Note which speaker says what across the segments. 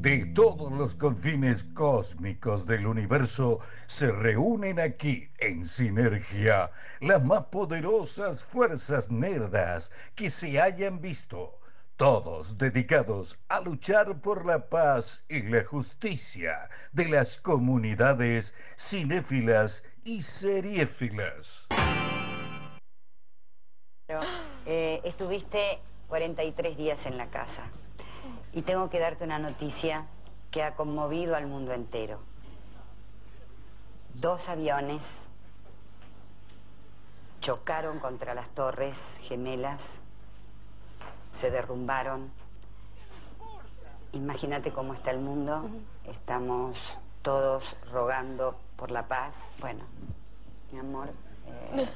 Speaker 1: de todos los confines cósmicos del universo se reúnen aquí en sinergia las más poderosas fuerzas nerdas que se hayan visto, todos dedicados a luchar por la paz y la justicia de las comunidades cinéfilas y seriéfilas.
Speaker 2: Eh, estuviste 43 días en la casa y tengo que darte una noticia que ha conmovido al mundo entero. Dos aviones chocaron contra las torres gemelas, se derrumbaron. Imagínate cómo está el mundo. Estamos todos rogando por la paz. Bueno, mi amor, eh,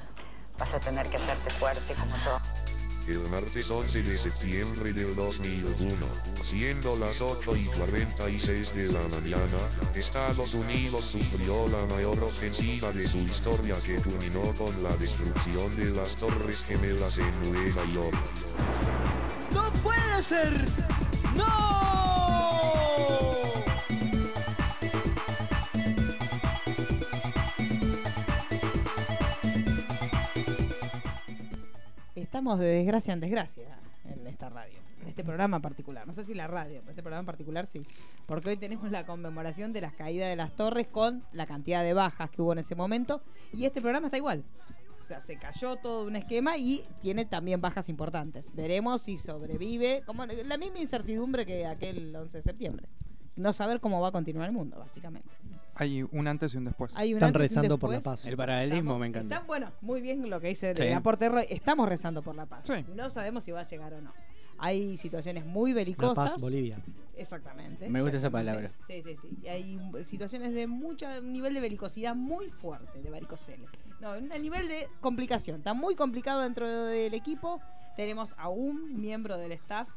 Speaker 2: vas a tener que hacerte fuerte como todo.
Speaker 3: El martes 11 de septiembre del 2001, siendo las 8 y 46 de la mañana, Estados Unidos sufrió la mayor ofensiva de su historia que culminó con la destrucción de las Torres Gemelas en Nueva York.
Speaker 4: ¡No puede ser! ¡No!
Speaker 5: Estamos de desgracia en desgracia en esta radio, en este programa en particular. No sé si la radio, pero este programa en particular sí. Porque hoy tenemos la conmemoración de las caídas de las torres con la cantidad de bajas que hubo en ese momento. Y este programa está igual. O sea, se cayó todo un esquema y tiene también bajas importantes. Veremos si sobrevive. Como la misma incertidumbre que aquel 11 de septiembre. No saber cómo va a continuar el mundo, básicamente.
Speaker 6: Hay un antes y un después.
Speaker 5: Hay un
Speaker 7: Están
Speaker 5: antes y un
Speaker 7: rezando por la
Speaker 5: después.
Speaker 7: paz.
Speaker 8: El paralelismo me encanta.
Speaker 5: Está bueno, muy bien lo que dice
Speaker 8: Sí.
Speaker 5: el aporte Roy. Estamos rezando por la paz.
Speaker 6: Sí.
Speaker 5: No sabemos si va a llegar o no. Hay situaciones muy
Speaker 7: La
Speaker 5: belicosas.
Speaker 7: paz, Bolivia.
Speaker 5: Exactamente.
Speaker 8: Me gusta esa
Speaker 5: exactamente.
Speaker 8: palabra.
Speaker 5: Sí, sí, sí. Y hay mm, situaciones de mucho nivel de belicosidad muy fuerte, de varicocele. No, un nivel de complicación. Está muy complicado dentro del equipo. Tenemos a un miembro del staff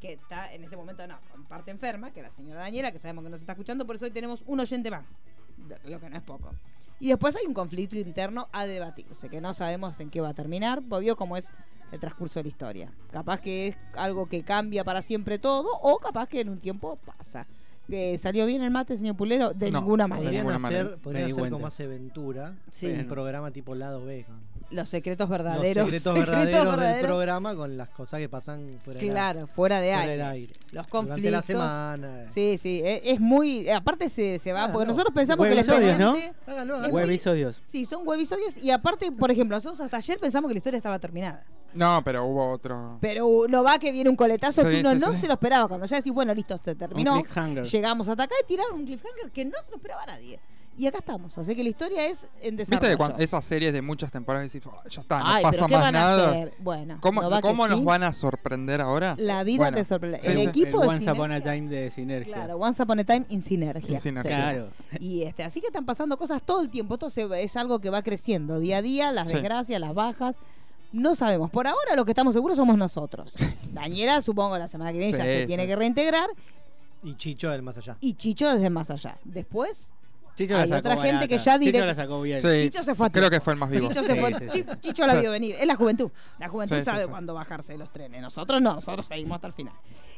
Speaker 5: que está en este momento, no, con parte enferma, que es la señora Daniela, que sabemos que nos está escuchando, por eso hoy tenemos un oyente más, lo que no es poco. Y después hay un conflicto interno a debatirse, que no sabemos en qué va a terminar, porque vio cómo es el transcurso de la historia. Capaz que es algo que cambia para siempre todo, o capaz que en un tiempo pasa. Eh, ¿Salió bien el mate, señor Pulero? De
Speaker 6: No,
Speaker 5: ninguna
Speaker 6: de
Speaker 5: manera.
Speaker 7: Podrían
Speaker 6: ninguna
Speaker 7: hacer,
Speaker 6: manera.
Speaker 7: podrían
Speaker 8: Me di
Speaker 7: hacer como
Speaker 8: cuenta.
Speaker 7: hace Ventura.
Speaker 5: Sí.
Speaker 7: Un programa tipo lado B. con
Speaker 5: Los secretos
Speaker 7: Los
Speaker 5: verdaderos.
Speaker 7: secretos, verdaderos, del programa con las cosas que pasan fuera del
Speaker 5: Claro, fuera de
Speaker 7: fuera
Speaker 5: aire.
Speaker 7: del aire.
Speaker 5: Los
Speaker 7: Durante la
Speaker 5: conflictos.
Speaker 7: semana.
Speaker 5: Sí, sí, e- es muy... Aparte se, se va,
Speaker 7: Claro,
Speaker 5: porque
Speaker 7: no.
Speaker 5: nosotros pensamos que el
Speaker 8: Webisodios, ¿no?
Speaker 5: expediente...
Speaker 7: Hágalo,
Speaker 5: Es
Speaker 7: hágalo.
Speaker 5: muy-
Speaker 8: Webisodios.
Speaker 5: Sí, son webisodios y aparte, por ejemplo, nosotros hasta ayer pensamos que la historia estaba terminada.
Speaker 6: No, pero hubo otro.
Speaker 5: Pero no va que viene un coletazo
Speaker 6: Sí,
Speaker 5: que uno
Speaker 6: sí,
Speaker 5: no
Speaker 6: sí.
Speaker 5: se lo esperaba. Cuando ya decís, bueno, listo, se terminó.
Speaker 8: Un cliffhanger.
Speaker 5: Llegamos hasta acá y tiraron un cliffhanger que no se lo esperaba nadie. Y acá estamos. Así que la historia es en desarrollo.
Speaker 6: ¿Viste que cuando esas series de muchas temporadas decís, "Oh, ya está, no
Speaker 5: Ay,
Speaker 6: pasa
Speaker 5: pero ¿qué
Speaker 6: más
Speaker 5: van
Speaker 6: nada?
Speaker 5: a hacer? Bueno,
Speaker 6: ¿Cómo,
Speaker 5: ¿no va que
Speaker 6: cómo nos
Speaker 5: sí?
Speaker 6: van a sorprender ahora?
Speaker 5: La vida
Speaker 6: Bueno,
Speaker 5: te sorprende.
Speaker 6: sí,
Speaker 5: el
Speaker 6: sí.
Speaker 5: equipo de
Speaker 8: el Once Upon a
Speaker 5: Sinergia-
Speaker 8: Time de Sinergia.
Speaker 5: Claro, Once Upon a Time in sinergia.
Speaker 6: In sinergia.
Speaker 5: sería.
Speaker 8: Claro.
Speaker 5: Y este, así que están pasando cosas todo el tiempo. Esto se, es algo que va creciendo día a día, las
Speaker 6: Sí.
Speaker 5: desgracias, las bajas. No sabemos. Por ahora lo que estamos seguros somos nosotros. Daniela, supongo, la semana que viene ya
Speaker 6: Sí,
Speaker 5: se
Speaker 6: sí.
Speaker 5: tiene que reintegrar.
Speaker 7: Y Chicho del más allá.
Speaker 5: Y Chicho desde más allá. Después,
Speaker 8: Chicho
Speaker 5: Hay
Speaker 8: la sacó
Speaker 5: otra gente
Speaker 8: barata.
Speaker 5: que ya direct-
Speaker 8: Chicho la sacó bien.
Speaker 6: Sí,
Speaker 5: Chicho se fue a
Speaker 6: Creo
Speaker 5: tiempo.
Speaker 6: que fue el más vivo.
Speaker 5: Chicho se
Speaker 8: Sí,
Speaker 5: fue.
Speaker 8: sí, sí.
Speaker 5: Chi- Chicho la
Speaker 6: Sí.
Speaker 5: vio venir. Es la juventud. La juventud
Speaker 6: Sí, sí,
Speaker 5: sabe
Speaker 6: sí.
Speaker 5: cuándo bajarse de los trenes. Nosotros no, nosotros seguimos hasta el final.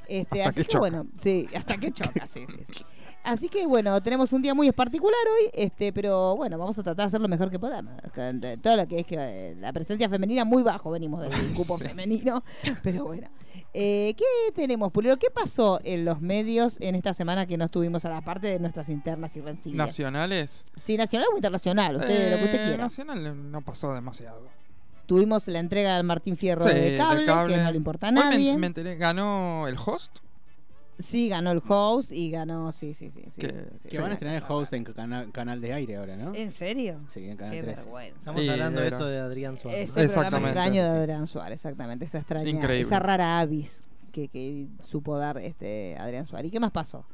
Speaker 5: Este,
Speaker 6: Hasta
Speaker 5: así
Speaker 6: que
Speaker 5: que,
Speaker 6: choca.
Speaker 5: bueno, sí, hasta que choca, sí, sí, sí. Así que bueno, tenemos un día muy particular hoy, este, pero bueno, vamos a tratar de hacer lo mejor que podamos. Con- de- Todo lo que es que eh, la presencia femenina muy bajo venimos del cupo
Speaker 6: Sí.
Speaker 5: femenino, pero bueno. Eh, ¿Qué tenemos, Pulero? ¿Qué pasó en los medios en esta semana que no estuvimos a la parte de nuestras internas y rencillas?
Speaker 6: ¿Nacionales?
Speaker 5: Sí, nacional o internacional, usted, lo que usted
Speaker 6: Eh,
Speaker 5: quiera.
Speaker 6: Nacional no pasó demasiado.
Speaker 5: Tuvimos la entrega del Martín Fierro
Speaker 6: Sí,
Speaker 5: de,
Speaker 6: del
Speaker 5: cable,
Speaker 6: cable.
Speaker 5: que no le importa a
Speaker 6: Hoy me-
Speaker 5: nadie.
Speaker 6: Me, enteré, ganó el host.
Speaker 5: Sí, ganó el host y ganó. Sí, sí, sí. sí,
Speaker 6: Que-
Speaker 5: sí.
Speaker 8: Que van a estrenar el host en cana- canal de aire ahora, ¿no?
Speaker 5: ¿En serio?
Speaker 8: Sí, en
Speaker 5: Eh, Qué
Speaker 8: Canal 3.
Speaker 5: vergüenza.
Speaker 7: Estamos
Speaker 6: Y
Speaker 7: hablando de
Speaker 6: era-
Speaker 7: eso de Adrián Suárez.
Speaker 5: Este programa
Speaker 6: Exactamente.
Speaker 5: extraño de Adrián Suárez, exactamente. Esa extraña,
Speaker 6: Increíble.
Speaker 5: esa rara avis que, que supo dar este Adrián Suárez. ¿Y qué más pasó?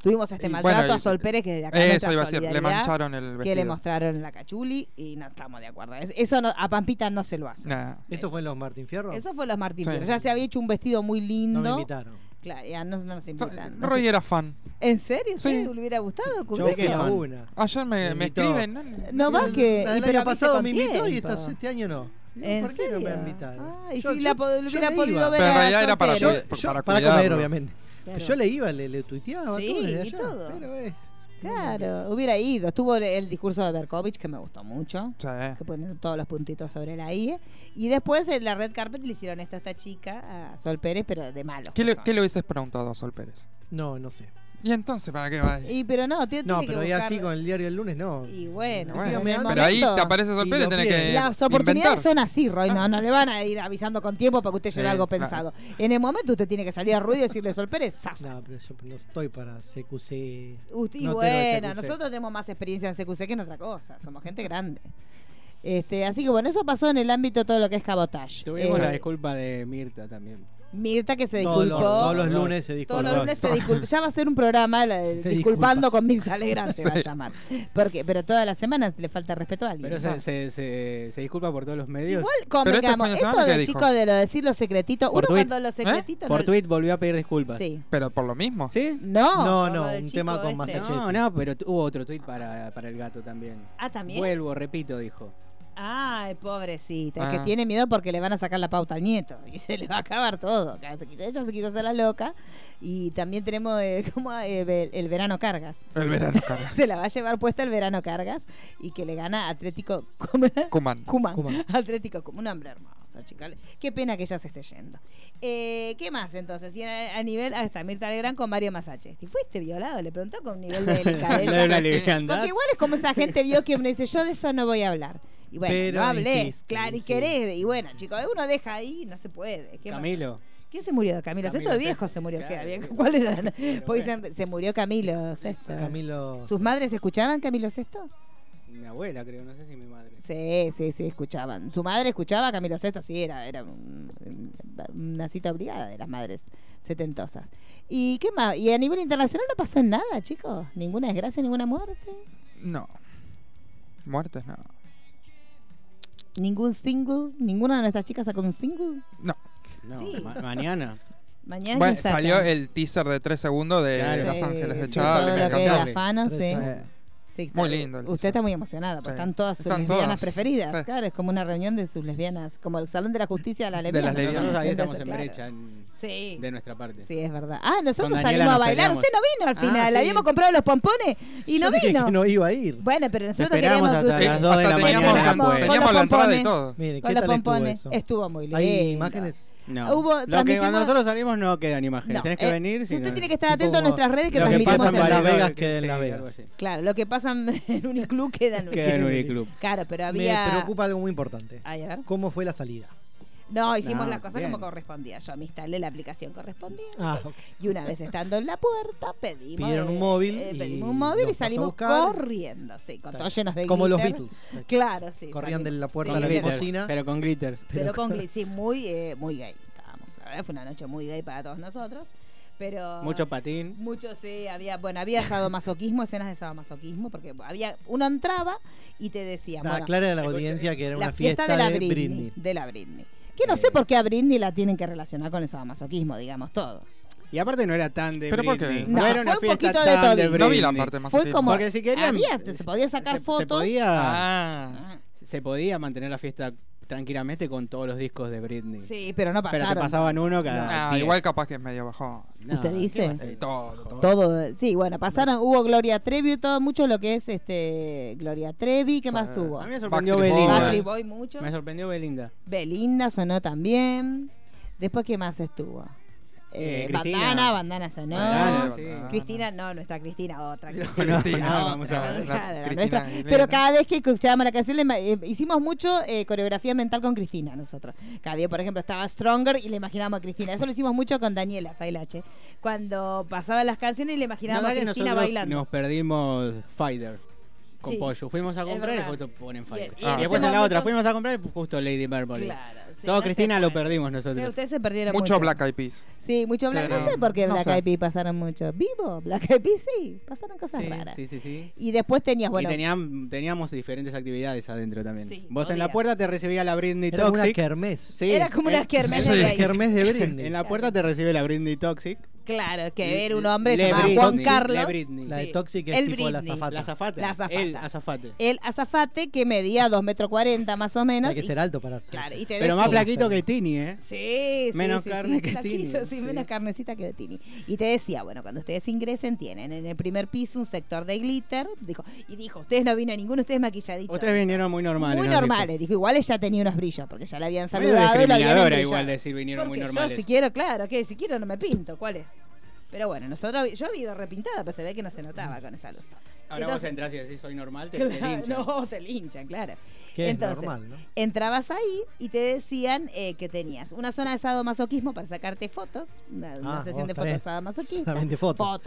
Speaker 5: Tuvimos este
Speaker 6: Y
Speaker 5: maltrato
Speaker 6: bueno,
Speaker 5: a
Speaker 6: y-
Speaker 5: Sol Pérez, que de acá
Speaker 6: Eso
Speaker 5: nuestra
Speaker 6: iba a decir, le
Speaker 5: solidaridad,
Speaker 6: mancharon el vestido.
Speaker 5: Que le mostraron la cachuli y no estamos de acuerdo. Es- Eso no- a Pampita no se lo hace.
Speaker 6: Nah.
Speaker 7: ¿Eso fue en los Martín Fierro?
Speaker 5: Eso fue los Martín
Speaker 6: Sí.
Speaker 5: Fierro. Ya se había hecho un vestido muy lindo.
Speaker 7: no me invitaron.
Speaker 5: Claro, ya no, no nos invitan. No
Speaker 6: Roy
Speaker 5: sé.
Speaker 6: era fan.
Speaker 5: ¿En serio? ¿Sí?
Speaker 6: Sí.
Speaker 5: ¿Le hubiera gustado?
Speaker 7: Yo
Speaker 5: ¿Usted
Speaker 7: fui
Speaker 5: qué?
Speaker 7: a
Speaker 8: fan?
Speaker 7: una.
Speaker 6: Ayer me,
Speaker 7: Me
Speaker 6: me
Speaker 7: invitó.
Speaker 6: escriben. ¿no?
Speaker 5: No va
Speaker 7: El-
Speaker 5: que.
Speaker 7: El,
Speaker 5: pero
Speaker 7: año pasado me invitó y
Speaker 5: está
Speaker 7: esta- este año no.
Speaker 5: ¿En
Speaker 7: ¿Por qué no me
Speaker 5: serio?
Speaker 7: invitaron?
Speaker 5: Ah, y
Speaker 7: Yo-
Speaker 5: si
Speaker 7: yo-
Speaker 5: la po-
Speaker 7: yo
Speaker 5: hubiera
Speaker 7: le
Speaker 5: podido
Speaker 7: iba.
Speaker 5: ver
Speaker 6: Pero en
Speaker 5: a
Speaker 6: realidad
Speaker 5: Sol
Speaker 6: era para
Speaker 5: Pérez.
Speaker 6: cuidar.
Speaker 7: Yo-
Speaker 6: para
Speaker 7: para comer,
Speaker 6: cuidarlo.
Speaker 7: obviamente.
Speaker 9: Claro.
Speaker 7: Yo le iba, le, le tuiteaba
Speaker 5: Sí,
Speaker 7: todo desde
Speaker 5: y
Speaker 7: allá,
Speaker 5: todo.
Speaker 7: Pero, eh,
Speaker 5: Claro, hubiera ido. Estuvo el- el discurso de Berkovich, que me gustó mucho.
Speaker 6: Sí.
Speaker 5: que ponen todos los puntitos sobre la IE. Y después en la red carpet le hicieron esto a esta chica, a Sol Pérez, pero de malo.
Speaker 6: ¿Qué le, qué le hubieses preguntado a Sol Pérez?
Speaker 7: no, no sé.
Speaker 6: ¿Y entonces para qué va ahí?
Speaker 5: Y pero no, tiene,
Speaker 7: No,
Speaker 5: tiene
Speaker 7: pero
Speaker 5: que
Speaker 7: ahí
Speaker 5: buscar...
Speaker 7: así con el diario el lunes, no.
Speaker 5: Y bueno,
Speaker 6: Bueno,
Speaker 5: en el
Speaker 7: pero
Speaker 6: Pero ahí
Speaker 5: momento,
Speaker 6: te aparece Sol
Speaker 7: y
Speaker 6: Pérez,
Speaker 7: lo
Speaker 6: tenés
Speaker 7: pide.
Speaker 6: que
Speaker 5: Las oportunidades
Speaker 6: inventar.
Speaker 5: son así, Roy. No, no le van a ir avisando con tiempo para que usted lleve
Speaker 6: Sí,
Speaker 5: algo
Speaker 6: claro.
Speaker 5: pensado. En el momento usted tiene que salir a ruido y decirle Sol Pérez, ¡zas!
Speaker 7: No, pero yo no estoy para CQC.
Speaker 5: Usted- y
Speaker 7: no te lo
Speaker 5: bueno,
Speaker 7: CQC.
Speaker 5: nosotros tenemos más experiencia en CQC que en otra cosa. Somos gente grande. Este, así que bueno, eso pasó en el ámbito de todo lo que es cabotage.
Speaker 10: Tuvimos
Speaker 5: Eh,
Speaker 10: la disculpa de Mirta también.
Speaker 5: Mirta que se
Speaker 7: Todos
Speaker 5: disculpó.
Speaker 7: los, todos los lunes se disculpa.
Speaker 5: Todos los lunes se disculpa. Ya va a ser un programa la de
Speaker 7: Te
Speaker 5: disculpando
Speaker 7: disculpas.
Speaker 5: con Mirta Legrand se va a llamar. Porque, pero todas las semanas le falta respeto a alguien.
Speaker 10: Pero se, se, se, se disculpa por todos los medios.
Speaker 5: Igual
Speaker 6: Pero este
Speaker 5: convengamos,
Speaker 6: fin de
Speaker 5: esto
Speaker 6: semana, ¿qué
Speaker 5: de
Speaker 6: dijo?
Speaker 5: chicos de lo decir los secretitos,
Speaker 10: Por
Speaker 5: uno
Speaker 10: tuit,
Speaker 5: cuando los secretitos
Speaker 10: Por
Speaker 5: no-
Speaker 10: tweet volvió a pedir disculpas.
Speaker 5: sí.
Speaker 6: Pero por lo mismo.
Speaker 10: ¿Sí?
Speaker 5: No,
Speaker 7: No,
Speaker 5: por
Speaker 7: no,
Speaker 5: lo del chico
Speaker 7: un
Speaker 5: este.
Speaker 7: tema con Massachusetts.
Speaker 10: No, no, pero tu- hubo otro tweet para, para el gato también.
Speaker 5: Ah, también.
Speaker 10: Vuelvo, repito, dijo.
Speaker 5: Ay, pobrecita, es que
Speaker 6: Ah.
Speaker 5: tiene miedo porque le van a sacar la pauta al nieto y se le va a acabar todo. Ella se quiso- ella se quiso hacer la loca y también tenemos eh, como, eh, ve- el verano cargas.
Speaker 6: El verano, Carlos.
Speaker 5: Se la va a llevar puesta el verano cargas y que le gana Atlético. ¿cómo era?
Speaker 6: Cuman.
Speaker 5: Cuman.
Speaker 7: Cuman.
Speaker 5: Atlético Cuman. Un hombre hermoso, chicos. Qué pena que ya se esté yendo. Eh, ¿Qué más entonces? Y a, a nivel. Ah, está Mirta Legrand con Mario Masachesti. ¿Fuiste violado? Le preguntó con un nivel de
Speaker 10: Lo de
Speaker 5: delicadeza.
Speaker 10: la liviandad.
Speaker 5: Porque igual es como esa gente vio que uno dice, yo de eso no voy a hablar. Y bueno,
Speaker 7: Pero
Speaker 5: no hables,
Speaker 7: insiste,
Speaker 5: claro, y
Speaker 7: insiste.
Speaker 5: querés. Y bueno, chicos, uno deja ahí, no se puede. ¿Qué más?
Speaker 10: Camilo.
Speaker 5: ¿Quién se murió? Camilo, Sesto
Speaker 10: Camilo
Speaker 5: de viejo
Speaker 10: Sesto,
Speaker 5: se murió.
Speaker 10: claro,
Speaker 5: ¿qué?
Speaker 10: sí.
Speaker 5: ¿Cuál era? Porque
Speaker 10: bueno.
Speaker 5: dicen, se murió Camilo Sesto.
Speaker 7: Camilo.
Speaker 5: ¿Sus madres escuchaban Camilo Sesto?
Speaker 10: Mi abuela, creo, no sé si mi madre.
Speaker 5: Sí, sí, sí, escuchaban. Su madre escuchaba a Camilo Sesto, sí, era, era un- una cita obligada de las madres setentosas. ¿Y qué más? ¿Y a nivel internacional no pasó nada, chicos? ¿Ninguna desgracia, ninguna muerte?
Speaker 6: No. Muertes, no.
Speaker 5: ¿Ningún single? ¿Ninguna de nuestras chicas sacó un single?
Speaker 6: No.
Speaker 10: No,
Speaker 5: Sí.
Speaker 10: ma- mañana.
Speaker 5: Mañana
Speaker 6: Bueno,
Speaker 5: se saca.
Speaker 6: salió el teaser de 3 segundos de
Speaker 10: Claro.
Speaker 6: Los Ángeles de
Speaker 5: Sí,
Speaker 6: Charlie.
Speaker 5: todo
Speaker 6: Me
Speaker 5: lo que
Speaker 6: encantó.
Speaker 5: era Fano,
Speaker 7: Tres
Speaker 5: sí.
Speaker 7: años.
Speaker 5: Sí, está-
Speaker 6: Muy lindo el
Speaker 5: Usted
Speaker 6: teaser.
Speaker 5: está muy emocionada, porque
Speaker 6: Sí.
Speaker 5: están todas sus
Speaker 6: Están
Speaker 5: lesbianas
Speaker 6: todas,
Speaker 5: preferidas.
Speaker 6: sí.
Speaker 5: Claro, es como una reunión de sus lesbianas, como el Salón de la Justicia de las
Speaker 6: las
Speaker 5: lesbianas.
Speaker 6: lesbianas.
Speaker 10: Nosotros ahí
Speaker 5: Entonces,
Speaker 10: estamos en
Speaker 5: claro.
Speaker 10: brecha en-
Speaker 5: Sí.
Speaker 10: de nuestra parte.
Speaker 5: Sí, es verdad. Ah, nosotros
Speaker 10: Con Daniela
Speaker 5: salimos a
Speaker 10: nos
Speaker 5: bailar.
Speaker 10: peleamos.
Speaker 5: Usted no vino al
Speaker 10: Ah,
Speaker 5: final.
Speaker 10: sí.
Speaker 5: Habíamos comprado los pompones y no
Speaker 7: Yo dije
Speaker 5: vino.
Speaker 7: que no iba a ir.
Speaker 5: Bueno, pero nosotros
Speaker 10: Esperamos
Speaker 5: queríamos que
Speaker 10: hasta
Speaker 5: usted-
Speaker 10: las 2 de
Speaker 6: Eh,
Speaker 10: la
Speaker 6: Hasta teníamos-
Speaker 10: mañana.
Speaker 5: Con los
Speaker 10: pues.
Speaker 6: Teníamos la entrada
Speaker 5: pompones.
Speaker 6: y todo.
Speaker 7: Miren, ¿qué
Speaker 5: con los
Speaker 7: tal estuvo
Speaker 5: pompones.
Speaker 7: eso?
Speaker 5: Estuvo muy lindo.
Speaker 7: ¿Hay imágenes?
Speaker 10: No.
Speaker 5: Hubo-
Speaker 10: lo que
Speaker 5: transmitimos-
Speaker 10: cuando nosotros salimos no quedan imágenes.
Speaker 5: No,
Speaker 10: Tenés que
Speaker 5: eh,
Speaker 10: venir.
Speaker 5: si
Speaker 10: si
Speaker 5: usted
Speaker 10: no-
Speaker 5: tiene que estar atento
Speaker 7: Tipo
Speaker 5: a nuestras redes que
Speaker 7: lo que
Speaker 5: transmitimos
Speaker 7: pasa
Speaker 5: en
Speaker 7: en
Speaker 5: la
Speaker 7: Las
Speaker 10: Valor,
Speaker 7: Vegas queda en
Speaker 10: sí,
Speaker 7: Las Vegas.
Speaker 10: algo así.
Speaker 5: Claro, lo que pasa en Uniclub queda en
Speaker 10: Queda en
Speaker 5: Uniclub.
Speaker 10: Uniclub.
Speaker 5: Claro, pero había.
Speaker 7: Me preocupa algo muy importante.
Speaker 5: Ay, a ver.
Speaker 7: ¿Cómo fue la salida?
Speaker 5: No, hicimos
Speaker 10: No,
Speaker 5: las cosas
Speaker 10: bien.
Speaker 5: como correspondía. Yo me instalé la aplicación correspondiente.
Speaker 7: Ah, ok.
Speaker 5: Y una vez estando en la puerta, pedimos. eh,
Speaker 7: Pidieron un móvil y
Speaker 5: pedimos un móvil
Speaker 7: los
Speaker 5: y
Speaker 7: pasó a
Speaker 5: salimos
Speaker 7: buscar.
Speaker 5: corriendo, sí, con todos llenos de
Speaker 7: Como los
Speaker 5: glitter.
Speaker 7: Beatles.
Speaker 5: Claro, sí.
Speaker 7: Corrían de la puerta
Speaker 10: Con
Speaker 7: a la
Speaker 5: glitter.
Speaker 7: limusina.
Speaker 10: glitter. Pero con glitter.
Speaker 5: Pero con gli- sí, muy, eh, muy gay. Estábamos, la verdad, fue una noche muy gay para todos nosotros. Pero.
Speaker 10: Mucho patín.
Speaker 5: Mucho, sí, había, bueno, había sadomasoquismo, escenas de sadomasoquismo, porque había, uno entraba y te decía,
Speaker 7: Ah,
Speaker 5: bueno,
Speaker 7: Aclara a la audiencia que era
Speaker 5: la
Speaker 7: una
Speaker 5: fiesta, de la Britney,
Speaker 7: Britney.
Speaker 5: De la Britney. Que no sé por qué a Britney la tienen que relacionar con el sadomasoquismo, digamos todo.
Speaker 10: Y aparte no era tan de
Speaker 6: Pero ¿por qué?
Speaker 10: Britney.
Speaker 5: No,
Speaker 10: No, era una
Speaker 5: fue un
Speaker 10: fiesta
Speaker 5: poquito de
Speaker 10: tan de
Speaker 5: toddy.
Speaker 10: Britney.
Speaker 6: No vi la parte más
Speaker 5: Fue como
Speaker 10: Porque si querían-
Speaker 5: había- este, se podía sacar
Speaker 10: Se-
Speaker 5: fotos.
Speaker 10: Se podía,
Speaker 6: Ah.
Speaker 5: Ah,
Speaker 10: se podía mantener la fiesta tranquilamente con todos los discos de Britney.
Speaker 5: Sí, pero no
Speaker 10: Pero
Speaker 5: pasaron.
Speaker 10: te pasaban uno cada.
Speaker 6: Ah,
Speaker 10: diez.
Speaker 6: igual capaz que es medio bajón.
Speaker 10: No,
Speaker 5: ¿Usted
Speaker 10: ¿qué
Speaker 5: dice?
Speaker 10: va a ser?
Speaker 6: Eh, todo, todo.
Speaker 5: Todo, sí, bueno, pasaron, hubo Gloria Trevi, todo mucho lo que es este Gloria Trevi, ¿qué más
Speaker 6: Sí.
Speaker 5: hubo?
Speaker 10: A mí me sorprendió
Speaker 6: Backstreet
Speaker 10: Belinda.
Speaker 5: Backstreet Boy mucho.
Speaker 10: Me sorprendió Belinda.
Speaker 5: Belinda sonó también. Después, ¿qué más estuvo? Eh,
Speaker 10: Eh, Cristina.
Speaker 5: bandana, bandana sonó.
Speaker 10: Bandana, sí.
Speaker 6: Bandana.
Speaker 5: Cristina, no, nuestra Cristina, otra Cristina.
Speaker 10: No,
Speaker 6: Cristina,
Speaker 5: la
Speaker 10: vamos
Speaker 5: otra,
Speaker 10: a ver,
Speaker 5: la-
Speaker 6: la
Speaker 5: la
Speaker 6: Cristina
Speaker 5: nuestra.
Speaker 6: Aguilera.
Speaker 5: Pero cada vez que escuchábamos la canción, le ima- eh, hicimos mucho eh, coreografía mental con Cristina nosotros. Cada día, por ejemplo, estaba Stronger y le imaginábamos a Cristina. Eso lo hicimos mucho con Daniela Failache. Cuando pasaban las canciones y le imaginábamos
Speaker 10: Nada que
Speaker 5: a Cristina
Speaker 10: nosotros
Speaker 5: bailando.
Speaker 10: Nos perdimos Fighter con
Speaker 5: Sí.
Speaker 10: Pollo. Fuimos a
Speaker 5: Es
Speaker 10: comprar y
Speaker 5: verdad.
Speaker 10: justo ponen Fighter.
Speaker 5: Y- y
Speaker 10: Y,
Speaker 6: en ese
Speaker 10: después en la
Speaker 5: momento-
Speaker 10: otra fuimos a comprar y justo Lady Bird volvió.
Speaker 5: Claro, sí,
Speaker 10: Todo
Speaker 5: no
Speaker 10: Cristina
Speaker 5: sé
Speaker 10: lo
Speaker 5: cuál.
Speaker 10: perdimos
Speaker 5: O sea,
Speaker 10: nosotros.
Speaker 5: ustedes se perdieron
Speaker 6: Mucho
Speaker 5: mucho.
Speaker 6: Black Eyed Peas.
Speaker 5: Sí, mucho Black.
Speaker 6: Pero-
Speaker 5: no sé por qué
Speaker 6: no
Speaker 5: Black
Speaker 6: sé.
Speaker 5: Eyed Peas pasaron mucho. Vivo, Black Eyed Peas, sí, pasaron cosas
Speaker 10: Sí,
Speaker 5: raras.
Speaker 10: sí, sí, sí.
Speaker 5: Y después tenías, Ah, bueno,
Speaker 10: y tenían- teníamos diferentes actividades adentro también.
Speaker 5: Sí,
Speaker 10: Vos en
Speaker 5: podías.
Speaker 10: la puerta te recibía la Britney
Speaker 7: Era una
Speaker 10: Toxic.
Speaker 7: kermés.
Speaker 10: Sí,
Speaker 5: era como
Speaker 10: en-
Speaker 5: una kermés
Speaker 6: sí.
Speaker 5: de
Speaker 7: Kermés de
Speaker 5: gay.
Speaker 7: Britney.
Speaker 10: En la puerta te recibe la Britney Toxic.
Speaker 5: Claro, que
Speaker 8: Le-
Speaker 5: era un hombre
Speaker 8: Le
Speaker 5: llamado
Speaker 8: Britney.
Speaker 5: Juan
Speaker 8: Le
Speaker 5: Carlos.
Speaker 8: Britney.
Speaker 7: La
Speaker 5: Sí.
Speaker 7: de Toxic es
Speaker 5: El
Speaker 7: tipo la
Speaker 5: Britney.
Speaker 7: azafata.
Speaker 8: La azafata.
Speaker 5: La azafata.
Speaker 8: El azafate.
Speaker 5: El azafate que medía 2 metros 40 más o menos.
Speaker 7: Hay que
Speaker 5: y-
Speaker 7: ser alto para hacer.
Speaker 5: Claro, y te
Speaker 8: Pero más
Speaker 5: decía-
Speaker 8: flaquito que Tini, ¿eh?
Speaker 5: Sí, sí,
Speaker 8: Menos
Speaker 5: sí,
Speaker 8: carne
Speaker 5: sí,
Speaker 8: que
Speaker 5: flaquito,
Speaker 8: Tini,
Speaker 5: sí,
Speaker 8: sí.
Speaker 5: menos carnecita que Tini. Y te decía, bueno, cuando ustedes ingresen tienen en el primer piso un sector de glitter, dijo, y dijo, ustedes no vino ninguno, ustedes maquilladitos.
Speaker 8: Ustedes vinieron muy normales.
Speaker 5: muy
Speaker 8: nos dijo.
Speaker 5: normales, dijo, igual ella tenía unos brillos porque ya la habían
Speaker 8: Medio
Speaker 5: saludado y la habían
Speaker 8: discriminadora
Speaker 5: embrillado.
Speaker 8: igual decir vinieron muy
Speaker 5: Porque
Speaker 8: normales.
Speaker 5: Yo si quiero, claro, que si quiero no me pinto, ¿cuál es? Pero bueno, nosotros yo había ido repintada, pero se ve que no se notaba con esa luz.
Speaker 8: Ahora vos
Speaker 5: Entonces-
Speaker 8: entras y decís soy normal, te, te
Speaker 5: Claro,
Speaker 8: linchan.
Speaker 5: No, te linchan, claro.
Speaker 7: Que es
Speaker 5: Entonces,
Speaker 7: normal, ¿no?
Speaker 5: Entrabas ahí y te decían eh, que tenías una zona de sadomasoquismo para sacarte fotos, una, una
Speaker 7: Ah,
Speaker 5: sesión de
Speaker 7: otra
Speaker 5: fotos
Speaker 7: vez.
Speaker 5: sadomasoquismo,
Speaker 7: Solamente fotos.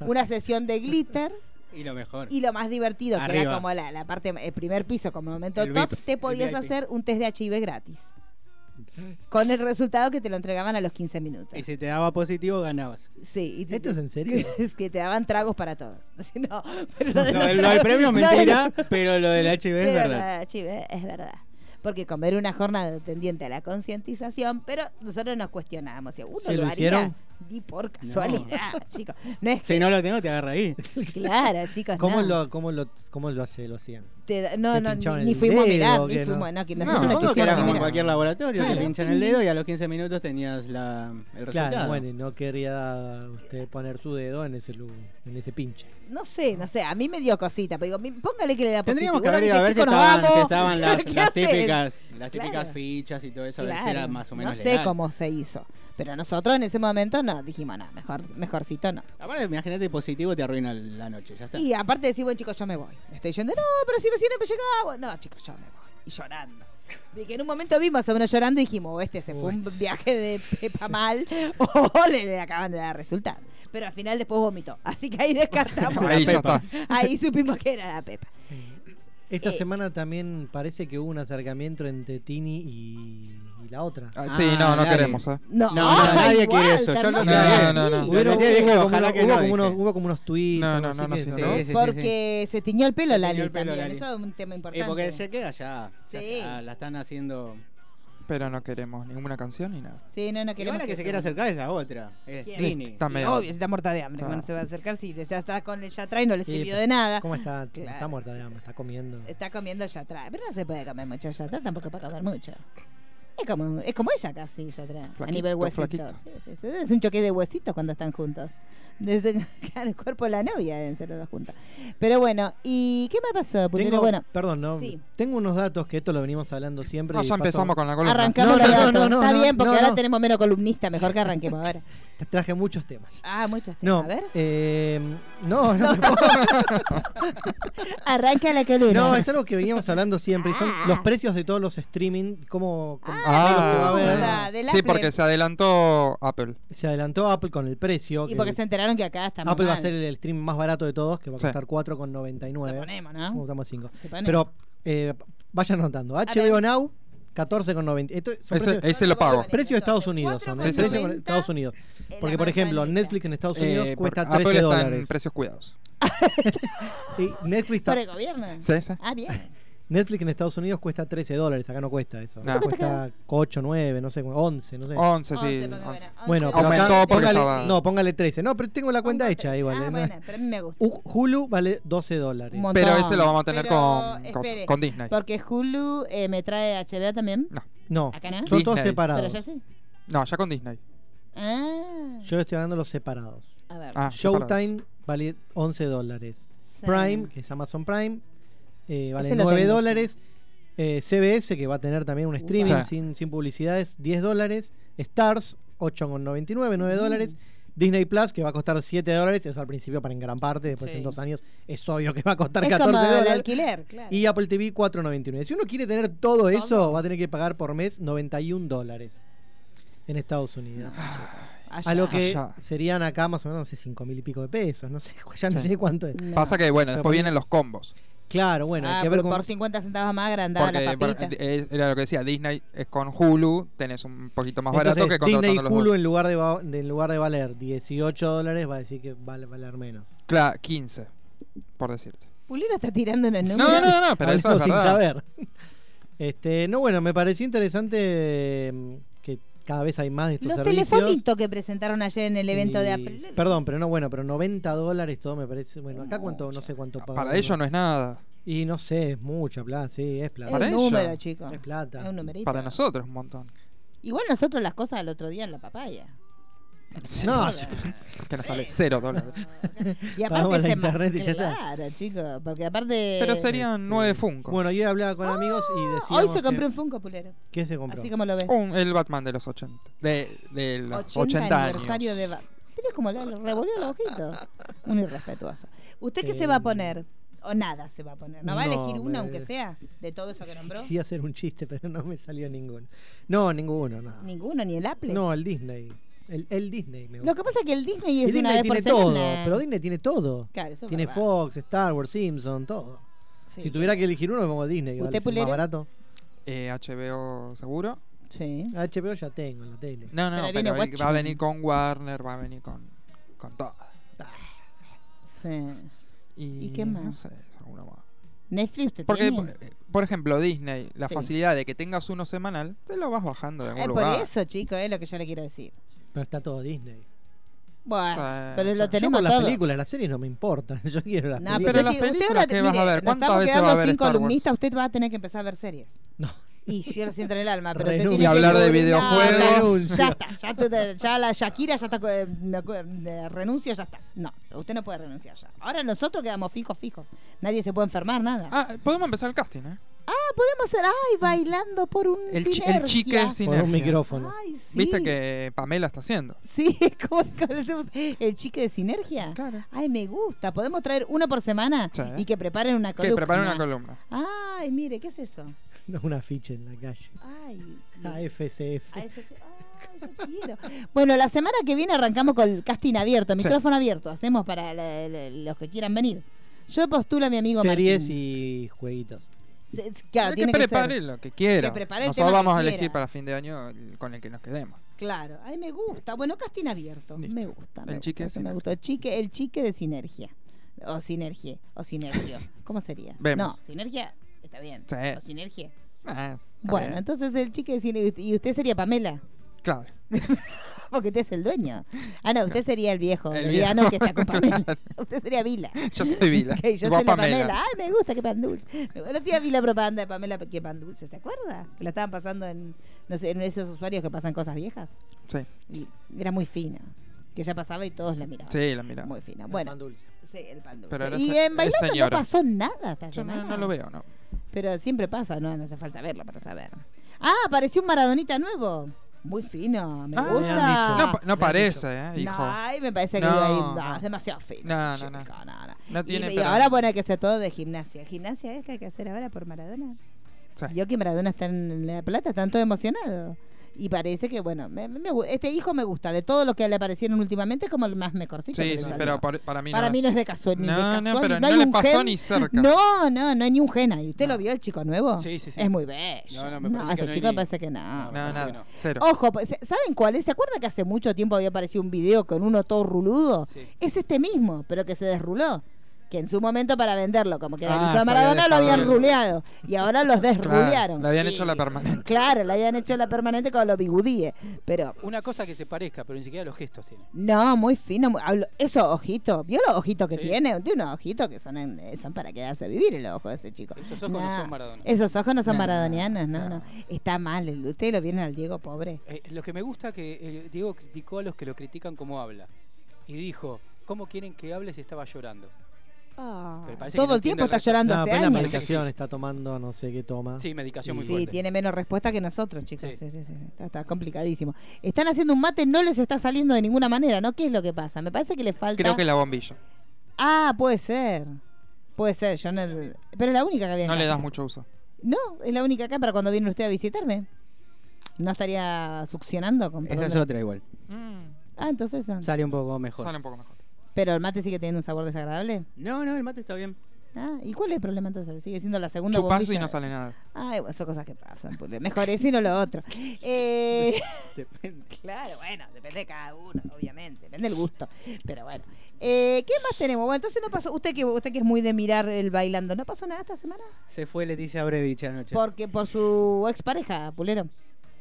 Speaker 5: una sesión de glitter
Speaker 8: Y lo mejor.
Speaker 5: y lo más divertido, que era
Speaker 8: Arriba.
Speaker 5: como la, la parte, el primer piso como momento
Speaker 8: El
Speaker 5: top,
Speaker 8: VIP,
Speaker 5: te
Speaker 8: el
Speaker 5: podías
Speaker 8: VIP.
Speaker 5: hacer un test de HIV gratis. Con el resultado que te lo entregaban a los 15 minutos.
Speaker 8: Y si te daba positivo, ganabas.
Speaker 5: Sí, y te-
Speaker 7: ¿Esto es en serio?
Speaker 5: Es que te daban tragos para todos. No, pero lo de
Speaker 8: Lo
Speaker 5: los
Speaker 8: del, lo del
Speaker 5: tragos- lo
Speaker 8: premio
Speaker 5: de
Speaker 8: mentira, pero lo del HIV
Speaker 5: Sí,
Speaker 8: es verdad.
Speaker 5: verdad, Chive, es verdad. Porque comer una jornada tendiente a la concientización, pero nosotros nos cuestionábamos. Si uno
Speaker 7: ¿Se
Speaker 5: lo,
Speaker 7: lo
Speaker 5: haría
Speaker 7: hicieron?
Speaker 5: ni por casualidad, chicos. No es
Speaker 8: Si no lo tengo, te agarra ahí.
Speaker 5: claro, chicos.
Speaker 7: ¿Cómo,
Speaker 5: no.
Speaker 7: lo, cómo, lo, ¿Cómo lo hace? Lo hacían.
Speaker 5: Te da- no,
Speaker 7: te
Speaker 5: no,
Speaker 7: pinchaban
Speaker 5: ni, ni
Speaker 7: el
Speaker 5: fuimos a
Speaker 7: dedo,
Speaker 5: mirar, ni
Speaker 7: que no?
Speaker 5: fuimos, no, que
Speaker 6: No,
Speaker 5: nosotros no,
Speaker 8: Supongo que
Speaker 5: quisimos
Speaker 8: era
Speaker 5: ni
Speaker 8: como en
Speaker 5: mirar.
Speaker 8: cualquier laboratorio,
Speaker 5: Claro.
Speaker 8: te pinchan el dedo y a los 15 minutos tenías la, el resultado.
Speaker 7: Claro, bueno, y no quería usted poner su dedo en ese, lu- en ese pinche.
Speaker 5: No sé, no sé, a mí me dio cosita, pero digo, mi- póngale que le da
Speaker 8: Tendríamos
Speaker 5: positivo.
Speaker 8: que
Speaker 5: Uno
Speaker 8: haber ido a
Speaker 5: dice,
Speaker 8: ver si
Speaker 5: "Chicos, nos
Speaker 8: estaban,
Speaker 5: vamos".
Speaker 8: si estaban las,
Speaker 5: ¿Qué
Speaker 8: las
Speaker 5: hacen?
Speaker 8: típicas, las típicas
Speaker 5: Claro.
Speaker 8: fichas y todo eso, a ver si
Speaker 5: Claro,
Speaker 8: era más o menos
Speaker 5: no sé
Speaker 8: legal.
Speaker 5: cómo se hizo. Pero nosotros en ese momento no, dijimos, no, mejor, mejorcito no.
Speaker 8: Aparte, imagínate positivo, te arruina la noche, ya está.
Speaker 5: Y aparte decir, bueno, chicos, yo me voy. Me estoy yendo, no, pero si recién me llegaba. No, chicos, yo me voy. Y llorando. De que en un momento vimos a uno llorando y dijimos, o este se fue un viaje de pepa mal o le, le acaban de dar resultado. Pero al final después vomitó. Así que ahí descartamos.
Speaker 6: Ahí
Speaker 5: la
Speaker 6: ya
Speaker 5: pepa.
Speaker 6: está.
Speaker 5: Ahí supimos que era la pepa.
Speaker 7: Esta
Speaker 5: Eh.
Speaker 7: semana también parece que hubo un acercamiento entre Tini y, y la otra.
Speaker 6: Ah, sí,
Speaker 8: Ah,
Speaker 6: no, no
Speaker 8: nadie.
Speaker 6: queremos. ¿eh?
Speaker 5: No,
Speaker 8: No, no, nadie quiere eso. Yo
Speaker 5: Fernando,
Speaker 8: lo sabía.
Speaker 6: No, no, no.
Speaker 5: sí.
Speaker 8: Lo metí, dije,
Speaker 7: hubo como
Speaker 8: ojalá
Speaker 7: unos-
Speaker 8: que
Speaker 7: hubo
Speaker 8: no,
Speaker 7: como
Speaker 8: dije.
Speaker 7: unos, hubo como unos tweets.
Speaker 6: No,
Speaker 7: algo
Speaker 6: no,
Speaker 7: así
Speaker 6: no, no
Speaker 7: que
Speaker 6: se
Speaker 7: se-
Speaker 6: notó.
Speaker 8: Sí, sí, sí.
Speaker 5: Porque se tiñó el pelo
Speaker 8: Se
Speaker 5: Lali
Speaker 8: tiñó el pelo
Speaker 5: también.
Speaker 8: Lali.
Speaker 5: Eso es un tema importante.
Speaker 8: Y porque se queda ya. ya
Speaker 5: Sí.
Speaker 8: está, la están haciendo.
Speaker 6: Pero no queremos ninguna canción ni nada.
Speaker 5: Sí, no, no
Speaker 8: Igual
Speaker 5: queremos
Speaker 8: la que se
Speaker 5: eso.
Speaker 8: quiere acercar es la otra. Es
Speaker 5: ¿Quién?
Speaker 8: Tini.
Speaker 6: Está
Speaker 5: Y
Speaker 6: medio-
Speaker 5: Obvio, si está muerta de hambre.
Speaker 6: Ah.
Speaker 5: Cuando se va a acercar, si ya está con el yatra y no le
Speaker 7: Sí,
Speaker 5: sirvió
Speaker 7: pero
Speaker 5: de nada.
Speaker 7: ¿Cómo está?
Speaker 5: Claro,
Speaker 7: está muerta
Speaker 5: sí. Eh,
Speaker 7: de hambre, está comiendo.
Speaker 5: Está comiendo yatra. Pero no se puede comer mucho yatra, tampoco para comer mucho. Es como, es como ella casi, yatra. a
Speaker 6: Flaquito,
Speaker 5: nivel huesitos.
Speaker 6: flaquito.
Speaker 5: Sí, sí, sí, Es un choque de huesitos cuando están juntos. Desde el cuerpo de la novia deben ser los dos juntos. Pero bueno, ¿y qué me pasó? Porque
Speaker 7: Tengo,
Speaker 5: bueno,
Speaker 7: perdón, no.
Speaker 5: Sí.
Speaker 7: Tengo unos datos que esto lo venimos hablando siempre.
Speaker 6: No,
Speaker 7: y
Speaker 6: ya
Speaker 7: pasó-
Speaker 6: empezamos con la columna.
Speaker 5: arrancamos
Speaker 7: No,
Speaker 5: los
Speaker 7: no, no,
Speaker 5: datos.
Speaker 7: no, no,
Speaker 5: Está
Speaker 7: no,
Speaker 5: bien, porque
Speaker 7: no,
Speaker 5: ahora
Speaker 7: no.
Speaker 5: tenemos menos columnista. Mejor que arranquemos ahora.
Speaker 7: Te Traje muchos temas.
Speaker 5: Ah, muchas
Speaker 7: No,
Speaker 5: A ver,
Speaker 7: eh, no, no, me puedo-
Speaker 5: arranca la columna.
Speaker 7: no, es algo que veníamos hablando siempre. y son los precios de todos los streaming, cómo, cómo-
Speaker 5: Ah,
Speaker 7: me
Speaker 5: gusta, del
Speaker 6: sí,
Speaker 5: Apple.
Speaker 6: porque se adelantó Apple.
Speaker 7: se adelantó Apple con el precio.
Speaker 5: Ah. y
Speaker 7: que
Speaker 5: porque se enteraron que acá está
Speaker 7: Apple va a
Speaker 5: mal.
Speaker 7: ser el stream más barato de todos, que va a
Speaker 6: Sí.
Speaker 7: costar
Speaker 5: Lo
Speaker 7: 4,99.
Speaker 5: ponemos, ¿no? Ah,
Speaker 7: Uh, estamos a 5.
Speaker 5: Se pone-
Speaker 7: Pero eh, vayan notando. HBO
Speaker 5: ver.
Speaker 7: Now, 14,90. Esto son
Speaker 6: Ese,
Speaker 7: precios-
Speaker 6: ese lo pago.
Speaker 7: Precios de Estados Unidos son. ¿no?
Speaker 6: Sí, sí, sí.
Speaker 7: Precios de Estados Unidos. Porque, por ejemplo, Netflix en Estados Unidos
Speaker 6: Eh,
Speaker 7: cuesta
Speaker 6: porque
Speaker 7: 13
Speaker 6: Apple está en
Speaker 7: dólares.
Speaker 6: precios cuidados.
Speaker 7: Y Netflix, ta-
Speaker 5: ¿Por el gobierno?
Speaker 6: Sí, sí.
Speaker 5: Ah, bien.
Speaker 7: Netflix en Estados Unidos cuesta 13 dólares. Acá no cuesta eso.
Speaker 6: No. ¿Cuánto
Speaker 7: Cuesta 8, 9, no sé, 11, no sé.
Speaker 6: 11, sí.
Speaker 5: 11, porque,
Speaker 6: 11.
Speaker 7: Bueno,
Speaker 5: once
Speaker 6: Oh,
Speaker 5: dólares.
Speaker 7: pero acá
Speaker 6: Aumentó porque
Speaker 7: póngale-
Speaker 6: estaba-
Speaker 7: No, póngale 13. No, pero tengo la cuenta hecha igual.
Speaker 5: Ah,
Speaker 7: eh, no-
Speaker 5: bueno, pero a mí me gusta.
Speaker 7: U- Hulu vale 12 dólares.
Speaker 5: Un montón.
Speaker 6: Pero ese lo vamos a tener
Speaker 5: Pero,
Speaker 6: con, cosas,
Speaker 5: espere,
Speaker 6: con Disney.
Speaker 5: Porque Hulu eh, me trae HBO también.
Speaker 6: No.
Speaker 7: No,
Speaker 5: Acá no.
Speaker 7: son todos
Speaker 6: Disney.
Speaker 5: Pero
Speaker 7: separados.
Speaker 5: yo sí.
Speaker 6: No, ya con Disney.
Speaker 5: Ah.
Speaker 7: Yo estoy hablando de los separados.
Speaker 5: a ver.
Speaker 6: Ah, separados.
Speaker 7: Showtime vale 11 dólares.
Speaker 5: Sí.
Speaker 7: Prime, que es Amazon Prime, eh, vale
Speaker 5: Ese lo
Speaker 7: 9
Speaker 5: tengo,
Speaker 7: dólares. Eh, CBS, que va a tener también un streaming
Speaker 6: Sí.
Speaker 7: sin, sin publicidades, 10 dólares. Stars, 8,99, 9
Speaker 5: Mm.
Speaker 7: dólares. Disney Plus, que va a costar 7 dólares, eso al principio para en gran parte, después
Speaker 5: Sí.
Speaker 7: en dos años es obvio que va a costar
Speaker 5: Es
Speaker 7: 14
Speaker 5: como el
Speaker 7: dólares.
Speaker 5: alquiler, claro.
Speaker 7: Y Apple TV 4.99. Si uno quiere tener todo eso, va a tener que pagar por mes 91 dólares en Estados Unidos.
Speaker 5: Allá.
Speaker 7: A lo que
Speaker 6: Allá.
Speaker 7: serían acá más o menos, no sé, 5 mil y pico de pesos. No sé, ya no
Speaker 6: Sí.
Speaker 7: sé cuánto es.
Speaker 5: No.
Speaker 6: Pasa que, bueno,
Speaker 7: Pero
Speaker 6: después
Speaker 7: por-
Speaker 6: vienen los combos.
Speaker 7: Claro, bueno,
Speaker 5: Ah,
Speaker 7: hay que ver
Speaker 5: por-
Speaker 7: cómo.
Speaker 5: por 50 centavos más agrandada
Speaker 6: Porque
Speaker 5: la
Speaker 6: por-
Speaker 5: papita.
Speaker 6: eh, era lo que decía, Disney es con Hulu, tenés un poquito más
Speaker 7: Entonces,
Speaker 6: barato que contratando
Speaker 7: Disney y
Speaker 6: los
Speaker 7: Hulu
Speaker 6: dos.
Speaker 7: en lugar, de, va- de- en lugar de valer 18 dólares va a decir que vale valer menos.
Speaker 6: Claro, 15, por decirte.
Speaker 5: Pulero está tirando unos
Speaker 6: No,
Speaker 5: números.
Speaker 6: no, no, Ah, pero eso
Speaker 7: Hablando
Speaker 6: es
Speaker 7: sin
Speaker 6: verdad.
Speaker 7: saber. Este, no, bueno, me pareció interesante mm, que, Cada vez hay más de estos
Speaker 5: Los
Speaker 7: servicios.
Speaker 5: telefonitos que presentaron ayer en el evento de
Speaker 7: Y-
Speaker 5: Apple.
Speaker 7: Perdón, pero no, bueno, pero 90 dólares todo me parece. Bueno, acá cuánto, no sé cuánto pagan.
Speaker 6: Ah, Para ellos no es nada.
Speaker 7: Y no sé, es mucha plata, sí, es
Speaker 5: es
Speaker 7: plata.
Speaker 6: Para
Speaker 5: un
Speaker 6: ella.
Speaker 5: número, chicos.
Speaker 7: Es
Speaker 5: Es
Speaker 7: plata.
Speaker 5: un numerito.
Speaker 6: Para nosotros un montón.
Speaker 5: Igual nosotros las cosas del otro día en la papaya.
Speaker 7: No,
Speaker 5: Joda.
Speaker 6: Que nos sale cero dólares.
Speaker 5: Eh, Y
Speaker 7: Pagamos
Speaker 5: aparte
Speaker 7: la
Speaker 5: se
Speaker 7: internet y ya está.
Speaker 5: Claro, chicos, porque aparte
Speaker 6: Pero serían nueve Funko.
Speaker 7: eh, Este, Bueno, yo hablaba con amigos y decía.
Speaker 5: Ah, hoy se compró un Funko Pulero.
Speaker 7: ¿Qué se compró? Oh,
Speaker 5: Así como lo ves.
Speaker 6: Un- el Batman de los 80. De, de los 80,
Speaker 5: 80
Speaker 6: años.
Speaker 5: aniversario de Batman. Pero es como le revolvió el ojito. Un irrespetuoso. ¿Usted qué
Speaker 7: Eh,
Speaker 5: se va a poner? O nada se va a poner. ¿No va a
Speaker 7: no,
Speaker 5: elegir una,
Speaker 7: me-
Speaker 5: aunque sea, de todo eso que nombró?
Speaker 7: Quería hacer un chiste, pero no me salió ninguno. No, ninguno, nada.
Speaker 5: Ninguno, ni el Apple.
Speaker 7: No, el Disney. El, el Disney me gusta.
Speaker 5: Lo que pasa es que el Disney
Speaker 7: Y
Speaker 5: es de una
Speaker 7: Disney
Speaker 5: vez
Speaker 7: tiene
Speaker 5: por
Speaker 7: todo,
Speaker 5: semana.
Speaker 7: pero Disney tiene todo.
Speaker 5: Claro, eso es
Speaker 7: tiene
Speaker 5: verdad.
Speaker 7: Fox, Star Wars, Simpson, todo.
Speaker 5: Sí.
Speaker 7: Si tuviera que elegir uno, me pongo Disney, que
Speaker 5: ¿Usted,
Speaker 7: vale, es el más
Speaker 5: Pulero?
Speaker 7: barato.
Speaker 6: Eh, HBO seguro.
Speaker 5: Sí.
Speaker 7: HBO ya tengo en la tele.
Speaker 6: No, no,
Speaker 5: Pero viene
Speaker 6: pero él va a
Speaker 5: Watchmen.
Speaker 6: venir con Warner, va a venir con, con todo.
Speaker 5: sí.
Speaker 6: Y,
Speaker 5: ¿Y qué más?
Speaker 6: No sé, alguno más.
Speaker 5: Netflix te
Speaker 6: Porque,
Speaker 5: tiene.
Speaker 6: por, eh, por ejemplo, Disney, la
Speaker 5: Sí.
Speaker 6: facilidad de que tengas uno semanal, te lo vas bajando de algún
Speaker 5: Eh, por
Speaker 6: lugar.
Speaker 5: eso, chicos, es lo que yo le quiero decir.
Speaker 7: Pero está todo Disney.
Speaker 5: Bueno,
Speaker 6: Eh,
Speaker 5: pero
Speaker 6: yo
Speaker 5: lo
Speaker 6: por
Speaker 7: Yo por
Speaker 5: tenemos
Speaker 7: las
Speaker 5: todo.
Speaker 7: películas, las series no me importan. Yo quiero las
Speaker 5: No,
Speaker 7: películas.
Speaker 6: pero
Speaker 5: es
Speaker 6: las
Speaker 5: que usted
Speaker 6: películas
Speaker 5: ahora-
Speaker 6: que vas a
Speaker 5: mire,
Speaker 6: ver,
Speaker 5: nos
Speaker 6: ¿cuántas
Speaker 5: estamos
Speaker 6: veces va a
Speaker 5: quedando
Speaker 6: ver
Speaker 5: sin
Speaker 6: Star Wars?
Speaker 5: columnista, usted va a tener que empezar a ver series.
Speaker 7: No.
Speaker 5: Y yo lo siento en el alma, pero
Speaker 7: Renuncio.
Speaker 5: usted tiene que
Speaker 7: Y
Speaker 6: hablar de
Speaker 5: cubrir-
Speaker 6: videojuegos.
Speaker 5: ya-
Speaker 7: Renuncio.
Speaker 5: ya está, ya, te- ya la Shakira ya está. co- eh, me acu- eh, renuncio, ya está. No, usted no puede renunciar ya. Ahora nosotros quedamos fijos, fijos. Nadie se puede enfermar, nada. Ah,
Speaker 6: Ah, podemos empezar el casting, ¿eh?
Speaker 5: Podemos hacer, ay, bailando por un.
Speaker 6: El, chi- el chique
Speaker 5: sinergia.
Speaker 6: es
Speaker 7: Por un micrófono.
Speaker 5: Ay, sí.
Speaker 6: Viste que Pamela está haciendo.
Speaker 5: Sí, ¿cómo es que le hacemos? El chique de sinergia.
Speaker 6: Claro.
Speaker 5: Ay, me gusta. Podemos traer uno por semana
Speaker 6: Sí.
Speaker 5: y que preparen una
Speaker 6: Que
Speaker 5: columna.
Speaker 6: prepara una columna.
Speaker 5: Ay, mire, ¿qué es eso?
Speaker 7: No, un afiche en la calle.
Speaker 5: Ay,
Speaker 6: Ah, este.
Speaker 7: AFCF.
Speaker 5: ay, pues, ay, yo quiero. Bueno, la semana que viene arrancamos con el casting abierto,
Speaker 6: Sí.
Speaker 5: micrófono abierto. Hacemos para la- la- los que quieran venir. Yo postulo a mi amigo
Speaker 7: series
Speaker 5: Martín.
Speaker 7: y jueguitos.
Speaker 5: Se- se- Claro,
Speaker 6: Es
Speaker 5: tiene
Speaker 6: que
Speaker 5: que
Speaker 6: prepare
Speaker 5: ser.
Speaker 6: lo que quiera.
Speaker 5: Que prepare el
Speaker 6: Nosotros
Speaker 5: tema que
Speaker 6: vamos a
Speaker 5: quiera.
Speaker 6: elegir para fin de año el- con el que nos quedemos.
Speaker 5: Claro, ay, me gusta. Bueno, casting abierto.
Speaker 6: Listo.
Speaker 5: Me gusta. me
Speaker 6: El chique
Speaker 5: gusta,
Speaker 6: de
Speaker 5: eso me
Speaker 6: sinergia.
Speaker 5: gusta. El chique, el chique de sinergia. O sinergia. O sinergio. ¿Cómo sería?
Speaker 6: Vemos.
Speaker 5: No, sinergia está bien.
Speaker 6: Sí.
Speaker 5: O sinergia.
Speaker 6: Ah, está
Speaker 5: Bueno,
Speaker 6: bien.
Speaker 5: entonces el chique de sinergia. ¿Y usted sería Pamela?
Speaker 6: claro.
Speaker 5: Porque usted es el dueño. Ah, no, usted sería el viejo,
Speaker 6: El
Speaker 5: el villano
Speaker 6: viejo.
Speaker 5: que está con Pamela.
Speaker 6: Claro.
Speaker 5: Usted sería Vila.
Speaker 6: Yo soy Vila.
Speaker 5: Ok, yo
Speaker 6: y vos
Speaker 5: soy la Pamela. Ay, me gusta que pan dulce. El otro día vi la propaganda de Pamela que pan dulce, ¿se acuerda? Que la estaban pasando en, no sé, en esos usuarios que pasan cosas viejas.
Speaker 6: Sí,
Speaker 5: Y era muy fina. Que ya pasaba y todos la miraban.
Speaker 6: sí, la mira.
Speaker 5: Muy fina. Bueno,
Speaker 7: Pan dulce.
Speaker 5: sí, el pan dulce.
Speaker 6: Pero ahora
Speaker 5: y
Speaker 6: se-
Speaker 5: en bailando
Speaker 6: es
Speaker 5: no
Speaker 6: señora.
Speaker 5: pasó nada esta
Speaker 6: Yo no,
Speaker 5: semana.
Speaker 6: no lo veo, ¿no?
Speaker 5: Pero siempre pasa, no, no hace falta verlo para saber. Ah, apareció un Maradonita nuevo. Muy fino, me
Speaker 6: Ah, me han
Speaker 5: gusta.
Speaker 7: dicho.
Speaker 6: No, pa-
Speaker 7: Me
Speaker 6: no
Speaker 7: han
Speaker 6: parece, ¿eh? Hijo.
Speaker 5: Ay, me parece que
Speaker 6: No,
Speaker 5: ahí,
Speaker 6: no.
Speaker 5: ah, es demasiado fino.
Speaker 6: No,
Speaker 5: chico,
Speaker 6: no, no.
Speaker 5: Y-
Speaker 6: No tiene,
Speaker 5: y,
Speaker 6: pero-
Speaker 5: ahora pone que sea todo de gimnasia. ¿Gimnasia es que hay que hacer ahora por Maradona?
Speaker 6: Sí.
Speaker 5: Yo que Maradona está en La Plata, están todos emocionados. Y parece que, bueno, me- me gu- este hijo me gusta. De todos los que le aparecieron últimamente, es como el más mejorcito. que
Speaker 6: Sí, sí,
Speaker 5: le salió.
Speaker 6: pero por- para mí
Speaker 5: para
Speaker 6: no
Speaker 5: mí
Speaker 6: es.
Speaker 5: no es de casual. ni de
Speaker 6: No, no,
Speaker 5: casual,
Speaker 6: pero
Speaker 5: hay
Speaker 6: no le
Speaker 5: un
Speaker 6: pasó
Speaker 5: gen-
Speaker 6: ni cerca.
Speaker 5: No, no, no hay ni un gen ahí. ¿Usted lo vio el chico nuevo?
Speaker 8: Sí, sí, sí.
Speaker 5: Es muy bello.
Speaker 8: No, no, me parece que
Speaker 5: ese
Speaker 8: no hay
Speaker 5: chico
Speaker 8: ni-
Speaker 5: parece que no.
Speaker 8: No,
Speaker 6: No,
Speaker 8: Parece
Speaker 6: nada.
Speaker 8: que no.
Speaker 6: Cero.
Speaker 5: Ojo, pues, ¿saben cuál es? ¿Se acuerda que hace mucho tiempo había aparecido un video con uno todo ruludo?
Speaker 8: Sí.
Speaker 5: Es este mismo, pero que se desruló. Que en su momento para venderlo, como que era
Speaker 6: Ah,
Speaker 5: el hijo de
Speaker 6: se había
Speaker 5: Maradona lo
Speaker 6: dejado
Speaker 5: habían
Speaker 6: el-
Speaker 5: ruleado. Y ahora los desrulearon.
Speaker 6: Claro, le habían hecho la
Speaker 5: Y-
Speaker 6: permanente.
Speaker 5: Claro, le habían hecho la permanente con los bigudíes. Pero
Speaker 8: Una cosa que se parezca, pero ni siquiera los gestos tiene.
Speaker 5: no, muy fino. muy- hablo- esos ojitos, ¿vio los ojitos que
Speaker 8: Sí.
Speaker 5: tiene? Tiene unos ojitos que son, en- son para quedarse a vivir el ojo de ese chico.
Speaker 8: Esos ojos no son maradona.
Speaker 5: Esos ojos no son
Speaker 6: No,
Speaker 5: maradonianos, no,
Speaker 6: no.
Speaker 5: no. Está mal. el- Ustedes lo vieron al Diego pobre.
Speaker 8: Eh, lo que me gusta que eh, Diego criticó a los que lo critican como habla. Y dijo, ¿cómo quieren que hable si estaba llorando?
Speaker 5: Ah,
Speaker 8: Pero parece que
Speaker 5: todo
Speaker 8: no
Speaker 5: el tiempo
Speaker 8: entiende
Speaker 5: está
Speaker 8: el resto.
Speaker 5: llorando
Speaker 7: No,
Speaker 5: hace
Speaker 7: pero la
Speaker 5: años.
Speaker 7: medicación está tomando, no sé qué toma.
Speaker 8: Sí, medicación muy
Speaker 5: sí,
Speaker 8: fuerte.
Speaker 5: tiene menos respuesta que nosotros, chicos.
Speaker 8: Sí.
Speaker 5: Sí, sí, sí. Está, está complicadísimo. Están haciendo un mate, no les está saliendo de ninguna manera, ¿no? ¿Qué es lo que pasa? Me parece que les falta.
Speaker 6: Creo que la bombilla.
Speaker 5: Ah, puede ser. Puede ser. Yo no... Pero la única que había. en
Speaker 6: No le
Speaker 5: casa.
Speaker 6: das mucho uso.
Speaker 5: No, es la única acá para cuando viene usted a visitarme. No estaría succionando con
Speaker 8: Esa es
Speaker 5: perdón.
Speaker 8: otra igual.
Speaker 6: Mm,
Speaker 5: Ah, entonces. no.
Speaker 8: Sale un poco mejor.
Speaker 6: sale un poco mejor.
Speaker 5: Pero el mate sigue teniendo un sabor desagradable.
Speaker 8: No, no, el mate está bien.
Speaker 5: Ah, ¿y cuál es el problema entonces? Sigue siendo la segunda
Speaker 6: Chupazo y
Speaker 5: bombilla.
Speaker 6: no sale nada.
Speaker 5: Ay, bueno, son cosas que pasan. Pulver. Mejor eso y no lo otro. Eh,
Speaker 8: Depende.
Speaker 5: claro, bueno, depende de cada uno, obviamente. Depende del gusto. Pero bueno. Eh, ¿Qué más tenemos? Bueno, entonces no pasó. Usted que, usted que es muy de mirar el bailando, ¿no pasó nada esta semana?
Speaker 8: Se fue Leticia Bredich anoche.
Speaker 5: Porque por su expareja, Pulero.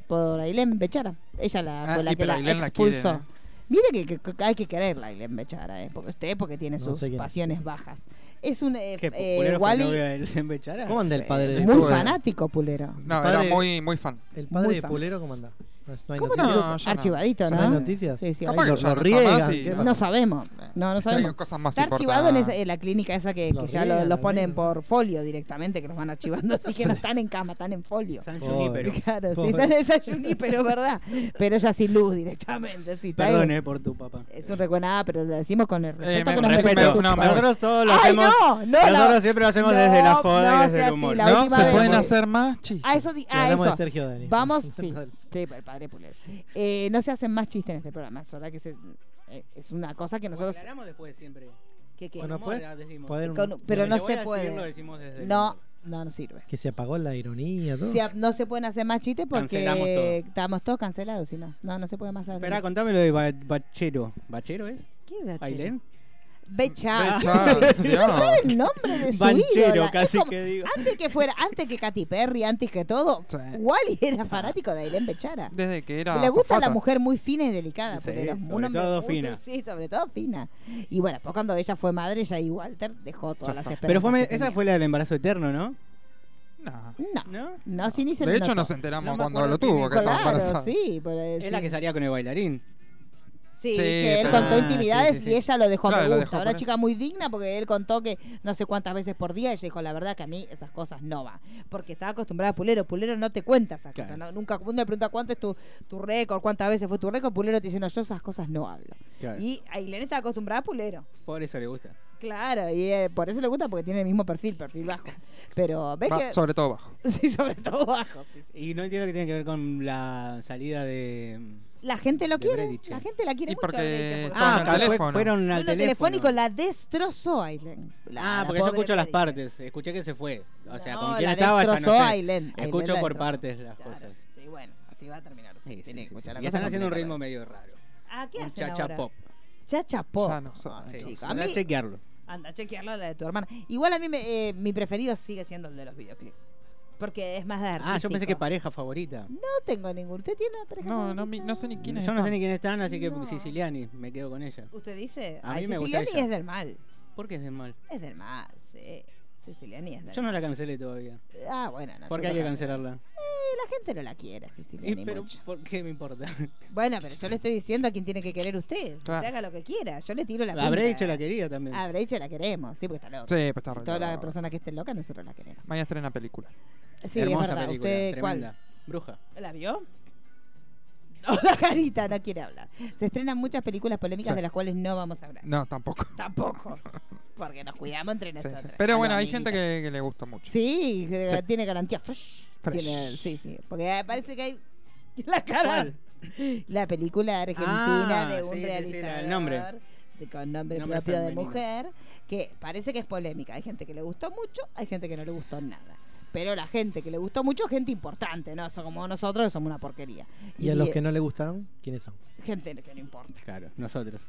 Speaker 5: por Ailén Bechara. Ella la,
Speaker 6: Ah,
Speaker 5: fue la
Speaker 6: y
Speaker 5: que
Speaker 6: pero
Speaker 5: la
Speaker 6: Ailén la quiere,
Speaker 5: expulsó.
Speaker 6: ¿no?
Speaker 5: Mire que, que- que hay que quererla, Ailén Bechara, ¿eh? porque usted porque tiene
Speaker 7: No
Speaker 5: sus
Speaker 7: sé quién es.
Speaker 5: pasiones bajas. Es un eh,
Speaker 10: ¿Qué?
Speaker 5: eh,
Speaker 10: ¿Populero fue el
Speaker 5: Wally
Speaker 10: novio de Ellen Bechara?
Speaker 7: ¿Cómo anda el padre de
Speaker 5: muy
Speaker 6: Estuvo, eh,
Speaker 5: fanático, Pulero.
Speaker 6: No,
Speaker 7: Mi
Speaker 6: era
Speaker 7: padre-
Speaker 6: muy, muy fan.
Speaker 7: ¿El padre
Speaker 5: Muy
Speaker 7: de
Speaker 5: fan.
Speaker 7: Pulero cómo anda? No, no hay
Speaker 5: ¿Cómo
Speaker 7: noticias.
Speaker 5: no?
Speaker 6: No, ya no.
Speaker 5: Archivadito,
Speaker 7: ¿Son
Speaker 5: ¿no? Ah.
Speaker 7: las noticias?
Speaker 5: Sí, sí,
Speaker 7: Capaz
Speaker 5: ahí
Speaker 7: que
Speaker 5: lo-
Speaker 7: los
Speaker 6: ya no está
Speaker 7: riegan,
Speaker 6: más y
Speaker 7: ¿qué
Speaker 6: no-
Speaker 5: no sabemos.
Speaker 10: Eh,
Speaker 5: No, no
Speaker 6: Hay
Speaker 5: sabemos.
Speaker 6: cosas más
Speaker 5: Está archivado en,
Speaker 6: importantes.
Speaker 5: esa- en la clínica esa que,
Speaker 7: Los
Speaker 5: que ya lo-
Speaker 7: riegan,
Speaker 5: los ponen
Speaker 7: amigos.
Speaker 5: por folio directamente, que los van archivando, así que no están en cama, están en folio.
Speaker 10: San
Speaker 7: Pobre.
Speaker 10: Junípero.
Speaker 5: Claro, sí,
Speaker 7: Pobre.
Speaker 5: están en esa pero verdad. Pero ella sin luz directamente, sí. está
Speaker 10: Perdón,
Speaker 5: bien.
Speaker 10: eh, por tu papá.
Speaker 5: Es un recuerdo, nada, pero lo decimos con
Speaker 10: Eh,
Speaker 5: el respeto
Speaker 6: me-
Speaker 5: que nos
Speaker 6: respeto,
Speaker 5: merece.
Speaker 10: Respeto,
Speaker 6: no, me-
Speaker 10: nosotros todos lo
Speaker 5: Ay,
Speaker 10: hacemos.
Speaker 5: no, no,
Speaker 10: nosotros
Speaker 5: la-
Speaker 10: siempre lo hacemos
Speaker 5: no,
Speaker 10: desde la joda
Speaker 5: no
Speaker 10: y desde
Speaker 5: sea
Speaker 10: el
Speaker 5: así,
Speaker 10: humor.
Speaker 5: la
Speaker 6: ¿No?
Speaker 5: última
Speaker 6: ¿Se
Speaker 5: vez-
Speaker 6: pueden hacer más, chicos?
Speaker 5: A eso, di-
Speaker 7: Que
Speaker 5: a
Speaker 7: hablamos
Speaker 5: eso.
Speaker 7: de Sergio Dani.
Speaker 5: Vamos, sí. Sí, el padre Pulero. Eh, no se hacen más chistes en este programa. Es verdad que se- eh, es una cosa que nosotros.
Speaker 10: Aclaramos después siempre.
Speaker 5: que- que-
Speaker 7: Bueno,
Speaker 10: Humor,
Speaker 7: puede-
Speaker 10: ah, decimos.
Speaker 7: puede-
Speaker 5: con- pero
Speaker 10: Lo
Speaker 5: no
Speaker 10: que voy a
Speaker 5: se
Speaker 10: decir lo
Speaker 5: puede.
Speaker 10: decimos desde el
Speaker 5: No,
Speaker 10: humor.
Speaker 5: no, no sirve.
Speaker 7: Que se apagó la ironía, todo.
Speaker 5: Se- no se pueden hacer más chistes
Speaker 10: Cancelamos todo.
Speaker 5: porque estamos todos cancelados, si no. No, no se puede más hacer.
Speaker 10: Esperá, contame lo de Ba- Bachero. ¿Bachero es?
Speaker 5: ¿Qué edad tiene?
Speaker 10: ¿Ailén?
Speaker 5: Bechara.
Speaker 6: Chao, Dios.
Speaker 5: No Ah. sabe el nombre de su
Speaker 10: Banchero,
Speaker 5: ídola. Es
Speaker 10: casi
Speaker 5: como- Ah,
Speaker 10: que digo.
Speaker 5: Antes que fuera, antes que Katy Perry, antes que todo,
Speaker 6: Sí.
Speaker 5: Wally era fanático de Ailén Bechara.
Speaker 6: Desde que era
Speaker 5: Le gusta
Speaker 6: azafata.
Speaker 5: la mujer muy fina y delicada.
Speaker 10: Sí,
Speaker 5: porque era un
Speaker 10: sobre
Speaker 5: hombre
Speaker 10: todo
Speaker 5: muy-
Speaker 10: fina.
Speaker 5: Sí, sobre todo fina. Y bueno, pues cuando ella fue madre, ella y Walter dejó todas las esperanzas.
Speaker 10: Pero fue, me-
Speaker 5: que
Speaker 10: esa
Speaker 5: tenía.
Speaker 10: fue la del embarazo eterno, ¿no?
Speaker 6: No.
Speaker 5: No,
Speaker 10: ¿No?
Speaker 5: no, sí, ni se
Speaker 6: De
Speaker 5: le
Speaker 6: hecho,
Speaker 5: notó.
Speaker 6: nos enteramos
Speaker 10: No me
Speaker 6: cuando
Speaker 10: acuerdo
Speaker 6: lo
Speaker 10: quién
Speaker 6: tuvo,
Speaker 10: dijo.
Speaker 6: que estaba
Speaker 5: Claro,
Speaker 6: embarazada.
Speaker 5: sí, pero,
Speaker 10: Es
Speaker 5: sí.
Speaker 10: la que salía con el bailarín.
Speaker 5: Sí,
Speaker 6: Sí,
Speaker 5: que él
Speaker 6: pero-
Speaker 5: contó
Speaker 10: Ah,
Speaker 5: intimidades
Speaker 10: sí, sí, sí.
Speaker 5: y ella lo dejó a
Speaker 6: Claro,
Speaker 5: me
Speaker 6: lo
Speaker 5: gusta.
Speaker 6: dejó por
Speaker 5: Una
Speaker 6: eso.
Speaker 5: chica muy digna porque él contó que no sé cuántas veces por día. Ella dijo, la verdad que a mí esas cosas no va. Porque estaba acostumbrada a Pulero. Pulero no te cuenta esas
Speaker 10: Claro.
Speaker 5: cosas. no- nunca uno le pregunta cuánto es tu, tu récord, cuántas veces fue tu récord. Pulero te dice, no, yo esas cosas no hablo.
Speaker 10: Claro.
Speaker 5: Y Ailén está acostumbrada a Pulero.
Speaker 10: Por eso le gusta.
Speaker 5: Claro, y eh, por eso le gusta porque tiene el mismo perfil, perfil bajo. Pero ves
Speaker 6: Va-
Speaker 5: que...
Speaker 6: Sobre todo bajo.
Speaker 5: Sí, sobre todo bajo. sí, sí.
Speaker 10: Y no entiendo qué tiene que ver con la salida de.
Speaker 5: La gente lo
Speaker 10: De
Speaker 5: quiere.
Speaker 10: Bredichin.
Speaker 5: La gente la quiere
Speaker 6: Y
Speaker 5: mucho. a
Speaker 6: porque-
Speaker 5: Bredichin,
Speaker 6: Ah,
Speaker 5: porque-
Speaker 6: Con el teléfono.
Speaker 10: fueron
Speaker 5: Con
Speaker 10: al
Speaker 5: lo telefónico
Speaker 10: teléfono.
Speaker 5: la destrozó Ailen. La-
Speaker 10: Ah,
Speaker 5: la
Speaker 10: porque yo
Speaker 5: pobre
Speaker 10: escucho las
Speaker 5: Bredichin.
Speaker 10: partes. Escuché que se fue. O sea,
Speaker 5: No,
Speaker 10: con quién
Speaker 5: la
Speaker 10: estaba ya no
Speaker 5: destrozó
Speaker 10: sé.
Speaker 5: Ailén. Ailén
Speaker 10: Escucho
Speaker 5: la
Speaker 10: por
Speaker 5: destrozó.
Speaker 10: partes las
Speaker 5: Claro.
Speaker 10: cosas.
Speaker 5: Sí, bueno, así va a terminar.
Speaker 10: Sí, sí,
Speaker 5: Tiene que
Speaker 10: sí,
Speaker 5: escuchar la
Speaker 10: sí. Y
Speaker 5: cosa
Speaker 10: están haciendo un
Speaker 5: completa.
Speaker 10: ritmo medio raro.
Speaker 5: Ah, ¿qué
Speaker 10: Un
Speaker 5: hacen
Speaker 10: cha-cha
Speaker 5: ahora?
Speaker 10: pop.
Speaker 5: Chacha pop.
Speaker 6: Ya no sé.
Speaker 5: chico, a
Speaker 10: Andá
Speaker 5: mí-
Speaker 10: a chequearlo.
Speaker 5: Anda, chequearlo la de tu hermana. Igual a mí me- eh, mi preferido sigue siendo el de los videoclips. Porque es más de
Speaker 10: Ah, yo pensé que
Speaker 5: artístico.
Speaker 10: pareja favorita.
Speaker 5: No tengo ningún. ¿Usted tiene una pareja
Speaker 6: No,
Speaker 5: favorita?
Speaker 6: no, mi- no sé ni quién es.
Speaker 10: Yo no sé ni quiénes están, así que
Speaker 5: No.
Speaker 10: Siciliani, me quedo con ella.
Speaker 5: ¿Usted dice?
Speaker 10: A
Speaker 5: Ay,
Speaker 10: mí me gusta
Speaker 5: Siciliani
Speaker 10: ella.
Speaker 5: es del mal.
Speaker 10: ¿Por qué es de mal?
Speaker 5: Es del mal, sí. Siciliani es del
Speaker 10: Yo no la cancelé todavía.
Speaker 5: mal. Ah, bueno, no.
Speaker 10: ¿Por qué
Speaker 5: se
Speaker 10: hay que
Speaker 5: puede hacer.
Speaker 10: cancelarla?
Speaker 5: Eh, la gente no la quiere, a
Speaker 10: Y,
Speaker 5: Siciliani.
Speaker 10: pero,
Speaker 5: mucho.
Speaker 10: ¿por qué me importa?
Speaker 5: Bueno, pero yo le estoy diciendo a quien tiene que querer usted.
Speaker 6: Claro.
Speaker 5: Usted haga lo que quiera. Yo le tiro la
Speaker 10: Habré
Speaker 5: punta.
Speaker 10: dicho la querida también.
Speaker 5: A Breche la queremos, sí, porque está loca.
Speaker 6: Sí, pero está re
Speaker 5: Toda la
Speaker 6: loco.
Speaker 5: persona que esté loca, nosotros la queremos.
Speaker 6: Mañana estrena película.
Speaker 5: Sí, es
Speaker 10: Hermosa
Speaker 5: verdad.
Speaker 10: película,
Speaker 5: ¿Usted
Speaker 10: tremenda. Bruja.
Speaker 5: cuál? ¿La vio? No, la carita no quiere hablar. Se estrenan muchas películas polémicas
Speaker 6: Sí.
Speaker 5: de las cuales no vamos a hablar.
Speaker 6: No, tampoco.
Speaker 5: Tampoco. Porque nos cuidamos entre
Speaker 6: Sí, sí.
Speaker 5: nosotros.
Speaker 6: Pero
Speaker 5: Los
Speaker 6: bueno, hay gente
Speaker 5: amiguitos.
Speaker 6: que, que le gusta mucho.
Speaker 5: Sí, que
Speaker 6: Sí.
Speaker 5: tiene garantía. Fresh.
Speaker 6: Fresh.
Speaker 5: Tiene- sí, sí. Porque eh, parece que hay. La cara. La película argentina
Speaker 10: Ah,
Speaker 5: de un
Speaker 10: sí, sí, sí, la del
Speaker 5: realizador.
Speaker 10: nombre.
Speaker 5: de- con nombre,
Speaker 10: Nombre
Speaker 5: propio de
Speaker 10: femenino.
Speaker 5: mujer. Que parece que es polémica. Hay gente que le gustó mucho, hay gente que no le gustó nada. Pero la gente que le gustó mucho, gente importante, ¿no? Son como nosotros que somos una porquería.
Speaker 7: Y a los
Speaker 5: eh,
Speaker 7: que no le gustaron, ¿quiénes son?
Speaker 5: Gente que no importa.
Speaker 10: Claro, nosotros.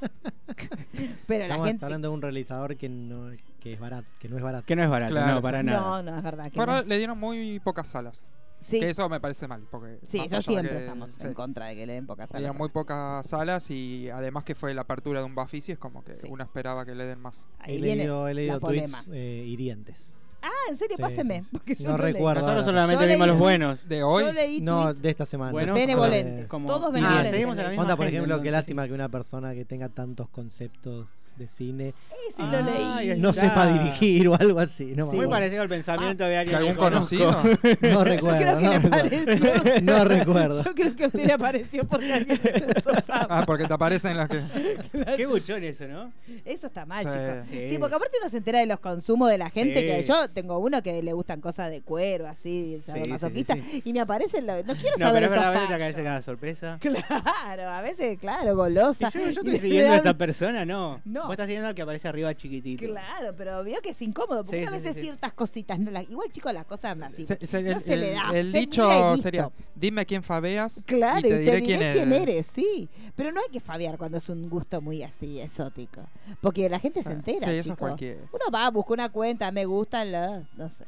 Speaker 5: Pero la
Speaker 7: Estamos
Speaker 5: gente.
Speaker 7: hablando de un realizador que no, que es barato, que no es barato.
Speaker 10: Que no es barato,
Speaker 6: Claro,
Speaker 10: no,
Speaker 6: sí.
Speaker 10: para nada.
Speaker 5: No, no, es verdad. Que
Speaker 6: Pero
Speaker 5: no.
Speaker 6: le dieron muy pocas salas.
Speaker 5: Sí,
Speaker 6: Que eso me parece mal. Porque
Speaker 5: sí,
Speaker 6: más
Speaker 5: eso
Speaker 6: allá de
Speaker 5: siempre
Speaker 6: que-
Speaker 5: estamos
Speaker 6: sí,
Speaker 5: en contra de que le den pocas
Speaker 6: Le
Speaker 5: salas
Speaker 6: dieron
Speaker 5: a
Speaker 6: muy
Speaker 5: las
Speaker 6: pocas salas y además que fue la apertura de un Bafisi, es como que
Speaker 5: Sí.
Speaker 6: uno esperaba que le den más.
Speaker 5: Ahí
Speaker 7: He
Speaker 5: viene
Speaker 7: leído, he leído
Speaker 5: la
Speaker 7: tweets
Speaker 5: polema.
Speaker 7: eh, hirientes.
Speaker 5: Ah, en serio,
Speaker 7: Sí,
Speaker 5: páseme.
Speaker 7: sí, sí.
Speaker 5: Porque yo
Speaker 7: No
Speaker 5: leí.
Speaker 7: recuerdo.
Speaker 10: Nosotros
Speaker 7: Bárbaro.
Speaker 10: solamente
Speaker 5: Yo
Speaker 10: vimos
Speaker 5: leí-
Speaker 10: los buenos.
Speaker 6: De
Speaker 5: Yo
Speaker 6: hoy,
Speaker 5: leí
Speaker 7: No,
Speaker 5: tweets-
Speaker 7: de esta semana.
Speaker 10: Buenos,
Speaker 5: Benevolentes,
Speaker 7: Eh,
Speaker 10: como-
Speaker 5: todos
Speaker 10: Ah,
Speaker 5: benevolentes.
Speaker 10: seguimos a la misma
Speaker 7: Onda, por
Speaker 10: gente,
Speaker 7: ejemplo, que
Speaker 10: entonces,
Speaker 7: lástima que una persona que tenga tantos conceptos de cine
Speaker 5: Ese lo leí.
Speaker 10: Ahí
Speaker 7: no
Speaker 10: está.
Speaker 7: sepa dirigir o algo así. No, me
Speaker 10: Muy
Speaker 7: acuerdo.
Speaker 10: parecido al pensamiento de
Speaker 6: que
Speaker 10: alguien.
Speaker 6: algún
Speaker 10: que conozco.
Speaker 6: conocido.
Speaker 7: no
Speaker 5: Yo creo que
Speaker 7: recuerdo.
Speaker 5: le
Speaker 7: No recuerdo.
Speaker 5: apareció.
Speaker 7: No recuerdo.
Speaker 5: Yo creo que a usted le apareció porque alguien le puso fama.
Speaker 6: Ah, porque te aparecen las que.
Speaker 10: Qué buchón eso, ¿no?
Speaker 5: Eso está mal,
Speaker 6: Sí.
Speaker 5: chicos. Sí.
Speaker 10: Sí.
Speaker 5: porque aparte uno se entera de los consumos de la gente.
Speaker 10: Sí.
Speaker 5: Que yo tengo uno que le gustan cosas de cuero, así, sadomasoquista.
Speaker 10: sí, sí,
Speaker 5: Y me aparecen. los- No quiero
Speaker 10: No,
Speaker 5: saber
Speaker 10: pero es
Speaker 5: esos
Speaker 10: verdad, a veces te
Speaker 5: fallos.
Speaker 10: aparece cada sorpresa.
Speaker 5: Claro, a veces, claro, golosa.
Speaker 10: Y yo, yo
Speaker 5: Y le
Speaker 10: estoy siguiendo a
Speaker 5: dan-
Speaker 10: esta persona, no.
Speaker 5: No.
Speaker 10: Vos estás siguiendo al que aparece arriba chiquitito.
Speaker 5: Claro, pero veo que es incómodo, porque
Speaker 10: Sí,
Speaker 5: a
Speaker 10: sí,
Speaker 5: veces
Speaker 10: sí, sí.
Speaker 5: ciertas cositas no las. Igual, chicos, las cosas andan así.
Speaker 6: Se- se- el
Speaker 5: no se le
Speaker 6: el-
Speaker 5: da.
Speaker 6: el
Speaker 5: se mira y
Speaker 6: dicho
Speaker 5: listo.
Speaker 6: sería: dime quién fabeas.
Speaker 5: Claro,
Speaker 6: y te, diré, quién, eres.
Speaker 5: sí. Pero no hay que fabiar cuando es un gusto muy así, exótico. Porque la gente se
Speaker 6: Ah,
Speaker 5: entera.
Speaker 6: Sí, eso es
Speaker 5: chicos.
Speaker 6: cualquier.
Speaker 5: Uno va, busca una cuenta, me gustan los. No sé.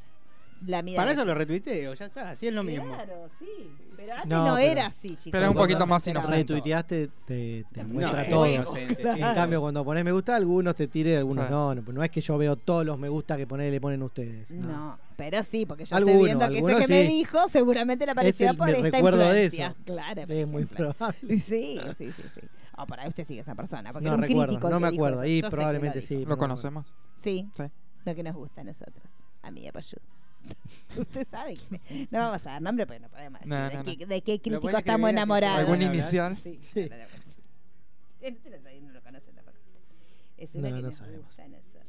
Speaker 5: la mida.
Speaker 10: Para
Speaker 5: que-
Speaker 10: eso lo retuiteo, ya está, así es lo mismo.
Speaker 5: Claro, sí. Pero antes
Speaker 7: No,
Speaker 5: no,
Speaker 7: pero-
Speaker 5: era así, chicos.
Speaker 6: Pero es un
Speaker 5: Cuando
Speaker 6: poquito
Speaker 5: se
Speaker 6: más
Speaker 5: enteraban.
Speaker 6: inocente.
Speaker 7: Retuiteaste, te, te
Speaker 5: Tampoco
Speaker 7: muestra
Speaker 5: es
Speaker 7: todo.
Speaker 5: inocente.
Speaker 7: En cambio, cuando pones me gusta, algunos te tire, algunos
Speaker 6: Sí.
Speaker 7: no, no. No es que yo veo todos los me gusta que pone, le ponen ustedes. no.
Speaker 5: No, pero sí, porque yo
Speaker 7: Alguno,
Speaker 5: estoy viendo que
Speaker 7: alguno
Speaker 5: ese que me
Speaker 7: sí.
Speaker 5: dijo seguramente le
Speaker 7: Es
Speaker 5: apareció
Speaker 7: el-
Speaker 5: por
Speaker 7: me
Speaker 5: esta
Speaker 7: recuerdo de
Speaker 5: influencia.
Speaker 7: eso.
Speaker 5: Claro, por
Speaker 7: Es muy
Speaker 5: ejemplo.
Speaker 7: probable.
Speaker 5: Sí, sí, sí, sí. Ah, por ahí usted sigue a esa persona, porque
Speaker 7: No
Speaker 5: era un
Speaker 7: recuerdo,
Speaker 5: crítico el
Speaker 7: no
Speaker 5: que
Speaker 7: me
Speaker 5: dijo
Speaker 7: acuerdo.
Speaker 5: eso. Yo
Speaker 7: Y
Speaker 5: sé que
Speaker 7: probablemente
Speaker 5: dijo.
Speaker 7: sí. pero no
Speaker 6: Lo
Speaker 7: me
Speaker 6: conocemos.
Speaker 5: Sí,
Speaker 6: Sí.
Speaker 5: lo que nos gusta a nosotros. A mí y a Payú. Usted sabe que no vamos a dar nombre, pero no podemos decir
Speaker 6: No,
Speaker 5: de,
Speaker 6: no, no.
Speaker 5: qué, de qué
Speaker 10: Lo
Speaker 5: crítico
Speaker 10: bueno es que
Speaker 5: estamos
Speaker 10: viene a
Speaker 5: enamorados.
Speaker 10: Claro.
Speaker 6: ¿Algún
Speaker 10: Hablar.
Speaker 6: inicial?
Speaker 5: Sí,
Speaker 7: Sí.
Speaker 5: claro, bueno. Eh, ustedes ahí no lo conocen tampoco. Es una
Speaker 7: No,
Speaker 5: que
Speaker 7: no
Speaker 5: nos
Speaker 7: sabemos.
Speaker 5: gusta a nosotros.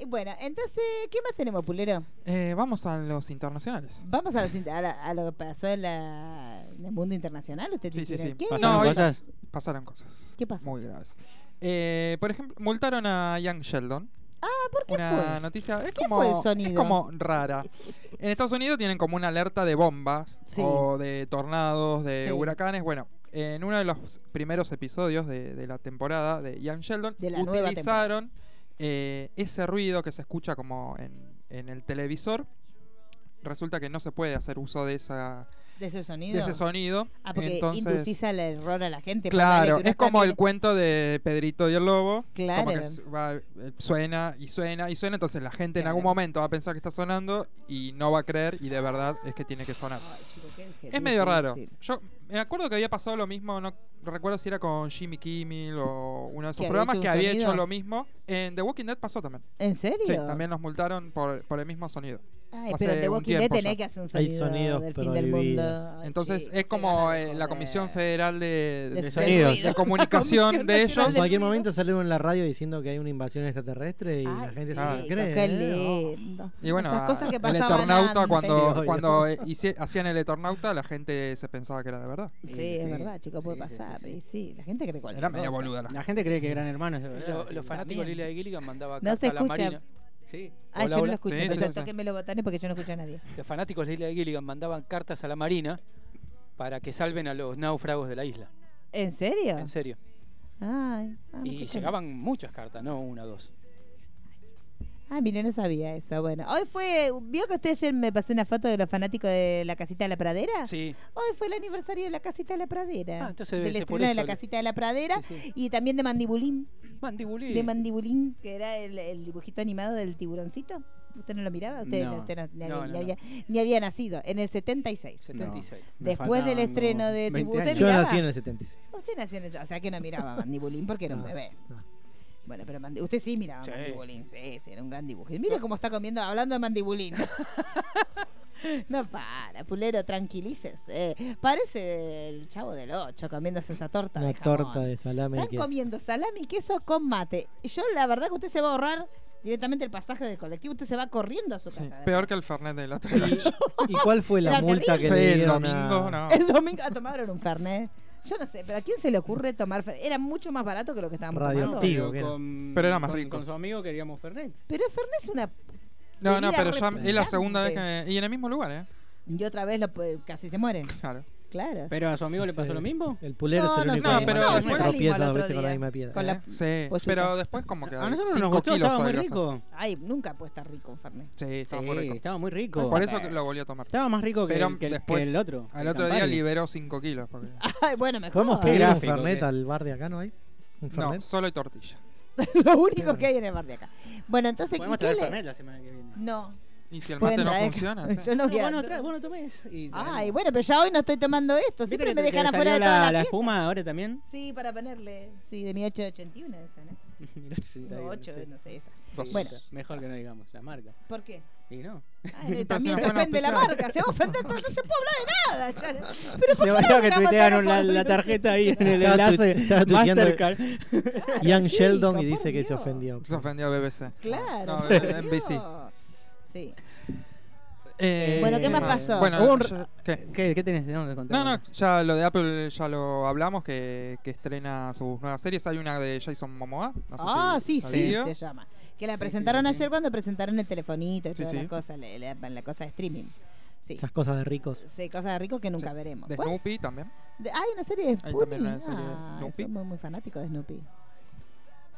Speaker 5: Y Bueno, entonces, ¿qué más tenemos, Pulero?
Speaker 6: Eh, vamos a los internacionales.
Speaker 5: Vamos a, los inter- a, la- a lo que pasó en, la- en el mundo internacional. ¿Usted
Speaker 6: Sí, sí,
Speaker 5: quisiera-
Speaker 6: sí.
Speaker 5: ¿Qué?
Speaker 6: Pasaron
Speaker 10: ¿Pasaron
Speaker 6: No, hoy-
Speaker 10: cosas?
Speaker 6: Pasaron cosas
Speaker 5: ¿Qué pasó?
Speaker 6: muy graves. Eh, por ejemplo, multaron a Young Sheldon. Ah, ¿por
Speaker 5: qué
Speaker 6: Una
Speaker 5: fue?
Speaker 6: noticia. Es
Speaker 5: ¿Qué
Speaker 6: como,
Speaker 5: fue el sonido?
Speaker 6: Es como rara. En Estados Unidos tienen como una alerta de bombas
Speaker 5: Sí.
Speaker 6: o de tornados, de
Speaker 5: Sí.
Speaker 6: huracanes. Bueno, en uno de los primeros episodios de, de la temporada de Young Sheldon,
Speaker 5: De la nueva
Speaker 6: utilizaron eh, ese ruido que se escucha como en, en el televisor. Resulta que no se puede hacer uso de, esa,
Speaker 5: ¿De ese sonido?
Speaker 6: de ese sonido.
Speaker 5: Ah, porque
Speaker 6: Entonces,
Speaker 5: inducís al error a la gente.
Speaker 6: Claro,
Speaker 5: ponele que uno
Speaker 6: es como
Speaker 5: está
Speaker 6: el cuento de Pedrito y el Lobo.
Speaker 5: Claro.
Speaker 6: Como que su- va, eh, suena y suena y suena, entonces la gente en
Speaker 5: Claro.
Speaker 6: algún momento va a pensar que está sonando y no va a creer y de verdad es que tiene que sonar.
Speaker 5: Ay, chico, qué
Speaker 6: Es
Speaker 5: objetivo
Speaker 6: medio raro.
Speaker 5: decir.
Speaker 6: Yo me acuerdo que había pasado lo mismo, no recuerdo si era con Jimmy Kimmel o uno de
Speaker 5: ¿Que
Speaker 6: sus
Speaker 5: había
Speaker 6: programas
Speaker 5: hecho un
Speaker 6: que había
Speaker 5: sonido?
Speaker 6: hecho lo mismo. En The Walking Dead pasó también.
Speaker 5: ¿En serio?
Speaker 6: Sí, también nos multaron por, por el mismo sonido.
Speaker 5: Ay,
Speaker 6: hace
Speaker 5: pero en The
Speaker 6: un
Speaker 5: Walking Dead
Speaker 6: tiempo
Speaker 5: tenés
Speaker 6: ya.
Speaker 5: que hacer un
Speaker 7: Hay
Speaker 5: sonido
Speaker 7: sonidos
Speaker 5: del fin del
Speaker 7: prohibidos.
Speaker 5: mundo. Ay,
Speaker 6: Entonces
Speaker 5: chico,
Speaker 6: es
Speaker 5: qué
Speaker 6: como
Speaker 5: ganas de
Speaker 6: eh, la
Speaker 5: joder.
Speaker 6: Comisión Federal de,
Speaker 5: Del-
Speaker 6: de-
Speaker 5: del
Speaker 10: sonidos.
Speaker 5: ruido.
Speaker 6: de Comunicación de
Speaker 5: Comisión
Speaker 6: ellos.
Speaker 7: En
Speaker 5: Nacional del
Speaker 7: cualquier
Speaker 5: Ruido.
Speaker 7: momento salieron en la radio diciendo que hay una invasión extraterrestre y la
Speaker 5: Ay,
Speaker 7: gente
Speaker 5: chico,
Speaker 7: se
Speaker 6: sí,
Speaker 7: lo cree.
Speaker 5: Qué
Speaker 7: ¿eh?
Speaker 5: lindo.
Speaker 6: Y bueno,
Speaker 5: Esas cosas
Speaker 6: a-
Speaker 5: que
Speaker 6: el
Speaker 5: pasaban
Speaker 6: Eternauta,
Speaker 5: antes.
Speaker 6: cuando,
Speaker 7: Sí,
Speaker 6: cuando eh, hici- hacían el Eternauta, la gente se pensaba que era de verdad.
Speaker 5: Sí, es
Speaker 10: Sí,
Speaker 5: verdad, chicos, puede
Speaker 10: sí, sí,
Speaker 5: pasar.
Speaker 10: sí.
Speaker 5: Y sí, la gente cree cualquier
Speaker 6: Era medio
Speaker 5: cosa.
Speaker 6: boluda. la-
Speaker 10: La gente cree que Gran Hermano es de verdad.
Speaker 8: Lo- los fanáticos de
Speaker 5: también.
Speaker 8: Lila de Gilligan mandaba
Speaker 5: No se
Speaker 8: carta a la
Speaker 5: escucha.
Speaker 8: Marina. Sí.
Speaker 5: Ah,
Speaker 8: Hola,
Speaker 5: yo no lo
Speaker 8: hola.
Speaker 5: escucho.
Speaker 6: Sí, sí,
Speaker 5: pero
Speaker 6: sí, sí.
Speaker 5: tóquenme los botones porque yo no escucho a nadie.
Speaker 8: Los fanáticos de Lila de Gilligan mandaban cartas a la Marina para que salven a los náufragos de la isla.
Speaker 5: ¿En serio?
Speaker 8: En serio.
Speaker 5: Ay, ah, no
Speaker 8: Y
Speaker 5: escuché.
Speaker 8: llegaban muchas cartas, no una, dos.
Speaker 5: Ah, mire, no sabía eso. Bueno, hoy fue. ¿Vio que usted ayer me pasó una foto de los fanáticos de la casita de la pradera?
Speaker 8: Sí.
Speaker 5: Hoy fue el aniversario de la casita de la pradera.
Speaker 8: Ah, entonces
Speaker 5: Del
Speaker 8: debe ser por
Speaker 5: estreno de
Speaker 8: eso
Speaker 5: la
Speaker 8: el-
Speaker 5: casita de la pradera
Speaker 8: sí, sí.
Speaker 5: y también de Mandibulín.
Speaker 8: Mandibulí.
Speaker 5: De Mandibulín, que era el, el dibujito animado del tiburoncito. ¿Usted no lo miraba? Usted
Speaker 10: No.
Speaker 5: usted ni, había,
Speaker 8: No, no,
Speaker 5: ni
Speaker 8: no.
Speaker 5: había- ni había nacido, en el 76.
Speaker 8: 76.
Speaker 10: Me
Speaker 5: Después del
Speaker 10: faltaban
Speaker 5: estreno
Speaker 10: como
Speaker 5: de
Speaker 10: 20
Speaker 5: Tibu-
Speaker 10: años.
Speaker 5: ¿Usted
Speaker 7: Yo
Speaker 5: miraba?
Speaker 7: nací en el 76.
Speaker 5: Usted nació en el- O sea que no miraba Mandibulín porque era un
Speaker 7: No,
Speaker 5: bebé.
Speaker 7: no.
Speaker 5: Bueno, pero Mandi- usted sí miraba
Speaker 8: Sí.
Speaker 5: Mandibulín. Sí, sí, era un gran dibujo. Y Mire cómo está comiendo, hablando de Mandibulín. No para, pulero, tranquilícese. Parece el chavo del 8 comiéndose esa torta.
Speaker 7: Una
Speaker 5: de jamón.
Speaker 7: torta de salame.
Speaker 5: Están
Speaker 7: y queso.
Speaker 5: comiendo salami y queso con mate. Y Yo, la verdad, que usted se va a ahorrar directamente el pasaje del colectivo. Usted se va corriendo a su
Speaker 6: Sí,
Speaker 5: casa. de
Speaker 6: peor
Speaker 5: verdad.
Speaker 6: que el Fernet de la
Speaker 7: ¿Y, y cuál fue la
Speaker 5: Era
Speaker 7: multa
Speaker 6: Sí,
Speaker 7: que le
Speaker 6: el
Speaker 7: dieron
Speaker 6: domingo,
Speaker 7: a-
Speaker 6: no.
Speaker 5: El domingo ah, tomaron un fernet. Yo no sé, pero ¿a quién se le ocurre tomar fernet? Era mucho más barato que lo que estábamos
Speaker 7: Radioactivo.
Speaker 5: tomando.
Speaker 7: Digo que era.
Speaker 10: con,
Speaker 6: Pero era más
Speaker 10: con-
Speaker 6: rico.
Speaker 10: Con su amigo queríamos Fernet.
Speaker 5: Pero fernet es una...
Speaker 6: No, no,
Speaker 5: Comida
Speaker 6: pero ya es la segunda vez
Speaker 5: repugnante.
Speaker 6: que. Y en el mismo lugar, ¿eh?
Speaker 5: Y otra vez lo, pu- casi se mueren.
Speaker 6: Claro.
Speaker 5: Claro.
Speaker 10: Pero a su amigo le
Speaker 7: Sí.
Speaker 10: pasó lo mismo.
Speaker 7: El pulero
Speaker 5: No,
Speaker 7: es el
Speaker 5: no
Speaker 7: único
Speaker 6: sé.
Speaker 7: animal
Speaker 6: No, pero
Speaker 7: que
Speaker 6: es muy
Speaker 7: tropieza
Speaker 5: rico.
Speaker 7: dos veces
Speaker 5: Al
Speaker 7: con la
Speaker 5: otro
Speaker 7: misma piedra.
Speaker 5: Con la-
Speaker 6: ¿Eh? Sí,
Speaker 5: polluta.
Speaker 6: pero después, como que.
Speaker 10: A nosotros
Speaker 6: cinco
Speaker 10: nos gustó,
Speaker 6: kilos
Speaker 10: estaba muy
Speaker 6: adelgazó.
Speaker 10: rico.
Speaker 5: Ay, nunca puede estar rico un fernet.
Speaker 6: Sí, estaba muy
Speaker 10: Sí,
Speaker 6: rico.
Speaker 10: estaba muy rico.
Speaker 6: Por eso que lo volví a tomar.
Speaker 10: Estaba más rico que,
Speaker 6: Pero
Speaker 10: el, que el-
Speaker 6: después,
Speaker 10: que el otro.
Speaker 6: Al
Speaker 10: el
Speaker 6: otro día
Speaker 10: Campari.
Speaker 6: liberó 5 kilos. porque-
Speaker 5: Ay, bueno, mejor.
Speaker 7: ¿Podemos
Speaker 10: Qué
Speaker 7: pedir un
Speaker 10: gráfico que
Speaker 7: fernet
Speaker 10: es.
Speaker 7: al bar de acá, no hay? ¿Un
Speaker 6: No,
Speaker 7: fernet?
Speaker 6: solo hay tortilla.
Speaker 5: lo único que hay en el bar de acá. Bueno, entonces...
Speaker 10: Podemos
Speaker 5: ¿y qué
Speaker 10: traer
Speaker 5: le-
Speaker 10: Fernet la semana que viene.
Speaker 5: No.
Speaker 6: Y si el
Speaker 5: pueden
Speaker 6: mate no
Speaker 5: traer-
Speaker 6: funciona. sí.
Speaker 5: Yo no
Speaker 10: No,
Speaker 5: voy a-
Speaker 10: vos no traes, vos no tomés. Y
Speaker 5: Ay, bueno, pero ya hoy no estoy tomando esto.
Speaker 10: ¿Viste
Speaker 5: Siempre
Speaker 10: que
Speaker 5: me
Speaker 10: te- que
Speaker 5: dejan
Speaker 10: le
Speaker 5: afuera de
Speaker 10: salió
Speaker 5: todas
Speaker 10: la,
Speaker 5: las
Speaker 10: la
Speaker 5: fiestas.
Speaker 10: espuma ahora también.
Speaker 5: Sí, para ponerle. Sí, de mi 881 esa, ¿no?
Speaker 10: Está
Speaker 5: O
Speaker 10: bien,
Speaker 5: 8,
Speaker 10: sí.
Speaker 5: no sé, esa.
Speaker 6: Dos.
Speaker 5: Bueno.
Speaker 10: Mejor que no digamos, las marcas.
Speaker 5: ¿Por qué?
Speaker 10: Y no.
Speaker 5: Ah,
Speaker 6: Pero
Speaker 5: también
Speaker 6: si
Speaker 5: se
Speaker 6: no fue una
Speaker 5: ofende la
Speaker 6: especial.
Speaker 5: marca. Se va a ofender, no se puede hablar de nada. ya. Pero ¿por qué
Speaker 10: Le
Speaker 5: no
Speaker 10: bastaba que
Speaker 5: dejamos
Speaker 10: tuitearon
Speaker 5: teléfono?
Speaker 10: la, la tarjeta ahí en el
Speaker 7: Estaba tu-
Speaker 10: enlace.
Speaker 7: estaba tuiteando-
Speaker 10: Mastercard.
Speaker 5: Claro,
Speaker 7: Ian
Speaker 5: chico,
Speaker 7: Sheldon y
Speaker 5: por
Speaker 7: dice que se
Speaker 5: Dios.
Speaker 7: ofendió.
Speaker 6: Se ofendió a BBC.
Speaker 5: Claro.
Speaker 6: No, eh,
Speaker 5: por
Speaker 6: en- en
Speaker 5: Dios.
Speaker 6: BC.
Speaker 5: Sí.
Speaker 6: Eh,
Speaker 5: Bueno, ¿qué más pasó?
Speaker 6: Bueno,
Speaker 10: Hubo un-
Speaker 6: ya- ¿qué?
Speaker 10: ¿Qué, ¿Qué tenés de dónde contar?
Speaker 6: No, no, ya lo de Apple ya lo hablamos, que, que estrena sus nuevas series. Hay una de Jason Momoa. No sé
Speaker 5: Ah,
Speaker 6: si
Speaker 5: sí, sí,
Speaker 6: salió.
Speaker 5: se llama. Que la
Speaker 10: Sí,
Speaker 5: presentaron
Speaker 10: sí, sí, sí.
Speaker 5: ayer cuando presentaron el telefonito y
Speaker 6: Sí,
Speaker 5: todas
Speaker 6: sí.
Speaker 5: las cosas, la, la- la cosa de streaming. Sí.
Speaker 7: Esas cosas de ricos.
Speaker 5: Sí, cosas de ricos que nunca
Speaker 6: Sí.
Speaker 5: veremos.
Speaker 6: De
Speaker 5: ¿Cuál?
Speaker 6: Snoopy también.
Speaker 5: De- hay una serie de
Speaker 6: Hay
Speaker 5: Spoonie.
Speaker 6: también una serie de
Speaker 5: Ah,
Speaker 6: Snoopy.
Speaker 5: soy muy, muy fanático de Snoopy.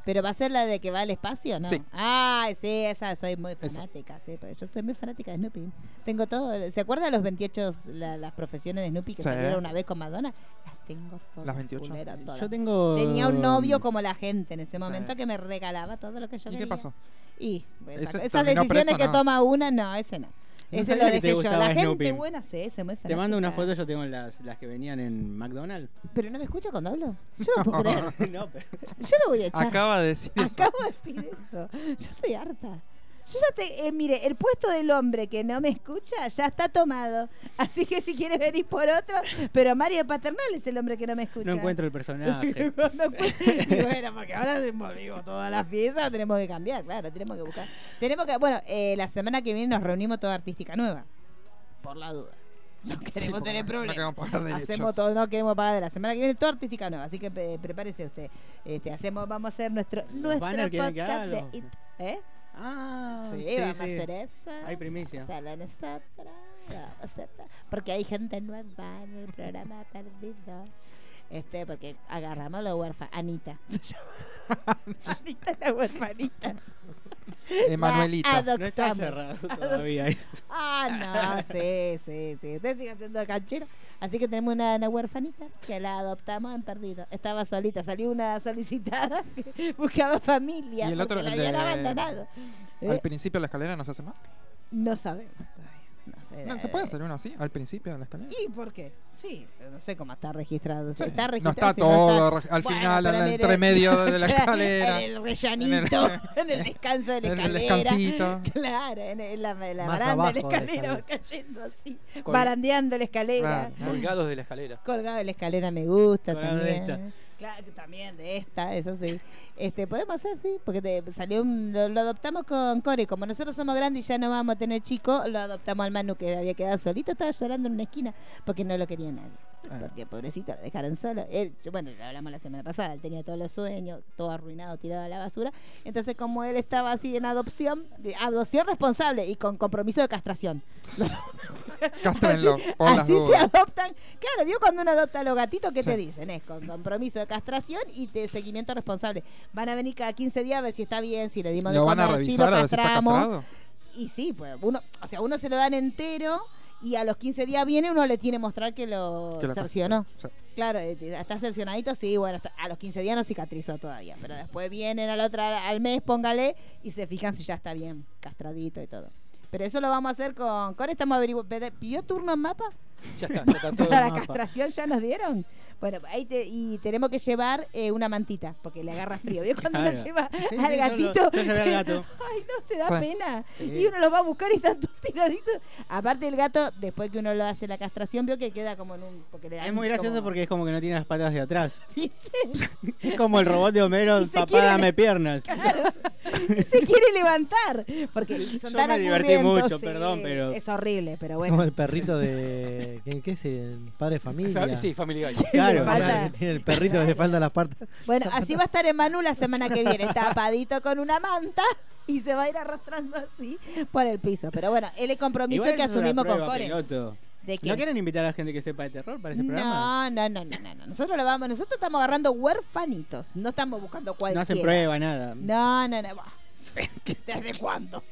Speaker 5: ¿Pero va a ser la de que va al espacio, no?
Speaker 6: Sí.
Speaker 5: Ah, sí, esa soy muy
Speaker 6: Esa.
Speaker 5: fanática, sí, pero yo soy muy fanática de Snoopy. Tengo todo, ¿se acuerdan los 28, la- las profesiones de Snoopy que
Speaker 6: Sí.
Speaker 5: salieron una vez con Madonna? Las tengo todas.
Speaker 6: Las 28.
Speaker 5: culera, todas.
Speaker 10: Yo tengo.
Speaker 5: Tenía un novio como la gente en ese momento
Speaker 6: Sí.
Speaker 5: que me regalaba todo lo que yo
Speaker 6: ¿Y
Speaker 5: quería.
Speaker 6: qué pasó?
Speaker 5: Y bueno,
Speaker 6: Ese
Speaker 5: esa- esas
Speaker 6: terminó
Speaker 5: decisiones
Speaker 6: preso,
Speaker 5: que
Speaker 6: ¿no?
Speaker 5: toma una, no, ese no.
Speaker 10: No
Speaker 5: Ese
Speaker 10: sabía
Speaker 5: lo
Speaker 10: que te
Speaker 5: dejé yo.
Speaker 10: gustaba
Speaker 5: La gente
Speaker 10: Snoopy.
Speaker 5: buena sí, se muy
Speaker 10: Te mando una
Speaker 5: fanática.
Speaker 10: foto, yo tengo las, las que venían en McDonald's.
Speaker 5: Pero no me escucha cuando hablo. Yo no puedo creer.
Speaker 10: no, pero.
Speaker 5: Yo lo voy a echar.
Speaker 6: Acaba de decir eso.
Speaker 5: Acabo de decir eso. Yo estoy harta. Yo ya te. eh, mire, el puesto del hombre que no me escucha ya está tomado. Así que si quieres venir por otro. Pero Mario Paternal es el hombre que no me escucha.
Speaker 10: No encuentro el personaje.
Speaker 5: No encuentro. Y bueno, porque ahora se movió todas las piezas, tenemos que cambiar, claro, tenemos que buscar. Tenemos que, bueno, eh, la semana que viene nos reunimos toda artística nueva. Por la duda. No
Speaker 6: Sí,
Speaker 5: queremos
Speaker 6: porque
Speaker 5: tener
Speaker 6: no-
Speaker 5: problemas.
Speaker 6: No queremos pagar derechos.
Speaker 5: Hacemos todo, no queremos pagar de la semana que viene, todo artística nueva, así que eh, prepárese usted. Este, hacemos, vamos a hacer nuestro, nuestro
Speaker 10: banners
Speaker 5: podcast
Speaker 10: quieren que haga,
Speaker 5: de
Speaker 10: los-
Speaker 5: It- ¿Eh?
Speaker 10: Ah,
Speaker 5: sí, vamos a hacer eso.
Speaker 10: Hay primicia.
Speaker 5: Vamos a hacer nosotros, vamos a hacer- Porque hay gente nueva en el programa Perdidos. Este, porque agarramos a la huérfana. Anita. se llama. Anita la huérfanita. La
Speaker 6: Emanuelita.
Speaker 10: No está
Speaker 5: adoptamos.
Speaker 10: cerrado todavía.
Speaker 5: Ah, no, sí, sí, sí. Usted sigue siendo canchero. Así que tenemos una, una huerfanita que la adoptamos en perdido. Estaba solita, salió una solicitada que buscaba familia.
Speaker 6: Y el otro,
Speaker 5: porque la
Speaker 6: el de-
Speaker 5: habían abandonado. ¿Eh?
Speaker 6: Al principio de la escalera no se hace más.
Speaker 5: No sabemos todavía. No, sé,
Speaker 6: No, ¿Se
Speaker 5: eh,
Speaker 6: puede hacer uno así? Al principio de la escalera.
Speaker 5: ¿Y por qué? Sí, no sé cómo está registrado.
Speaker 6: Sí.
Speaker 5: Está
Speaker 6: no
Speaker 5: registrado.
Speaker 6: está
Speaker 5: si no
Speaker 6: todo
Speaker 5: está-
Speaker 6: re- al
Speaker 5: Bueno,
Speaker 6: final,
Speaker 5: pero
Speaker 6: en el
Speaker 5: mire,
Speaker 6: entremedio de la escalera,
Speaker 5: en el rellanito, en el, descanso de la
Speaker 6: en el
Speaker 5: escalera.
Speaker 6: descansito.
Speaker 5: Claro, en, en la, en la baranda de
Speaker 7: Más
Speaker 5: la
Speaker 7: abajo de la
Speaker 5: escalera,
Speaker 7: escalera.
Speaker 5: cayendo así,
Speaker 8: Col-
Speaker 5: barandeando la escalera.
Speaker 6: Claro.
Speaker 8: Colgados de la escalera.
Speaker 5: Colgado de la escalera me gusta
Speaker 10: Colgado de
Speaker 5: también. Claro, que también de esta, eso sí. Este, podemos hacer, sí, porque te salió un- lo, lo adoptamos con Core. Como nosotros somos grandes y ya no vamos a tener chicos, lo adoptamos al Manu que había quedado solito, estaba llorando en una esquina porque no lo quería nadie. Porque pobrecito, lo dejaron solo. Él, yo- bueno, lo hablamos la semana pasada, él tenía todos los sueños, todo arruinado, tirado a la basura. Entonces, como él estaba así en adopción, de- adopción responsable y con compromiso de castración.
Speaker 6: Castrenlo, por las
Speaker 5: Así se
Speaker 6: dudas.
Speaker 5: adoptan. Claro, vio cuando uno adopta a los gatitos, ¿qué te dicen? Es con compromiso de castración y de seguimiento responsable. Van a venir cada 15 días a ver si está bien, si le dimos de
Speaker 6: ¿Lo van a
Speaker 5: comer, si
Speaker 6: revisar
Speaker 5: lo
Speaker 6: a ver si está
Speaker 5: castramos.
Speaker 6: castrado?
Speaker 5: Y sí, pues uno, o sea, uno se lo dan entero y a los 15 días viene uno le tiene que mostrar que lo
Speaker 6: Que lo cast-
Speaker 5: cercionó.
Speaker 6: sí.
Speaker 5: Claro, eh, está cercionadito, sí, bueno, hasta- a los 15 días no cicatrizó todavía, pero después vienen a la otra al mes, póngale y se fijan si ya está bien castradito y todo. Pero eso lo vamos a hacer con Core, estamos averiguando pidió turno en mapa
Speaker 8: Ya está, ya está todo.
Speaker 5: para la
Speaker 10: mapa.
Speaker 5: castración ya nos dieron. Bueno, ahí te- y tenemos que llevar eh, una mantita porque le agarra frío. ¿Vio cuando
Speaker 10: Claro.
Speaker 5: lo lleva
Speaker 10: Sí,
Speaker 5: al
Speaker 10: sí, yo lo-
Speaker 5: gatito?
Speaker 10: yo llevé al gato.
Speaker 5: Ay, no, te da
Speaker 6: Sí.
Speaker 5: pena.
Speaker 10: Sí.
Speaker 5: Y uno los va a buscar y están todos tiraditos. Aparte el gato, después que uno lo hace la castración, vio que queda como en un... Porque le dan
Speaker 10: Es muy gracioso
Speaker 5: como-
Speaker 10: porque es como que no tiene las patas de atrás.
Speaker 5: ¿Viste?
Speaker 10: Es como el robot de Homero,
Speaker 5: Y se
Speaker 10: papá,
Speaker 5: quiere-
Speaker 10: dame piernas.
Speaker 5: Y se quiere levantar. Porque son
Speaker 10: Yo
Speaker 5: tan
Speaker 10: me divertí
Speaker 5: aburridos,
Speaker 10: mucho, perdón, pero-
Speaker 5: Es horrible, pero
Speaker 7: Como
Speaker 5: bueno.
Speaker 7: el perrito de. ¿Qué, qué es? el padre de familia.
Speaker 8: Fa- Sí, Family Guy.
Speaker 7: Claro,
Speaker 5: Le falta-
Speaker 7: tiene el perrito que le faltan las partes.
Speaker 5: Bueno, así va a estar Emanu la semana que viene, tapadito con una manta y se va a ir arrastrando así por el piso. Pero bueno, él es compromiso
Speaker 10: Igual
Speaker 5: que
Speaker 10: es una
Speaker 5: asumimos con
Speaker 10: prueba,
Speaker 5: Core.
Speaker 10: piloto.
Speaker 5: ¿De qué?
Speaker 10: ¿No quieren invitar a la gente que sepa de terror para ese programa?
Speaker 5: No, no, no, no, no, no. Nosotros lo vamos, nosotros estamos agarrando huerfanitos, no estamos buscando cualquiera.
Speaker 10: No hacen prueba, nada.
Speaker 5: No, no, no. bah. ¿Desde cuándo?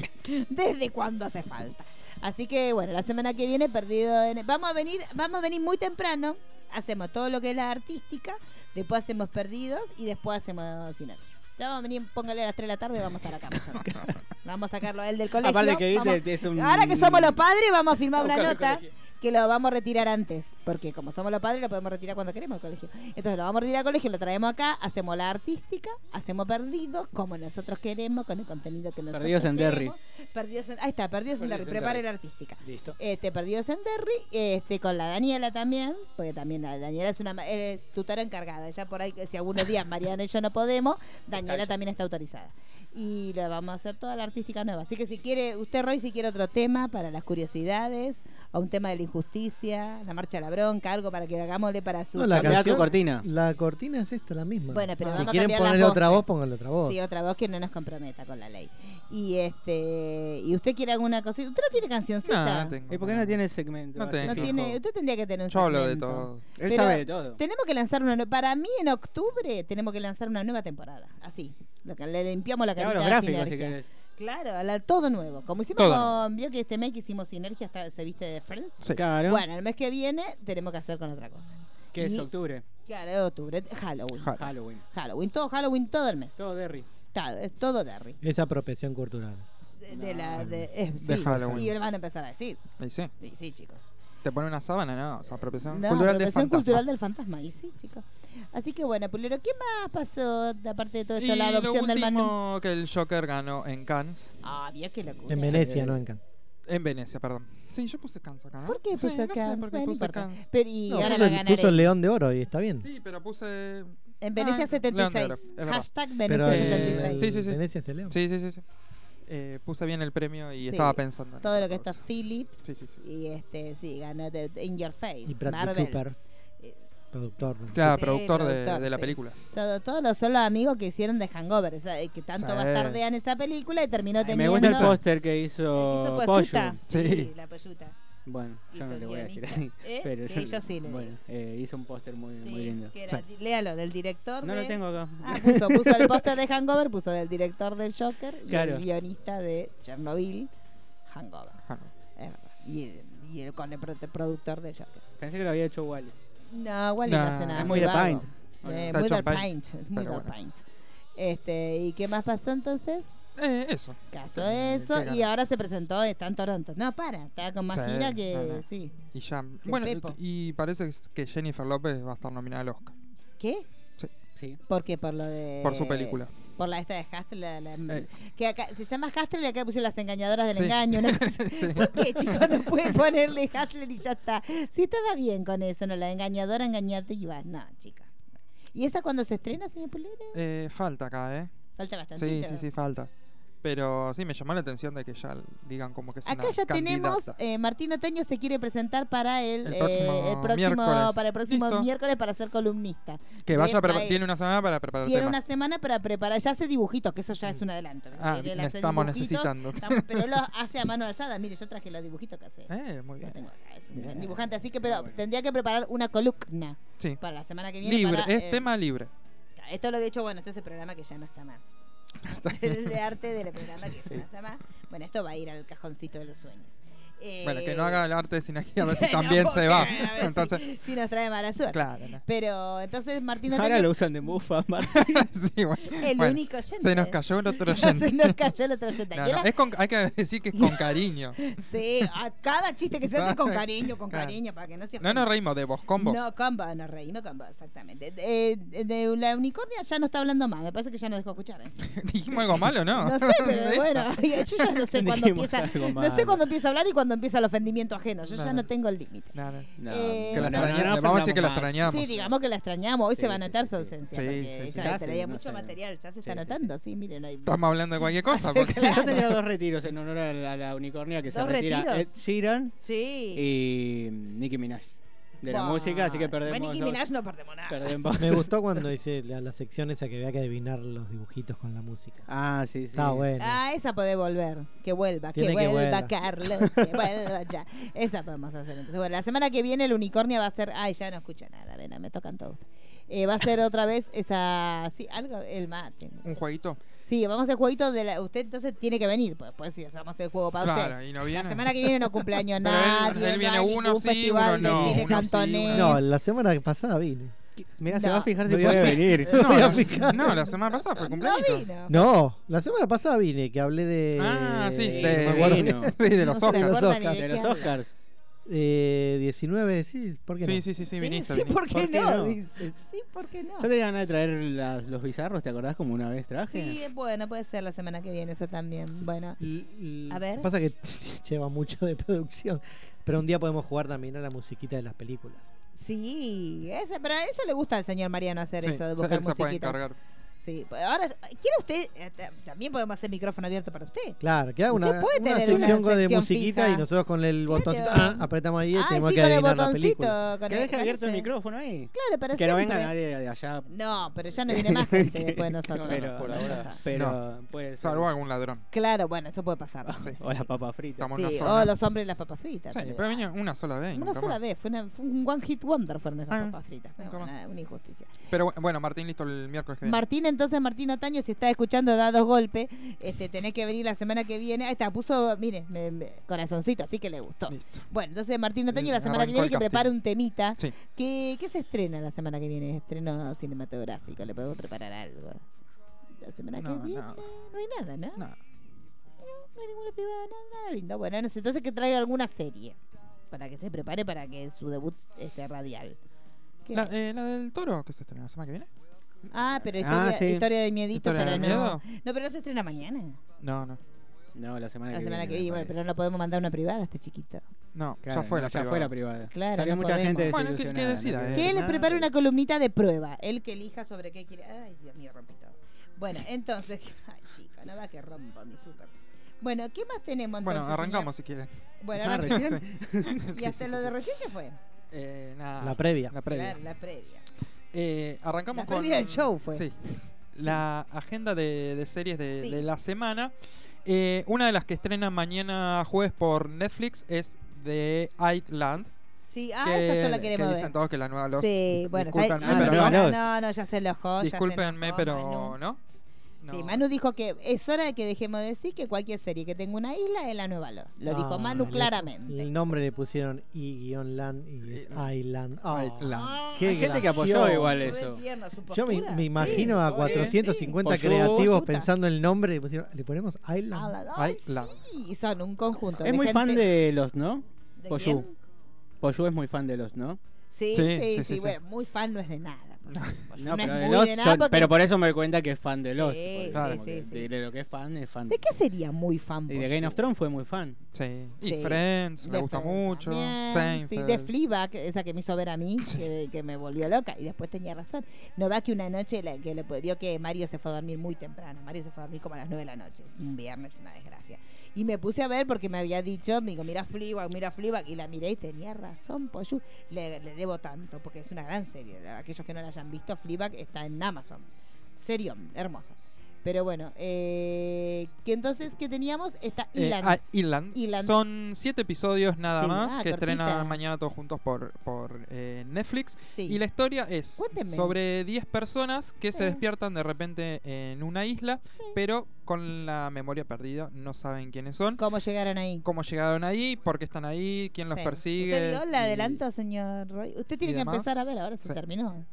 Speaker 5: ¿Desde cuándo hace falta? Así que bueno, la semana que viene perdido en... Vamos a venir, vamos a venir muy temprano. Hacemos todo lo que es la artística, después hacemos perdidos y después hacemos sinergia. Ya vamos a venir, póngale a las 3 de la tarde, vamos a estar acá. más o menos. Vamos a sacarlo a él del colegio.
Speaker 10: Aparte que
Speaker 5: vamos-
Speaker 10: viste, mm, es un...
Speaker 5: Ahora que somos los padres, vamos a firmar una
Speaker 8: Buscar el
Speaker 5: nota
Speaker 8: colegio.
Speaker 5: que lo vamos a retirar antes, porque como somos los padres lo podemos retirar cuando queremos al colegio. Entonces lo vamos a retirar al colegio, lo traemos acá, hacemos la artística, hacemos perdidos como nosotros queremos, con el contenido que nosotros
Speaker 10: Perdidos en
Speaker 5: queremos. Perdidos en- ahí está, perdidos, en
Speaker 8: Perdidos
Speaker 5: Derry,
Speaker 8: en
Speaker 5: prepare
Speaker 8: Derry.
Speaker 5: la artística.
Speaker 8: Listo.
Speaker 5: Este, perdidos en Derry, este, con la Daniela también, porque también la Daniela es una ma- es tutora encargada, ya por ahí, que si algunos días Mariana y yo no podemos, Daniela
Speaker 8: ella.
Speaker 5: también está autorizada. Y le vamos a hacer toda la artística nueva. Así que si quiere, usted Roy, si quiere otro tema para las curiosidades, a un tema de la injusticia, la marcha de la bronca, algo para que hagámosle para su.
Speaker 7: No, la
Speaker 10: Cambiá tu
Speaker 7: canción-
Speaker 10: cortina.
Speaker 7: La cortina es esta, la misma. Ah.
Speaker 5: Bueno, pero
Speaker 7: si
Speaker 5: vamos a
Speaker 7: quieren
Speaker 5: cambiar las
Speaker 7: ponerle otra
Speaker 5: voces.
Speaker 7: voz, pónganle otra voz.
Speaker 5: Sí, otra voz que no nos comprometa con la ley. Y este y usted quiere alguna cosita. ¿Usted no tiene
Speaker 6: No,
Speaker 5: cancioncita?
Speaker 6: no tengo
Speaker 10: ¿Y por qué no
Speaker 6: nada.
Speaker 10: tiene segmento?
Speaker 6: No
Speaker 10: así
Speaker 6: tengo.
Speaker 5: No
Speaker 10: fijo?
Speaker 5: tiene- usted tendría que tener un
Speaker 6: Yo hablo de
Speaker 5: segmento.
Speaker 6: todo.
Speaker 10: Él
Speaker 5: pero-
Speaker 10: sabe de todo.
Speaker 5: Tenemos que lanzar una. nue- Para mí, en octubre, tenemos que lanzar una nueva temporada. Así. Lo que- Le limpiamos la
Speaker 10: Te
Speaker 5: carita
Speaker 10: hago los
Speaker 5: a
Speaker 10: gráficos si
Speaker 5: Sinergia.
Speaker 10: querés.
Speaker 5: Claro, a la- todo nuevo. Como hicimos
Speaker 6: Todo.
Speaker 5: con. Vio que este mes que hicimos Sinergia hasta se viste de Friends.
Speaker 6: Sí.
Speaker 10: Claro.
Speaker 5: Bueno, el mes que viene tenemos que hacer con otra cosa.
Speaker 10: que es
Speaker 5: y-
Speaker 10: octubre.
Speaker 5: Claro, octubre, Halloween.
Speaker 6: Ja-
Speaker 10: Halloween.
Speaker 5: Halloween, todo Halloween, todo el mes.
Speaker 10: Todo Derry.
Speaker 5: Claro, es todo Derry.
Speaker 7: Esa apropiación cultural.
Speaker 5: De, de la,
Speaker 7: No.
Speaker 5: de, eh,
Speaker 6: De
Speaker 5: sí,
Speaker 6: Halloween.
Speaker 5: Y van a empezar a decir.
Speaker 6: Y sí.
Speaker 5: Y sí, chicos.
Speaker 6: Te pone una sábana, ¿no? O sea, apropiación
Speaker 5: No,
Speaker 6: cultural de
Speaker 5: apropiación
Speaker 6: fantasma.
Speaker 5: cultural del fantasma. Y sí, chicos. Así que bueno, Pulero, ¿qué más pasó aparte de todo esto?
Speaker 6: y
Speaker 5: la adopción
Speaker 6: lo
Speaker 5: del Manu.
Speaker 6: último que el Joker ganó en Cannes.
Speaker 5: Ah, vio qué locura.
Speaker 7: En Venecia,
Speaker 6: eh,
Speaker 7: no en Cannes.
Speaker 6: En Venecia, perdón. Sí, yo puse Cannes acá, ¿no?
Speaker 5: ¿Por qué
Speaker 6: Sí,
Speaker 5: puso
Speaker 6: no sé
Speaker 5: Cannes?
Speaker 6: por qué
Speaker 5: Bueno, no
Speaker 6: puse
Speaker 5: importa.
Speaker 6: Cannes.
Speaker 5: Pero y
Speaker 7: No,
Speaker 5: ahora
Speaker 7: puso
Speaker 5: va a
Speaker 7: el-
Speaker 5: ganar
Speaker 7: puso el
Speaker 5: él.
Speaker 7: León de Oro y está bien.
Speaker 6: Sí, pero puse...
Speaker 5: En Venecia
Speaker 6: Ah,
Speaker 5: 76.
Speaker 6: Leandro, es verdad.
Speaker 5: Hashtag
Speaker 7: Pero
Speaker 5: Venecia
Speaker 6: eh,
Speaker 5: 76.
Speaker 6: sí, sí, sí.
Speaker 7: Venecia es el León.
Speaker 6: Sí, sí, sí. sí. Eh, puse bien el premio y
Speaker 5: Sí,
Speaker 6: estaba pensando. en
Speaker 5: Todo
Speaker 6: otra
Speaker 5: lo que está
Speaker 6: cosa.
Speaker 5: Philips.
Speaker 6: Sí, sí, sí.
Speaker 5: Y este, sí, ganó de- de In Your Face.
Speaker 7: Y Bradley
Speaker 5: Marvel.
Speaker 7: Cooper,
Speaker 5: Eh,
Speaker 7: productor.
Speaker 6: Claro,
Speaker 5: Sí,
Speaker 6: productor, de- de,
Speaker 5: productor,
Speaker 6: la
Speaker 5: sí.
Speaker 6: película.
Speaker 5: Todo- todos los son los amigos que hicieron de Hangover, o sea, que tanto
Speaker 6: Sí.
Speaker 5: bastardean esa película y terminó
Speaker 10: Ay,
Speaker 5: teniendo.
Speaker 10: me gusta el
Speaker 5: post
Speaker 10: póster que hizo Pollo.
Speaker 6: Sí.
Speaker 5: Sí, la Poyuta.
Speaker 10: Bueno, yo
Speaker 5: Hizo
Speaker 10: no le voy a decir
Speaker 5: guionista.
Speaker 10: así.
Speaker 5: ¿Eh?
Speaker 10: Pero
Speaker 5: Sí, yo sí le
Speaker 10: Bueno,
Speaker 5: digo.
Speaker 10: eh, hizo un póster muy,
Speaker 5: Sí,
Speaker 10: muy lindo.
Speaker 5: que era- léalo, del director.
Speaker 10: No
Speaker 5: de-
Speaker 10: lo tengo acá.
Speaker 5: Ah, puso, puso el póster de Hangover, puso del director del Joker y
Speaker 10: Claro.
Speaker 5: el guionista de Chernobyl, Hangover.
Speaker 6: Ah, no.
Speaker 5: Es verdad. Y, y el, con el pro- productor de Joker.
Speaker 10: Pensé que lo había hecho Wally.
Speaker 5: No, Wally
Speaker 6: No,
Speaker 5: no hace nada.
Speaker 10: es muy de
Speaker 5: vago.
Speaker 10: Paint.
Speaker 5: Ah, Eh,
Speaker 6: Está
Speaker 5: muy
Speaker 6: hecho
Speaker 5: de
Speaker 6: en Paint,
Speaker 5: Paint. Es muy
Speaker 6: pero
Speaker 5: de
Speaker 6: bueno.
Speaker 5: Paint. Este, ¿Y qué más pasó entonces?
Speaker 6: Eh, eso.
Speaker 5: Caso
Speaker 6: Eh, qué
Speaker 5: eso. Y
Speaker 6: gana.
Speaker 5: ahora se presentó, está en Toronto. No, para, está con más
Speaker 6: Sí,
Speaker 5: gira que.
Speaker 6: no, no.
Speaker 5: Sí.
Speaker 6: Y ya.
Speaker 5: Sí,
Speaker 6: bueno,
Speaker 5: Pepo.
Speaker 6: y parece que Jennifer López va a estar nominada al Oscar
Speaker 5: ¿Qué?
Speaker 10: Sí.
Speaker 5: ¿Por qué? Por lo de.
Speaker 6: por su película.
Speaker 5: Por la esta de Hastel. La, la-
Speaker 6: Eh,
Speaker 5: Que acá, se llama Hastler y acá pusieron las engañadoras del
Speaker 6: Sí.
Speaker 5: engaño. ¿no?
Speaker 6: Sí.
Speaker 5: ¿Por qué, chicos? No pueden ponerle Hastler y ya está. Si estaba bien con eso, ¿no? La engañadora, engañativa. No, chicas. ¿Y esa cuando se estrena, señor Pulera?
Speaker 6: Eh, falta acá, ¿eh?
Speaker 5: Falta bastante.
Speaker 6: Sí, sí, sí, falta. Pero sí, me llamó la atención de que ya digan como que es
Speaker 5: Acá
Speaker 6: una
Speaker 5: ya tenemos,
Speaker 6: candidata.
Speaker 5: eh, Martín Oteño se quiere presentar para el,
Speaker 6: El
Speaker 5: eh,
Speaker 6: próximo
Speaker 5: el próximo-
Speaker 6: miércoles.
Speaker 5: para el próximo
Speaker 6: Listo.
Speaker 5: miércoles para ser columnista.
Speaker 6: que vaya,
Speaker 5: de
Speaker 6: prepa-
Speaker 5: Paez.
Speaker 6: tiene una semana para preparar el
Speaker 5: eh, Tiene
Speaker 6: tema.
Speaker 5: una semana para preparar, ya hace dibujitos, que eso ya es un adelanto.
Speaker 6: Ah,
Speaker 5: Él
Speaker 6: bien,
Speaker 5: hace
Speaker 6: estamos
Speaker 5: dibujitos,
Speaker 6: necesitando.
Speaker 5: estamos- pero él los hace a mano alzada. Mire, yo traje los dibujitos que hace.
Speaker 6: Eh, muy
Speaker 5: Lo
Speaker 6: bien.
Speaker 5: tengo acá, es un
Speaker 6: Bien.
Speaker 5: dibujante, así que pero tendría que preparar una columna
Speaker 6: Sí.
Speaker 5: para la semana que viene.
Speaker 6: Libre,
Speaker 5: para,
Speaker 6: es
Speaker 5: eh,
Speaker 6: tema libre.
Speaker 5: Esto lo había hecho, bueno, este es el programa que ya no está más. el de arte del programa que ya no está más. Bueno, esto va a ir al cajoncito de los sueños. Eh,
Speaker 6: Bueno, que no haga el arte de sinergia, a ver si
Speaker 5: no,
Speaker 6: también
Speaker 5: porque,
Speaker 6: se va.
Speaker 5: a ver si-
Speaker 6: Entonces,
Speaker 5: si, nos trae mala suerte.
Speaker 6: claro. no.
Speaker 5: Pero entonces Martín
Speaker 10: Ahora lo
Speaker 5: Oteño,
Speaker 10: usan de mufa, Marta.
Speaker 5: Eh,
Speaker 6: Sí, bueno.
Speaker 5: el
Speaker 6: Bueno,
Speaker 5: único oyente. eh.
Speaker 6: Se nos cayó el otro
Speaker 5: se
Speaker 6: oyente.
Speaker 5: nos cayó el otro oyente.
Speaker 6: No,
Speaker 5: Y
Speaker 6: no,
Speaker 5: era-
Speaker 6: es con- hay que decir que es con cariño.
Speaker 5: Sí, a cada chiste que se hace con cariño, con
Speaker 6: Claro.
Speaker 5: cariño, para que no se
Speaker 6: No nos
Speaker 5: ofenda.
Speaker 6: reímos de vos, con vos.
Speaker 5: No, combo, no reí, no combo, exactamente. De, de- de la unicornia ya no está hablando más, me parece que ya no dejó escuchar. ¿eh?
Speaker 6: ¿Dijimos algo malo no?
Speaker 5: No sé, pero bueno, yo ya no sé cuándo
Speaker 10: Dijimos
Speaker 5: empieza,
Speaker 10: algo
Speaker 5: no sé
Speaker 10: malo.
Speaker 5: cuándo empieza a hablar y cuándo empieza el ofendimiento ajeno, yo ya
Speaker 6: No.
Speaker 5: no tengo el límite.
Speaker 6: No, no.
Speaker 10: No,
Speaker 5: Eh,
Speaker 6: Que la
Speaker 5: no, no,
Speaker 6: extraña-
Speaker 10: no,
Speaker 6: le vamos a decir que la
Speaker 10: más.
Speaker 6: extrañamos.
Speaker 5: Sí, digamos que la extrañamos, hoy
Speaker 10: Sí,
Speaker 5: se va a
Speaker 10: sí,
Speaker 5: notar su
Speaker 10: sí, sí.
Speaker 5: ausencia,
Speaker 6: Sí,
Speaker 5: porque
Speaker 6: sí, sí.
Speaker 5: ella
Speaker 10: Ya
Speaker 5: traía
Speaker 10: se- no
Speaker 5: mucho
Speaker 10: sé.
Speaker 5: material, ya se está
Speaker 10: Sí, sí,
Speaker 5: notando, sí, miren ahí.
Speaker 6: Estamos hablando de cualquier cosa. Porque...
Speaker 10: Yo tenía dos retiros en honor a la, a la unicornia que se
Speaker 5: ¿Dos
Speaker 10: retira
Speaker 5: retiros?
Speaker 10: Ed Sheeran
Speaker 5: Sí.
Speaker 10: y Nicki Minaj de la
Speaker 5: Buah.
Speaker 10: música, así que perdemos.
Speaker 5: Bueno, Nicki
Speaker 10: dos-
Speaker 5: Minaj ah. no perdemos nada.
Speaker 10: Perdemos.
Speaker 7: Me gustó cuando hice la, la sección esa que había que adivinar los dibujitos con la música.
Speaker 10: Ah, sí, sí.
Speaker 7: Está bueno.
Speaker 5: Ah, esa puede volver. Que vuelva, que
Speaker 7: Tiene que
Speaker 5: vuelva,
Speaker 7: vuelva.
Speaker 5: Carlos, que vuelva ya. Esa podemos hacer. Entonces, bueno, la semana que viene el unicornio va a ser. Ay, ya no escucho nada, ven, me tocan todos. Eh, va a ser otra vez esa. Sí, algo, el mate.
Speaker 6: Un jueguito.
Speaker 5: Sí, vamos a hacer jueguito de la. Usted entonces tiene que venir, pues, pues sí, hacemos el juego para
Speaker 6: Claro,
Speaker 5: usted.
Speaker 6: y no
Speaker 5: La
Speaker 6: viene.
Speaker 5: semana que viene no cumpleaños
Speaker 6: Pero él-
Speaker 5: nadie.
Speaker 6: él
Speaker 5: no
Speaker 6: viene
Speaker 5: hay
Speaker 6: uno
Speaker 5: ningún
Speaker 6: sí,
Speaker 5: festival
Speaker 6: uno no,
Speaker 5: de cine
Speaker 6: uno sí,
Speaker 5: cantonés.
Speaker 6: uno
Speaker 7: No, la semana pasada vine.
Speaker 10: Mira, se
Speaker 5: No.
Speaker 10: va a fijar si
Speaker 7: No voy a
Speaker 10: puede
Speaker 7: ver.
Speaker 10: venir.
Speaker 6: No,
Speaker 7: voy a
Speaker 6: la-
Speaker 7: fijar.
Speaker 6: no, la semana pasada fue cumpleaños.
Speaker 5: No vino.
Speaker 7: No, la semana pasada vine, que hablé de...
Speaker 6: Ah, sí,
Speaker 10: Eh,
Speaker 6: de,
Speaker 10: no me acuerdo.
Speaker 6: sí, de los
Speaker 5: No se
Speaker 7: De
Speaker 6: Oscars.
Speaker 7: los
Speaker 5: acuerda ni
Speaker 7: Oscars.
Speaker 5: de
Speaker 10: De
Speaker 5: qué
Speaker 10: los
Speaker 5: habla.
Speaker 10: Oscars.
Speaker 7: Eh, 19, sí, ¿por qué
Speaker 6: Sí, sí,
Speaker 7: no?
Speaker 6: sí, sí,
Speaker 5: Sí,
Speaker 6: viniste.
Speaker 5: sí,
Speaker 6: viniste.
Speaker 5: ¿por qué,
Speaker 10: ¿Por qué
Speaker 5: no?
Speaker 10: no?
Speaker 5: Dice, sí, ¿por qué no?
Speaker 10: Yo tenía ganas de traer las- los bizarros, ¿te acordás como una vez traje?
Speaker 5: Sí, bueno, puede ser la semana que viene eso también. Bueno,
Speaker 7: L-
Speaker 5: A ver.
Speaker 7: Pasa que lleva mucho de producción. Pero un día podemos jugar también a la musiquita de las películas.
Speaker 5: sí, ese, pero eso le gusta al señor Mariano hacer
Speaker 6: Sí,
Speaker 5: eso de
Speaker 6: se-
Speaker 5: buscar
Speaker 6: él se puede
Speaker 5: musiquitas.
Speaker 6: encargar.
Speaker 5: Sí, pues, ahora, ¿quiere usted? eh, ta- También podemos hacer micrófono abierto para usted.
Speaker 7: Claro, que haga
Speaker 5: Usted
Speaker 7: una,
Speaker 5: puede
Speaker 7: una
Speaker 5: tener una
Speaker 7: sección con- de
Speaker 5: sección
Speaker 7: musiquita
Speaker 5: fija.
Speaker 7: y nosotros con el
Speaker 5: Claro.
Speaker 7: botoncito ah, apretamos ahí y
Speaker 5: Ay,
Speaker 7: tenemos
Speaker 5: sí,
Speaker 7: que
Speaker 5: con el
Speaker 7: adivinar la
Speaker 5: botoncito.
Speaker 7: película.
Speaker 5: con
Speaker 10: Que
Speaker 5: el-
Speaker 10: deje
Speaker 5: con
Speaker 10: abierto el
Speaker 5: ese.
Speaker 10: micrófono ahí.
Speaker 5: Claro, para
Speaker 10: Que no venga
Speaker 5: siempre.
Speaker 10: nadie de allá.
Speaker 5: No, pero ya no viene más gente después de nosotros.
Speaker 10: pero
Speaker 5: No,
Speaker 10: por
Speaker 5: no,
Speaker 10: ahora.
Speaker 5: no.
Speaker 10: Pero puede ser.
Speaker 6: Salvo algún ladrón.
Speaker 5: Claro, bueno, eso puede pasar.
Speaker 6: Ah, Sí.
Speaker 10: O las papas fritas.
Speaker 6: Estamos
Speaker 5: Sí,
Speaker 6: una
Speaker 5: o
Speaker 6: sola.
Speaker 5: los hombres y las papas fritas.
Speaker 6: Sí, pero vino una sola vez. y
Speaker 5: Una
Speaker 6: nunca
Speaker 5: sola
Speaker 6: más.
Speaker 5: vez, fue, una- fue un one hit wonder fueron esas
Speaker 6: Ah,
Speaker 5: papas fritas. Pero
Speaker 6: nunca
Speaker 5: bueno,
Speaker 6: más.
Speaker 5: una injusticia.
Speaker 6: Pero bu- bueno, Martín, listo el miércoles que viene.
Speaker 5: Martín, entonces, Martín Otaño, si está escuchando da dos golpes, este, tenés que venir la semana que viene. Ahí está, puso, mire, me- me- corazoncito, así que le gustó.
Speaker 6: Listo.
Speaker 5: Bueno, entonces Martín Otaño
Speaker 6: Eh,
Speaker 5: la semana
Speaker 6: arrancó
Speaker 5: que viene
Speaker 6: el
Speaker 5: que
Speaker 6: casting.
Speaker 5: prepara un temita.
Speaker 6: Sí.
Speaker 5: ¿Qué, qué se estrena la semana que viene? Estreno cinematográfico, le podemos preparar algo. La semana
Speaker 6: No,
Speaker 5: que viene
Speaker 6: nada.
Speaker 5: no hay nada, ¿no?
Speaker 6: Nada.
Speaker 5: No hay ninguna privada, nada, nada lindo. Bueno, no sé, entonces que traiga alguna serie para que se prepare para que su debut este radial. ¿Qué?
Speaker 6: La, eh, la del toro que se estrena la semana que viene.
Speaker 5: ah, pero
Speaker 10: Ah,
Speaker 5: historia,
Speaker 10: sí.
Speaker 5: historia de miedito
Speaker 6: ¿Historia
Speaker 5: para
Speaker 6: de
Speaker 5: no.
Speaker 6: miedo?
Speaker 5: No, pero no se estrena mañana.
Speaker 6: No, no.
Speaker 10: No, la semana
Speaker 5: La
Speaker 10: que
Speaker 5: semana que
Speaker 10: viene.
Speaker 5: viene,
Speaker 10: me
Speaker 5: bueno, pero
Speaker 10: parece.
Speaker 5: no podemos mandar una privada a este chiquito.
Speaker 6: No,
Speaker 10: Claro,
Speaker 6: ya fue
Speaker 10: no,
Speaker 6: la
Speaker 10: ya
Speaker 6: privada.
Speaker 10: fue la privada.
Speaker 5: Claro,
Speaker 10: Salió
Speaker 5: no
Speaker 10: mucha gente
Speaker 5: podemos.
Speaker 6: Bueno, que- que
Speaker 10: desilusionada,
Speaker 6: decida,
Speaker 10: ¿no?
Speaker 6: eh.
Speaker 5: Que él le
Speaker 10: Ah,
Speaker 5: prepare una columnita de prueba. Él que elija sobre qué quiere. Ay, Dios mío, rompí todo. Bueno, entonces. Ay, chica, nada más que rompo mi súper. Bueno, ¿qué más tenemos entonces?
Speaker 6: Bueno, arrancamos si quieren.
Speaker 5: señor? Bueno,
Speaker 10: Ah,
Speaker 5: arrancamos.
Speaker 10: recién.
Speaker 5: ¿Y hasta lo de recién qué fue?
Speaker 6: Eh, nada.
Speaker 7: La previa.
Speaker 6: La previa.
Speaker 5: Claro, la previa.
Speaker 6: Eh, arrancamos
Speaker 5: La
Speaker 6: con.
Speaker 5: previa del show fue.
Speaker 6: Sí. La agenda de, de series de,
Speaker 5: Sí.
Speaker 6: de la semana. Eh, una de las que estrena mañana jueves por Netflix es The Land.
Speaker 5: Sí, ah,
Speaker 6: que,
Speaker 5: esa yo la
Speaker 6: que
Speaker 5: queremos
Speaker 6: dicen
Speaker 5: ver.
Speaker 6: todos que la nueva Lost.
Speaker 5: Sí, bueno, está-
Speaker 6: Discúlpenme,
Speaker 5: ah,
Speaker 6: pero
Speaker 5: no,
Speaker 10: no.
Speaker 5: no, no, no, ya se enojó. ya se
Speaker 6: Discúlpenme,
Speaker 5: enojó,
Speaker 6: pero
Speaker 5: Manu.
Speaker 6: no. No.
Speaker 5: Sí, Manu dijo que es hora de que dejemos de decir que cualquier serie que tenga una isla es la nueva Lost. Lo dijo
Speaker 7: Ah,
Speaker 5: Manu
Speaker 7: le-
Speaker 5: claramente.
Speaker 7: El nombre le pusieron I-Land y es Island. Ah,
Speaker 6: Island.
Speaker 7: qué
Speaker 10: Hay gente que apoyó
Speaker 7: gracioso.
Speaker 10: igual
Speaker 5: Fue
Speaker 10: eso.
Speaker 5: tierno, su
Speaker 7: Yo me,
Speaker 5: postura,
Speaker 7: me
Speaker 5: sí.
Speaker 7: imagino a
Speaker 5: Sí,
Speaker 7: 450
Speaker 10: sí. Por su
Speaker 7: creativos
Speaker 5: voz.
Speaker 7: pensando el nombre le pusieron, le ponemos
Speaker 5: sí.
Speaker 7: Island.
Speaker 5: Ah, ay,
Speaker 6: Island.
Speaker 5: sí, son un conjunto.
Speaker 10: Es muy
Speaker 5: gente-
Speaker 10: fan de los, ¿no?
Speaker 5: ¿De
Speaker 10: Poyu.
Speaker 5: quién?
Speaker 10: Poyu es muy fan de los, ¿no?
Speaker 5: Sí,
Speaker 6: Sí,
Speaker 5: sí, sí,
Speaker 6: sí, sí,
Speaker 5: bueno, muy fan no es de nada. Poyu
Speaker 10: No,
Speaker 5: Pues es
Speaker 10: pero, de
Speaker 5: muy
Speaker 10: Lost
Speaker 5: de nada
Speaker 10: son-
Speaker 5: porque-
Speaker 10: pero por eso me doy cuenta que es fan de Lost.
Speaker 5: Sí,
Speaker 10: tipo,
Speaker 5: sí,
Speaker 10: como
Speaker 5: sí,
Speaker 10: que
Speaker 5: sí.
Speaker 10: De lo que es fan, es fan.
Speaker 5: ¿De qué sería muy fan?
Speaker 10: Y de
Speaker 5: Poyu?
Speaker 10: Game of Thrones fue muy fan.
Speaker 6: Sí. Y
Speaker 5: Sí.
Speaker 6: Friends,
Speaker 5: De
Speaker 6: me gusta
Speaker 5: Friends
Speaker 6: mucho.
Speaker 5: también, sí,
Speaker 6: Seinfeld.
Speaker 5: de Fleabag, esa que me hizo ver a mí,
Speaker 6: Sí.
Speaker 5: que, que me volvió loca. Y después tenía razón. No va que una noche la- que le vio que Mario se fue a dormir muy temprano. Mario se fue a dormir como a las 9 de la noche. Un viernes, una desgracia. Y me puse a ver porque me había dicho, me digo, mira Fleabag, mira Fleabag. Y la miré y tenía razón, Poyu. Le, le debo tanto porque es una gran serie. Aquellos que no la hayan visto, Fleabag está en Amazon. Serión, hermosa. Pero bueno, eh, que entonces que teníamos esta
Speaker 6: Eh,
Speaker 5: Ilan.
Speaker 6: ah, Island.
Speaker 5: Island.
Speaker 6: Son siete episodios nada
Speaker 5: Sí,
Speaker 6: más
Speaker 5: ah,
Speaker 6: que
Speaker 5: cortita.
Speaker 6: estrenan mañana todos juntos por, por eh, Netflix.
Speaker 5: Sí.
Speaker 6: Y la historia es
Speaker 5: Cuénteme.
Speaker 6: sobre 10 personas que
Speaker 5: Sí.
Speaker 6: se despiertan de repente en una isla,
Speaker 5: Sí.
Speaker 6: pero con la memoria perdida, no saben quiénes son,
Speaker 5: ¿Cómo llegaron ahí?
Speaker 6: cómo llegaron ahí, por qué están ahí, quién los
Speaker 5: Sí.
Speaker 6: persigue.
Speaker 5: ¿Usted vio el
Speaker 6: y-
Speaker 5: adelanto, señor Roy? Usted tiene
Speaker 6: y
Speaker 5: que
Speaker 6: demás.
Speaker 5: empezar a ver, ahora se
Speaker 6: Sí.
Speaker 5: terminó.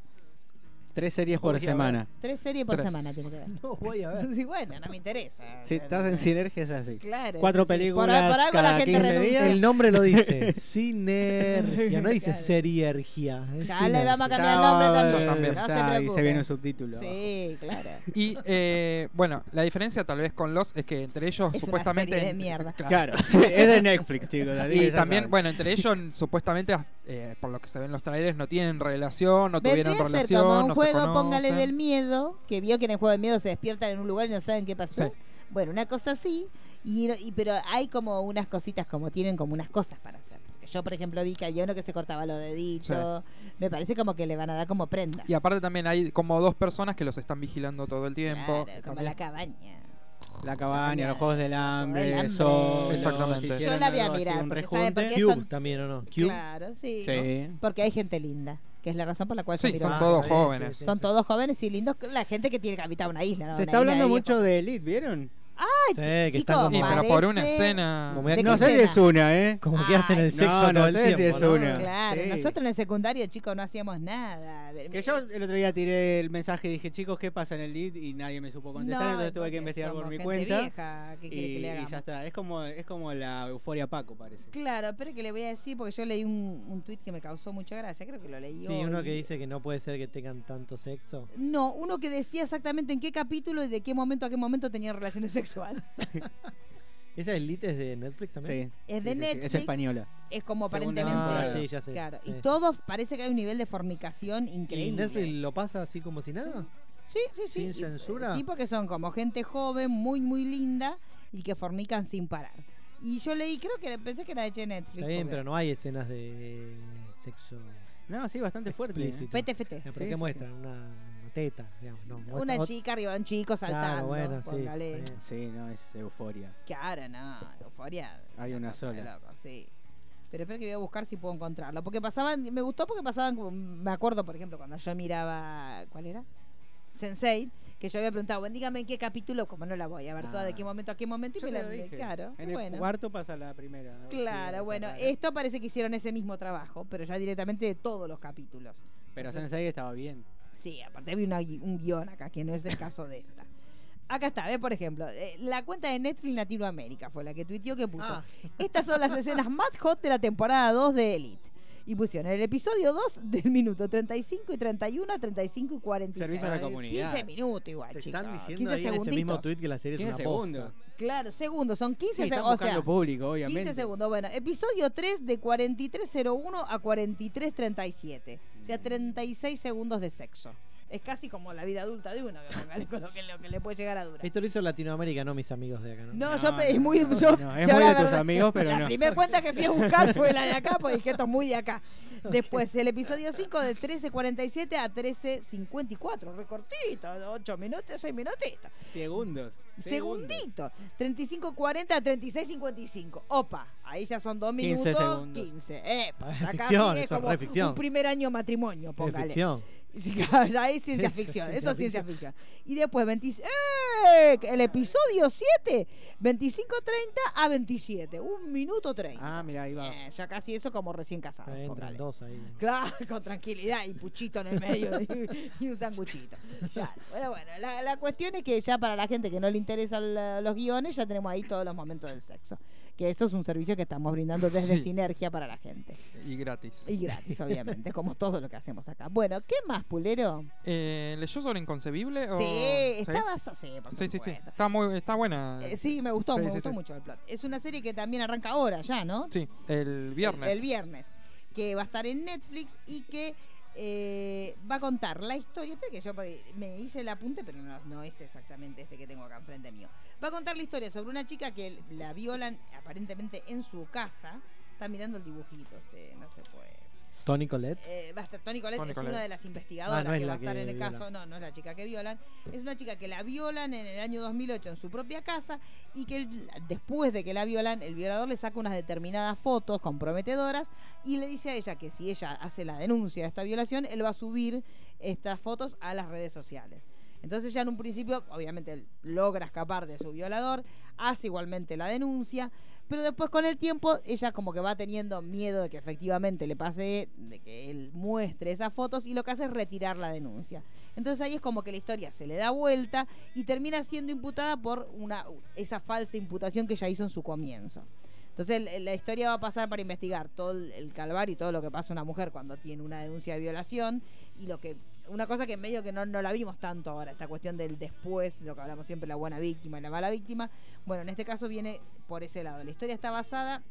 Speaker 10: Tres series por semana.
Speaker 5: Tres series por
Speaker 6: Tres.
Speaker 5: semana tiene que ver.
Speaker 7: No voy a ver.
Speaker 5: Sí, bueno, no me interesa.
Speaker 10: Si estás en sinergia es así.
Speaker 5: Claro.
Speaker 10: cuatro
Speaker 5: sí, sí.
Speaker 10: películas
Speaker 5: Por- por algo
Speaker 10: cada
Speaker 5: la gente
Speaker 10: 15
Speaker 5: renuncia.
Speaker 10: días.
Speaker 7: El nombre lo dice. Sinergia. No dice
Speaker 5: Claro.
Speaker 7: seriergia. es
Speaker 5: Ya le vamos a
Speaker 7: sinergia.
Speaker 5: cambiar el nombre
Speaker 10: Ya,
Speaker 5: también.
Speaker 6: también.
Speaker 5: No
Speaker 10: ya,
Speaker 5: se
Speaker 10: y
Speaker 5: preocupe.
Speaker 10: se viene un subtítulo.
Speaker 5: Sí, claro.
Speaker 6: Y eh, bueno, la diferencia tal vez con los es que entre ellos
Speaker 5: Es
Speaker 6: supuestamente...
Speaker 5: una serie de mierda.
Speaker 10: abajo. Claro, es de Netflix, chicos. así que
Speaker 6: Y
Speaker 10: ya
Speaker 6: también,
Speaker 10: saben.
Speaker 6: bueno, entre ellos supuestamente, eh, por lo que se ven los trailers, no tienen relación, no
Speaker 5: Vendría
Speaker 6: tuvieron
Speaker 5: a ser
Speaker 6: relación,
Speaker 5: como un
Speaker 6: no se
Speaker 5: juego,
Speaker 6: conocen.
Speaker 5: póngale del miedo, que vio que en el juego del miedo se despiertan en un lugar y no saben qué pasó.
Speaker 6: Sí.
Speaker 5: Bueno, una cosa así, y, y- pero hay como unas cositas, como tienen como unas cosas para hacer. Porque yo, por ejemplo, vi que había uno que se cortaba los deditos. Me parece como que le van a dar como prenda.
Speaker 6: Y aparte también hay como dos personas que los están vigilando todo el tiempo.
Speaker 5: Claro, como
Speaker 6: también.
Speaker 5: la cabaña.
Speaker 10: La cabaña, los juegos del
Speaker 5: El
Speaker 10: hambre,
Speaker 5: hambre.
Speaker 10: Solo,
Speaker 6: Exactamente.
Speaker 10: hicieron
Speaker 5: Yo la voy a
Speaker 10: algo así,
Speaker 5: mirar,
Speaker 10: Un
Speaker 5: porque saben por
Speaker 10: rejunte.
Speaker 5: qué
Speaker 7: Cube
Speaker 5: son-
Speaker 7: también o no. Cube.
Speaker 5: Claro, sí.
Speaker 10: Sí.
Speaker 5: Porque hay gente linda, que es la razón por la cual yo
Speaker 6: Sí,
Speaker 5: miro
Speaker 6: son
Speaker 5: más.
Speaker 6: todos
Speaker 7: sí,
Speaker 6: jóvenes.
Speaker 7: sí, sí.
Speaker 5: Son todos jóvenes y lindos, la gente que tiene que habitar una isla. ¿no? Una
Speaker 10: Se está
Speaker 5: isla
Speaker 10: hablando
Speaker 5: de
Speaker 10: mucho de Elite, ¿vieron?
Speaker 7: Sí, que
Speaker 5: chicos,
Speaker 7: están
Speaker 6: Y,
Speaker 7: como,
Speaker 6: pero por una
Speaker 5: Parece-
Speaker 6: escena.
Speaker 7: como que-
Speaker 5: ¿De
Speaker 10: No
Speaker 5: qué
Speaker 10: sé si
Speaker 5: escena?
Speaker 10: es una, ¿eh?
Speaker 7: como que hacen
Speaker 5: Ay,
Speaker 7: el
Speaker 10: no,
Speaker 7: sexo
Speaker 10: no
Speaker 7: todo el
Speaker 10: sé si
Speaker 7: tiempo.
Speaker 10: es
Speaker 7: ¿no?
Speaker 10: una.
Speaker 5: Claro,
Speaker 10: Sí.
Speaker 5: nosotros en el secundario, chicos, no hacíamos nada.
Speaker 10: Que yo el otro día tiré el mensaje y dije, chicos, ¿qué pasa en el lead? Y nadie me supo contestar,
Speaker 5: No,
Speaker 10: entonces tuve
Speaker 5: porque
Speaker 10: que investigar por
Speaker 5: somos
Speaker 10: mi
Speaker 5: gente
Speaker 10: cuenta.
Speaker 5: vieja, ¿qué
Speaker 10: Y,
Speaker 5: quiere que le
Speaker 10: y
Speaker 5: hagamos?
Speaker 10: ya está, es como, es como la euforia Paco, parece.
Speaker 5: Claro, pero que le voy a decir, porque yo leí un, un tuit que me causó mucha gracia, creo que lo leí
Speaker 7: Sí,
Speaker 5: hoy.
Speaker 7: uno que dice que no puede ser que tengan tanto sexo.
Speaker 5: No, uno que decía exactamente en qué capítulo y de qué momento a qué momento tenían relaciones sexuales.
Speaker 7: ¿Esa elite es de Netflix también?
Speaker 10: Sí.
Speaker 5: Es de
Speaker 10: Sí, sí, sí,
Speaker 5: Netflix.
Speaker 10: Es española.
Speaker 5: Es como
Speaker 10: Segunda
Speaker 5: aparentemente.
Speaker 10: temporada.
Speaker 7: Sí, ya sé.
Speaker 5: Claro, y
Speaker 7: Sí.
Speaker 5: todos parece que hay un nivel de fornicación
Speaker 7: ¿Y
Speaker 5: increíble.
Speaker 7: Netflix lo pasa así como si nada?
Speaker 5: Sí, sí, sí.
Speaker 11: ¿Sin
Speaker 5: Y- eh,
Speaker 11: censura?
Speaker 5: Sí, porque son como gente joven, muy, muy linda y que fornican sin parar. Y yo leí, creo que pensé que era de Che Netflix.
Speaker 7: Está bien,
Speaker 5: porque-
Speaker 7: pero no hay escenas de sexo.
Speaker 10: No, sí, bastante fuerte, ¿eh?
Speaker 7: explícito.
Speaker 5: Fete, fete.
Speaker 7: Eh, pero
Speaker 5: Sí,
Speaker 7: ¿qué
Speaker 5: sí,
Speaker 7: muestran? Una, una teta, digamos. No, muestra
Speaker 5: Una
Speaker 7: ot-
Speaker 5: chica arriba de un chico
Speaker 7: Claro,
Speaker 5: saltando.
Speaker 7: bueno, sí,
Speaker 5: póngale.
Speaker 7: está bien.
Speaker 10: ¿eh? Sí, no, es euforia.
Speaker 5: Claro, no, euforia.
Speaker 10: Hay una
Speaker 5: cosa de
Speaker 10: sola.
Speaker 5: loco, sí. Pero espero que voy a buscar si puedo encontrarlo. Porque pasaban, me gustó porque pasaban, como- me acuerdo, por ejemplo, cuando yo miraba, ¿cuál era? Sensei, que yo había preguntado, bueno, dígame en qué capítulo, como no la voy a ver toda, de
Speaker 10: Ah.
Speaker 5: qué momento a qué momento, y
Speaker 10: Yo
Speaker 5: me
Speaker 10: te
Speaker 5: la
Speaker 10: lo dije.
Speaker 5: Claro,
Speaker 10: En el
Speaker 5: bueno.
Speaker 10: cuarto pasa la primera. Sí,
Speaker 5: Claro,
Speaker 10: esa
Speaker 5: bueno,
Speaker 10: rara.
Speaker 5: esto parece que hicieron ese mismo trabajo, pero ya directamente de todos los capítulos.
Speaker 10: Pero
Speaker 5: O sea,
Speaker 10: Sensei estaba bien.
Speaker 5: Sí, aparte había una gui- un guión acá, que no es el caso de esta. Acá está, ve por ejemplo, eh, la cuenta de Netflix Latinoamérica fue la que tuiteó que puso.
Speaker 11: Ah.
Speaker 5: Estas son las escenas más hot de la temporada 2 de Elite. Y pusieron el episodio 2 del minuto 35 y 31 a 35 y 46.
Speaker 10: Servicio a la comunidad.
Speaker 5: 15 minutos igual,
Speaker 7: Te
Speaker 5: chicos.
Speaker 7: están diciendo
Speaker 5: 15
Speaker 7: ahí en ese
Speaker 5: segunditos.
Speaker 7: mismo tweet que la serie es
Speaker 10: 15
Speaker 7: una
Speaker 10: segundos.
Speaker 7: posta.
Speaker 5: Claro, segundos, son 15
Speaker 10: Sí, están
Speaker 5: segundos. O
Speaker 10: buscando
Speaker 5: sea,
Speaker 10: público, obviamente.
Speaker 5: 15 segundos. Bueno, episodio 3 de 43.01 a 43.37. O sea, 36 segundos de sexo. Es casi como la vida adulta de uno, que póngale con lo que, lo que le puede llegar a durar.
Speaker 7: Esto lo hizo Latinoamérica, no mis amigos de acá. ¿no?
Speaker 5: No,
Speaker 10: No,
Speaker 5: yo pe- es muy.
Speaker 10: no,
Speaker 5: yo-
Speaker 10: no, es
Speaker 5: yo
Speaker 10: muy
Speaker 5: la
Speaker 10: de tus
Speaker 5: verdad-
Speaker 10: amigos, pero
Speaker 5: la
Speaker 10: no.
Speaker 5: primera cuenta que fui a buscar fue la de acá, porque dije esto es muy de acá. Después, el episodio 5 de 13.47 a 13.54. Recortito, 8 minutos, 6 minutitos.
Speaker 10: Segundos.
Speaker 5: Segundito. 35.40 a 36.55. Opa, ahí ya son 2
Speaker 10: 15
Speaker 5: minutos. 15.
Speaker 10: segundos.
Speaker 5: Epa,
Speaker 7: Es
Speaker 5: ya casi
Speaker 7: ficción,
Speaker 5: es
Speaker 7: eso es
Speaker 5: como
Speaker 7: re ficción.
Speaker 5: Un primer año matrimonio,
Speaker 7: Es
Speaker 5: póngale.
Speaker 7: ficción.
Speaker 5: Sí, claro, ya es ciencia
Speaker 7: Eso es
Speaker 5: ficción,
Speaker 7: ciencia
Speaker 5: eso es ciencia ficción. Y después 20 ¡Eh! el episodio 7, 25.30 a 27, un minuto 30.
Speaker 10: Ah, mira, ahí va.
Speaker 5: Eh, ya casi eso como recién casado.
Speaker 7: Ahí Entran
Speaker 5: Ah, póngale.
Speaker 7: dos ahí.
Speaker 5: Claro, con tranquilidad y puchito en el medio y, y un sanguchito. Claro. Bueno, bueno, la, la cuestión es que ya para la gente que no le interesan la- los guiones, ya tenemos ahí todos los momentos del sexo. Que esto es un servicio que estamos brindando desde
Speaker 6: Sí.
Speaker 5: Sinergia para la gente.
Speaker 6: Y gratis.
Speaker 5: Y gratis, obviamente, como todo lo que hacemos acá. Bueno, ¿qué más, Pulero?
Speaker 6: Eh, ¿Leyó sobre Inconcebible? o-
Speaker 5: Sí, estaba sí, por
Speaker 6: Oh, Sí, sí, sí.
Speaker 5: supuesto.
Speaker 6: Está, muy, está buena.
Speaker 5: Eh, sí, me gustó,
Speaker 6: Sí,
Speaker 5: me
Speaker 6: sí,
Speaker 5: gustó
Speaker 6: sí.
Speaker 5: mucho el plot. Es una serie que también arranca ahora ya, ¿no?
Speaker 6: Sí, el viernes.
Speaker 5: El viernes. Que va a estar en Netflix y que eh, va a contar la historia. Espera que yo porque me hice el apunte, pero no, no es exactamente este que tengo acá enfrente mío. Va a contar la historia sobre una chica que la violan aparentemente en su casa. Está mirando el dibujito, este, no se puede.
Speaker 7: Tony Colette.
Speaker 5: Eh, va a estar- Toni Collette
Speaker 6: Toni
Speaker 5: es
Speaker 6: Collette.
Speaker 5: una de las investigadoras
Speaker 7: Ah, no es
Speaker 5: que va
Speaker 7: la
Speaker 5: a estar
Speaker 7: que
Speaker 5: en el
Speaker 7: violan.
Speaker 5: caso. No, no es la chica que violan. Es una chica que la violan en el año 2008 en su propia casa y que el- después de que la violan, el violador le saca unas determinadas fotos comprometedoras y le dice a ella que si ella hace la denuncia de esta violación, él va a subir estas fotos a las redes sociales. Entonces ya en un principio, obviamente, logra escapar de su violador, hace igualmente la denuncia, pero después con el tiempo ella como que va teniendo miedo de que efectivamente le pase, de que él muestre esas fotos y lo que hace es retirar la denuncia. Entonces ahí es como que la historia se le da vuelta y termina siendo imputada por una, esa falsa imputación que ella hizo en su comienzo. Entonces el- la historia va a pasar para investigar todo el, el calvario y todo lo que pasa a una mujer cuando tiene una denuncia de violación y lo que una cosa que en medio que no, no la vimos tanto ahora, esta cuestión del después, lo que hablamos siempre, la buena víctima y la mala víctima. Bueno, en este caso viene por ese lado. La historia está basada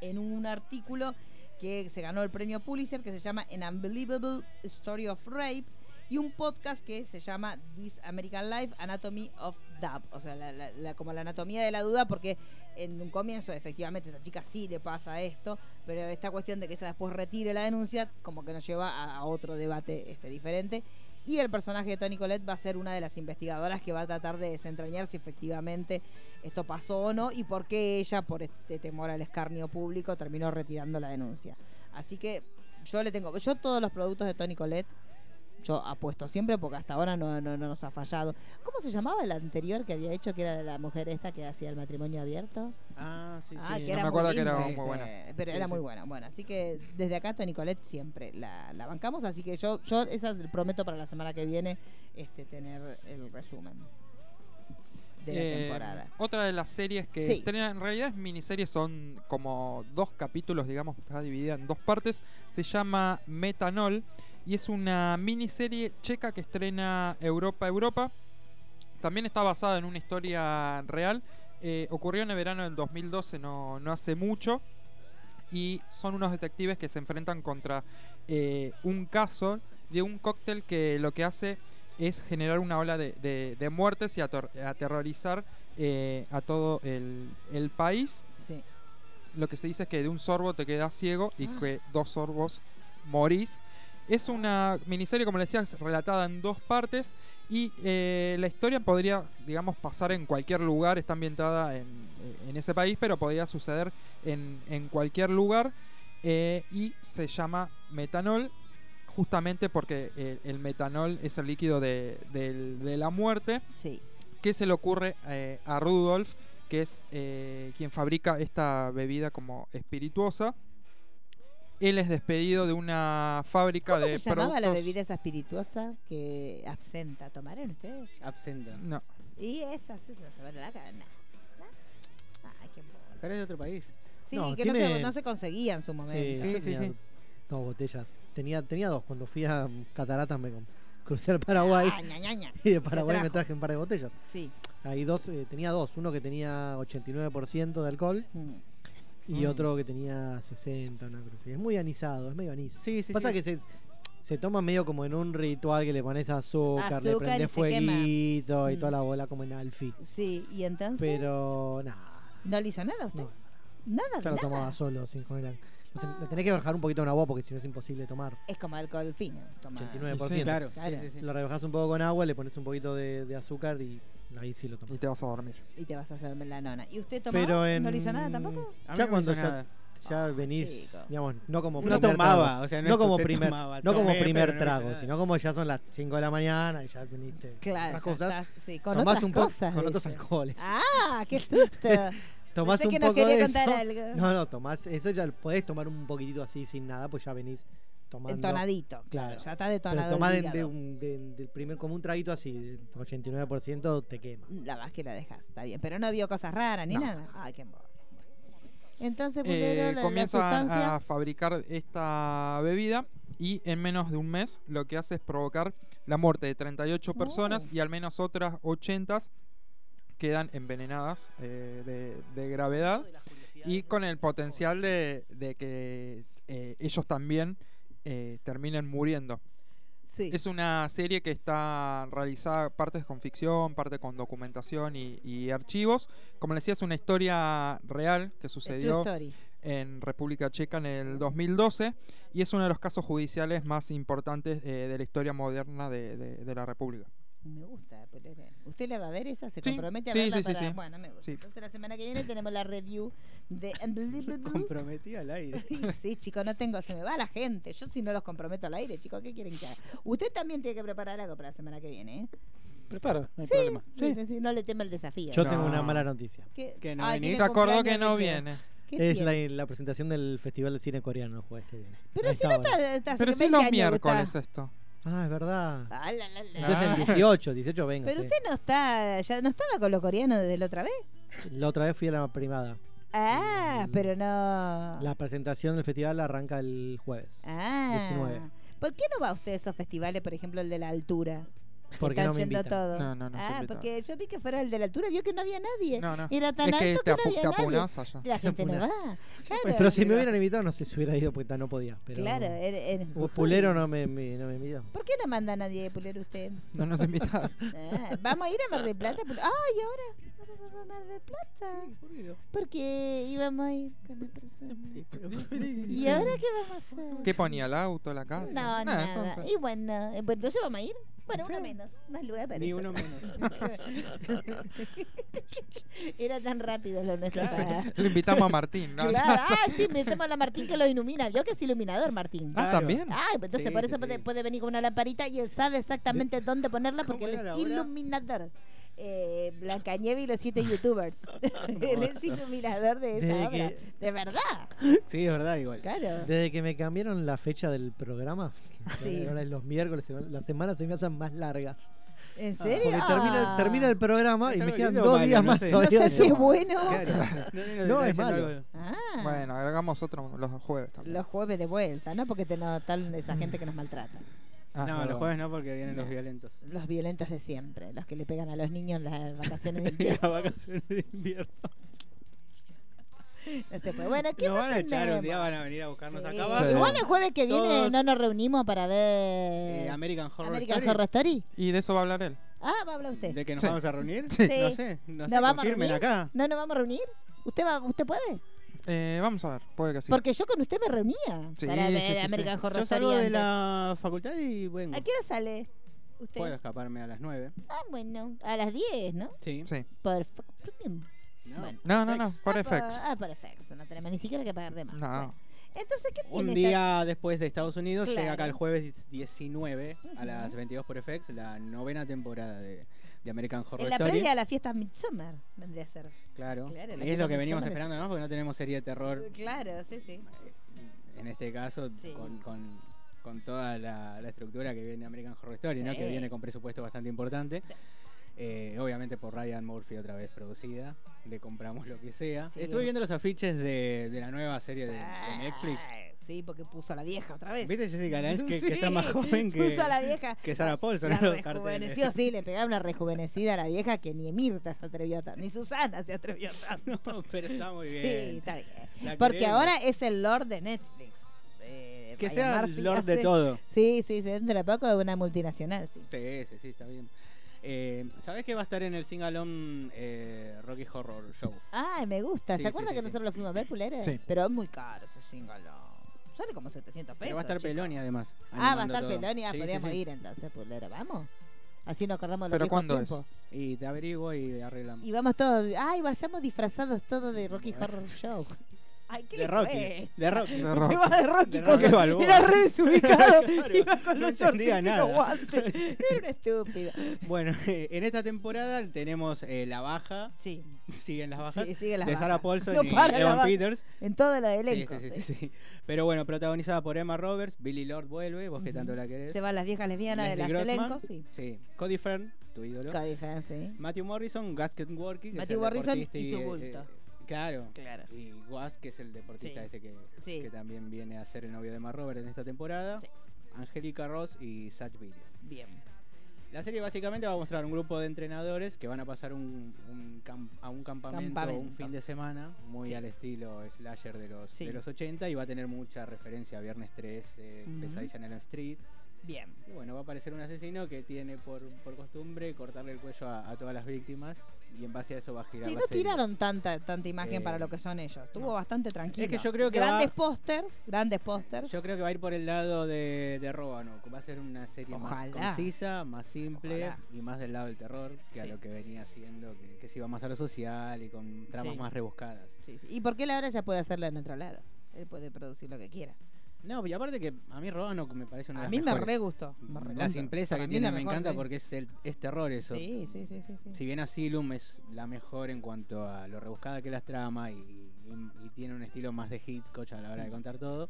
Speaker 5: en un artículo que se ganó el premio Pulitzer que se llama An Unbelievable Story of Rape y un podcast que se llama This American Life Anatomy of Doubt, o sea, la- la- la- como la anatomía de la duda, porque en un comienzo efectivamente a esta chica sí le pasa esto, pero esta cuestión de que ella después retire la denuncia como que nos lleva a, a otro debate este diferente. Y el personaje de Toni Collette va a ser una de las investigadoras que va a tratar de desentrañar si efectivamente esto pasó o no y por qué ella, por este temor al escarnio público, terminó retirando la denuncia. Así que yo le tengo, yo todos los productos de Toni Collette, yo apuesto siempre porque hasta ahora no, no, no nos ha fallado. ¿Cómo se llamaba el anterior que había hecho, que era la mujer esta que hacía el matrimonio abierto?
Speaker 10: Ah, sí,
Speaker 5: Ah,
Speaker 10: sí.
Speaker 5: que
Speaker 6: no
Speaker 5: era
Speaker 6: me acuerdo
Speaker 5: muy
Speaker 6: que era
Speaker 5: linda,
Speaker 6: muy buena.
Speaker 5: eh, Pero
Speaker 6: Sí,
Speaker 5: era
Speaker 6: sí.
Speaker 5: muy buena. Bueno, así que desde acá Toni Colette siempre la, la bancamos. Así que yo, yo esa prometo para la semana que viene este, tener el resumen de la
Speaker 6: Eh,
Speaker 5: temporada.
Speaker 6: Otra de las series que
Speaker 5: Sí.
Speaker 6: estrenan, en realidad es miniseries, son como dos capítulos, digamos, está dividida en dos partes. Se llama Metanol y es una miniserie checa que estrena Europa Europa. También está basada en una historia real. Eh, ocurrió en el verano del 2012, no, no hace mucho. Y son unos detectives que se enfrentan contra eh, un caso de un cóctel que lo que hace es generar una ola de, de- de muertes y ator- aterrorizar eh, a todo el, el país.
Speaker 5: Sí.
Speaker 6: Lo que se dice es que de un sorbo te quedas ciego y
Speaker 5: Ah.
Speaker 6: que dos sorbos morís. Es una miniserie, como les decía, es relatada en dos partes y eh, la historia podría, digamos, pasar en cualquier lugar, está ambientada en, eh, en ese país, pero podría suceder en, en cualquier lugar eh, y se llama metanol justamente porque eh, el metanol es el líquido de, del- de la muerte.
Speaker 5: Sí.
Speaker 6: ¿Qué se le ocurre eh, a Rudolf, que es eh, quien fabrica esta bebida como espirituosa? Él es despedido de una fábrica
Speaker 5: ¿Cómo
Speaker 6: de
Speaker 5: se llamaba la
Speaker 6: Eh, productos-
Speaker 5: bebida esa espirituosa que absenta? ¿Tomaron ustedes?
Speaker 10: Absenta.
Speaker 6: No,
Speaker 5: Y esa, sí, se tomaron la cara. Nah, nah. Ay, qué bola.
Speaker 10: Pero es de otro país.
Speaker 5: Sí,
Speaker 7: No,
Speaker 5: que no,
Speaker 7: tiene-
Speaker 5: se, no se conseguía en su momento.
Speaker 7: Sí,
Speaker 10: Sí,
Speaker 7: yo
Speaker 10: sí,
Speaker 7: tenía
Speaker 10: sí.
Speaker 7: Dos botellas. Tenía, tenía dos. Cuando fui a Cataratas me com- crucé al Paraguay
Speaker 5: Ah, ña, ña, ña.
Speaker 7: y de Paraguay me
Speaker 5: trajo.
Speaker 7: traje un par de botellas.
Speaker 5: Sí.
Speaker 7: Ahí dos, eh, tenía dos. Uno que tenía 89% de alcohol
Speaker 5: Mm.
Speaker 7: y
Speaker 6: Mm.
Speaker 7: otro que tenía 60, una cosa así. Es muy anisado, es medio anis.
Speaker 10: Sí, sí,
Speaker 7: Pasa
Speaker 10: sí.
Speaker 7: que se, se toma medio como en un ritual que le pones azúcar, le
Speaker 5: Azúcar y
Speaker 7: prende
Speaker 5: se quema.
Speaker 7: fueguito y
Speaker 5: Mm.
Speaker 7: toda la bola como en Alfie.
Speaker 5: Sí, y entonces.
Speaker 7: Pero nada,
Speaker 5: ¿No le hizo nada a usted?
Speaker 7: no,
Speaker 5: Nada,
Speaker 7: ya lo
Speaker 5: nada.
Speaker 7: tomaba solo sin comer. Lo, ten- lo tenés que bajar un poquito en agua porque si no es imposible tomar.
Speaker 5: Es como alcohol fino. Toma.
Speaker 7: 89%.
Speaker 6: Sí,
Speaker 10: Claro,
Speaker 5: claro.
Speaker 10: sí, sí, sí.
Speaker 7: Lo rebajás un poco con agua, le pones un poquito de, de azúcar y ahí sí lo
Speaker 6: y
Speaker 7: tomas.
Speaker 6: te vas a dormir.
Speaker 5: Y te vas a hacer la nona. ¿Y usted tomaba?
Speaker 7: Pero en...
Speaker 5: ¿No le hizo nada tampoco?
Speaker 10: A mí no
Speaker 7: Ya
Speaker 10: me
Speaker 7: cuando
Speaker 10: hizo
Speaker 7: ya,
Speaker 10: nada.
Speaker 7: ya
Speaker 5: Ah,
Speaker 7: venís,
Speaker 5: chico.
Speaker 7: digamos, no como
Speaker 10: No
Speaker 7: primer
Speaker 10: tomaba,
Speaker 7: trago.
Speaker 10: o sea, no,
Speaker 7: No como primer,
Speaker 10: primer,
Speaker 7: no como primer trago, sino como ya son las 5 de la mañana y ya viniste. con
Speaker 5: Claro,
Speaker 7: otras
Speaker 5: ya
Speaker 7: cosas.
Speaker 5: estás, sí, con
Speaker 7: tomás
Speaker 5: otras
Speaker 7: un poco
Speaker 5: cosas.
Speaker 7: con
Speaker 5: dice.
Speaker 7: otros alcoholes.
Speaker 5: Ah, qué susto.
Speaker 7: tomás
Speaker 5: Pensé
Speaker 7: un
Speaker 5: que nos
Speaker 7: poco
Speaker 5: quería
Speaker 7: de eso.
Speaker 5: contar algo.
Speaker 7: No, no, tomás eso ya lo podés tomar un poquitito así sin nada, pues ya venís tomando.
Speaker 5: Entonadito.
Speaker 7: Claro.
Speaker 5: Ya está
Speaker 7: Pero
Speaker 5: detonado.
Speaker 7: tomás
Speaker 5: el
Speaker 7: de- de
Speaker 5: hígado.
Speaker 7: un- de- del primer como un traguito así, de 89% te quema.
Speaker 5: La vas que la dejas, está bien. Pero no vio cosas raras ni
Speaker 7: No.
Speaker 5: nada. Ah, qué embole. Entonces,
Speaker 6: Eh,
Speaker 5: este Pulero, la, la
Speaker 6: comienzan
Speaker 5: sustancia.
Speaker 6: a fabricar esta bebida y en menos de un mes lo que hace es provocar la muerte de 38
Speaker 5: Oh.
Speaker 6: personas y al menos otras 80 quedan envenenadas eh, de, de gravedad y con el potencial de, de que eh, ellos también eh, terminen muriendo.
Speaker 5: Sí.
Speaker 6: Es una serie que está realizada partes con ficción, parte con documentación y, y archivos. Como les decía, es una historia real que
Speaker 5: Es
Speaker 6: sucedió
Speaker 5: True Story.
Speaker 6: en República Checa en el 2012 y es uno de los casos judiciales más importantes eh, de la historia moderna de, de- de la República.
Speaker 5: Me gusta, Pulero. ¿Usted la va a ver esa? ¿Se
Speaker 6: Sí,
Speaker 5: compromete a
Speaker 6: sí,
Speaker 5: verla
Speaker 6: sí, sí,
Speaker 5: para-
Speaker 6: sí.
Speaker 5: Bueno, me gusta.
Speaker 6: Sí.
Speaker 5: Entonces, la semana que viene tenemos la review de.
Speaker 10: Comprometí al aire.
Speaker 5: Sí, chico, no tengo, se me va la gente. Yo si no los comprometo al aire, chicos, ¿qué quieren que haga? Usted también tiene que preparar algo para la semana que viene, ¿eh?
Speaker 8: Preparo, no hay problema.
Speaker 5: Sí, sí, sí, no le tema el desafío.
Speaker 7: Yo
Speaker 6: No.
Speaker 7: tengo una mala noticia.
Speaker 5: ¿Qué?
Speaker 10: Que no
Speaker 5: Ay, tiene
Speaker 10: venís.
Speaker 6: Se acordó
Speaker 5: cumpleaños
Speaker 6: que no
Speaker 5: de qué?
Speaker 6: viene.
Speaker 5: ¿Qué
Speaker 7: Es la,
Speaker 5: tiene?
Speaker 7: la presentación del Festival de Cine Coreano el jueves que viene.
Speaker 5: Pero
Speaker 7: Ahí
Speaker 5: si no
Speaker 7: bueno.
Speaker 5: está, está hace
Speaker 6: Pero sí
Speaker 5: 20
Speaker 6: los
Speaker 5: años que
Speaker 6: miércoles eh.
Speaker 5: está.
Speaker 6: esto.
Speaker 7: Ah, es verdad.
Speaker 5: Ah, la, la, la.
Speaker 7: Entonces el 18, 18 vengo.
Speaker 5: Pero
Speaker 7: sí.
Speaker 5: usted no está, ya no estaba con los coreanos desde la otra vez.
Speaker 7: La otra vez fui a la primada.
Speaker 5: Ah,
Speaker 7: Mm.
Speaker 5: pero no.
Speaker 7: La presentación del festival arranca el jueves.
Speaker 5: ah.
Speaker 7: 19.
Speaker 5: ¿Por qué no va usted a esos festivales, por ejemplo, el de la altura?
Speaker 7: ¿Por qué
Speaker 5: Están
Speaker 7: no me
Speaker 5: yendo
Speaker 7: invitan?
Speaker 5: todos.
Speaker 6: No, no, no,
Speaker 5: Ah,
Speaker 6: siempre
Speaker 5: porque yo vi que fuera el de la altura, vio que no había nadie.
Speaker 6: No, no.
Speaker 5: Era tan
Speaker 6: Es que
Speaker 5: alto
Speaker 6: te,
Speaker 5: que no
Speaker 6: apu-
Speaker 5: había
Speaker 6: te
Speaker 5: nadie.
Speaker 6: apunás allá.
Speaker 5: La gente no va.
Speaker 7: apunás.
Speaker 5: Claro,
Speaker 7: Pero si me
Speaker 5: pero-
Speaker 7: hubieran invitado, no sé si hubiera ido porque no podía. Pero
Speaker 5: Claro, eh. era- era-
Speaker 7: Pu- Pulero no me, me- no me invitó.
Speaker 5: ¿Por qué no manda a nadie de Pulero usted?
Speaker 6: No nos invitaron.
Speaker 5: Ah, Vamos a ir a Mar del Plata. Pulero. Ay, ahora. Ahora vamos a Mar del Plata. Porque íbamos a ir con la persona. ¿Y ahora qué vamos a hacer?
Speaker 6: ¿Qué ponía el auto, la casa?
Speaker 5: No,
Speaker 6: Nada,
Speaker 5: nada.
Speaker 6: entonces.
Speaker 5: Y bueno, eh, bueno, ¿entonces vamos a ir? Bueno,
Speaker 10: Sí.
Speaker 5: uno menos. Más lugar para
Speaker 10: Ni
Speaker 5: eso.
Speaker 10: uno menos.
Speaker 5: Era tan rápido lo nuestro. ya.
Speaker 6: Le invitamos a Martín. ¿no?
Speaker 5: Claro, ah, sí, metemos a la Martín que lo ilumina. Vio que es iluminador, Martín.
Speaker 6: Ah, también.
Speaker 5: Ah, pues entonces
Speaker 10: Sí,
Speaker 5: por eso
Speaker 10: sí,
Speaker 5: puede,
Speaker 10: sí.
Speaker 5: puede venir con una lamparita y él sabe exactamente dónde ponerla porque
Speaker 10: ¿Cómo
Speaker 5: él
Speaker 10: era
Speaker 5: es
Speaker 10: la obra?
Speaker 5: iluminador. Eh, Blanca Nieve y los siete youtubers. él es iluminador de esa
Speaker 7: Desde
Speaker 5: obra.
Speaker 7: que-
Speaker 5: De verdad.
Speaker 10: Sí, es verdad, igual.
Speaker 5: Claro.
Speaker 7: Desde que me cambiaron la fecha del programa, que
Speaker 5: Sí.
Speaker 7: ahora es los miércoles, se van- las semanas se me hacen más largas.
Speaker 10: Ah,
Speaker 5: ¿En
Speaker 7: Porque
Speaker 5: serio? Ah.
Speaker 7: termina, termina el programa
Speaker 10: Es
Speaker 7: y me
Speaker 10: algo
Speaker 7: quedan
Speaker 10: lindo o
Speaker 7: dos
Speaker 10: malo,
Speaker 7: días
Speaker 10: no
Speaker 7: más
Speaker 10: sé.
Speaker 5: No
Speaker 7: todavía.
Speaker 5: sé si
Speaker 7: de-
Speaker 5: es bueno.
Speaker 10: Claro.
Speaker 7: No, es
Speaker 10: diciendo
Speaker 7: malo.
Speaker 10: algo.
Speaker 5: Ah,
Speaker 6: Bueno, agregamos otro los jueves también.
Speaker 5: Los jueves de vuelta, ¿no? Porque te no tal esa gente que nos maltrata.
Speaker 6: Ah,
Speaker 10: no,
Speaker 6: perdón.
Speaker 10: los jueves no, porque vienen los
Speaker 5: No.
Speaker 10: violentos.
Speaker 5: Los violentos de siempre, los que le pegan a los niños en las vacaciones de invierno.
Speaker 10: Las vacaciones de invierno.
Speaker 5: No se puede. Este, pues, Bueno, ¿qué
Speaker 10: Nos
Speaker 5: más
Speaker 10: van a echar un día,
Speaker 5: tenemos?
Speaker 10: van a venir a buscarnos
Speaker 5: Sí.
Speaker 10: acá abajo.
Speaker 5: Igual el jueves que viene
Speaker 10: Todos-
Speaker 5: no nos reunimos para ver
Speaker 10: Eh, American Horror
Speaker 5: American
Speaker 10: Story.
Speaker 5: Horror Story.
Speaker 6: Y de eso va a hablar él.
Speaker 5: Ah, va a hablar usted.
Speaker 10: ¿De que nos
Speaker 6: Sí.
Speaker 10: vamos a reunir?
Speaker 6: Sí.
Speaker 10: No sé, no
Speaker 5: ¿Nos
Speaker 10: sé,
Speaker 5: vamos a
Speaker 10: confirmen
Speaker 5: reunir?
Speaker 10: acá.
Speaker 5: ¿No nos vamos a reunir? ¿Usted va, usted puede?
Speaker 6: Eh, vamos a ver, puede que sí.
Speaker 5: Porque yo con usted me reunía
Speaker 6: Sí,
Speaker 5: para
Speaker 6: sí,
Speaker 5: ver
Speaker 6: sí, sí.
Speaker 5: American Horror
Speaker 10: Yo
Speaker 5: Story.
Speaker 10: salgo de
Speaker 5: antes.
Speaker 10: la facultad y bueno,
Speaker 5: ¿A qué hora sale usted?
Speaker 10: puedo escaparme a las 9.
Speaker 5: Ah, bueno, a las 10, ¿no?
Speaker 10: Sí.
Speaker 6: Sí.
Speaker 5: Perfecto. Premium.
Speaker 10: No.
Speaker 5: Bueno.
Speaker 6: No, no, no, por
Speaker 5: ah, pues,
Speaker 6: FX.
Speaker 5: Ah, por FX. No tenemos ni siquiera que pagar de más.
Speaker 6: No.
Speaker 5: Bueno. Entonces, ¿qué tiene
Speaker 10: Un
Speaker 5: esta-
Speaker 10: día después de Estados Unidos, llega acá
Speaker 5: Claro.
Speaker 10: el jueves 19 a las
Speaker 5: Ujú.
Speaker 10: 22 por FX, la novena temporada de, de American Horror
Speaker 5: En la
Speaker 10: Story.
Speaker 5: previa a la fiesta Midsummer vendría a ser. Claro,
Speaker 10: Claro.
Speaker 5: la
Speaker 10: es
Speaker 5: fiesta
Speaker 10: lo que venimos
Speaker 5: Midsommar.
Speaker 10: esperando, ¿no? Porque no tenemos serie de terror,
Speaker 5: Claro, sí, sí.
Speaker 10: en este caso,
Speaker 5: Sí.
Speaker 10: con, con- con toda la, la estructura que viene American Horror Story, ¿no?
Speaker 5: Sí.
Speaker 10: Que viene con presupuesto bastante importante.
Speaker 5: Sí.
Speaker 10: Eh, obviamente por Ryan Murphy otra vez producida. Le compramos lo que sea.
Speaker 5: Sí.
Speaker 10: Estuve viendo los afiches de, de la nueva serie de, de Netflix.
Speaker 12: Sí, porque puso a la vieja otra vez.
Speaker 10: ¿Viste Jessica Lange que, que
Speaker 12: Sí,
Speaker 10: está más joven que,
Speaker 5: pues. Puso a la vieja.
Speaker 10: que Sarah Paulson?
Speaker 5: La
Speaker 10: en los carteles?
Speaker 5: rejuveneció, sí, le pegaba una rejuvenecida a la vieja que ni Mirta se atrevió tanto, ni Susana se atrevió tanto.
Speaker 10: No, pero está muy bien.
Speaker 5: Sí, está bien.
Speaker 10: La
Speaker 5: Porque
Speaker 10: queremos.
Speaker 5: ahora es el Lord de Netflix. Eh,
Speaker 10: Que
Speaker 5: Ryan
Speaker 10: sea el
Speaker 5: Murphy
Speaker 10: lord de
Speaker 5: hace-
Speaker 10: todo.
Speaker 5: Sí, sí, se entra poco de una multinacional, sí.
Speaker 10: Sí, sí, sí, está bien. Eh, ¿Sabés que va a estar en el Singalón eh, Rocky Horror Show?
Speaker 5: Ay, me gusta.
Speaker 10: Sí,
Speaker 5: ¿Se acuerda
Speaker 10: sí,
Speaker 5: que
Speaker 10: sí,
Speaker 5: nosotros lo fuimos a ver, culera?
Speaker 6: Sí.
Speaker 5: Pero es muy caro ese single. Sale como 700 pesos.
Speaker 10: Pero va a estar
Speaker 5: chico.
Speaker 10: Peloni además.
Speaker 5: Ah, va a
Speaker 10: animando
Speaker 5: estar
Speaker 10: todo.
Speaker 5: Pelonia.
Speaker 10: Sí, sí,
Speaker 5: podríamos
Speaker 10: sí.
Speaker 5: ir entonces, pulera. Vamos. Así nos acordamos de los
Speaker 6: ¿Pero
Speaker 5: viejos
Speaker 6: cuándo es?
Speaker 5: tiempos.
Speaker 10: Y te averiguo y arreglamos.
Speaker 5: Y vamos todos. Ay, vayamos disfrazados todos de Rocky Horror Show. Ay, qué
Speaker 10: De Rocky. De Rocky.
Speaker 6: De Rocky.
Speaker 5: Iba de Rocky
Speaker 10: De
Speaker 5: con
Speaker 10: Rocky Balboa.
Speaker 5: Era re desubicado.
Speaker 10: Claro,
Speaker 5: Iba con
Speaker 10: no
Speaker 5: los shortcitos
Speaker 10: entendía
Speaker 5: y
Speaker 10: nada.
Speaker 5: los guantes. Era un estúpido.
Speaker 10: Bueno, en esta temporada tenemos eh, la baja.
Speaker 5: Sí.
Speaker 10: Siguen las bajas.
Speaker 5: Sí, sigue las
Speaker 10: de Sarah
Speaker 5: bajas.
Speaker 10: Paulson
Speaker 5: No
Speaker 10: y
Speaker 5: para la
Speaker 10: Evan
Speaker 5: baja.
Speaker 10: Peters.
Speaker 5: En todo lo
Speaker 10: Sí,
Speaker 5: elenco.
Speaker 10: sí, sí,
Speaker 5: sí.
Speaker 10: sí, sí. Pero bueno, protagonizada por Emma Roberts, Billy Lord vuelve, vos que tanto la querés.
Speaker 5: Se van las viejas lesbianas de
Speaker 10: Leslie
Speaker 5: las
Speaker 10: Grossman.
Speaker 5: elencos, sí.
Speaker 10: Sí. Cody Fern, tu ídolo.
Speaker 5: Cody Fern, sí.
Speaker 10: Matthew Morrison, Gus Kenworthy. que es
Speaker 12: Matthew
Speaker 10: el
Speaker 12: Morrison
Speaker 10: deportista
Speaker 12: y su
Speaker 10: eh,
Speaker 12: bulto.
Speaker 10: eh, claro.
Speaker 12: Claro.
Speaker 10: Y Gus, que es el deportista
Speaker 12: Sí.
Speaker 10: este que,
Speaker 12: Sí.
Speaker 10: que también viene a ser el novio de Emma Roberts en esta temporada.
Speaker 12: Sí.
Speaker 10: Angélica Ross y Zach Video.
Speaker 12: Bien.
Speaker 10: La serie básicamente va a mostrar un grupo de entrenadores que van a pasar un, un camp- a un campamento,
Speaker 12: Campamento.
Speaker 10: un fin de semana, muy
Speaker 12: Sí.
Speaker 10: al estilo slasher de los,
Speaker 12: Sí.
Speaker 10: de los 80 y va a tener mucha referencia a Viernes 13,
Speaker 12: Ujú.
Speaker 10: Pesadilla en el Street.
Speaker 12: Bien.
Speaker 10: Y bueno, va a aparecer un asesino que tiene por, por costumbre cortarle el cuello a, a todas las víctimas y en base a eso va a girar
Speaker 12: Sí,
Speaker 10: la
Speaker 12: no
Speaker 10: serie.
Speaker 12: tiraron tanta tanta imagen
Speaker 10: Eh,
Speaker 12: para lo que son ellos. Estuvo
Speaker 10: no.
Speaker 12: bastante tranquilo.
Speaker 10: Es que yo creo que
Speaker 12: grandes
Speaker 10: va-
Speaker 12: pósters, grandes pósters.
Speaker 10: Yo creo que va a ir por el lado de, de Róbano, que va a ser una serie más
Speaker 12: Ojalá.
Speaker 10: concisa, más simple
Speaker 12: Ojalá.
Speaker 10: y más del lado del terror que a
Speaker 12: Sí.
Speaker 10: lo que venía haciendo, que, que se iba más a lo social y con tramas
Speaker 12: Sí.
Speaker 10: más rebuscadas.
Speaker 12: Sí, sí. ¿Y por qué él ahora ya puede hacerlo en otro lado? Él puede producir lo que quiera.
Speaker 10: No, y aparte que a mí Róbano me parece una de
Speaker 12: A
Speaker 10: las
Speaker 12: mí me
Speaker 10: mejores.
Speaker 12: re gustó. me re
Speaker 10: La
Speaker 12: gustó.
Speaker 10: simpleza
Speaker 12: Para
Speaker 10: que
Speaker 12: mí
Speaker 10: tiene
Speaker 12: la
Speaker 10: me
Speaker 12: mejor,
Speaker 10: encanta
Speaker 12: sí.
Speaker 10: porque es, el, es terror eso.
Speaker 12: Sí, sí, sí, sí. sí.
Speaker 10: Si bien Asylum es la mejor en cuanto a lo rebuscada que es las trama y, y- y tiene un estilo más de Hitchcock a la hora de contar todo,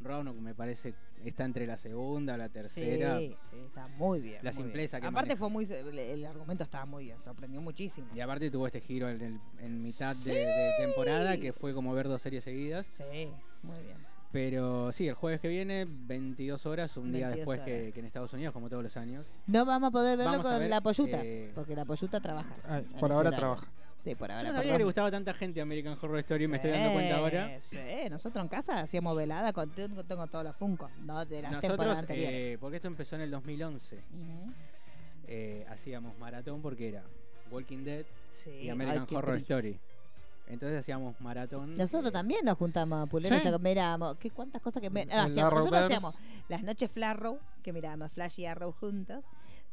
Speaker 10: Roanoke me parece está entre la segunda, la tercera.
Speaker 12: Sí, sí, está muy bien.
Speaker 10: La
Speaker 12: muy bien.
Speaker 10: simpleza que
Speaker 12: Aparte
Speaker 10: maneja.
Speaker 12: fue muy el argumento estaba muy bien, sorprendió muchísimo.
Speaker 10: Y aparte tuvo este giro en, el- en mitad de, de temporada que fue como ver dos series seguidas.
Speaker 12: Sí, muy bien.
Speaker 10: Pero sí, el jueves que viene, 22 horas, un día
Speaker 12: 22
Speaker 10: después que,
Speaker 12: horas.
Speaker 10: que en Estados Unidos, como todos los años.
Speaker 5: No vamos a poder verlo
Speaker 10: Vamos a
Speaker 5: con
Speaker 10: ver,
Speaker 5: la Poyuta.
Speaker 10: eh,
Speaker 5: Porque la Poyuta trabaja.
Speaker 6: Ay,
Speaker 5: en
Speaker 6: Ah, por ahora
Speaker 5: ese horario.
Speaker 6: trabaja.
Speaker 5: Sí, por
Speaker 10: Yo
Speaker 5: ahora.
Speaker 10: no sabía que le
Speaker 5: perdón.
Speaker 10: gustaba a tanta gente American Horror Story, me estoy dando cuenta ahora.
Speaker 12: Sí, nosotros en casa hacíamos velada con tengo, tengo todos los Funko, ¿no? De las temporadas
Speaker 10: Nosotros,
Speaker 12: anteriores.
Speaker 10: eh, porque esto empezó en el 2011,
Speaker 12: Ujú.
Speaker 10: eh, hacíamos maratón porque era Walking Dead
Speaker 12: Sí.
Speaker 10: y American
Speaker 5: ay, qué
Speaker 10: Horror
Speaker 5: triste.
Speaker 10: Story. Entonces hacíamos maratón.
Speaker 5: Nosotros
Speaker 10: eh,
Speaker 5: también nos juntamos, puleros,
Speaker 6: Sí.
Speaker 5: y miramos. ¿Qué cuántas cosas que me-
Speaker 6: El
Speaker 5: ah, hacíamos? Nosotros
Speaker 6: Arrowverse.
Speaker 5: hacíamos las noches Flarrow, que mirábamos Flash y Arrow juntos.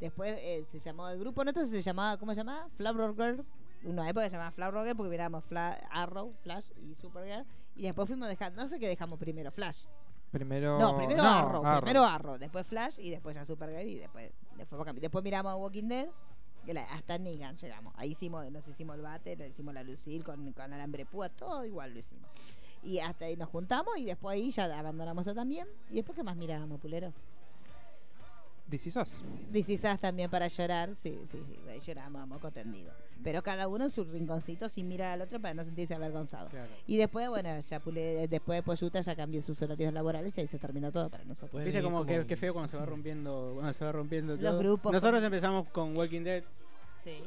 Speaker 5: Después eh, se llamó el grupo nosotros se llamaba, ¿cómo se llamaba? Flower Girl. Una época se llamaba Flower Girl porque mirábamos Fla- Arrow, Flash y Supergirl. Y después fuimos dejando, no sé qué dejamos primero, Flash.
Speaker 6: Primero.
Speaker 12: No, primero
Speaker 6: no,
Speaker 12: Arrow, primero Arrow, después Flash y después ya Supergirl y después después, cambi- después miramos a Walking Dead que la- hasta Negan llegamos. Ahí hicimos, nos hicimos el bate, nos hicimos la Lucille con, con alambre púa, todo igual lo hicimos. Y hasta ahí nos juntamos y después ahí ya abandonamos eso también. ¿Y después qué más mirábamos, Pulero?
Speaker 6: This Is Us.
Speaker 5: Dicisas también para llorar, sí, sí, sí, ahí lloramos a moco tendido. Pero cada uno en su rinconcito sin mirar al otro para no sentirse avergonzado.
Speaker 10: claro.
Speaker 5: Y después, bueno, ya Pulero, después de Poyuta ya cambió sus horarios laborales y ahí se terminó todo para nosotros.
Speaker 10: Viste como que, que feo cuando se va rompiendo, cuando se va rompiendo
Speaker 5: Los
Speaker 10: todo?
Speaker 5: grupos
Speaker 10: Nosotros
Speaker 5: con-
Speaker 10: empezamos con Walking Dead,
Speaker 5: Sí.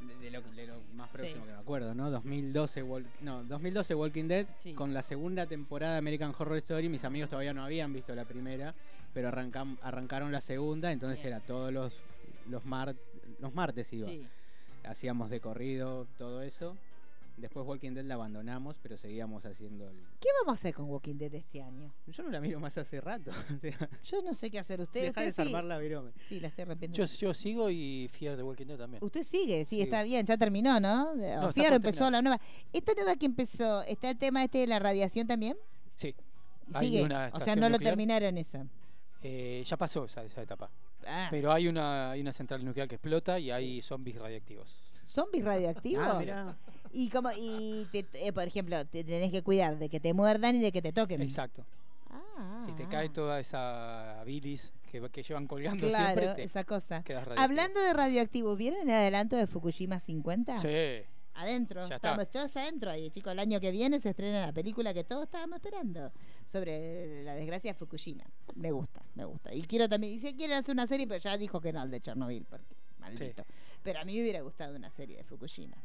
Speaker 10: de, de lo, de lo más
Speaker 5: Sí.
Speaker 10: próximo que me acuerdo, ¿no? 2012, Wal- no, 2012 Walking Dead
Speaker 5: Sí.
Speaker 10: con la segunda temporada de American Horror Story. Mis amigos todavía no habían visto la primera, pero arrancam- arrancaron la segunda, entonces era todos los los, mar- los martes iba.
Speaker 5: Sí.
Speaker 10: Hacíamos de corrido todo eso. Después Walking Dead la abandonamos, pero seguíamos haciendo el...
Speaker 5: ¿Qué vamos a hacer con Walking Dead este año?
Speaker 10: Yo no la miro más hace rato. o sea,
Speaker 5: Yo no sé qué hacer. Usted,
Speaker 10: Dejá de
Speaker 5: usted sí.
Speaker 10: zarparla, Virome.
Speaker 5: Sí, la estoy arrepentiendo.
Speaker 8: Yo, yo sigo y Fear de Walking Dead también.
Speaker 5: Usted sigue, sí,
Speaker 8: Sigo.
Speaker 5: está bien, ya terminó, ¿no?
Speaker 8: está
Speaker 5: O
Speaker 8: por
Speaker 5: Fiero empezó
Speaker 8: terminar.
Speaker 5: la nueva. Esta nueva que empezó, ¿está el tema este de la radiación también?
Speaker 8: Sí.
Speaker 5: Y
Speaker 8: Hay
Speaker 5: Sigue.
Speaker 8: una
Speaker 5: o sea,
Speaker 8: estación
Speaker 5: no lo
Speaker 8: nuclear.
Speaker 5: terminaron esa.
Speaker 8: Eh, ya pasó esa, esa etapa.
Speaker 5: Ah,
Speaker 8: Pero hay una, hay una central nuclear que explota y hay zombies radiactivos.
Speaker 5: ¿Zombies radioactivos?
Speaker 10: Ah, mirá.
Speaker 5: Y como, y te- eh, por ejemplo, te tenés que cuidar de que te muerdan y de que te toquen.
Speaker 8: Exacto.
Speaker 5: Ah,
Speaker 8: Si te cae toda esa bilis que, que llevan colgando
Speaker 5: Claro,
Speaker 8: siempre, te
Speaker 5: esa cosa.
Speaker 8: quedas radiactivo.
Speaker 5: Hablando de radioactivo, ¿vieron el adelanto de Fukushima 50?
Speaker 8: Sí.
Speaker 5: Adentro,
Speaker 8: Ya está.
Speaker 5: estamos todos adentro. Y chicos, el año que viene se estrena la película que todos estábamos esperando sobre la desgracia de Fukushima. Me gusta, me gusta. Y quiero también, dice, quieren hacer una serie, pero ya dijo que no, el de Chernobyl, porque maldito. Pero a mí me hubiera gustado una serie de Fukushima.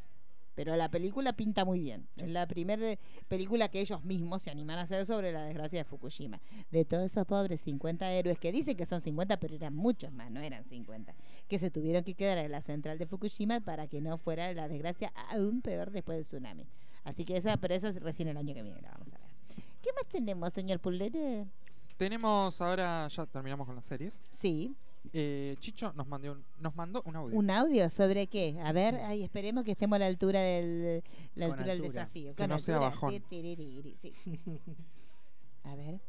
Speaker 5: Pero la película pinta muy bien. Es la primera película que ellos mismos se animan a hacer sobre la desgracia de Fukushima. De todos esos pobres 50 héroes que dicen que son 50, pero eran muchos más, no eran 50. Que se tuvieron que quedar en la central de Fukushima para que no fuera la desgracia aún peor después del tsunami. Así que esa, pero esa es recién el año que viene, la vamos a ver. ¿Qué más tenemos, señor Pulere?
Speaker 6: Tenemos ahora, ya terminamos con las series.
Speaker 5: Sí,
Speaker 6: Eh, Chicho nos mandó un, nos mandó un audio. Mm.
Speaker 5: un audio sobre qué. A ver, ahí esperemos que estemos a la altura del, la
Speaker 10: Con
Speaker 5: altura del
Speaker 10: altura.
Speaker 5: desafío.
Speaker 6: Que
Speaker 5: Con
Speaker 6: no sea
Speaker 5: altura.
Speaker 6: bajón.
Speaker 5: Tiririri, sí. A ver.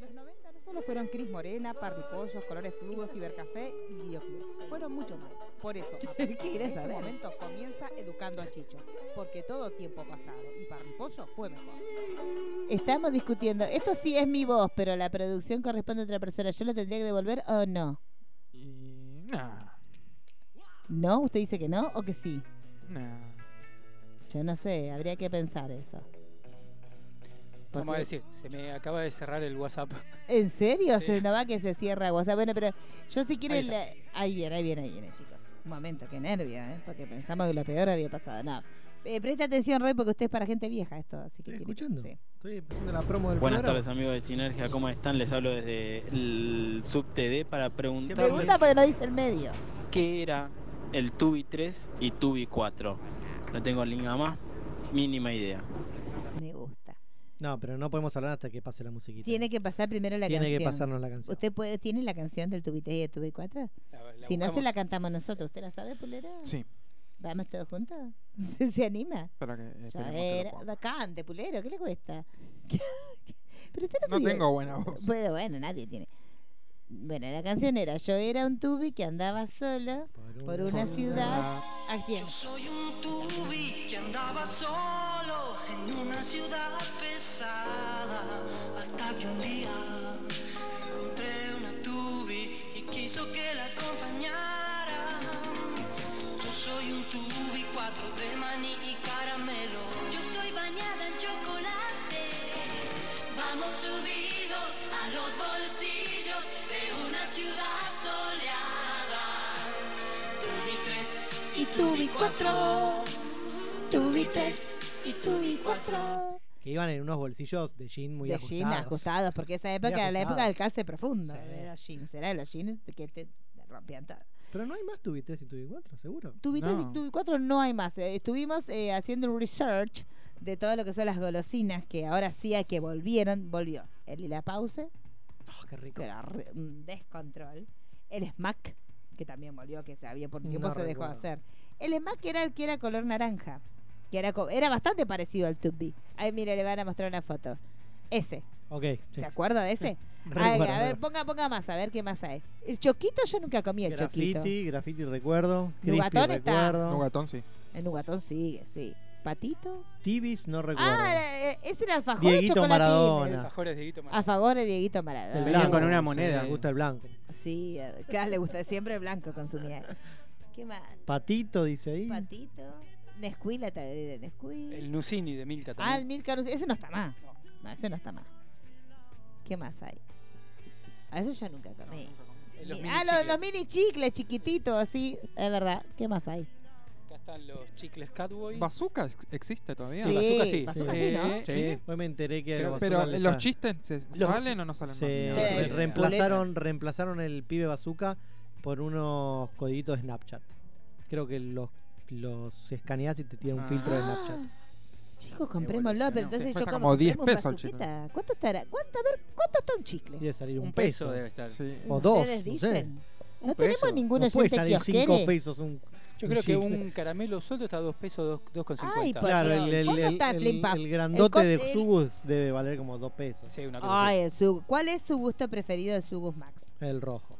Speaker 5: Los 90 no solo fueron Cris Morena, Parripollos, Colores Flugos, Cibercafé y Videoclub. Fueron mucho más. Por eso, a partir ¿Qué de querés este saber? momento comienza educando a Chicho. Porque todo tiempo pasado y Parripollos fue mejor. Estamos discutiendo. Esto sí es mi voz, pero la producción corresponde a otra persona. ¿Yo lo tendría que devolver o no?
Speaker 6: Y. Nah,
Speaker 5: ¿No? ¿Usted dice que no o que sí?
Speaker 6: nah.
Speaker 5: Yo no sé, habría que pensar eso.
Speaker 8: Vamos a
Speaker 5: Porque-
Speaker 8: decir, se me acaba de cerrar el WhatsApp.
Speaker 5: ¿En serio?
Speaker 8: Sí.
Speaker 5: Se nos va que se cierra WhatsApp. Bueno, pero yo si quieren...
Speaker 8: Ahí está.
Speaker 5: la- Ahí viene, ahí viene, ahí viene, chicos. Un momento, qué nervio, ¿eh? Porque pensamos que lo peor había pasado. No. Eh, presta atención, Roy, porque usted es para gente vieja esto. Así que
Speaker 7: Estoy
Speaker 5: quiere-
Speaker 7: escuchando.
Speaker 5: sí.
Speaker 7: Estoy empezando la promo del
Speaker 13: Buenas
Speaker 7: programa.
Speaker 13: tardes amigos de Sinergia, ¿cómo están? Les hablo desde el subTD para
Speaker 5: Me
Speaker 13: preguntarles
Speaker 5: gusta porque no dice el medio.
Speaker 13: qué era el Tubi 3 y Tubi 4.
Speaker 10: Ah.
Speaker 13: No tengo ni la más mínima idea.
Speaker 5: Me gusta.
Speaker 7: No, pero no podemos hablar hasta que pase la musiquita.
Speaker 5: Tiene que pasar primero la
Speaker 7: Tiene
Speaker 5: canción.
Speaker 7: que pasarnos la canción.
Speaker 5: ¿Usted puede, tiene la canción del Tubite y del Tubi 4?
Speaker 8: La- la
Speaker 5: si no, se
Speaker 8: buscamos.
Speaker 5: la cantamos nosotros. ¿Usted la sabe, Pulera?
Speaker 6: Sí,
Speaker 5: ¿Vamos todos juntos? ¿Se anima?
Speaker 6: para que. eh, esperemos
Speaker 5: Ya
Speaker 6: que lo
Speaker 5: era.
Speaker 6: ponga.
Speaker 5: Cante, pulero, ¿qué le cuesta? Pero usted
Speaker 6: No
Speaker 5: se dio-
Speaker 6: tengo buena voz.
Speaker 5: Bueno, bueno, nadie tiene. Bueno, la canción era Yo era un tubi que andaba solo por una ciudad. ¿A quién?
Speaker 14: Soy un tubi que andaba solo en una ciudad pesada hasta que un día encontré una tubi y quiso que la acompañara. Yo soy un tubi cuatro de maní y caramelo. Yo estoy bañada en chocolate. Vamos subidos a los bolsillos de una ciudad soleada. Tubi 3
Speaker 5: Y tubi 4. Tubi 3 y tubi 4.
Speaker 7: Que iban en unos bolsillos de jean muy
Speaker 5: de
Speaker 7: ajustados.
Speaker 5: jeans ajustados, porque esa época era la
Speaker 7: ajustados.
Speaker 5: época del calce profundo.
Speaker 7: Sí.
Speaker 5: De los jeans, era de los jeans que te rompían todo.
Speaker 7: Pero no hay más Tubi 3 y Tubi 4, seguro.
Speaker 5: Tubi 3
Speaker 6: No.
Speaker 5: y Tubi 4 no hay más. Eh, Estuvimos eh, haciendo un research de todo lo que son las golosinas que ahora sí a que volvieron, volvió. El Lila Pause,
Speaker 7: Ah, qué rico.
Speaker 5: que era re- un descontrol. El Smack, que también volvió, que se había por un tiempo
Speaker 7: No
Speaker 5: se dejó de
Speaker 7: recuerdo.
Speaker 5: hacer. El Smack era el que era color naranja, que era, co- era bastante parecido al Tubi. Ahí, mire, le van a mostrar una foto. Ese,
Speaker 7: Ok. sí.
Speaker 5: ¿se acuerda de ese? Ay,
Speaker 7: Recuerdo,
Speaker 5: a ver,
Speaker 7: recuerdo.
Speaker 5: ponga, ponga más, a ver qué más hay. El choquito, yo nunca comí el choquito.
Speaker 7: Graffiti, graffiti recuerdo. Crispy
Speaker 5: Nugatón
Speaker 6: No,
Speaker 5: está.
Speaker 7: recuerdo.
Speaker 6: gatón sí.
Speaker 5: El nugatón sigue, sí. Patito.
Speaker 7: Tibis no recuerdo.
Speaker 5: Ah, era- eh, ese era alfajor
Speaker 7: Dieguito
Speaker 5: chocolatín.
Speaker 7: Maradona.
Speaker 8: Alfajores de Guito Maradona.
Speaker 5: A favor de Dieguito
Speaker 10: El
Speaker 5: Maradona.
Speaker 10: Venían con una
Speaker 7: sí,
Speaker 10: moneda.
Speaker 7: me gusta el blanco.
Speaker 5: Sí, eh, claro, le gusta siempre el blanco consumía. ¿Qué más?
Speaker 7: Patito dice ahí.
Speaker 5: Patito. Nesquik, la tabla de Nesquik.
Speaker 8: El Nucini de Milka
Speaker 5: Ah, el
Speaker 8: también.
Speaker 5: Milka Rus- Ese no está más. No, ese no está más. ¿Qué más hay? A eso yo Ah, nunca comí.
Speaker 8: Eh, los
Speaker 5: Mi-
Speaker 8: mini
Speaker 5: ah, los,
Speaker 8: chicles.
Speaker 5: los mini chicles chiquititos, así. Es verdad. ¿Qué más hay?
Speaker 8: Acá están los chicles Catboy.
Speaker 6: ¿Bazooka ex- existe todavía?
Speaker 5: Sí,
Speaker 8: Bazooka sí.
Speaker 5: Bazooka sí, ¿no?
Speaker 6: Eh,
Speaker 7: Sí, hoy me enteré que a
Speaker 6: Creo-
Speaker 7: Bazooka
Speaker 6: Pero
Speaker 7: le
Speaker 6: eh,
Speaker 7: sa-
Speaker 6: los chistes ¿se
Speaker 7: Los-
Speaker 6: salen o no salen
Speaker 7: se-
Speaker 6: más?
Speaker 7: se reemplazaron, reemplazaron el pibe bazooka por unos codiguitos de Snapchat. Creo que los, los escaneas y te tiene un
Speaker 6: Ah.
Speaker 7: filtro de Snapchat.
Speaker 5: Chicos, comprémoslo, pero
Speaker 6: Sí,
Speaker 5: entonces yo
Speaker 6: cuesta
Speaker 5: compro-
Speaker 6: como 10
Speaker 5: compremos
Speaker 6: pesos el
Speaker 5: bazuquita. ¿Cuánto estará? ¿Cuánto, a ver, ¿cuánto está un chicle?
Speaker 7: Debe salir un,
Speaker 10: Un
Speaker 7: peso.
Speaker 10: peso debe estar. Sí.
Speaker 7: O dos.
Speaker 5: Ustedes
Speaker 7: no sé.
Speaker 5: dicen. No
Speaker 7: Un
Speaker 5: tenemos
Speaker 7: peso.
Speaker 5: ningún
Speaker 7: No puede
Speaker 5: oyente
Speaker 7: salir
Speaker 5: kiosquero.
Speaker 7: cinco pesos un-
Speaker 8: Yo
Speaker 7: un
Speaker 8: creo que
Speaker 7: chicle.
Speaker 8: un caramelo suelto está a 2 pesos, 2,50.
Speaker 5: Ay, por
Speaker 7: Claro, el, el,
Speaker 5: ¿Cuánto
Speaker 7: el-
Speaker 5: está el
Speaker 7: el-
Speaker 5: Flim Paf?
Speaker 7: el
Speaker 5: El
Speaker 7: grandote
Speaker 5: cóctel.
Speaker 7: de Subus debe valer como dos pesos.
Speaker 8: Sí, una
Speaker 5: Ay, el Sugu- ¿Cuál es su gusto preferido de Sugus Max?
Speaker 7: El rojo,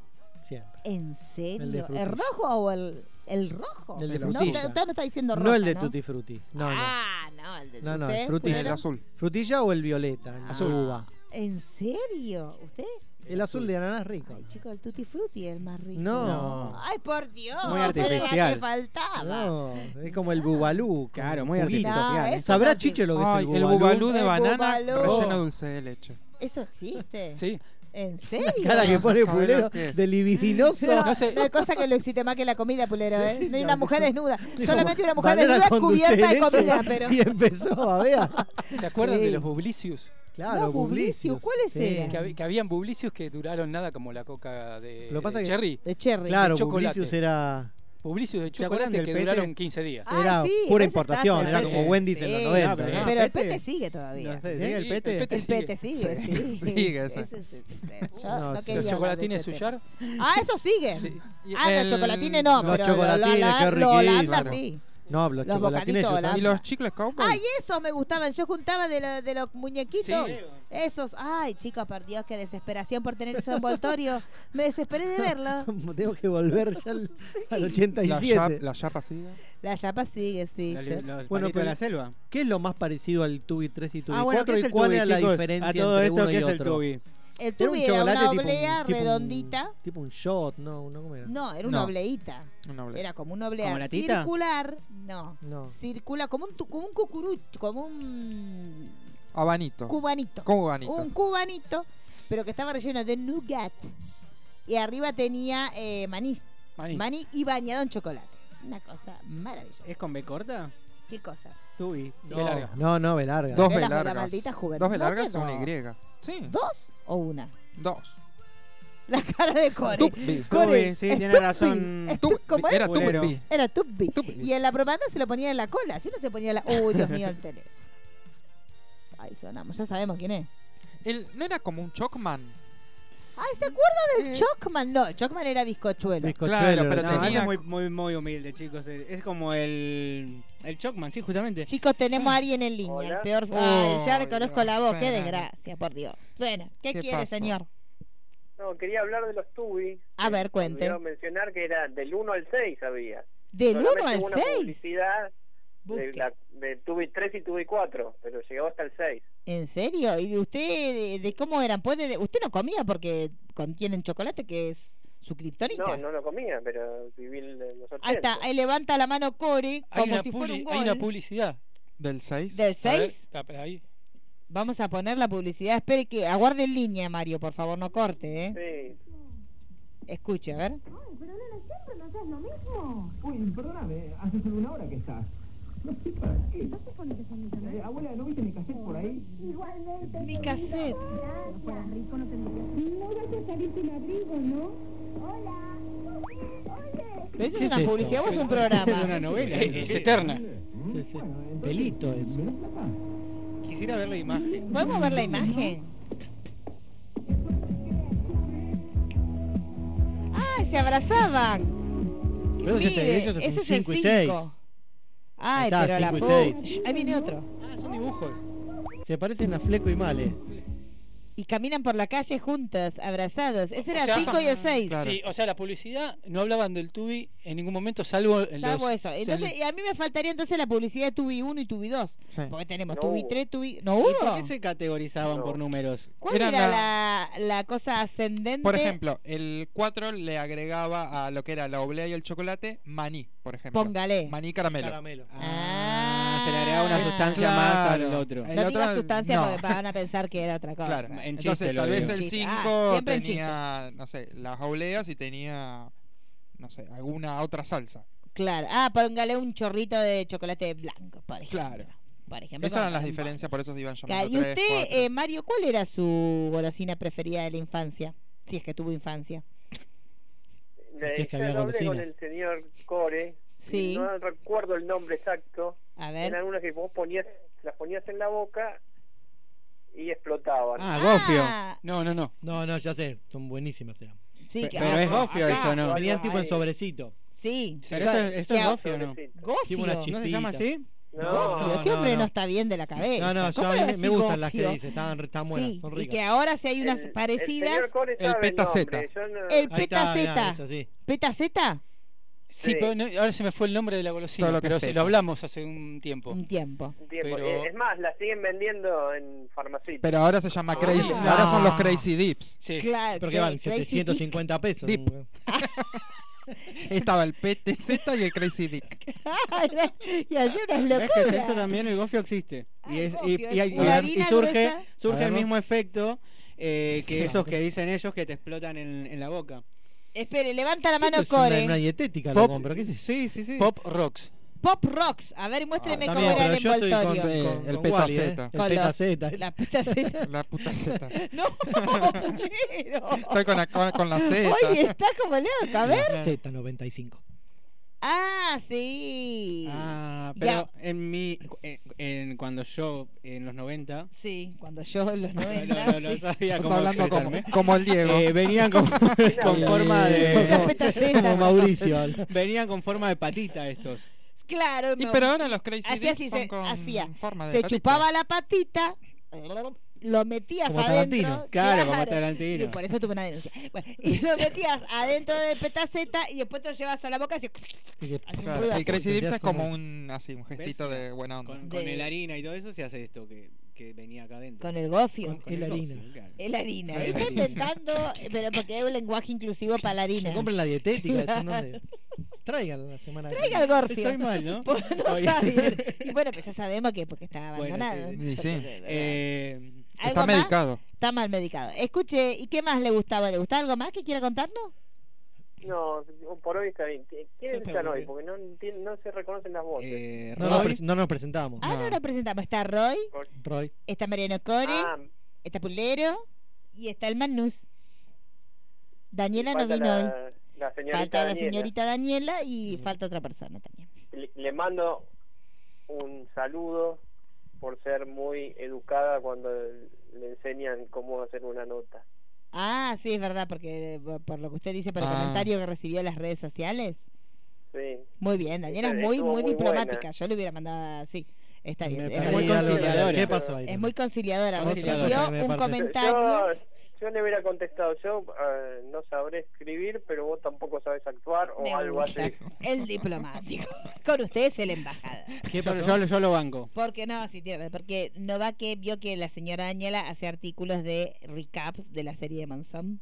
Speaker 7: siempre.
Speaker 5: ¿En
Speaker 7: El de
Speaker 5: serio? ¿El,
Speaker 7: frutilla.
Speaker 5: rojo o el, el rojo?
Speaker 7: El de
Speaker 5: no,
Speaker 7: frutilla.
Speaker 5: usted, usted no está diciendo rojo.
Speaker 7: No el de Tutti Frutti. No,
Speaker 5: Ah, no, el de
Speaker 7: no. No, no,
Speaker 5: ¿usted,
Speaker 7: el frutilla.
Speaker 5: Pedro?
Speaker 7: Frutilla o el violeta, el
Speaker 5: Azul.
Speaker 7: uva.
Speaker 5: ¿En serio? ¿Usted?
Speaker 7: El azul de ananá es rico.
Speaker 5: Ay, chico, el Tutti Frutti es el más rico.
Speaker 7: No. No.
Speaker 5: Ay, por Dios.
Speaker 7: Muy
Speaker 5: era la
Speaker 7: artificial.
Speaker 5: que faltaba.
Speaker 7: No, es como el bubalú. Claro,
Speaker 10: muy
Speaker 5: Ah,
Speaker 10: artificial, ¿eh?
Speaker 7: Sabrá
Speaker 10: Eso sí.
Speaker 7: Chiche lo que
Speaker 6: Ay,
Speaker 7: es el
Speaker 6: el
Speaker 7: bubalú.
Speaker 6: bubalú de
Speaker 5: El
Speaker 6: banana
Speaker 5: bubalú.
Speaker 6: relleno de dulce de leche.
Speaker 5: ¿Eso existe?
Speaker 8: Sí.
Speaker 5: ¿En serio?
Speaker 7: La cara que pone
Speaker 6: ¿Sabe lo
Speaker 7: Pulero
Speaker 6: que es?
Speaker 7: de libidinoso.
Speaker 5: No, no hay cosa que lo excite más que la comida, pulero. ¿eh? No hay una mujer desnuda.
Speaker 7: Sí,
Speaker 5: Solamente una
Speaker 7: como
Speaker 5: mujer
Speaker 7: banana
Speaker 5: desnuda
Speaker 7: con dulce
Speaker 5: cubierta de
Speaker 7: leche
Speaker 5: comida. Pero...
Speaker 7: Y empezó a ver.
Speaker 8: ¿Se acuerdan
Speaker 7: Sí.
Speaker 8: de los Bublicius?
Speaker 7: Claro, Los Bublicius, Bublicius. ¿cuáles Sí. eran?
Speaker 8: Que, hab- que habían Bublicius que duraron nada como la coca de,
Speaker 7: Lo que pasa
Speaker 8: de
Speaker 7: que-
Speaker 8: Cherry.
Speaker 5: De Cherry.
Speaker 7: Claro,
Speaker 8: de chocolate.
Speaker 7: Publicius era.
Speaker 8: Publicius de
Speaker 7: ¿Se acuerdan
Speaker 8: chocolate
Speaker 7: del
Speaker 8: que
Speaker 7: Pete?
Speaker 8: duraron 15 días.
Speaker 7: Era
Speaker 5: Ah, sí,
Speaker 7: pura
Speaker 5: ese
Speaker 7: importación,
Speaker 5: está,
Speaker 7: era
Speaker 5: pero-
Speaker 7: como Wendy's en los
Speaker 5: Sí,
Speaker 7: 90.
Speaker 5: pero
Speaker 7: ¿no?
Speaker 5: el pete sigue todavía.
Speaker 7: No sé, ¿sigue el Sí, Pete? el Pete
Speaker 5: El pete sigue,
Speaker 7: sigue. Sí,
Speaker 5: sí.
Speaker 7: sigue ese.
Speaker 5: Ese, ese, ese. Yo
Speaker 7: No,
Speaker 5: no quería hablar
Speaker 7: sí. Los
Speaker 5: de
Speaker 8: chocolatines
Speaker 5: ese
Speaker 8: Suyar.
Speaker 5: tema. Ah, eso sigue.
Speaker 6: Y
Speaker 5: Ah,
Speaker 6: el-
Speaker 5: los chocolatines no,
Speaker 7: Los
Speaker 5: pero
Speaker 7: chocolatines,
Speaker 5: lo,
Speaker 7: qué
Speaker 5: lo,
Speaker 7: riquísimo.
Speaker 5: Holanda
Speaker 7: Claro.
Speaker 5: sí.
Speaker 7: No, los,
Speaker 5: Los
Speaker 7: chocolatines.
Speaker 5: bocaditos
Speaker 7: ellos
Speaker 5: Holanda.
Speaker 7: saben.
Speaker 6: ¿Y los chicles cowboy?
Speaker 5: Ay, esos me gustaban. Yo juntaba de, lo- de los muñequitos.
Speaker 6: Sí.
Speaker 5: Esos. Ay, chicos, por Dios, qué desesperación por tener ese envoltorio. Me desesperé de verlo.
Speaker 7: Tengo que volver ya al, al 87.
Speaker 6: La yap- la yapa sigue.
Speaker 5: La chapa sigue, sí.
Speaker 10: La
Speaker 5: yo- eh,
Speaker 10: li- la- El palito de la selva.
Speaker 7: ¿Qué es lo más parecido al Tubi 3 y Tubi
Speaker 10: Ah, bueno,
Speaker 7: 4?
Speaker 10: ¿qué es
Speaker 7: ¿Y
Speaker 10: el
Speaker 7: cuál
Speaker 10: Tubi,
Speaker 7: era la
Speaker 10: chicos?
Speaker 7: diferencia
Speaker 10: A todo
Speaker 7: entre
Speaker 10: esto,
Speaker 7: uno
Speaker 10: ¿qué
Speaker 7: y
Speaker 10: es el
Speaker 7: otro?
Speaker 10: Tubi?
Speaker 5: El
Speaker 7: Era un
Speaker 5: tubi era,
Speaker 7: chocolate
Speaker 5: una
Speaker 7: tipo un-
Speaker 5: oblea
Speaker 7: tipo un-
Speaker 5: redondita.
Speaker 7: Tipo un shot, no, no, ¿cómo era?
Speaker 5: No, era una obleíta.
Speaker 7: Una oblea.
Speaker 5: Era como una oblea
Speaker 7: ¿Como la tita?
Speaker 5: circular. No.
Speaker 7: No.
Speaker 5: Circula como un, tu- como un cucurucho, como un
Speaker 6: Habanito.
Speaker 5: cubanito.
Speaker 6: Cubanito.
Speaker 5: Un cubanito, pero que estaba relleno de nougat. Y arriba tenía eh, maní.
Speaker 10: Maní.
Speaker 5: Maní y bañado en chocolate. Una cosa maravillosa.
Speaker 10: ¿Es con B corta?
Speaker 5: ¿Qué cosa?
Speaker 10: Tubi.
Speaker 5: Sí.
Speaker 10: B larga.
Speaker 7: No, no, Belarga.
Speaker 6: Dos
Speaker 5: Velas de la
Speaker 6: velargas.
Speaker 5: maldita juventud.
Speaker 6: Dos
Speaker 5: No,
Speaker 6: velargas
Speaker 5: que
Speaker 6: o una
Speaker 5: no.
Speaker 6: Y. Sí.
Speaker 5: ¿Dos o una?
Speaker 6: Dos.
Speaker 5: La cara de Core.
Speaker 6: Tubi.
Speaker 5: Core,
Speaker 10: Tubi, sí,
Speaker 5: es
Speaker 10: tiene
Speaker 5: tubi.
Speaker 10: razón.
Speaker 5: Es tu- ¿Cómo es?
Speaker 6: Era tubi.
Speaker 5: Era tubi. Y en la propaganda se lo ponía en la cola. Si uno se ponía la. Uy, Dios mío, el Teresa. Ay, sonamos. Ya sabemos quién es.
Speaker 6: El- ¿No era como un Chocman?
Speaker 5: Ay, ¿se acuerda del Chocman? No, el Chocman era bizcochuelo.
Speaker 6: Claro, pero
Speaker 10: no,
Speaker 6: tenía-
Speaker 7: ah.
Speaker 10: ese es muy, muy, muy humilde, chicos. Es es como el. El Chocman, sí, justamente.
Speaker 5: Chicos, tenemos a alguien en línea. El peor.
Speaker 10: Oh,
Speaker 5: Ay, ya reconozco la voz. Qué desgracia, por Dios. Bueno, ¿qué,
Speaker 15: ¿Qué
Speaker 5: quiere,
Speaker 15: pasó?
Speaker 5: señor?
Speaker 15: No, quería hablar de los tubi.
Speaker 5: A ver, cuente.
Speaker 15: Quiero mencionar que era del 1 al 6 había.
Speaker 5: ¿Del
Speaker 15: Solamente
Speaker 5: 1 al
Speaker 15: hubo una
Speaker 5: 6?
Speaker 15: publicidad de, la, de tubi 3 y tubi 4, pero llegó hasta el 6.
Speaker 5: ¿En serio? ¿Y usted de, de cómo eran? ¿Puede, ¿Usted no comía porque contienen chocolate que es su kriptonita?
Speaker 15: No, no lo comía, pero viví el- los 80.
Speaker 5: Ahí está, ahí levanta la mano Core
Speaker 15: Hay
Speaker 5: como
Speaker 15: una
Speaker 5: si fuera
Speaker 15: publi-
Speaker 5: un gol.
Speaker 15: hay una
Speaker 8: publicidad.
Speaker 6: ¿Del 6?
Speaker 5: ¿Del 6?
Speaker 8: ahí.
Speaker 5: Vamos a poner la publicidad. Espere que aguarde en línea, Mario, por favor, no corte, ¿eh?
Speaker 15: Sí.
Speaker 5: Escuche, a ver.
Speaker 16: Ay, pero Lola, siempre nos haces lo mismo. Uy, perdóname, hace solo una hora que estás. No sé para qué. ¿No te pones esa eh, Abuela, ¿no viste mi cassette por ahí? Igualmente.
Speaker 5: Mi cassette.
Speaker 16: Gracias. Para rico no No vas a salir sin abrigo, ¿no? Hola.
Speaker 5: ¿Pero eso
Speaker 16: ¿Qué
Speaker 5: es
Speaker 16: es
Speaker 5: una
Speaker 16: esto?
Speaker 5: publicidad o es un programa?
Speaker 10: Es una novela.
Speaker 8: Es- es eterna.
Speaker 10: Sí, sí.
Speaker 7: Pelito eh, es.
Speaker 10: Quisiera ver la imagen.
Speaker 5: ¿Podemos ver la imagen? ¡Ay, se abrazaban!
Speaker 7: Pero ese es el-
Speaker 5: Mire,
Speaker 7: ellos es
Speaker 5: ese
Speaker 7: un
Speaker 5: es el
Speaker 7: cinco y seis.
Speaker 5: 5. Ay,
Speaker 7: Ahí está,
Speaker 5: pero la
Speaker 7: cinco y
Speaker 5: pu-
Speaker 7: seis.
Speaker 5: Shh, Ahí viene otro.
Speaker 10: Ah, son dibujos.
Speaker 7: Se parecen a Fleco y Male.
Speaker 5: Y caminan por la calle juntos, abrazados. Ese
Speaker 8: O sea,
Speaker 5: era 5 y el 6.
Speaker 8: Sí, o sea, la publicidad no hablaban del tubi en ningún momento, salvo el
Speaker 5: Salvo
Speaker 8: dos.
Speaker 5: eso.
Speaker 8: O sea,
Speaker 5: Entonces, y a mí me faltaría entonces la publicidad de Tubi 1 y Tubi 2. Porque tenemos
Speaker 10: No
Speaker 5: Tubi
Speaker 10: hubo.
Speaker 5: 3, Tubi... ¿No
Speaker 10: ¿Y por qué
Speaker 5: hubo?
Speaker 10: se categorizaban por números?
Speaker 5: ¿Cuál era, la... la cosa ascendente?
Speaker 6: Por ejemplo, el 4 le agregaba a lo que era la oblea y el chocolate maní, por ejemplo.
Speaker 5: Póngale.
Speaker 6: Maní caramelo.
Speaker 7: Caramelo.
Speaker 5: Ah,
Speaker 10: se le agregaba una sustancia más al otro.
Speaker 5: no digas sustancia porque van a pensar que era otra cosa.
Speaker 6: Claro, entonces tal vez el 5
Speaker 5: Ah, siempre en
Speaker 6: tenía, no sé, las obleas y tenía, no sé, alguna otra salsa.
Speaker 5: chiste. Claro. Ah, póngale un chorrito de chocolate blanco, por ejemplo.
Speaker 6: Claro.
Speaker 5: Por ejemplo.
Speaker 6: Esas eran
Speaker 5: con-
Speaker 6: las diferencias, por eso se iban
Speaker 5: Claro,
Speaker 6: llamando
Speaker 5: Y
Speaker 6: tres,
Speaker 5: usted,
Speaker 6: cuatro.
Speaker 5: eh, Mario, ¿cuál era su golosina preferida de la infancia? Si es que tuvo infancia.
Speaker 3: Le
Speaker 7: Sí, es que
Speaker 3: hice
Speaker 7: había
Speaker 3: doble con
Speaker 7: golosinas.
Speaker 3: el señor Core.
Speaker 5: este. Sí.
Speaker 3: y No recuerdo el nombre exacto.
Speaker 5: A ver.
Speaker 3: Eran unas que vos ponías, las ponías en la boca y explotaban.
Speaker 10: Ah, gofio.
Speaker 8: No, no, no.
Speaker 7: No, no, ya sé. Son buenísimas eran.
Speaker 5: Sí,
Speaker 10: Pe-
Speaker 5: que-
Speaker 10: pero
Speaker 5: ah,
Speaker 10: es gofio
Speaker 5: acá,
Speaker 10: eso, ¿no?
Speaker 7: Venían tipo en sobrecito.
Speaker 5: Sí.
Speaker 10: Pero eso, eso es gofio, ¿no?
Speaker 7: Tipo una chispita.
Speaker 10: ¿No se llama así?
Speaker 7: No,
Speaker 5: Gofio, este
Speaker 7: no,
Speaker 5: hombre no.
Speaker 7: no.
Speaker 5: está bien de la cabeza.
Speaker 7: No, no, yo
Speaker 5: ¿Cómo
Speaker 7: a
Speaker 5: le
Speaker 7: mí
Speaker 5: va a
Speaker 7: me, me
Speaker 5: decir
Speaker 7: gustan las que
Speaker 5: gofio?
Speaker 7: dice, están, re- están buenas,
Speaker 5: Sí,
Speaker 7: son
Speaker 5: y
Speaker 7: ricas.
Speaker 5: que ahora si hay unas parecidas.
Speaker 3: señor Core sabe el
Speaker 6: Peta
Speaker 3: nombre,
Speaker 6: Zeta.
Speaker 3: yo no-
Speaker 5: El
Speaker 3: Ahí
Speaker 5: Peta
Speaker 3: está, mirá,
Speaker 5: Z.
Speaker 3: es así.
Speaker 5: ¿Peta Z?
Speaker 8: Sí, pero no- ahora se me fue el nombre de la golosina,
Speaker 6: Todo lo que
Speaker 8: pero
Speaker 6: es
Speaker 8: se
Speaker 6: peta.
Speaker 8: lo hablamos hace un tiempo.
Speaker 5: Un tiempo.
Speaker 3: Un tiempo.
Speaker 8: Pero-
Speaker 3: Eh, Es más, las siguen vendiendo en farmacitas.
Speaker 6: Pero ahora se
Speaker 3: Ah.
Speaker 6: llama Crazy, ahora son los Crazy Dips.
Speaker 8: Sí.
Speaker 5: Claro,
Speaker 7: Pero que van, 750 pesos.
Speaker 6: Dip.
Speaker 7: un-
Speaker 6: Estaba el PTZ y el Crazy Dick.
Speaker 5: y hace unas
Speaker 10: ¿Ves que es esto
Speaker 5: locuras.
Speaker 10: también? El gofio existe. Y, es- y-
Speaker 5: Ah, gofio,
Speaker 10: y-
Speaker 5: es
Speaker 10: y-
Speaker 5: una
Speaker 10: y-
Speaker 5: harina
Speaker 10: y surge,
Speaker 5: gruesa.
Speaker 10: surge
Speaker 6: A
Speaker 10: el
Speaker 6: ver,
Speaker 10: mismo efecto eh, que
Speaker 7: Qué
Speaker 10: esos que
Speaker 7: bárbaro.
Speaker 10: dicen ellos que te explotan en, en la boca.
Speaker 5: Espere, levanta la mano,
Speaker 7: Eso es una,
Speaker 5: Core.
Speaker 7: una dietética,
Speaker 10: Pop.
Speaker 7: loco, pero ¿qué es eso?
Speaker 10: Sí, sí, sí.
Speaker 8: Pop Rocks.
Speaker 5: Pop Rocks. A ver, muéstreme
Speaker 7: Está
Speaker 5: cómo
Speaker 7: bien,
Speaker 5: era el
Speaker 7: pero yo estoy con-
Speaker 5: envoltorio.
Speaker 7: con-
Speaker 6: Sí, el
Speaker 7: con
Speaker 6: Peta
Speaker 7: Wally, ¿eh?
Speaker 6: Zeta.
Speaker 7: El
Speaker 5: Con
Speaker 7: Peta
Speaker 5: los-
Speaker 7: Zeta, es-
Speaker 5: La peta Z.
Speaker 6: La puta Z.
Speaker 5: No, pero.
Speaker 6: Estoy con la, con, con la Z.
Speaker 5: Oye, está como loco, a ver.
Speaker 7: Z95.
Speaker 5: Ah, sí.
Speaker 10: Ah,
Speaker 5: Ya.
Speaker 10: pero en mi. En, en- cuando yo, en los 90.
Speaker 5: Sí, cuando yo en los
Speaker 10: No,
Speaker 5: 90.
Speaker 10: no, no
Speaker 5: sí.
Speaker 10: sabía
Speaker 6: Yo
Speaker 10: cómo
Speaker 6: estaba hablando como,
Speaker 10: expresarme.
Speaker 6: como el Diego.
Speaker 10: Eh, venían con, con
Speaker 6: Sí.
Speaker 10: forma
Speaker 5: Muchas
Speaker 10: de.
Speaker 5: petas Z.
Speaker 7: Como Mauricio. ¿no?
Speaker 10: Venían con forma de patita estos.
Speaker 5: Claro,
Speaker 6: y
Speaker 5: no.
Speaker 6: pero ahora los Crazy
Speaker 5: Hacía
Speaker 6: Dicks
Speaker 5: así,
Speaker 6: son
Speaker 5: se-
Speaker 6: con
Speaker 5: hacía.
Speaker 6: forma de
Speaker 5: se
Speaker 6: patita.
Speaker 5: chupaba la patita, lo metías
Speaker 7: Como
Speaker 5: adentro.
Speaker 7: Tarantino.
Speaker 10: Claro, como
Speaker 5: Y
Speaker 10: Tarantino.
Speaker 5: por eso tuve una denuncia. Bueno, y lo metías adentro del petaceta y después te lo llevas a la boca y así,
Speaker 7: Y de-
Speaker 5: hace un
Speaker 6: Claro,
Speaker 5: ruido
Speaker 6: el
Speaker 5: así.
Speaker 6: Crazy Dips
Speaker 7: Tendrías
Speaker 6: es como
Speaker 7: como-
Speaker 6: un así un gestito
Speaker 10: ¿Ves?
Speaker 6: de buena onda.
Speaker 10: Con, con
Speaker 5: De-
Speaker 10: el harina y todo eso se hace esto que, que venía acá adentro.
Speaker 5: Con el gofio.
Speaker 7: Con- el harina.
Speaker 10: gofio, claro.
Speaker 5: El harina.
Speaker 10: El
Speaker 5: Está
Speaker 10: harina.
Speaker 5: inventando, pero porque es un lenguaje inclusivo para la harina.
Speaker 7: Que compren la dietética, eso no le- Traigan la semana que
Speaker 5: Traiga
Speaker 7: viene.
Speaker 5: el gorfio.
Speaker 10: Estoy mal, ¿no?
Speaker 5: Pues no
Speaker 10: Oye.
Speaker 5: está bien. Y bueno, pues ya sabemos que porque está
Speaker 10: Bueno,
Speaker 5: abandonado.
Speaker 6: Y sí,
Speaker 10: Eh,
Speaker 5: ¿Algo
Speaker 6: está
Speaker 5: más?
Speaker 6: medicado.
Speaker 5: Está mal medicado. Escuche, ¿y qué más le gustaba? ¿Le gustaba algo más que quiera contarnos?
Speaker 3: No, por hoy está bien. ¿Qui-
Speaker 10: Yo
Speaker 3: ¿Quiénes
Speaker 10: te
Speaker 3: están
Speaker 10: voy.
Speaker 3: hoy? Porque no, enti- no se reconocen las voces.
Speaker 10: eh,
Speaker 7: No, nos
Speaker 10: Roy,
Speaker 7: pres- no nos presentamos.
Speaker 5: Ah, no
Speaker 6: No.
Speaker 5: lo presentamos. Está Roy,
Speaker 7: Roy.
Speaker 5: está Mariano Core,
Speaker 3: Ah,
Speaker 5: está Pulero y está el Manus. Daniela no
Speaker 3: falta
Speaker 5: vino hoy.
Speaker 3: la, la señorita
Speaker 5: Falta la
Speaker 3: Daniela.
Speaker 5: señorita Daniela y falta otra persona también.
Speaker 3: Le, le mando un saludo por ser muy educada cuando le enseñan cómo hacer una nota.
Speaker 5: Ah, sí, es verdad, porque eh, por- por lo que usted dice, por el
Speaker 6: Ah.
Speaker 5: comentario que recibió en las redes sociales.
Speaker 3: Sí.
Speaker 5: Muy bien, Daniela es
Speaker 3: Estuvo
Speaker 5: muy, muy
Speaker 3: muy
Speaker 5: diplomática.
Speaker 3: buena.
Speaker 5: Yo le hubiera mandado así. Está bien.
Speaker 7: Me
Speaker 5: Es,
Speaker 7: perdí
Speaker 10: muy
Speaker 7: algo de-
Speaker 10: conciliadora.
Speaker 7: ¿Qué pasó ahí?
Speaker 5: es muy conciliadora.
Speaker 7: Conciliadora,
Speaker 5: Recibió
Speaker 7: me
Speaker 5: un
Speaker 7: parece.
Speaker 5: comentario.
Speaker 3: Yo, yo le hubiera contestado, yo ah, no sabré escribir, pero vos tampoco sabes actuar o
Speaker 5: Me
Speaker 3: algo
Speaker 5: gusta.
Speaker 3: así.
Speaker 5: El diplomático. Con usted es el embajada.
Speaker 7: ¿Qué pasó?
Speaker 10: yo, yo lo banco.
Speaker 5: Porque no, sí, tiene razón, porque no va que vio que la señora Daniela hace artículos de recaps de la serie de Manson.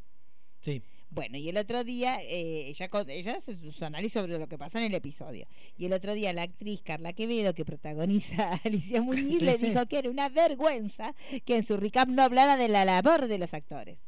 Speaker 7: Sí.
Speaker 5: Bueno, y el otro día eh, ella, co- ella hace sus análisis sobre lo que pasa en el episodio. Y el otro día la actriz Carla Quevedo, que protagoniza a Alicia Muñiz,
Speaker 7: Sí,
Speaker 5: le
Speaker 7: sí.
Speaker 5: dijo que era una vergüenza que en su recap no hablara de la labor de los actores.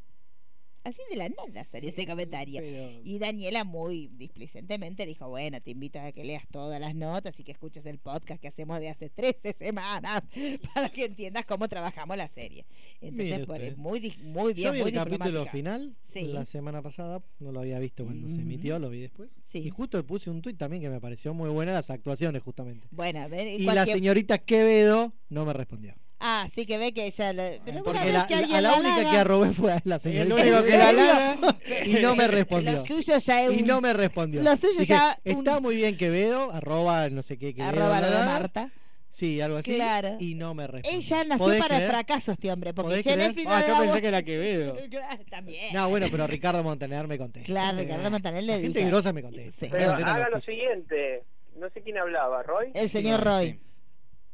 Speaker 5: Así de la nada salió ese comentario.
Speaker 10: Pero-
Speaker 5: Y Daniela muy displicentemente dijo, bueno, te invito a que leas todas las notas y que escuches el podcast que hacemos de hace 13 semanas para que entiendas cómo trabajamos la serie. Entonces,
Speaker 7: Mire
Speaker 5: por-
Speaker 7: usted.
Speaker 5: muy, di- muy bien,
Speaker 7: Yo vi
Speaker 5: muy
Speaker 7: el capítulo
Speaker 5: diplomática.
Speaker 7: final
Speaker 5: Sí.
Speaker 7: la semana pasada, no lo había visto cuando se
Speaker 5: Ujú.
Speaker 7: emitió, lo vi después.
Speaker 5: Sí.
Speaker 7: Y justo le puse un tuit también que me pareció muy buena las actuaciones justamente.
Speaker 5: Bueno, a ver,
Speaker 7: Y la
Speaker 5: cualquier-
Speaker 7: señorita Quevedo no me respondió.
Speaker 5: Ah, sí que ve que ella... Lo... Pero una
Speaker 7: Porque
Speaker 5: vez
Speaker 7: la,
Speaker 5: que
Speaker 7: la-
Speaker 5: alguien
Speaker 7: a la
Speaker 5: la
Speaker 7: única
Speaker 5: halaga,
Speaker 7: que arrobé fue a la
Speaker 10: El
Speaker 7: señorita.
Speaker 10: único que la lava.
Speaker 7: y no me
Speaker 5: Lo
Speaker 7: respondió.
Speaker 5: suyo ya es
Speaker 7: Y
Speaker 5: un-
Speaker 7: no me respondió.
Speaker 5: Lo suyo
Speaker 7: Dije,
Speaker 5: ya un-
Speaker 7: Está muy bien Quevedo, arroba no sé qué Quevedo.
Speaker 5: Arroba lo
Speaker 7: bla,
Speaker 5: de
Speaker 7: bla, bla".
Speaker 5: Marta.
Speaker 7: Sí, algo así.
Speaker 5: Claro.
Speaker 7: Y no me respondió.
Speaker 5: Ella nació
Speaker 7: ¿Podés
Speaker 5: para el
Speaker 7: creer?
Speaker 5: fracaso este hombre, porque
Speaker 7: ¿Podés creer?
Speaker 5: Jennifer
Speaker 10: Ah,
Speaker 5: no
Speaker 10: yo
Speaker 5: daba
Speaker 10: pensé
Speaker 5: bola.
Speaker 10: que la Quevedo.
Speaker 5: Claro, también.
Speaker 7: No, bueno, pero Ricardo Montaner me contesta.
Speaker 5: Claro, Ricardo Montaner le
Speaker 7: La gente
Speaker 5: dijo.
Speaker 7: grosa me contesta.
Speaker 5: Sí.
Speaker 7: Me
Speaker 3: Pero
Speaker 7: contesta
Speaker 3: haga
Speaker 7: los
Speaker 3: lo
Speaker 7: pisos.
Speaker 3: siguiente. No sé quién hablaba, Roy.
Speaker 5: El señor Roy.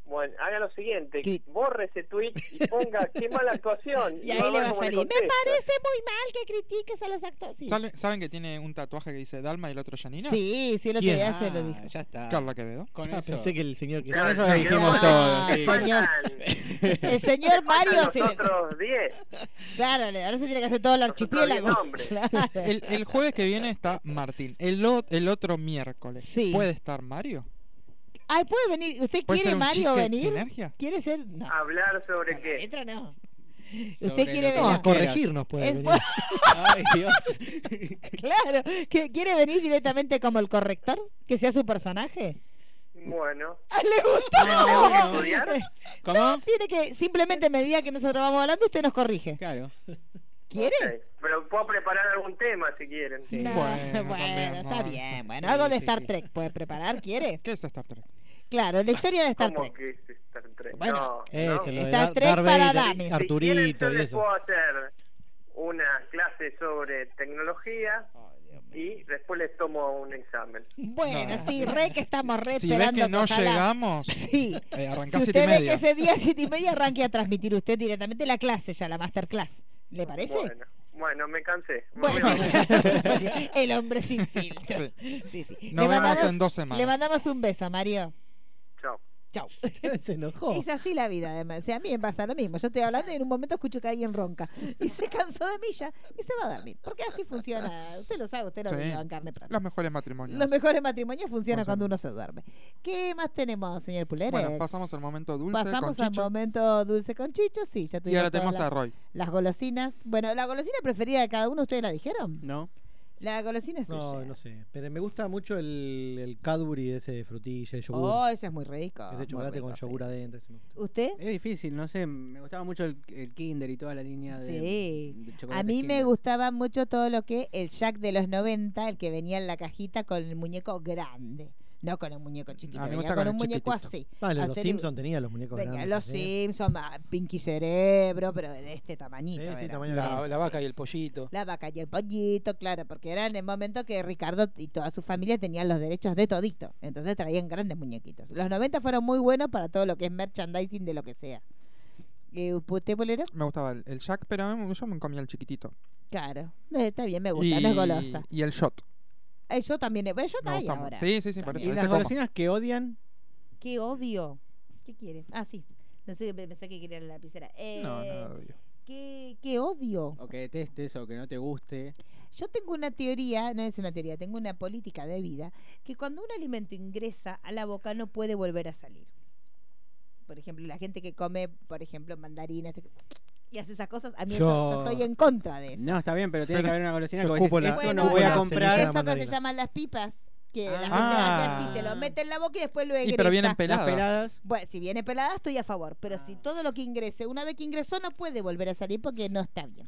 Speaker 8: Bueno, haga lo siguiente, borre ese tweet y ponga qué mala actuación.
Speaker 5: Y ahí
Speaker 8: va
Speaker 5: le va a
Speaker 8: como
Speaker 5: salir. Me
Speaker 8: contesta.
Speaker 5: parece muy mal que critiques a los actores. Sí,
Speaker 6: ¿Saben, saben que tiene un tatuaje que dice Dalma y el otro Janina?
Speaker 5: sí, sí, el otro
Speaker 6: ¿Quién?
Speaker 5: día se lo dijo.
Speaker 10: Ah, Ya está.
Speaker 6: Carla Quevedo.
Speaker 10: Con Ah, eso- pensé que el señor que-
Speaker 6: Con
Speaker 10: Ah,
Speaker 6: eso
Speaker 10: se
Speaker 6: dijimos
Speaker 10: quedó-
Speaker 6: todo.
Speaker 10: Ah,
Speaker 6: Sí.
Speaker 5: señor. El señor Mario se le... Claro, le- ahora se tiene que hacer todo el archipiélago. Claro.
Speaker 6: El, el jueves que viene está Martín. El, o- el otro miércoles. ¿Puede estar Mario?
Speaker 5: Ay, ¿puede venir? ¿Usted
Speaker 6: ¿Puede
Speaker 5: quiere
Speaker 6: ser un
Speaker 5: Mario
Speaker 6: chique
Speaker 5: venir?
Speaker 6: sinergia?
Speaker 5: ¿Quiere ser? No.
Speaker 8: Hablar sobre Ah, qué.
Speaker 5: Letra no.
Speaker 7: Sobre
Speaker 5: ¿Usted quiere venir?
Speaker 7: lo que No, corregirnos puede
Speaker 5: Es
Speaker 7: venir.
Speaker 5: por-
Speaker 10: Ay, Dios.
Speaker 5: Claro, que quiere venir directamente como el corrector, que sea su personaje.
Speaker 8: Bueno.
Speaker 5: ¡Ah, le gusta!
Speaker 8: ¿Tengo que estudiar?
Speaker 5: No, tiene que simplemente me diga que nosotros vamos hablando, usted nos corrige.
Speaker 10: Claro.
Speaker 5: ¿Quiere?
Speaker 8: Ok, Pero puedo preparar algún tema si quieren.
Speaker 5: No, bueno, está bien. Bueno, algo de Star Trek puede preparar, ¿quiere?
Speaker 6: ¿Qué es Star Trek?
Speaker 5: Claro, la historia de Star
Speaker 8: ¿Cómo
Speaker 5: Trek.
Speaker 8: que es Star Trek?
Speaker 5: Bueno,
Speaker 8: No,
Speaker 7: Eh,
Speaker 8: no.
Speaker 5: Eso, lo de Star Dar- Trek Darth para Vader, Damis.
Speaker 8: Si quieren,
Speaker 7: Arturito
Speaker 8: yo
Speaker 7: y
Speaker 8: les
Speaker 7: eso.
Speaker 8: puedo hacer una clase sobre tecnología y después les tomo un examen.
Speaker 5: Bueno, sí, re que estamos re
Speaker 6: Si ves
Speaker 5: esperando.
Speaker 6: que no
Speaker 5: ojalá-
Speaker 6: llegamos,
Speaker 5: Sí.
Speaker 6: eh, arrancás
Speaker 5: Si
Speaker 6: siete
Speaker 5: usted
Speaker 6: y
Speaker 5: ve
Speaker 6: media.
Speaker 5: que ese día siete y media arranque a transmitir usted directamente la clase ya, la masterclass. ¿Le parece?
Speaker 8: Bueno, bueno me cansé. Me
Speaker 5: Bueno,
Speaker 8: voy a-
Speaker 5: ya, el hombre sin filtro. Sí, sí.
Speaker 6: Nos
Speaker 5: Le
Speaker 6: vemos
Speaker 5: mandamos-
Speaker 6: en dos semanas.
Speaker 5: Le mandamos un beso, Mario.
Speaker 8: Chao.
Speaker 5: Chao.
Speaker 7: Se enojó.
Speaker 5: Es así la vida, además. O sea, a mí me pasa lo mismo. Yo estoy hablando y en un momento escucho que alguien ronca. Y se cansó de mí ya y se va a dormir. Porque así funciona. Usted lo sabe, usted lo
Speaker 6: Sí.
Speaker 5: vivió en carne propia.
Speaker 6: los mejores matrimonios.
Speaker 5: Los mejores matrimonios
Speaker 6: Funciona.
Speaker 5: funcionan cuando uno se duerme. ¿Qué más tenemos, señor Pulero?
Speaker 6: Bueno, pasamos al momento dulce
Speaker 5: Pasamos
Speaker 6: con
Speaker 5: al
Speaker 6: Chicho.
Speaker 5: momento dulce con Chicho, sí, ya tuvimos
Speaker 6: ahora
Speaker 5: todas
Speaker 6: tenemos
Speaker 5: las-
Speaker 6: a Roy.
Speaker 5: Las golosinas. Bueno, la golosina preferida de cada uno, ¿ustedes la dijeron?
Speaker 10: No.
Speaker 5: La golosina es
Speaker 7: No,
Speaker 5: suya.
Speaker 7: no sé. Pero me gusta mucho el, el Cadbury ese de frutilla, de yogur.
Speaker 5: Oh, ese es muy rico.
Speaker 7: Es
Speaker 5: muy
Speaker 7: de chocolate
Speaker 5: rico,
Speaker 7: con
Speaker 5: sí,
Speaker 7: yogur
Speaker 5: sí.
Speaker 7: adentro. ese me gusta.
Speaker 5: ¿Usted?
Speaker 10: Es difícil, no sé. Me gustaba mucho el, el Kinder y toda la línea de.
Speaker 5: Sí.
Speaker 10: de
Speaker 5: A
Speaker 10: chocolates
Speaker 5: mí me
Speaker 10: Kinder.
Speaker 5: gustaba mucho todo lo que el Jack de los 90, el que venía en la cajita con el muñeco grande. No con el muñeco chiquito,
Speaker 7: A mí me
Speaker 5: venía
Speaker 7: gusta
Speaker 5: con
Speaker 7: con
Speaker 5: un
Speaker 7: el
Speaker 5: muñeco así.
Speaker 7: chiquitito. Vale,
Speaker 5: A
Speaker 7: Ah, los
Speaker 5: usted le-
Speaker 7: Simpson tenían los muñecos
Speaker 5: Venía
Speaker 7: grandes,
Speaker 5: Ah,
Speaker 7: ¿eh?
Speaker 5: Los
Speaker 7: sí.
Speaker 5: Simpson, ah, Pinky Cerebro, pero de este tamañito.
Speaker 7: Sí, sí,
Speaker 5: era.
Speaker 7: tamaño
Speaker 5: Eso,
Speaker 17: La, la
Speaker 5: sí.
Speaker 17: vaca y el pollito.
Speaker 5: La vaca y el pollito, claro, porque era en el momento que Ricardo y toda su familia tenían los derechos de todito. Entonces traían grandes muñequitos. Los 90 fueron muy buenos para todo lo que es merchandising de lo que sea. Eh, ¿Usted, bolero?
Speaker 6: Me gustaba el, el Jack, pero a mí- yo me comía el chiquitito.
Speaker 5: Claro. Eh, Está bien, me gusta, no es golosa.
Speaker 6: Y el shot.
Speaker 5: Eh, yo también, eh, yo
Speaker 6: Me
Speaker 5: hay
Speaker 6: gusta
Speaker 5: ahora.
Speaker 6: mucho. Sí, sí, sí, por eso.
Speaker 5: También.
Speaker 10: Y
Speaker 6: ese
Speaker 10: las
Speaker 6: como.
Speaker 10: golosinas que odian.
Speaker 5: Qué odio. ¿Qué quiere? Ah, sí. No sé, pe- pensé que quería la lapicera. Eh,
Speaker 10: No, no odio.
Speaker 5: ¿qué, qué odio?
Speaker 10: O que detestes o que no te guste.
Speaker 5: Yo tengo una teoría, no es una teoría, tengo una política de vida, que cuando un alimento ingresa a la boca no puede volver a salir. Por ejemplo, la gente que come, por ejemplo, mandarinas y hace esas cosas, a mí eso- yo,
Speaker 10: Yo-
Speaker 5: estoy en contra de eso.
Speaker 10: No, está bien, pero tiene
Speaker 6: Pero
Speaker 10: que haber una golosina
Speaker 7: yo
Speaker 10: que vos decís,
Speaker 7: ocupo la-
Speaker 10: esto
Speaker 7: Bueno,
Speaker 10: no voy a
Speaker 7: la semilla de
Speaker 10: comprar.
Speaker 5: Eso que se
Speaker 7: mandarina.
Speaker 5: llaman las pipas, que la gente
Speaker 6: Ah.
Speaker 5: hace así, se lo mete en la boca y después lo egresa.
Speaker 6: Y pero vienen
Speaker 10: Las
Speaker 6: peladas.
Speaker 10: peladas.
Speaker 5: Bueno, si viene pelada estoy a favor, pero si todo lo que ingrese, una vez que ingresó no puede volver a salir porque no está bien.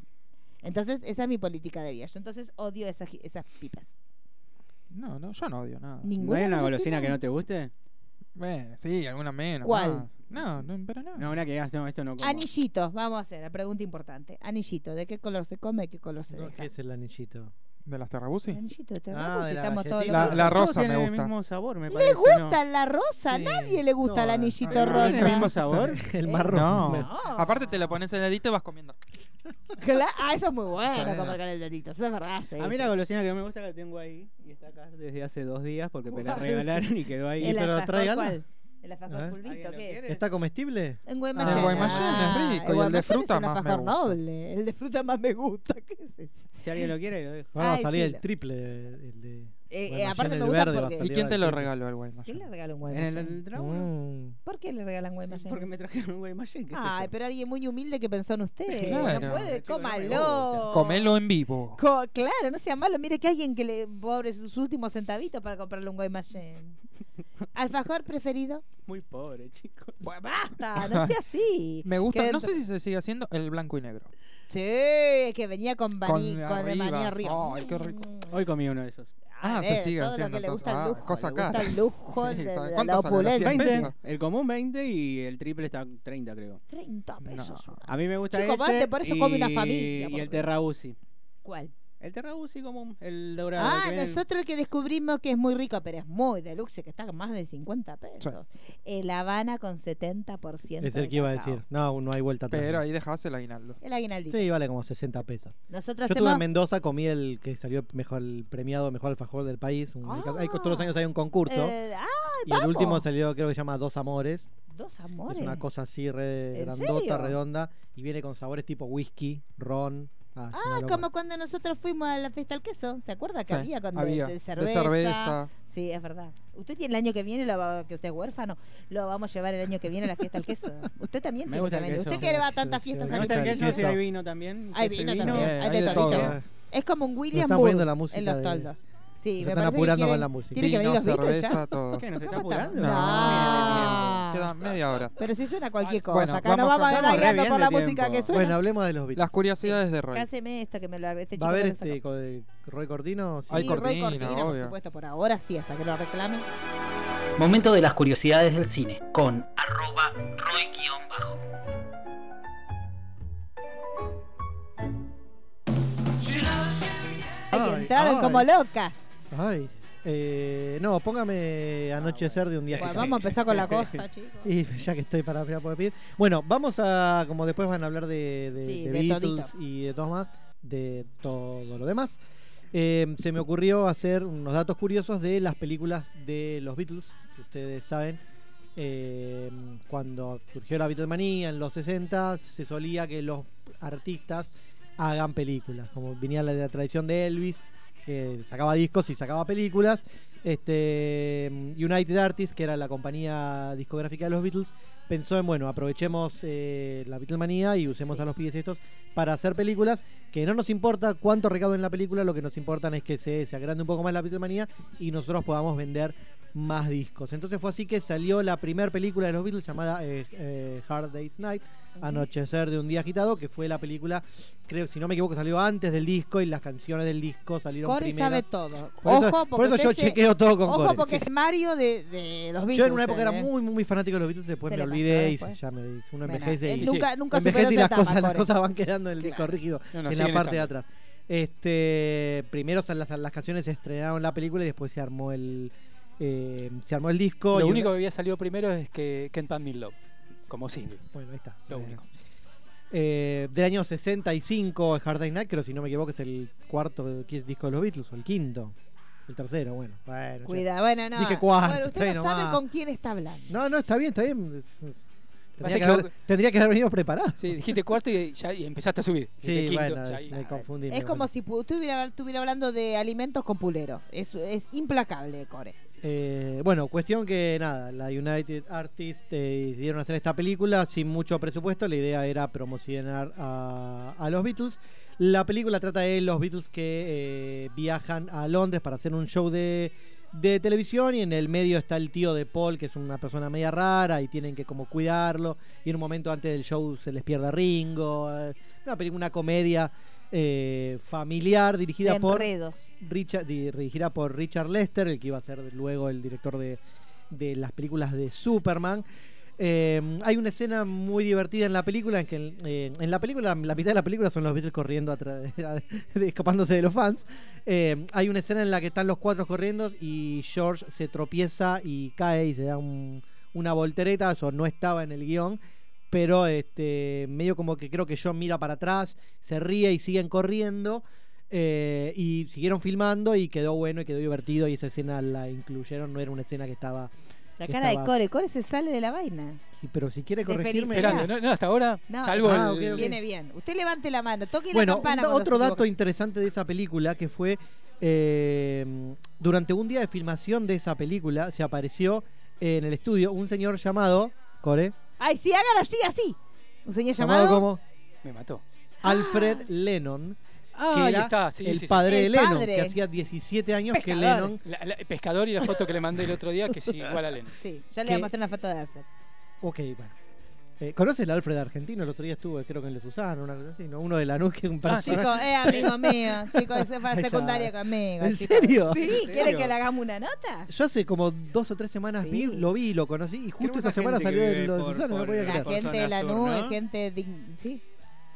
Speaker 5: Entonces, esa es mi política de vida. Yo entonces odio esas, gi- esas pipas.
Speaker 6: No, no, yo no odio nada.
Speaker 10: ¿No hay una golosina que no te guste?
Speaker 6: Bueno, sí, alguna menos.
Speaker 5: ¿Cuál?
Speaker 6: más. No, no, pero no.
Speaker 10: No, una que digas, no, esto no como.
Speaker 5: Anillitos, vamos a hacer la pregunta importante. Anillito, ¿de qué color se come y qué color se
Speaker 7: No,
Speaker 5: deja?
Speaker 7: ¿Qué es el anillito?
Speaker 6: ¿De las terrabusi?
Speaker 5: Anillito, te
Speaker 7: Ah,
Speaker 5: vamos,
Speaker 7: de la
Speaker 5: estamos todos
Speaker 7: galletita.
Speaker 5: locos.
Speaker 6: La
Speaker 10: Todos
Speaker 6: rosa
Speaker 10: tienen
Speaker 6: me
Speaker 10: el
Speaker 6: gusta.
Speaker 10: mismo sabor, me
Speaker 5: ¿Le
Speaker 10: parece.
Speaker 5: gusta la rosa?
Speaker 10: Sí.
Speaker 5: Nadie le gusta el anillito
Speaker 10: ¿No
Speaker 5: rosa.
Speaker 10: tiene el mismo
Speaker 5: Eh,
Speaker 10: sabor?
Speaker 7: El marrón.
Speaker 6: No. Aparte te la pones en el dedito y vas comiendo.
Speaker 5: Cla- ah, eso es muy bueno,
Speaker 6: Sí.
Speaker 5: comer con el dedito, eso es verdad. sí,
Speaker 10: A mí
Speaker 5: sí.
Speaker 10: la golosina que no me gusta la tengo ahí y está acá desde hace dos días porque me la
Speaker 5: ¿Cuál?
Speaker 10: regalaron y quedó ahí.
Speaker 5: ¿El
Speaker 7: pero
Speaker 5: alfajor
Speaker 7: tráigala.
Speaker 5: cuál? ¿El alfajor
Speaker 7: A ver.
Speaker 5: fulvito qué?
Speaker 7: ¿Está comestible?
Speaker 5: En
Speaker 6: Ah,
Speaker 5: Guaymallén.
Speaker 6: el Guaymallén es rico, y el de fruta más me gusta.
Speaker 5: noble. El de fruta más me gusta. ¿Qué es eso?
Speaker 10: Si alguien lo quiere, lo dejo.
Speaker 7: Ahora va a
Speaker 5: Ay,
Speaker 7: salir
Speaker 5: sí,
Speaker 7: el
Speaker 5: lo-
Speaker 7: triple. de- el de
Speaker 5: eh,
Speaker 7: Guaymallén,
Speaker 5: aparte
Speaker 7: el
Speaker 5: me gusta
Speaker 7: verde va a
Speaker 5: porque-
Speaker 6: ¿Y
Speaker 7: salir
Speaker 6: quién
Speaker 7: al
Speaker 6: te lo
Speaker 7: triple.
Speaker 6: regaló el Guaymallén?
Speaker 5: ¿Quién le regala un
Speaker 10: En el,
Speaker 5: Guaymallén?
Speaker 10: el drama,
Speaker 7: Mm.
Speaker 5: ¿Por qué le regalan Guaymallén?
Speaker 10: Porque me trajeron un Guaymallén. ¿qué sé
Speaker 5: Ay,
Speaker 10: yo?
Speaker 5: pero alguien muy humilde que pensó en usted. No
Speaker 6: Claro.
Speaker 5: puede,
Speaker 10: Chico, no me
Speaker 5: cómalo.
Speaker 6: Comelo en vivo.
Speaker 5: Co- claro, no sea malo. Mire que alguien que le pobre sus últimos centavitos para comprarle un Guaymallén. ¿Alfajor preferido?
Speaker 10: Muy pobre, chicos.
Speaker 5: Pues basta, no sea así.
Speaker 6: Me gusta,
Speaker 5: Que-
Speaker 6: no sé si se sigue haciendo el blanco y negro.
Speaker 5: Sí, que venía con, maní, con, el maní arriba. Mm.
Speaker 6: Ay, qué rico.
Speaker 10: Hoy comí uno de esos.
Speaker 6: Ah,
Speaker 5: ver,
Speaker 6: se sigue
Speaker 5: todo lo
Speaker 6: haciendo
Speaker 5: que le
Speaker 6: entonces.
Speaker 5: gusta el
Speaker 6: Ah,
Speaker 5: lujo,
Speaker 6: cosa
Speaker 5: le gusta
Speaker 6: cara.
Speaker 5: el lujo
Speaker 6: Sí,
Speaker 5: de-
Speaker 6: ¿sabe
Speaker 5: de
Speaker 6: cuánto
Speaker 5: la
Speaker 6: sale? ¿Los 100
Speaker 5: opulencia.
Speaker 6: pesos?
Speaker 10: El común 20 y el triple está 30, creo.
Speaker 5: 30 pesos.
Speaker 10: A mí me gusta
Speaker 5: Chico,
Speaker 10: ese
Speaker 5: mate, por eso come una familia,
Speaker 10: Y,
Speaker 5: por Dios.
Speaker 10: el terrabusi.
Speaker 5: ¿Cuál?
Speaker 10: El terrabusi común, el dorado. el
Speaker 5: Ah,
Speaker 10: que viene en-
Speaker 5: nosotros el que descubrimos que es muy rico, pero es muy deluxe, que está con más de 50 pesos. El Habana con 70%.
Speaker 7: Es el
Speaker 5: de
Speaker 7: que iba a
Speaker 5: cacao.
Speaker 7: decir. No, no hay vuelta atrás.
Speaker 6: Pero ahí dejabas el aguinaldo.
Speaker 5: El aguinaldito.
Speaker 7: Sí, vale como 60 pesos.
Speaker 5: Nosotros
Speaker 7: Yo estuve en
Speaker 5: hacemos-
Speaker 7: Mendoza, comí el que salió mejor el premiado mejor alfajor del país. un- hay- todos los años hay un concurso.
Speaker 5: Ah. Eh, ah,
Speaker 7: y
Speaker 5: vamos.
Speaker 7: el último salió, creo que se llama Dos Amores.
Speaker 5: Dos amores.
Speaker 7: Es una cosa así re
Speaker 5: ¿En
Speaker 7: grandota,
Speaker 5: serio?
Speaker 7: redonda. Y viene con sabores tipo whisky, ron. Ah, es una
Speaker 5: Ah,
Speaker 7: locura.
Speaker 5: como cuando nosotros fuimos a la fiesta del queso. ¿Se acuerda que
Speaker 7: Sí,
Speaker 5: había con
Speaker 7: había.
Speaker 5: De,
Speaker 7: De
Speaker 5: cerveza?
Speaker 7: cerveza.
Speaker 5: Sí, es verdad. Usted tiene el año que viene, lo va- que usted es huérfano, lo vamos a llevar el año que viene a la fiesta del queso. Usted también
Speaker 10: Me
Speaker 5: tiene
Speaker 10: gusta el
Speaker 5: familia.
Speaker 10: queso.
Speaker 5: Usted que va a tantas fiestas
Speaker 10: Me gusta el queso, si hay vino también.
Speaker 5: Hay
Speaker 10: queso y
Speaker 5: vino también, hay de
Speaker 10: todo.
Speaker 5: todito.
Speaker 10: Eh,
Speaker 5: Es como un William
Speaker 7: están
Speaker 5: Burr
Speaker 7: poniendo la música
Speaker 5: en los
Speaker 7: de-
Speaker 5: toldos.
Speaker 7: Nos
Speaker 5: Sí, me
Speaker 7: están
Speaker 5: parece que
Speaker 7: apurando con
Speaker 5: quieren-
Speaker 7: la música.
Speaker 5: Tiene que venir
Speaker 6: Vino,
Speaker 5: los Beatles
Speaker 6: cerveza,
Speaker 5: ya.
Speaker 6: todo. ¿Qué,
Speaker 10: nos está
Speaker 5: ¿Cómo estamos?
Speaker 10: apurando?
Speaker 5: No.
Speaker 6: Queda media hora.
Speaker 5: Pero si suena cualquier cosa.
Speaker 6: Bueno,
Speaker 5: Acá no vamos a ir
Speaker 6: estamos re
Speaker 5: bailando
Speaker 6: bien
Speaker 5: por
Speaker 6: de
Speaker 5: la música
Speaker 6: tiempo.
Speaker 5: que suena.
Speaker 7: hablemos de los Beatles.
Speaker 6: Las curiosidades de Roy.
Speaker 5: Cáseme esto que me lo este
Speaker 7: ¿Va a
Speaker 5: chico
Speaker 7: haber
Speaker 5: me lo sacó.
Speaker 7: este co- de Roy Cortino?
Speaker 5: Sí, Roy Cortina, por supuesto, por ahora sí, hasta que lo reclame.
Speaker 18: Momento de las curiosidades del cine con
Speaker 5: Ay,
Speaker 7: Ay,
Speaker 5: entraron
Speaker 7: ay.
Speaker 5: como locas.
Speaker 7: Ay. Eh, no, póngame anochecer de un día. que
Speaker 5: Bueno,
Speaker 7: ya-
Speaker 5: vamos a empezar con la cosa, chicos.
Speaker 7: Y ya que estoy para, para poder pedir. Bueno, vamos a. Como después van a hablar de, de,
Speaker 5: Sí,
Speaker 7: de
Speaker 5: de
Speaker 7: Beatles
Speaker 5: todito.
Speaker 7: y de todo más, de todo lo demás. eh, se me ocurrió hacer unos datos curiosos de las películas de los Beatles. Si ustedes saben, eh, cuando surgió la Beatlemanía en los 60, se solía que los artistas hagan películas. Como venía la, la tradición de Elvis, que sacaba discos y sacaba películas. Este, United Artists, que era la compañía discográfica de los Beatles, pensó en, bueno, aprovechemos eh, la Beatlemanía y usemos a los pibes estos para hacer películas, que no nos importa cuánto recaudo en la película, lo que nos importa es que se, se agrande un poco más la Beatlemanía y nosotros podamos vender más discos. Entonces fue así que salió la primera película de los Beatles llamada eh, eh, Hard Day's Night,
Speaker 5: Ujú.
Speaker 7: Anochecer de un día agitado, que fue la película, creo, si no me equivoco, salió antes del disco y las canciones del disco salieron
Speaker 5: Corey
Speaker 7: primeras.
Speaker 5: sabe todo.
Speaker 7: Por eso-
Speaker 5: ojo, porque
Speaker 7: por eso
Speaker 5: usted
Speaker 7: yo
Speaker 5: se-
Speaker 7: chequeo todo con
Speaker 5: Ojo,
Speaker 7: Corey,
Speaker 5: porque
Speaker 7: sí.
Speaker 5: es Mario de, de los Beatles.
Speaker 7: Yo en una época era
Speaker 5: ¿eh?
Speaker 7: muy, muy fanático de los Beatles, después
Speaker 5: Se
Speaker 7: me
Speaker 5: le pasó
Speaker 7: olvidé y se-
Speaker 5: después.
Speaker 7: ya me uno
Speaker 5: Bueno,
Speaker 7: envejece
Speaker 5: él
Speaker 7: y
Speaker 5: nunca- nunca superó
Speaker 7: envejece y
Speaker 5: esa
Speaker 7: las
Speaker 5: etapa,
Speaker 7: cosas, las
Speaker 5: pobre.
Speaker 7: cosas van quedando en el disco
Speaker 5: Claro.
Speaker 7: rígido,
Speaker 5: No, no,
Speaker 7: en la
Speaker 5: siguen
Speaker 7: parte de
Speaker 5: estando.
Speaker 7: atrás. Este, primero sal- las, las canciones se estrenaron en la película y después se armó el eh, se armó el disco.
Speaker 8: Lo
Speaker 7: y
Speaker 8: único
Speaker 7: una-
Speaker 8: que había salido primero es que Can't Buy Me Love, como single.
Speaker 7: Bueno, ahí está.
Speaker 8: Lo único.
Speaker 7: eh, del año 65 es Hard Day's Night, creo si no me equivoco es el cuarto disco de los Beatles o el quinto. El tercero, bueno. bueno ya.
Speaker 5: Cuidado, bueno, no.
Speaker 7: Dije cuarto.
Speaker 5: Bueno,
Speaker 7: está
Speaker 5: usted
Speaker 7: bien
Speaker 5: no sabe
Speaker 7: nomás.
Speaker 5: con quién está hablando.
Speaker 7: No, no, está bien, está bien.
Speaker 8: Pasa
Speaker 7: Tendría
Speaker 8: que
Speaker 7: que, haber,
Speaker 8: vos-
Speaker 7: tendría que haber venido preparado.
Speaker 8: Sí, dijiste cuarto y, ya, y empezaste a subir.
Speaker 7: Sí,
Speaker 8: Dijiste quinto,
Speaker 7: bueno,
Speaker 8: ya ahí-
Speaker 7: me confundí.
Speaker 5: Es
Speaker 7: me
Speaker 5: como
Speaker 7: confundí.
Speaker 5: si pu- estuviera, estuviera hablando de alimentos con pulero. Es, es implacable, Core.
Speaker 7: Eh, bueno, cuestión que nada, la United Artists eh, decidieron hacer esta película sin mucho presupuesto. La idea era promocionar a, a los Beatles. La película trata de los Beatles que eh, viajan a Londres para hacer un show de, de televisión y en el medio está el tío de Paul, que es una persona media rara y tienen que como cuidarlo. Y en un momento antes del show se les pierde a Ringo. eh, una, película, una comedia eh, familiar dirigida
Speaker 5: De
Speaker 7: por...
Speaker 5: enredos.
Speaker 7: Richard, di- dirigida por Richard Lester, el que iba a ser luego el director de, de las películas de Superman. Eh, hay una escena muy divertida en la película en que eh, en la película la mitad de la película son los Beatles corriendo atrás de- escapándose de los fans. Eh, hay una escena en la que están los cuatro corriendo y George se tropieza y cae y se da un- una voltereta. Eso no estaba en el guión. Pero este, medio como que creo que John mira para atrás, se ríe y siguen corriendo. Eh, y siguieron filmando y quedó bueno y quedó divertido y esa escena la incluyeron, no era una escena que estaba...
Speaker 5: La
Speaker 7: que
Speaker 5: cara de
Speaker 7: estaba-
Speaker 5: Core. Core se sale de la vaina.
Speaker 7: Sí, Pero si quiere
Speaker 5: De
Speaker 7: corregirme...
Speaker 5: felicidad. Esperando,
Speaker 8: no, hasta ahora,
Speaker 5: No,
Speaker 7: Ah, ok, ok.
Speaker 5: viene bien. Usted levante la mano, toque
Speaker 7: Bueno,
Speaker 5: la campana.
Speaker 7: un-
Speaker 5: cuando
Speaker 7: otro
Speaker 5: se
Speaker 7: dato
Speaker 5: equivoque.
Speaker 7: interesante de esa película que fue eh, durante un día de filmación de esa película se apareció en el estudio un señor llamado Core
Speaker 5: Ay, sí, hagan así, así. Un señor llamado. Ah.
Speaker 7: como
Speaker 8: Me mató.
Speaker 7: Alfred Lennon
Speaker 8: Ah,
Speaker 7: que
Speaker 8: ahí
Speaker 7: era
Speaker 8: está, sí,
Speaker 7: el
Speaker 8: sí, sí.
Speaker 7: padre de
Speaker 8: El
Speaker 7: Lennon
Speaker 8: padre.
Speaker 7: que hacía 17 años que
Speaker 8: Pescador.
Speaker 7: Lennon
Speaker 8: La- la- pescador y la foto que le mandé el otro día, que sí, igual a Lennon.
Speaker 5: Sí, ya le
Speaker 7: que-
Speaker 5: voy a mostrar una foto de Alfred.
Speaker 7: Ok, bueno. Eh, ¿Conoces el Alfred argentino? El otro día estuvo, creo que en los Susano, una cosa así, ¿no? Uno de Lanús que es un
Speaker 11: Ah,
Speaker 7: personaje.
Speaker 5: Chico,
Speaker 11: eh,
Speaker 5: es amigo mío. Chico, es
Speaker 7: Ahí
Speaker 5: fa-
Speaker 7: está.
Speaker 5: secundaria conmigo.
Speaker 7: ¿En
Speaker 5: chico.
Speaker 7: serio?
Speaker 5: Sí,
Speaker 7: ¿En
Speaker 5: ¿quiere
Speaker 7: serio?
Speaker 5: que le hagamos una nota?
Speaker 7: Yo hace como dos o tres semanas vi, lo vi, lo conocí y justo esta semana
Speaker 10: gente que
Speaker 7: salió de
Speaker 10: vive
Speaker 7: los
Speaker 10: por-
Speaker 7: Susano, no
Speaker 10: por
Speaker 7: podía
Speaker 10: la
Speaker 7: creer.
Speaker 5: Gente de la nube,
Speaker 10: ¿no?
Speaker 5: gente. dign- Sí.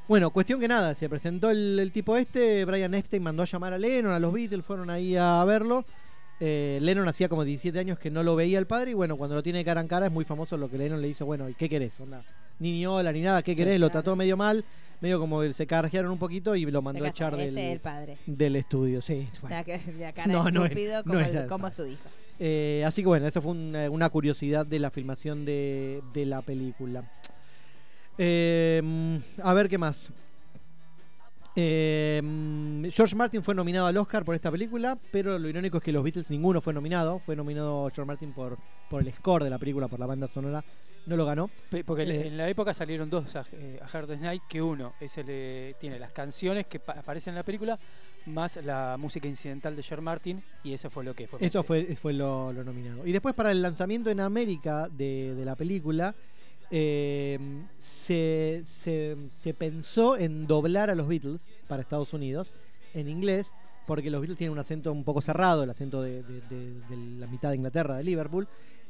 Speaker 7: Bueno, cuestión que nada, se presentó el, el tipo este, Brian Epstein mandó a llamar a Lennon, a los Beatles, fueron ahí a verlo. Eh, Lennon hacía como 17 años que no lo veía el padre y bueno, cuando lo tiene cara en cara es muy famoso lo que Lennon le dice, bueno, ¿y qué querés? Onda, ni ni hola ni nada, ¿qué
Speaker 11: Sí,
Speaker 7: querés? Lo
Speaker 11: claro.
Speaker 7: trató medio mal, medio como que se carjearon un poquito y lo mandó
Speaker 11: Acá
Speaker 7: a
Speaker 11: está,
Speaker 7: echar del,
Speaker 11: este es el padre.
Speaker 7: del estudio, sí. bueno.
Speaker 11: La, que- la cara
Speaker 7: No,
Speaker 11: de
Speaker 7: no era-
Speaker 11: estúpido
Speaker 7: no
Speaker 11: como, el-
Speaker 7: era el
Speaker 11: como su hijo.
Speaker 7: Eh, así que bueno, esa fue una, una curiosidad de la filmación de, de la película. Eh, mm, a ver qué más. Eh, mm, George Martin fue nominado al Oscar por esta película, pero lo irónico es que los Beatles ninguno fue nominado. Fue nominado George Martin por, por el score de la película, por la banda sonora. No lo ganó.
Speaker 8: Pe- Porque en-
Speaker 7: Eh,
Speaker 8: en la época salieron dos a, eh, a Hard Day's Night, que uno es el, eh, tiene las canciones que pa- aparecen en la película, más la música incidental de George Martin, y eso fue lo que fue.
Speaker 7: Eso fue, fue lo, lo nominado. Y después para el lanzamiento en América de, de la película, eh, se, se- se pensó en doblar a los Beatles para Estados Unidos en inglés, porque los Beatles tienen un acento un poco cerrado, el acento de, de- de- de la mitad de Inglaterra, de Liverpool.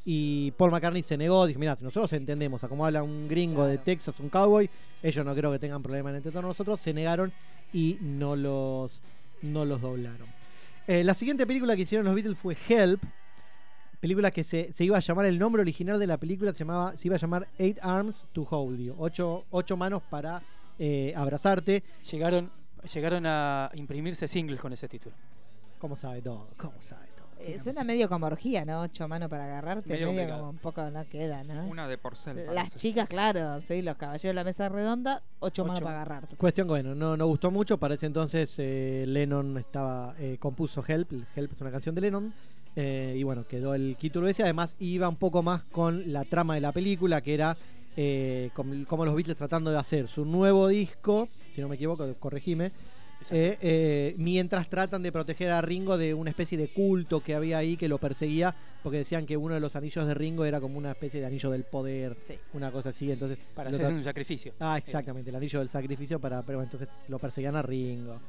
Speaker 7: Y Paul McCartney se negó, dijo, mira, si nosotros entendemos a cómo habla un gringo de Texas, un cowboy, ellos no creo que tengan problema en entendernos nosotros, se negaron y no los, no los doblaron. Eh, la siguiente película que hicieron los Beatles fue Help. Película que se, se iba a llamar, el nombre original de la película se, llamaba, se iba a llamar Eight Arms to Hold You. Ocho, ocho manos para eh, abrazarte.
Speaker 8: Llegaron, llegaron a imprimirse singles con ese título.
Speaker 7: ¿Cómo sabe todo? ¿Cómo sabe todo?
Speaker 11: Eh, suena medio como orgía, ¿no? Ocho manos para agarrarte,
Speaker 6: Medio
Speaker 11: medio,
Speaker 6: complicado.
Speaker 11: como un poco no queda,
Speaker 5: ¿eh?
Speaker 11: ¿no?
Speaker 6: Una de porcel.
Speaker 11: Las
Speaker 6: parece.
Speaker 11: chicas, claro, sí, los caballeros de la mesa redonda, ocho, manos para agarrarte.
Speaker 7: Cuestión que bueno, no, no gustó mucho. Para ese entonces eh, Lennon estaba eh, compuso Help. Help es una canción de Lennon. eh, y bueno, quedó el título ese. Además iba un poco más con la trama de la película, que era eh, com- como los Beatles tratando de hacer su nuevo disco, si no me equivoco, corregime. eh, eh, mientras tratan de proteger a Ringo de una especie de culto que había ahí que lo perseguía, porque decían que uno de los anillos de Ringo era como una especie de anillo del poder, una cosa así. Entonces,
Speaker 8: Para
Speaker 7: lo
Speaker 8: hacer
Speaker 7: tra-
Speaker 8: un sacrificio.
Speaker 7: Ah, exactamente, el anillo del sacrificio para. Pero bueno, entonces lo perseguían a Ringo.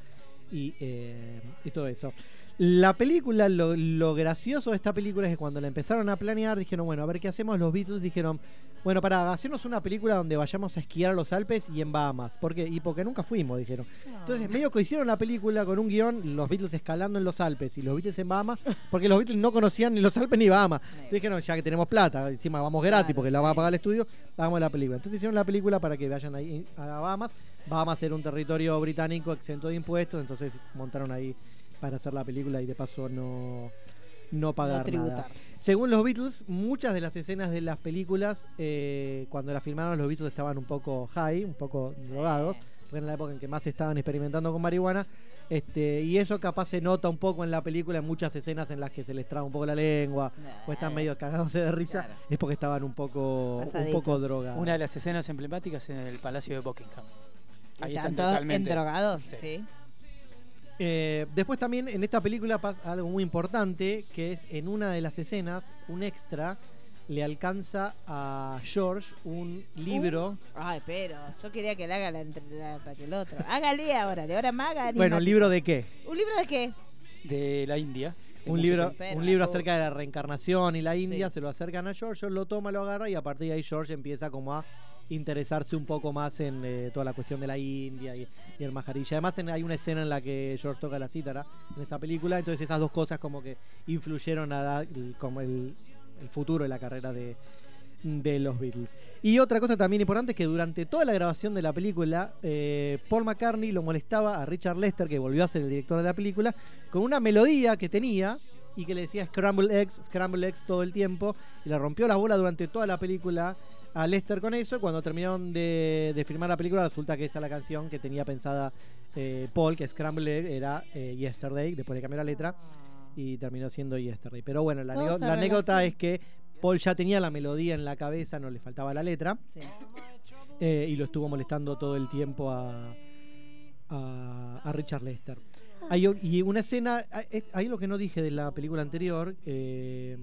Speaker 7: Y, eh, y todo eso. La película, lo, lo gracioso de esta película es que cuando la empezaron a planear, dijeron, bueno, a ver qué hacemos. Los Beatles dijeron, bueno, para hacernos una película donde vayamos a esquiar a los Alpes y en Bahamas. ¿Por qué? Y porque nunca fuimos, dijeron.
Speaker 5: Ah.
Speaker 7: Entonces, medio que hicieron la película con un guión, los Beatles escalando en los Alpes y los Beatles en Bahamas, porque los Beatles no conocían ni los Alpes ni Bahamas. Entonces dijeron, ya que tenemos plata, encima vamos gratis porque la va a pagar el estudio, hagamos la película. Entonces hicieron la película para que vayan ahí a Bahamas. Bahamas era un territorio británico exento de impuestos, entonces montaron ahí para hacer la película y de paso no, no pagar nada.
Speaker 11: tributar.
Speaker 7: Según los Beatles, muchas de las escenas de las películas, eh, cuando las filmaron, los Beatles estaban un poco high, un poco drogados, porque era la época en que más estaban experimentando con marihuana. Este, y eso capaz se nota un poco en la película, en muchas escenas en las que se les traba un poco la lengua o Pues están medio cagándose de risa, es porque estaban un poco, un poco drogados.
Speaker 8: Una de las escenas emblemáticas en el Palacio de Buckingham. Ahí
Speaker 11: están
Speaker 8: están
Speaker 11: todos
Speaker 8: totalmente.
Speaker 11: endrogados, sí.
Speaker 7: Eh, después también en esta película pasa algo muy importante, que es en una de las escenas, un extra le alcanza a George un libro.
Speaker 11: Ay, pero yo quería que le haga la, entre- la- para que el otro. Hágale ahora, de ahora más haga.
Speaker 7: Bueno, ¿un
Speaker 11: animate.
Speaker 7: libro de qué?
Speaker 11: ¿Un libro de qué?
Speaker 8: De la India. de
Speaker 7: Un
Speaker 8: mucho
Speaker 7: libro,
Speaker 8: tiempo.
Speaker 7: un libro acerca de la reencarnación y la India, se lo acercan a George, George lo toma, lo agarra y a partir de ahí George empieza como a interesarse un poco más en eh, toda la cuestión de la India y, y el majarilla. Además en- hay una escena en la que George toca la cítara en esta película, entonces esas dos cosas como que influyeron a la- el- como el, el futuro de la carrera de, de los Beatles. Y otra cosa también importante es que durante toda la grabación de la película, eh, Paul McCartney lo molestaba a Richard Lester, que volvió a ser el director de la película, con una melodía que tenía y que le decía Scramble Eggs, Scramble Eggs todo el tiempo, y le rompió la bola durante toda la película a Lester con eso. y Cuando terminaron de, de filmar la película, resulta que esa es la canción que tenía pensada eh, Paul, que Scramble Egg era eh, Yesterday, después le cambió la letra. Y terminó siendo Yesterday. Pero bueno, la,
Speaker 11: Todo
Speaker 7: anego-
Speaker 11: se
Speaker 7: la anécdota
Speaker 11: relaciona.
Speaker 7: es que Paul ya tenía la melodía en la cabeza, no le faltaba la letra. Eh, y lo estuvo molestando todo el tiempo a, a, a Richard Lester. Hay, o- y una escena, ah, eh, ahí lo que no dije de la película anterior, eh,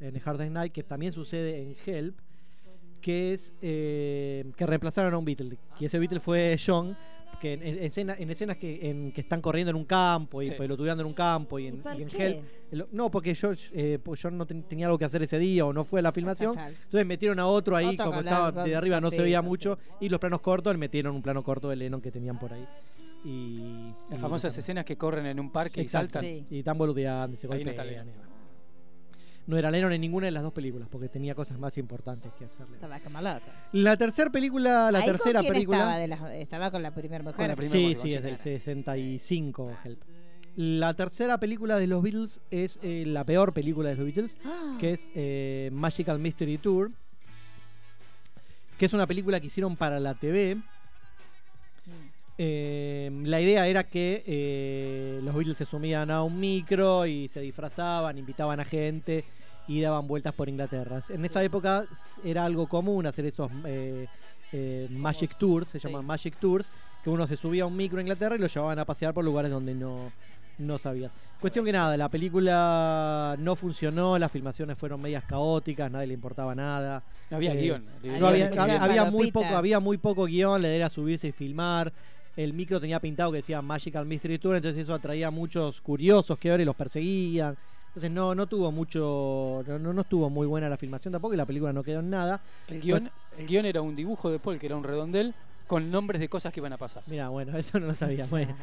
Speaker 7: en Hard Day's Night, que también sucede en Help, que es eh, que reemplazaron a un Beatle. Y ese Beatle fue John, que en, en escena- en escenas que, en que están corriendo en un campo y
Speaker 10: Sí.
Speaker 7: pelotudeando en un campo y en,
Speaker 10: por
Speaker 7: y en
Speaker 10: qué?
Speaker 7: Hell- el- no, porque George, eh, pues John no ten- tenía algo que hacer ese día o no fue a la filmación.
Speaker 10: Fatal.
Speaker 7: Entonces metieron a otro ahí,
Speaker 10: Otro que
Speaker 7: como
Speaker 10: hablaba
Speaker 7: estaba de
Speaker 10: con-
Speaker 7: arriba, no se veía
Speaker 10: sí,
Speaker 7: mucho. Y los planos cortos, le metieron un plano corto de Lennon que tenían por ahí. Y,
Speaker 8: Las
Speaker 7: y-
Speaker 8: famosas escenas que corren en un parque
Speaker 7: Exacto.
Speaker 8: y saltan.
Speaker 7: Y están boludeando, y se
Speaker 8: Ahí no está
Speaker 7: golpean.
Speaker 8: Lennon.
Speaker 7: No era Lennon en ninguna de las dos películas, porque tenía cosas más importantes que hacerle.
Speaker 11: Estaba como loco.
Speaker 7: La tercera película, la
Speaker 11: ¿Ahí con
Speaker 7: tercera
Speaker 11: quién
Speaker 7: película.
Speaker 11: Estaba, de las- estaba con la primera mujer.
Speaker 7: sí, sí, es del 65. Help. La tercera película de los Beatles es eh, la peor película de los Beatles,
Speaker 11: Ah.
Speaker 7: que es eh, Magical Mystery Tour, que es una película que hicieron para la TV. Eh, la idea era que eh, los Beatles se sumían a un micro y se disfrazaban, invitaban a gente y daban vueltas por Inglaterra. En esa época s- era algo común hacer esos eh, eh, Magic Tours, se llaman Magic Tours, que uno se subía a un micro a Inglaterra y lo llevaban a pasear por lugares donde no, no sabías. Cuestión que nada, la película no funcionó, las filmaciones fueron medias caóticas, nadie le importaba nada.
Speaker 8: No había guión.
Speaker 7: Eh, no había,
Speaker 8: Había
Speaker 7: había- había muy
Speaker 8: palopita.
Speaker 7: poco, había muy poco guión, le era subirse y filmar. El micro tenía pintado que decía Magical Mystery Tour, entonces eso atraía a muchos curiosos que ahora y los perseguían. Entonces no, no tuvo mucho, no, no, no estuvo muy buena la filmación tampoco y la película no quedó en nada.
Speaker 8: El guión, el guión era un dibujo de Paul, que era un redondel, con nombres de cosas que iban a pasar.
Speaker 7: Mira, bueno, eso no lo sabía. Bueno.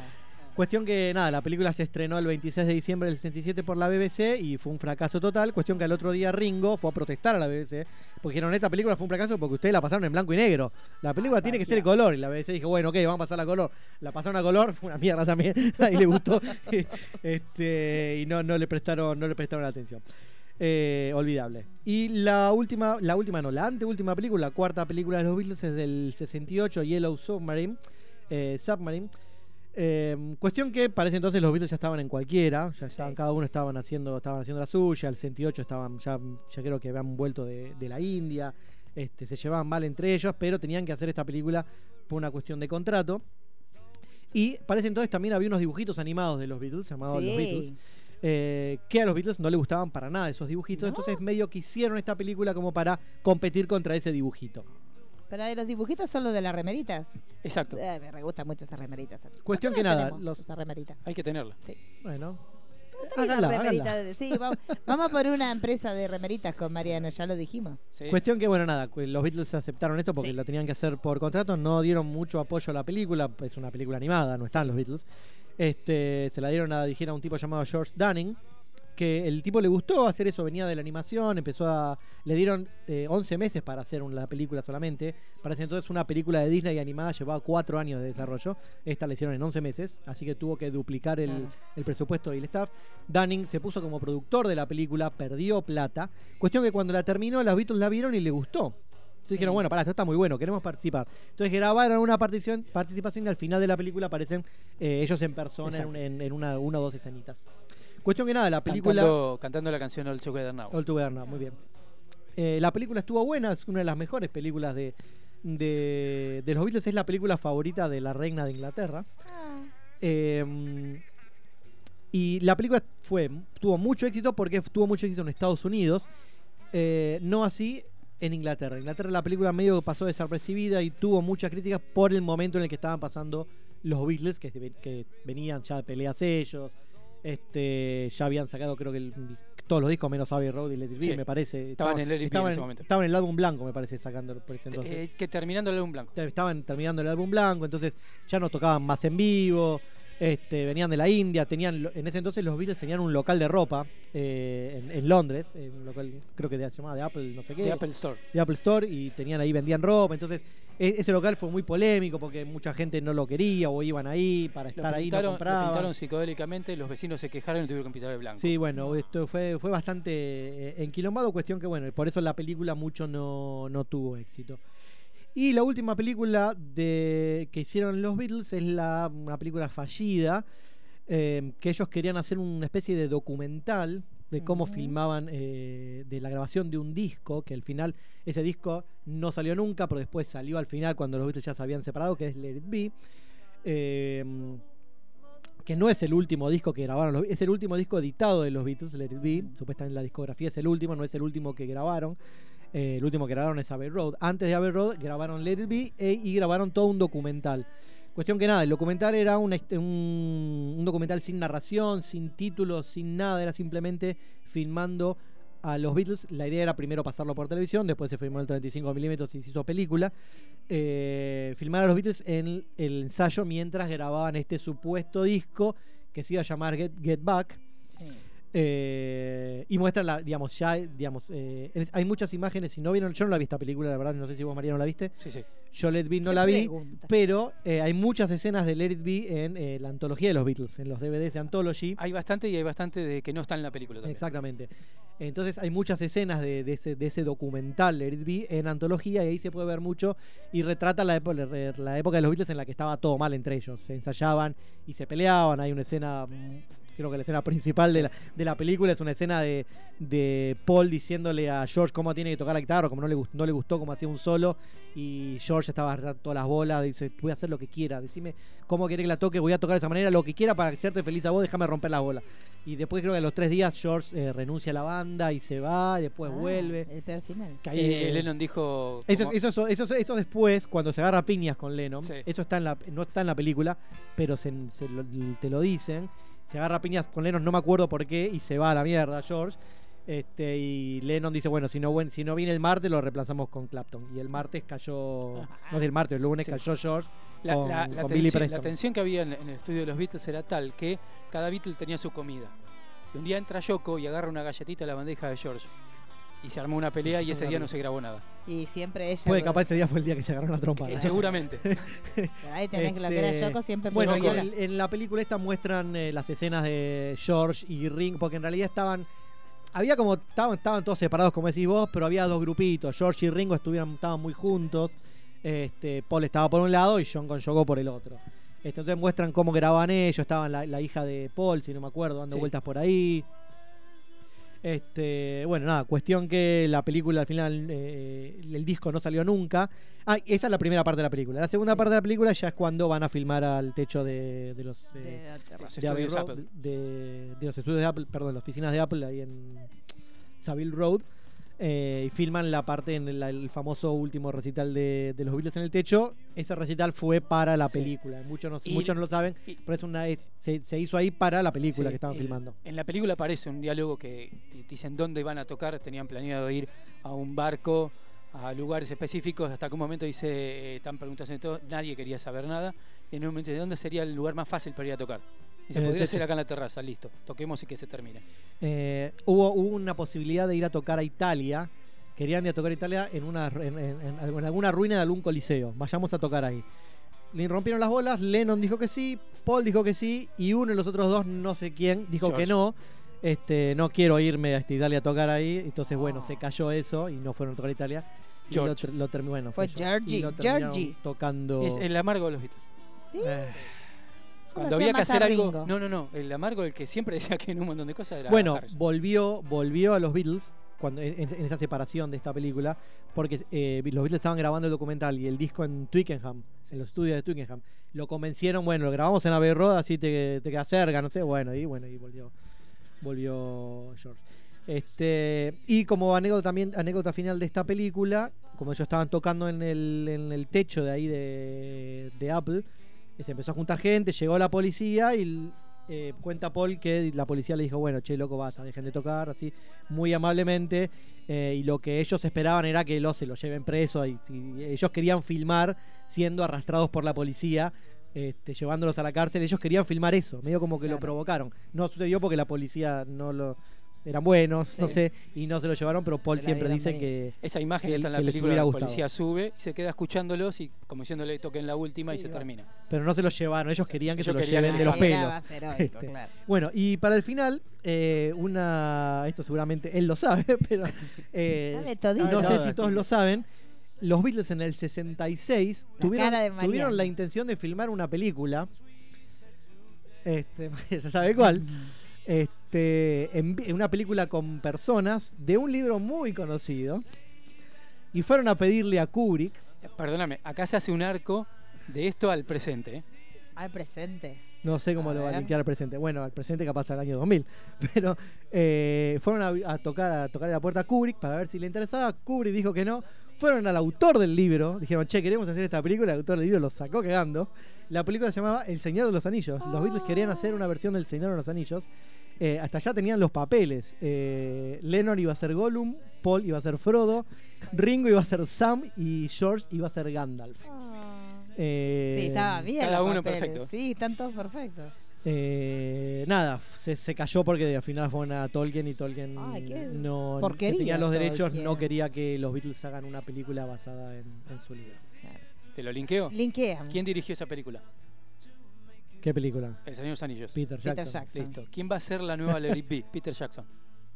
Speaker 7: Cuestión que nada, la película se estrenó el 26 de diciembre del 67 por la BBC y fue un fracaso total. Cuestión que al otro día Ringo fue a protestar a la BBC porque dijeron, esta película fue un fracaso porque ustedes la pasaron en blanco y negro. La película tiene que ser color. Y la BBC dijo, bueno, ok, vamos a pasarla a color. La pasaron a color, fue una mierda también, nadie le gustó. este, y no, no le prestaron, no le prestaron atención. Eh, olvidable. Y la última, la última no, la anteúltima película, la cuarta película de los Beatles es del 68, Yellow Submarine. eh, Submarine. Eh, cuestión que parece entonces los Beatles ya estaban en cualquiera, ya estaban, cada uno estaban haciendo, estaban haciendo la suya, el 68 estaban, ya, ya creo que habían vuelto de, de la India, este, se llevaban mal entre ellos, pero tenían que hacer esta película por una cuestión de contrato. Y parece entonces también había unos dibujitos animados de los Beatles, llamados Los
Speaker 11: Sí.
Speaker 7: Beatles, eh, que a los Beatles no le gustaban para nada esos dibujitos, entonces medio que hicieron esta película como para competir contra ese dibujito.
Speaker 11: Pero de los dibujitos son los de las remeritas.
Speaker 8: Exacto.
Speaker 11: Eh, me re gustan mucho esas remeritas.
Speaker 7: Cuestión
Speaker 11: ¿Por
Speaker 7: que
Speaker 11: qué Ah, no
Speaker 7: nada,
Speaker 11: tenemos
Speaker 7: los-
Speaker 11: Esa remerita.
Speaker 8: Hay que tenerla.
Speaker 11: Sí.
Speaker 7: Bueno,
Speaker 11: Hay una
Speaker 7: háganla,
Speaker 11: remerita
Speaker 7: háganla.
Speaker 11: de- sí, vamos, vamos a poner una empresa de remeritas con Mariano, ya lo dijimos.
Speaker 7: Cuestión que, bueno, nada, cu- los Beatles aceptaron eso porque
Speaker 11: Sí.
Speaker 7: lo tenían que hacer por contrato, no dieron mucho apoyo a la película, es una película animada, no están los Beatles. Este, se la dieron a dirigir a un tipo llamado George Dunning, que el tipo le gustó hacer eso, venía de la animación, empezó a... Le dieron eh, 11 meses para hacer una película solamente. Parece entonces una película de Disney animada llevaba 4 años de desarrollo. Esta la hicieron en 11 meses, así que tuvo que duplicar el,
Speaker 10: Claro.
Speaker 7: el presupuesto y el staff. Dunning se puso como productor de la película, perdió plata. Cuestión que cuando la terminó, los Beatles la vieron y le gustó. Entonces dijeron, bueno, pará, esto está muy bueno, queremos participar. Entonces grabaron una partición- participación y al final de la película aparecen eh, ellos en persona en,
Speaker 8: Exacto.
Speaker 7: en- en una, una o dos escenitas. Cuestión que nada, la película...
Speaker 8: Cantando, cantando la canción All Together Now.
Speaker 7: All Together Now, muy bien. Eh, la película estuvo buena, es una de las mejores películas de, de, de los Beatles, es la película favorita de la reina de Inglaterra. Eh, y la película fue, tuvo mucho éxito porque tuvo mucho éxito en Estados Unidos, eh, no así en Inglaterra. En Inglaterra la película medio que pasó desapercibida y tuvo muchas críticas por el momento en el que estaban pasando los Beatles, que, que venían ya de peleas ellos, este, ya habían sacado creo que el- todos los discos menos Abbey Road y Let It Be,
Speaker 8: Sí.
Speaker 7: me parece.
Speaker 8: Estaban en Let It Be en
Speaker 7: estaban,
Speaker 8: ese momento.
Speaker 7: estaban en el álbum blanco, me parece, sacando por ese entonces.
Speaker 8: Eh, que terminando el álbum blanco.
Speaker 7: Te- estaban terminando el álbum blanco, entonces ya no tocaban más en vivo, este, venían de la India, tenían lo- en ese entonces los Beatles tenían un local de ropa eh, en, en Londres, en un local creo que de, llamado de Apple, no sé qué.
Speaker 8: De Apple Store.
Speaker 7: De Apple Store y tenían ahí, vendían ropa, entonces e- ese local fue muy polémico porque mucha gente no lo quería o iban ahí para
Speaker 8: Lo
Speaker 7: estar ahí, no
Speaker 8: pintaron, lo
Speaker 7: compraban.
Speaker 8: pintaron psicodélicamente, los vecinos se quejaron y lo tuvieron que pintar de blanco.
Speaker 7: Sí, bueno, esto fue, fue bastante eh, enquilombado, cuestión que, bueno, por eso la película mucho no, no tuvo éxito. Y la última película de, que hicieron los Beatles es la, una película fallida, eh, que ellos querían hacer una especie de documental de cómo filmaban, eh, de la grabación de un disco, que al final ese disco no salió nunca, pero después salió al final cuando los Beatles ya se habían separado, que es Let It Be. Eh, que no es el último disco que grabaron, los- es el último disco editado de los Beatles, Let It Be, supuestamente la discografía es el último, no es el último que grabaron. Eh, el último que grabaron es Abbey Road. Antes de Abbey Road grabaron Let It Be e- y grabaron todo un documental. Cuestión que nada, el documental era un, este, un- un documental sin narración, sin títulos, sin nada, era simplemente filmando a los Beatles. La idea era primero pasarlo por televisión, después se filmó el 35 milímetros y se hizo película. Eh, filmar a los Beatles en el ensayo mientras grababan este supuesto disco que se iba a llamar Get, Get Back. Eh, y muestra la, digamos, ya, digamos, eh, es- hay muchas imágenes. Si no vieron, yo no la vi esta película, la verdad, no sé si vos, María, no la viste.
Speaker 8: Sí, sí.
Speaker 7: Yo Let It Be no
Speaker 8: Qué
Speaker 7: la vi,
Speaker 8: pregunta.
Speaker 7: pero eh, hay muchas escenas de Let It Be en eh, la antología de los Beatles, en los DVDs de Anthology.
Speaker 8: Hay bastante y hay bastante de que no está en la película Ah, también.
Speaker 7: Exactamente. Entonces hay muchas escenas de, de ese, de ese documental, Let It Be, en antología, y ahí se puede ver mucho. Y retrata la, época- la- la época de los Beatles en la que estaba todo mal entre ellos. Se ensayaban y se peleaban. Hay una escena, mm, creo que la escena principal de, la, de la película es una escena de, de Paul diciéndole a George cómo tiene que tocar la guitarra, o cómo no le, gust- no le gustó cómo hacía un solo. Y George estaba agarrando todas las bolas, dice: Voy a hacer lo que quiera, decime cómo querés que la toque, voy a tocar de esa manera, lo que quiera para hacerte feliz a vos, déjame romper las bolas. Y después creo que a los tres días George eh, renuncia a la banda y se va, y
Speaker 5: Ah.
Speaker 7: después vuelve.
Speaker 11: Ah, El peor final.
Speaker 8: Que ahí
Speaker 7: Eh,
Speaker 8: Lennon dijo.
Speaker 7: Eso,
Speaker 8: como-
Speaker 7: eso, eso, eso, eso después, cuando se agarra a piñas con Lennon,
Speaker 8: Sí.
Speaker 7: eso está en la, no está en la película, pero se, se lo- te lo dicen. Se agarra a piñas con Lennon, no me acuerdo por qué, y se va a la mierda George. Este, y Lennon dice, bueno, si no, buen- si no viene el martes, lo reemplazamos con Clapton. Y el martes cayó, no es el martes, el lunes
Speaker 8: Sí.
Speaker 7: cayó George
Speaker 8: La,
Speaker 7: con,
Speaker 8: la- la
Speaker 7: con Billy
Speaker 8: tensión, la
Speaker 7: Preston.
Speaker 8: tensión que había en, en el estudio de los Beatles era tal que cada Beatle tenía su comida. Y un día entra Yoko y agarra una galletita de la bandeja de George. Y se armó una pelea y ese día no se grabó nada.
Speaker 11: Y siempre ella.
Speaker 7: Puede, capaz ese día fue el día que se agarraron la trompa.
Speaker 8: Eh, seguramente.
Speaker 11: Ahí tenés que lo que era Yoko siempre
Speaker 7: Este, Bueno, y
Speaker 11: fue Yoko.
Speaker 7: en, en la película esta muestran eh, las escenas de George y Ring, porque en realidad estaban. Había como. Estaban, estaban todos separados, como decís vos, pero había dos grupitos. George y Ringo estuvieron, estaban muy juntos. Este, Paul estaba por un lado y John con Yoko por el otro. Este, entonces muestran cómo grababan ellos. Estaban la, la hija de Paul, si no me acuerdo, dando
Speaker 10: Sí.
Speaker 7: vueltas por ahí. Este, bueno, nada, cuestión que la película al final, eh, el disco no salió nunca. Ah, esa es la primera parte de la película. La segunda parte de la película ya es cuando van a filmar al techo de, de los, eh,
Speaker 10: De la terraza. Los
Speaker 7: de Abbey
Speaker 10: estudios
Speaker 7: Road,
Speaker 10: Apple.
Speaker 7: de- de los estudios de Apple, perdón, las oficinas de Apple ahí en Savile Road. eh, y filman la parte en el, el famoso último recital de, de los Beatles en el techo. Ese recital fue para la
Speaker 8: Sí.
Speaker 7: película. Muchos no,
Speaker 8: Y-
Speaker 7: muchos no lo saben, pero es una, es- se, se hizo ahí para la película
Speaker 8: Sí,
Speaker 7: que estaban
Speaker 8: el-
Speaker 7: filmando.
Speaker 8: En la película aparece un diálogo que te dicen dónde van a tocar, tenían planeado ir a un barco, a lugares específicos, hasta que un momento dice, eh, están preguntando todo, nadie quería saber nada, y en un momento dice, dónde sería el lugar más fácil para ir a tocar. Y se
Speaker 7: En el
Speaker 8: podría
Speaker 7: techo.
Speaker 8: hacer acá en la terraza, listo, toquemos y que se termine.
Speaker 7: Eh, hubo, hubo una posibilidad de ir a tocar a Italia. Querían ir a tocar a Italia en, una, en, en- en- en alguna ruina de algún coliseo. Vayamos a tocar ahí. Le rompieron las bolas, Lennon dijo que sí, Paul dijo que sí, y uno de los otros dos, no sé quién, dijo
Speaker 10: George.
Speaker 7: que no. Este, no quiero irme a este Italia a tocar ahí. Entonces, bueno, se cayó eso y no fueron a tocar a Italia. Y lo
Speaker 8: George.
Speaker 7: ter- lo termi- bueno,
Speaker 11: Fue
Speaker 7: George.
Speaker 11: Georgie,
Speaker 7: Y lo terminaron
Speaker 11: Georgie.
Speaker 7: Tocando.
Speaker 8: Es el amargo de los Beatles.
Speaker 11: Sí.
Speaker 7: Eh,
Speaker 8: Cuando había que hacer algo... No, no, no, el amargo, el que siempre decía que en un montón de cosas era...
Speaker 7: Bueno,
Speaker 8: Harrison.
Speaker 7: volvió, volvió a los Beatles cuando, en, en esta separación de esta película, porque eh, los Beatles estaban grabando el documental y el disco en Twickenham, en los estudios de Twickenham. Lo convencieron, bueno, lo grabamos en Abbey Road, así te, te quedas cerca, no sé, bueno, y bueno, y volvió, volvió George. Este, y como anécdota también, anécdota final de esta película, como ellos estaban tocando en el, en el techo de ahí de, de Apple, eh, se empezó a juntar gente, llegó la policía y eh, cuenta Paul que la policía le dijo, bueno, che, loco, basta, dejen de tocar, así, muy amablemente. eh, y lo que ellos esperaban era que los, se los lleven preso. Y, y ellos querían filmar siendo arrastrados por la policía, este, llevándolos a la cárcel. Ellos querían filmar eso, medio como que lo provocaron. No sucedió porque la policía no lo... Eran buenos, no
Speaker 8: Sí.
Speaker 7: sé, y no se lo llevaron, pero Paul
Speaker 8: Se la
Speaker 7: siempre
Speaker 8: vieron
Speaker 7: dice
Speaker 8: venir.
Speaker 7: que...
Speaker 8: Esa imagen que
Speaker 7: que-
Speaker 8: está en la
Speaker 7: que les
Speaker 8: película,
Speaker 7: hubiera
Speaker 8: la
Speaker 7: gustado.
Speaker 8: policía sube y se queda escuchándolos y como diciéndole toquen la última y se termina.
Speaker 7: Pero no se los llevaron, ellos querían que se
Speaker 8: Yo
Speaker 7: los
Speaker 5: Ah,
Speaker 8: quería
Speaker 7: lleven de
Speaker 8: que-
Speaker 7: los
Speaker 8: Era
Speaker 7: pelos.
Speaker 8: más heroico,
Speaker 7: Este,
Speaker 8: claro.
Speaker 7: Bueno, y para el final, eh, una. Esto seguramente él lo sabe, pero. eh,
Speaker 11: Sabe todito.
Speaker 7: No sé
Speaker 11: Sabe
Speaker 7: si
Speaker 11: todo,
Speaker 7: todos lo saben. Los Beatles en el 66
Speaker 11: La
Speaker 7: tuvieron,
Speaker 11: cara de Mariano.
Speaker 7: tuvieron la intención de filmar una película. Este, ya sabe cuál. Este, en vi- una película con personas de un libro muy conocido. Y fueron a pedirle a Kubrick
Speaker 8: Perdóname, acá se hace un arco de esto al presente. ¿eh?
Speaker 11: Al presente.
Speaker 7: No sé cómo
Speaker 10: A
Speaker 7: lo va a
Speaker 10: ver.
Speaker 7: linkear al presente. Bueno, al presente capaz al año 2000. Pero eh, fueron a, a tocar a tocar la puerta a Kubrick para ver si le interesaba. Kubrick dijo que no. Fueron al autor del libro. Dijeron, che, queremos hacer esta película. El autor del libro lo sacó cagando. La película se llamaba El Señor de los Anillos. Los Beatles querían hacer una versión del Señor de los Anillos. Eh, hasta allá tenían los papeles. Eh, Lennon iba a ser Gollum, Paul iba a ser Frodo, Ringo iba a ser Sam y George iba a ser Gandalf. Eh,
Speaker 5: Sí, estaba bien. los papeles. Sí, están todos perfectos.
Speaker 7: eh, nada, f- se, se cayó porque al final fue a Tolkien y Tolkien
Speaker 5: Ay, qué
Speaker 7: no que
Speaker 5: porquería,
Speaker 7: tenía los derechos,
Speaker 5: Tolkien.
Speaker 7: no quería que los Beatles hagan una película basada en, en su libro.
Speaker 8: ¿Te lo linkeo?
Speaker 5: Linkea.
Speaker 8: ¿Quién dirigió esa película?
Speaker 7: ¿Qué película?
Speaker 8: El Señor de los Anillos.
Speaker 7: Peter Peter Jackson. Jackson.
Speaker 8: Listo. ¿Quién va a ser la nueva Larry B? Peter Jackson.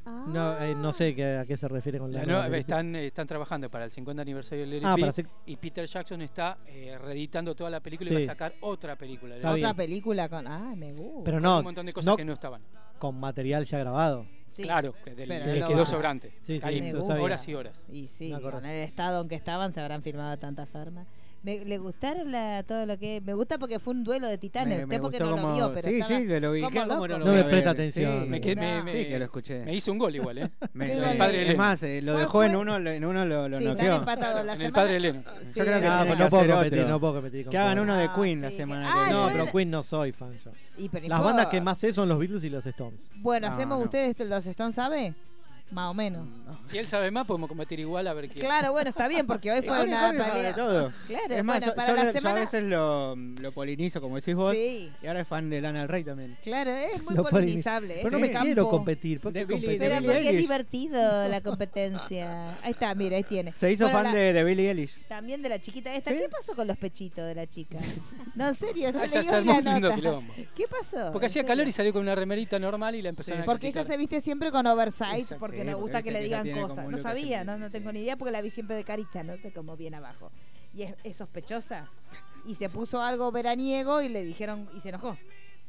Speaker 7: No, eh, no sé qué- a qué se refiere con la,
Speaker 8: La
Speaker 7: nueva
Speaker 8: nueva-
Speaker 7: película.
Speaker 8: están, eh, están trabajando para el 50 aniversario de Larry
Speaker 7: Ah,
Speaker 8: B.
Speaker 7: para hacer-
Speaker 8: Y Peter Jackson está eh, reeditando toda la película
Speaker 7: Sí.
Speaker 8: y va a sacar otra película.
Speaker 7: Está
Speaker 5: Otra
Speaker 7: bien.
Speaker 5: película con. Ah, me gusta.
Speaker 7: Pero no,
Speaker 8: un montón de cosas que no estaban.
Speaker 7: Con material ya grabado.
Speaker 5: Sí.
Speaker 8: Claro, que del-
Speaker 5: Pero
Speaker 8: que
Speaker 5: lo
Speaker 8: quedó
Speaker 5: van-
Speaker 8: sobrante.
Speaker 7: Sí, sí,
Speaker 8: Ahí,
Speaker 7: eso sabía.
Speaker 8: horas y horas.
Speaker 5: Y sí,
Speaker 7: No, correcto.
Speaker 5: con el estado en que estaban se habrán firmado tantas firmas. Me, le gustaron la- todo lo que. Me gusta porque fue un duelo de titanes.
Speaker 10: Me- me
Speaker 5: Usted porque no
Speaker 10: gustó
Speaker 5: lo
Speaker 10: cómo-
Speaker 5: vio, pero.
Speaker 10: sí,
Speaker 5: estaba
Speaker 10: sí, que lo vi.
Speaker 5: como
Speaker 10: ¿Qué? ¿Cómo
Speaker 5: loco.
Speaker 10: no lo
Speaker 7: No
Speaker 10: voy
Speaker 7: me
Speaker 10: a
Speaker 7: presta
Speaker 10: ver?
Speaker 7: atención.
Speaker 10: Sí,
Speaker 7: Me
Speaker 8: que- me-
Speaker 10: sí,
Speaker 8: me-
Speaker 10: que lo escuché.
Speaker 8: Me hizo un gol igual, ¿eh?
Speaker 10: Me-
Speaker 8: El
Speaker 10: lo-
Speaker 8: padre
Speaker 10: es
Speaker 8: Lennon.
Speaker 10: más, eh, lo dejó en uno, lo- en uno lo, lo
Speaker 5: Sí, están
Speaker 10: noqueó.
Speaker 5: empatados. La
Speaker 8: En el
Speaker 5: semana-
Speaker 8: padre Lennon.
Speaker 5: Sí.
Speaker 10: Yo creo que
Speaker 7: Ah, pero
Speaker 10: tiene que
Speaker 7: no puedo
Speaker 10: hacer
Speaker 7: competir,
Speaker 10: otro.
Speaker 7: no puedo competir con
Speaker 10: Que hagan
Speaker 7: Paul.
Speaker 10: uno de Queen la semana que
Speaker 5: ah,
Speaker 10: viene.
Speaker 7: No,
Speaker 5: bueno.
Speaker 7: pero Queen no soy fan yo.
Speaker 5: Y, pero, ¿y
Speaker 7: Las
Speaker 5: puedo-
Speaker 7: bandas que más sé son los Beatles y los Stones.
Speaker 5: Bueno,
Speaker 7: No,
Speaker 5: hacemos
Speaker 7: no.
Speaker 5: ustedes los Stones, ¿sabe? Más o menos.
Speaker 8: Si él sabe más, podemos combatir igual a ver quién.
Speaker 5: Claro, bueno, está bien, porque hoy fue
Speaker 10: Jorge,
Speaker 5: una
Speaker 10: Jorge sabe
Speaker 5: pelea.
Speaker 10: todo.
Speaker 5: Claro,
Speaker 10: es más,
Speaker 5: bueno,
Speaker 10: yo-
Speaker 5: para
Speaker 10: yo,
Speaker 5: la
Speaker 10: le- yo
Speaker 5: semana-
Speaker 10: a veces lo, lo polinizo, como decís vos.
Speaker 5: Sí.
Speaker 10: Y ahora es fan de Lana del Rey también.
Speaker 5: Claro, es muy
Speaker 7: Los polini-
Speaker 5: polinizable.
Speaker 7: Pero
Speaker 5: es
Speaker 7: no
Speaker 5: un
Speaker 7: me
Speaker 5: campo.
Speaker 7: quiero competir. ¿por qué
Speaker 10: De Billie-
Speaker 7: competir?
Speaker 10: de
Speaker 5: Pero
Speaker 10: Billie
Speaker 5: porque es
Speaker 10: Eilish.
Speaker 5: divertido la competencia. Ahí está, mira, ahí tiene.
Speaker 10: Se hizo
Speaker 5: Bueno,
Speaker 10: fan
Speaker 5: la-
Speaker 10: de, de Billie Eilish.
Speaker 5: También de la chiquita esta. ¿Qué pasó con los pechitos de la chica? No, en serio, no
Speaker 8: Ah, esa
Speaker 5: leí
Speaker 8: se armó
Speaker 5: la
Speaker 8: un lindo
Speaker 5: nota.
Speaker 8: quilombo.
Speaker 5: ¿Qué pasó? En
Speaker 8: Porque hacía
Speaker 5: serio.
Speaker 8: calor y salió con una remerita normal y la empezaron a
Speaker 5: Porque ella
Speaker 8: criticar.
Speaker 5: se viste siempre con oversize
Speaker 8: Exacto.
Speaker 5: porque
Speaker 8: Sí,
Speaker 5: nos
Speaker 8: porque
Speaker 5: gusta que
Speaker 8: viste
Speaker 5: le
Speaker 8: que
Speaker 5: digan
Speaker 8: ella tiene
Speaker 5: cosas.
Speaker 8: como un
Speaker 5: No
Speaker 8: look
Speaker 5: sabía,
Speaker 8: así.
Speaker 5: no, no tengo ni idea porque la vi siempre de carita, no sé cómo bien abajo. Y es, es sospechosa. Y se puso algo veraniego y le dijeron y se enojó.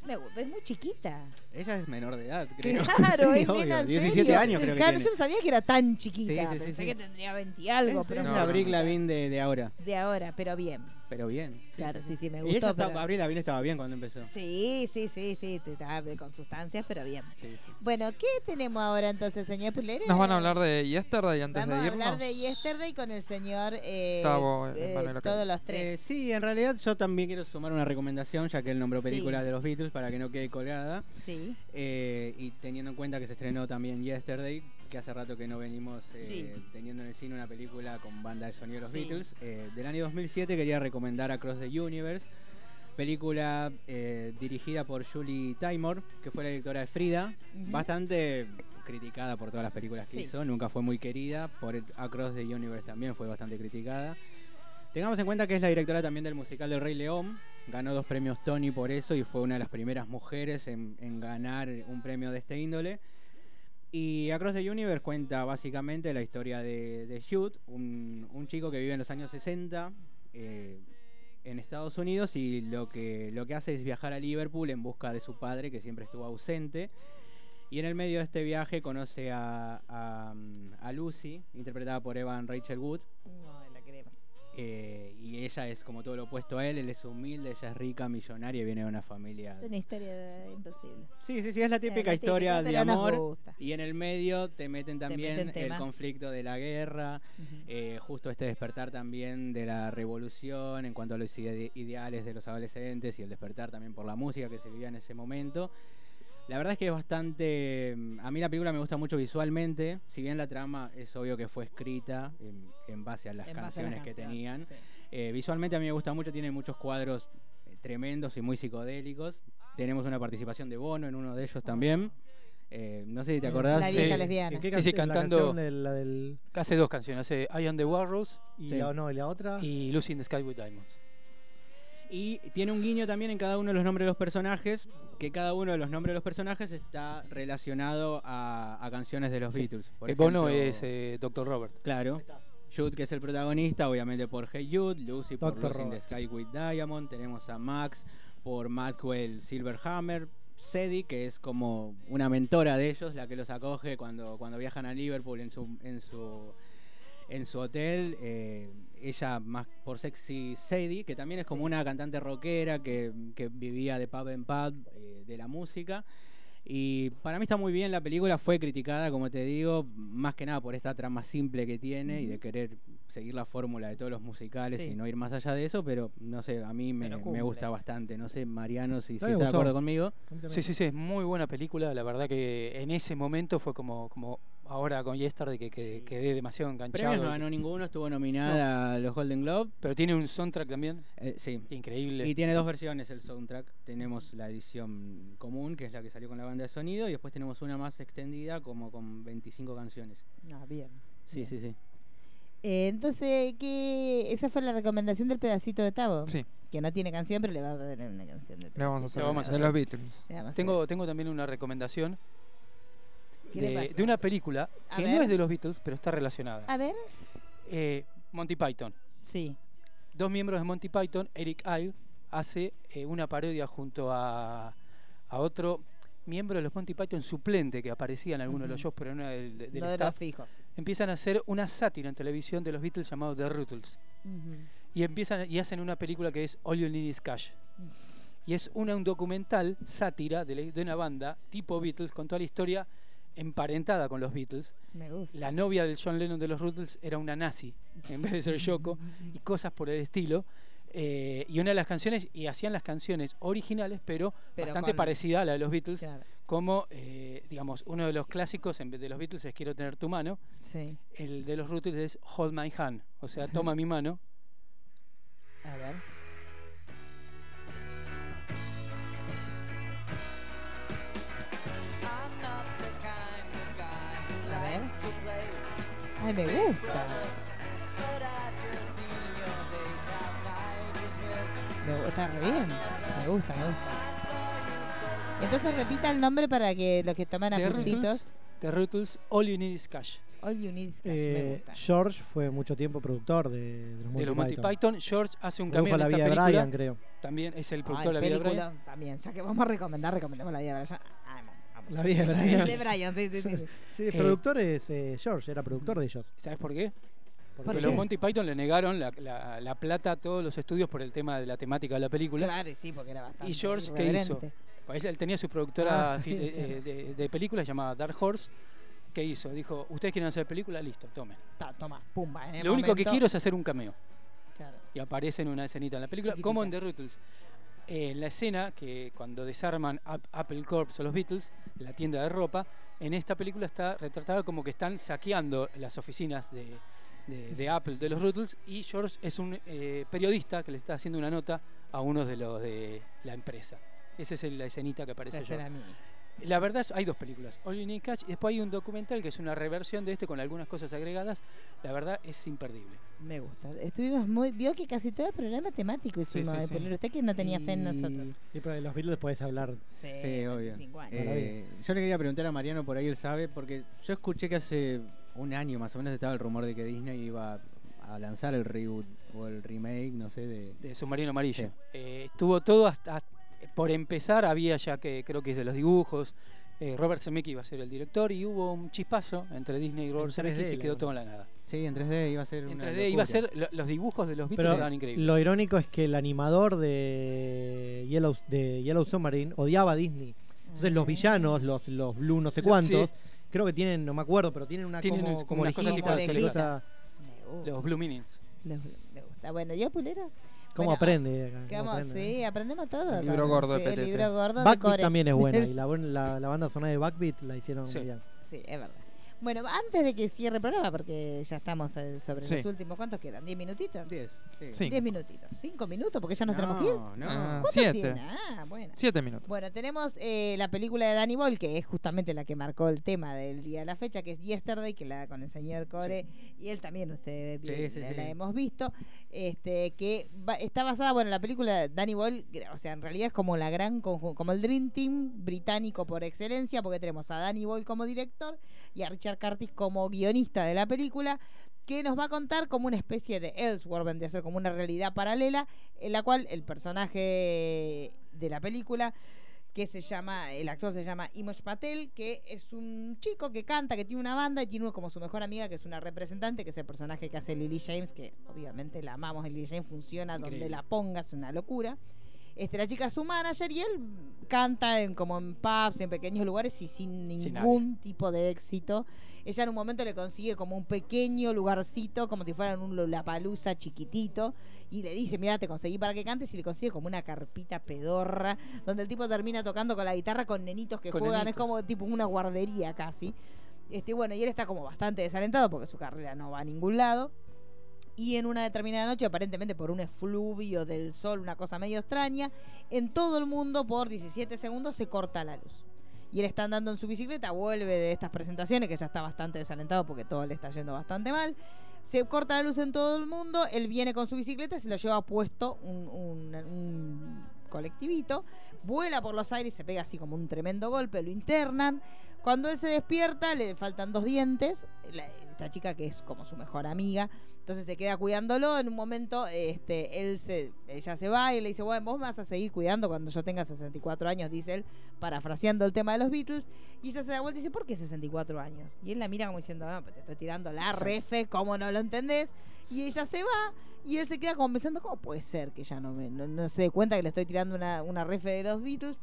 Speaker 5: Me gu- es muy chiquita.
Speaker 10: Ella es menor de edad, creo.
Speaker 5: Claro,
Speaker 10: Sí,
Speaker 5: es
Speaker 10: obvio,
Speaker 5: nena, en
Speaker 10: 17
Speaker 5: serio.
Speaker 10: años creo que
Speaker 5: Claro,
Speaker 10: tiene.
Speaker 5: yo no sabía que era tan chiquita.
Speaker 10: Sí, sí, sí,
Speaker 5: Pensé
Speaker 10: sí.
Speaker 5: que tendría 20 y algo,
Speaker 10: Es,
Speaker 5: pero
Speaker 10: es
Speaker 5: no,
Speaker 10: la
Speaker 5: no,
Speaker 10: Abril
Speaker 5: no.
Speaker 10: Lavigne de, de ahora.
Speaker 5: de ahora, pero bien.
Speaker 10: Pero bien.
Speaker 5: Claro, sí, sí, me
Speaker 10: y ella
Speaker 5: gustó.
Speaker 10: estaba,
Speaker 5: pero-
Speaker 10: Abril Lavigne estaba bien cuando empezó.
Speaker 5: Sí, sí, sí, sí, te estaba con sustancias, pero bien.
Speaker 10: Sí.
Speaker 5: Bueno, ¿qué tenemos ahora entonces, señor Pulero?
Speaker 6: Nos van a hablar de Yesterday antes
Speaker 5: Vamos
Speaker 6: de
Speaker 5: a
Speaker 6: irnos.
Speaker 5: hablar de Yesterday con el señor eh,
Speaker 6: Tavo,
Speaker 5: eh,
Speaker 6: Manuel Ocaña.
Speaker 5: todos los tres.
Speaker 10: Eh, sí, en realidad yo también quiero sumar una recomendación, ya que él nombró
Speaker 5: Sí.
Speaker 10: películas de los Beatles para que no quede colgada.
Speaker 5: Sí.
Speaker 10: Eh, y teniendo en cuenta que se estrenó también Yesterday, que hace rato que no venimos eh,
Speaker 5: Sí.
Speaker 10: teniendo en el cine una película con banda de sonido de los
Speaker 5: Sí.
Speaker 10: Beatles, eh, del año 2007 quería recomendar Across the Universe, película eh, dirigida por Julie Taymor, que fue la directora de Frida,
Speaker 5: Ujú.
Speaker 10: bastante criticada por todas las películas que
Speaker 5: Sí.
Speaker 10: hizo, nunca fue muy querida, por Across the Universe también fue bastante criticada. Tengamos en cuenta que es la directora también del musical del Rey León. Ganó dos premios Tony por eso y fue una de las primeras mujeres en, en ganar un premio de este índole. Y Across the Universe cuenta básicamente la historia de, de Jude, un, un chico que vive en los años 60 eh, en Estados Unidos y lo que, lo que hace es viajar a Liverpool en busca de su padre que siempre estuvo ausente. Y en el medio de este viaje conoce a, a, mm, a Lucy, interpretada por Evan Rachel Wood,
Speaker 5: No, la queremos.
Speaker 10: eh, y ella es como todo lo opuesto a él, él es humilde, ella es rica, millonaria y viene de una familia.
Speaker 5: Es una historia de- imposible.
Speaker 10: Sí, sí, sí, es la típica historia de
Speaker 5: pero nos
Speaker 10: amor.
Speaker 5: gusta.
Speaker 10: Y en el medio te meten también
Speaker 5: meten
Speaker 10: el
Speaker 5: temas.
Speaker 10: conflicto de la guerra, eh, justo este despertar también de la revolución en cuanto a los ide- ideales de los adolescentes y el despertar también por la música que se vivía en ese momento. La verdad es que es bastante... mm, A mí la película me gusta mucho visualmente, si bien la trama es obvio que fue escrita en, en base a las
Speaker 5: En base a
Speaker 10: canciones
Speaker 5: las
Speaker 10: que
Speaker 5: canciones,
Speaker 10: tenían.
Speaker 5: sí.
Speaker 10: Eh, visualmente a mí me gusta mucho, tiene muchos cuadros eh, tremendos y muy psicodélicos. Tenemos una participación de Bono en uno de ellos también. Eh, no sé si te acordás.
Speaker 5: La vieja Sí. lesbiana.
Speaker 10: ¿En
Speaker 8: Sí,
Speaker 10: qué
Speaker 8: sí,
Speaker 10: canción?
Speaker 7: La
Speaker 8: cantando-
Speaker 7: canción de la del-
Speaker 8: Hace dos canciones, hace I Am the Warrows
Speaker 7: y,
Speaker 10: Sí.
Speaker 7: la, no, y la
Speaker 5: Ah.
Speaker 7: otra.
Speaker 8: y Lucy in the Sky with Diamonds.
Speaker 10: Y tiene un guiño también en cada uno de los nombres de los personajes, que cada uno de los nombres de los personajes está relacionado a, a canciones de los
Speaker 8: Sí.
Speaker 10: Beatles. Por
Speaker 8: Eh, Bono
Speaker 10: ejemplo,
Speaker 8: es eh, Dr. Robert.
Speaker 10: Claro. Jude, que es el protagonista, obviamente por Hey Jude, Lucy por
Speaker 7: Dr.
Speaker 10: Lucy in the
Speaker 7: Robert.
Speaker 10: Sky with Diamond, tenemos a Max por Maxwell Silverhammer, Sadie, que es como una mentora de ellos, la que los acoge cuando, cuando viajan a Liverpool en su, en su, en su hotel. eh, ella más por sexy Sadie, que también es como una cantante rockera que, que vivía de pub en pub eh, de la música. Y para mí está muy bien, la película fue criticada, como te digo, más que nada por esta trama simple que tiene y de querer seguir la fórmula de todos los musicales
Speaker 8: Sí.
Speaker 10: y no ir más allá de eso, pero no sé, a mí me,
Speaker 8: Pero
Speaker 10: me
Speaker 8: cumple.
Speaker 10: gusta bastante, no sé, Mariano, si, si
Speaker 8: Sí,
Speaker 10: está de acuerdo conmigo.
Speaker 8: Sí, sí, sí, es muy buena película. La verdad que en ese momento fue como, como ahora con Yesterday que, que quedé demasiado enganchado.
Speaker 10: Premios no ganó ninguno, estuvo nominada a los Golden Globe. Eh,
Speaker 8: Pero tiene un soundtrack también.
Speaker 10: sí.
Speaker 8: Increíble.
Speaker 10: Y tiene dos versiones el soundtrack. Tenemos la edición común, que es la que salió con la banda de sonido, y después tenemos una más extendida, como con 25 canciones.
Speaker 5: Ah, bien.
Speaker 10: Sí, sí, sí.
Speaker 5: Eh, entonces, ¿qué? esa fue la recomendación del pedacito de Tavo.
Speaker 6: Sí.
Speaker 5: Que no tiene canción, pero le va a dar una canción del
Speaker 6: Le vamos a
Speaker 5: pedacito.
Speaker 6: hacer de los Beatles.
Speaker 5: Le vamos a hacer.
Speaker 8: Tengo, tengo también una recomendación
Speaker 5: ¿Qué le
Speaker 8: de,
Speaker 5: pasa?
Speaker 8: de una película
Speaker 5: A
Speaker 8: que
Speaker 5: ver.
Speaker 8: no es de los Beatles, pero está relacionada.
Speaker 5: A ver.
Speaker 8: Eh, Monty Python.
Speaker 5: Sí.
Speaker 8: Dos miembros de Monty Python, Eric Idle, hace eh, una parodia junto a, a otro miembro de los Monty Python suplente que aparecía en alguno de los
Speaker 5: Ujú.
Speaker 8: shows, pero no era del, del
Speaker 5: Lo de los
Speaker 8: staff.
Speaker 5: fijos.
Speaker 8: Empiezan a hacer una sátira en televisión de los Beatles llamado The Rutles. y empiezan y hacen una película que es All You Need Is Cash. Y es una, un documental sátira de, la- de una banda tipo Beatles con toda la historia emparentada con los Beatles.
Speaker 5: Me gusta.
Speaker 8: La novia del John Lennon de los Beatles era una nazi en vez de ser Yoko y cosas por el estilo. Eh, y una de las canciones, y hacían las canciones originales, pero,
Speaker 5: Pero
Speaker 8: bastante
Speaker 5: con-
Speaker 8: parecida a la de los Beatles,
Speaker 5: Claro.
Speaker 8: como, eh, digamos, uno de los clásicos en vez de los Beatles es Quiero tener tu mano,
Speaker 5: Sí.
Speaker 8: el de los Beatles es Hold My Hand, o sea,
Speaker 5: Sí.
Speaker 8: toma mi mano,
Speaker 5: A ver. A ver. Ay, me gusta. Me gu- está re bien. Me gusta, me gusta. Entonces repita el nombre para que los que toman
Speaker 8: The
Speaker 5: apuntitos.
Speaker 8: Rutles, The Rutles, All You Need Is Cash.
Speaker 5: All you need is cash, me
Speaker 7: Eh,
Speaker 5: gusta.
Speaker 7: George fue mucho tiempo productor de, de los,
Speaker 8: De los Monty Python. George hace un
Speaker 7: Produjo
Speaker 8: cameo en
Speaker 7: La
Speaker 8: esta
Speaker 7: vida de
Speaker 8: película.
Speaker 7: Brian, creo.
Speaker 8: También es el
Speaker 5: Ay,
Speaker 8: productor de La Vida de
Speaker 5: película,
Speaker 8: Brian.
Speaker 5: También, ya que vamos a recomendar, recomendamos la vida de Brian. Ay, vamos.
Speaker 7: La vida de Brian.
Speaker 5: De Brian, sí, sí, sí.
Speaker 7: Sí, productor es eh, George, era productor de ellos.
Speaker 8: ¿Sabes por qué? Porque
Speaker 7: ¿Por
Speaker 8: los
Speaker 7: qué?
Speaker 8: Monty Python le negaron la, la- la plata a todos los estudios por el tema de la temática de la película.
Speaker 5: Claro, y sí, porque era bastante.
Speaker 8: ¿Y George qué hizo?
Speaker 5: irreverente.
Speaker 8: Pues él tenía su productora
Speaker 5: Ah, está
Speaker 8: fi-
Speaker 5: bien, sí.
Speaker 8: eh, de, de películas llamada Dark Horse. ¿Qué hizo? Dijo, ¿ustedes quieren hacer película? Listo, tomen.
Speaker 5: Ta, toma, pumba. En el
Speaker 8: Lo único que
Speaker 5: momento-
Speaker 8: quiero es hacer un cameo.
Speaker 5: Claro.
Speaker 8: y aparece en una escenita en la película, como en The Rutles. Eh, en la escena que cuando desarman Ap- Apple Corps o los Beatles, la tienda de ropa, en esta película está retratada como que están saqueando las oficinas de, de- de Apple, de los Rutles, y George es un eh, periodista que le está haciendo una nota a uno de los de la empresa. Esa es el- la escenita que aparece
Speaker 5: La
Speaker 8: George.
Speaker 5: escena mini.
Speaker 8: La verdad es, hay dos películas, All You Need Is Cash, y después hay un documental que es una reversión de este con algunas cosas agregadas. La verdad es imperdible.
Speaker 5: Me gusta. Estuvimos muy. Vio que casi todo el programa temático
Speaker 8: Sí,
Speaker 5: hicimos
Speaker 8: sí,
Speaker 5: de
Speaker 8: sí.
Speaker 5: Pelero. Usted que no tenía fe en nosotros.
Speaker 7: Y pero de los Beatles podés hablar.
Speaker 5: Sí,
Speaker 10: Sí, obvio.
Speaker 5: 25 años.
Speaker 10: Eh, yo le quería preguntar a Mariano, por ahí él sabe, porque yo escuché que hace un año más o menos estaba el rumor de que Disney iba a lanzar el reboot o el remake, no sé, de...
Speaker 8: de Submarino Amarillo.
Speaker 10: Sí.
Speaker 8: Eh, estuvo todo hasta, hasta- por empezar, había ya que creo que es de los dibujos. eh, Robert Zemeckis iba a ser el director y hubo un chispazo entre Disney y Robert
Speaker 10: En 3D
Speaker 8: Zemeckis y
Speaker 10: la
Speaker 8: quedó
Speaker 10: cosa.
Speaker 8: todo en la nada.
Speaker 10: Sí, en 3D iba a ser
Speaker 8: En
Speaker 10: una
Speaker 8: 3D iba a
Speaker 10: locura.
Speaker 8: ser lo- los dibujos de los Beatles
Speaker 7: Pero
Speaker 8: eran increíbles.
Speaker 7: lo irónico es que el animador de Yellow, de Yellow Submarine odiaba a Disney. Entonces los villanos, los, los Blue no sé
Speaker 8: Lo-
Speaker 7: cuántos,
Speaker 8: sí.
Speaker 7: creo que tienen, no me acuerdo, pero tienen una
Speaker 8: Tienen
Speaker 7: como,
Speaker 8: un-
Speaker 7: como
Speaker 8: unas cosas
Speaker 7: orejita,
Speaker 8: tipo de
Speaker 7: una cosa-
Speaker 8: Los Blue Minions.
Speaker 5: Los- Me gusta. Bueno, yo, Pulero.
Speaker 7: ¿Cómo
Speaker 5: Bueno,
Speaker 7: aprende?
Speaker 5: ah,
Speaker 7: acá?
Speaker 5: que vamos-
Speaker 7: ¿Cómo aprende?
Speaker 5: sí, aprendemos todo.
Speaker 7: El libro
Speaker 5: acá.
Speaker 7: gordo de
Speaker 5: Sí, el
Speaker 7: PTT.
Speaker 5: libro gordo de
Speaker 7: Backbeat
Speaker 5: core.
Speaker 7: también es buena y la, buen- la, la banda sonora de Backbeat la hicieron
Speaker 5: Sí.
Speaker 7: muy bien.
Speaker 5: Sí, es verdad. Bueno, antes de que cierre el programa, porque ya estamos eh, sobre
Speaker 7: Sí.
Speaker 5: los últimos, ¿cuántos quedan? ¿Diez minutitos? Diez.
Speaker 6: Cinco.
Speaker 5: Diez minutitos. ¿Cinco minutos? Porque ya nos
Speaker 6: No,
Speaker 5: tenemos que ir.
Speaker 6: no. Ah,
Speaker 5: ¿Cuánto
Speaker 6: siete.
Speaker 5: tiene? Ah, bueno.
Speaker 6: Siete minutos.
Speaker 5: Bueno, tenemos eh, la película de Danny Boyle, que es justamente la que marcó el tema del día de la fecha, que es Yesterday, que la con el señor Core y él también, usted
Speaker 10: Sí,
Speaker 5: bien,
Speaker 10: sí,
Speaker 5: la,
Speaker 10: sí.
Speaker 5: la hemos visto, este que va- está basada, bueno, en la película Danny Boyle, que, o sea, en realidad es como la gran conju- como el Dream Team británico por excelencia, porque tenemos a Danny Boyle como director y a Richard Curtis como guionista de la película que nos va a contar como una especie de Ellsworth, vendría a ser como una realidad paralela, en la cual el personaje de la película que se llama, el actor se llama Imoj Patel, que es un chico que canta, que tiene una banda y tiene como su mejor amiga, que es una representante, que es el personaje que hace Lily James, que obviamente la amamos, Lily James funciona donde
Speaker 11: Increíble.
Speaker 5: la pongas, una locura. Este, la chica es su manager y él canta en, como en pubs, en pequeños lugares y sin
Speaker 11: Sin
Speaker 5: ningún tipo de éxito. Ella en un momento le consigue como un pequeño lugarcito, como si fuera un palusa chiquitito, y le dice, mira, te conseguí para que cantes, y le consigue como una carpita pedorra, donde el tipo termina tocando con la guitarra con nenitos que
Speaker 11: Con
Speaker 5: juegan, es
Speaker 11: nenitos.
Speaker 5: como tipo una guardería casi. Este, bueno, y él está como bastante desalentado porque su carrera no va a ningún lado. Y en una determinada noche, aparentemente por un efluvio del sol, una cosa medio extraña, en todo el mundo por 17 segundos se corta la luz. Y él está andando en su bicicleta, vuelve de estas presentaciones, que ya está bastante desalentado porque todo le está yendo bastante mal. Se corta la luz en todo el mundo, él viene con su bicicleta, se lo lleva puesto un, un- un colectivito, vuela por los aires, se pega así como un tremendo golpe, lo internan. Cuando él se despierta, le faltan dos dientes, la- esta chica que es como su mejor amiga, entonces se queda cuidándolo. En un momento, este, él se, ella se va y le dice, bueno, vos me vas a seguir cuidando cuando yo tenga 64 años, dice él, parafraseando el tema de los Beatles. Y ella se da vuelta y dice, ¿por qué 64 años? Y él la mira como diciendo, no, pues te estoy tirando la
Speaker 11: Exacto.
Speaker 5: refe, ¿cómo no lo entendés? Y ella se va y él se queda como pensando, ¿cómo puede ser que ya no, me, no, no se dé cuenta que le estoy tirando una, una refe de los Beatles?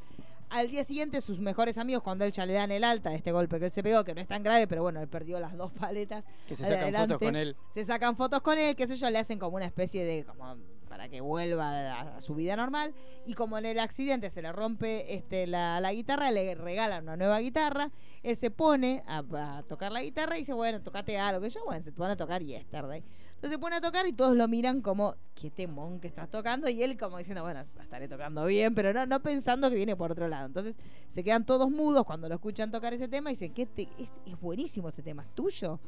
Speaker 5: Al día siguiente, sus mejores amigos, cuando él ya le dan el alta de este golpe que él se pegó, que no es tan grave, pero bueno, él perdió las dos paletas.
Speaker 8: Que se sacan fotos con él.
Speaker 5: Se sacan fotos con él, qué sé yo, le hacen como una especie de, como para que vuelva a, a su vida normal. Y como en el accidente se le rompe este, la, la guitarra, le regalan una nueva guitarra. Él se pone a, a tocar la guitarra y dice, bueno, tocate algo. Que yo, bueno, se pone a tocar Yesterday. Entonces se pone a tocar y todos lo miran como, qué temón que estás tocando. Y él como diciendo, bueno, la estaré tocando bien, pero no, no pensando que viene por otro lado. Entonces se quedan todos mudos cuando lo escuchan tocar ese tema y dicen, ¿qué te- es, es buenísimo ese tema, ¿es tuyo?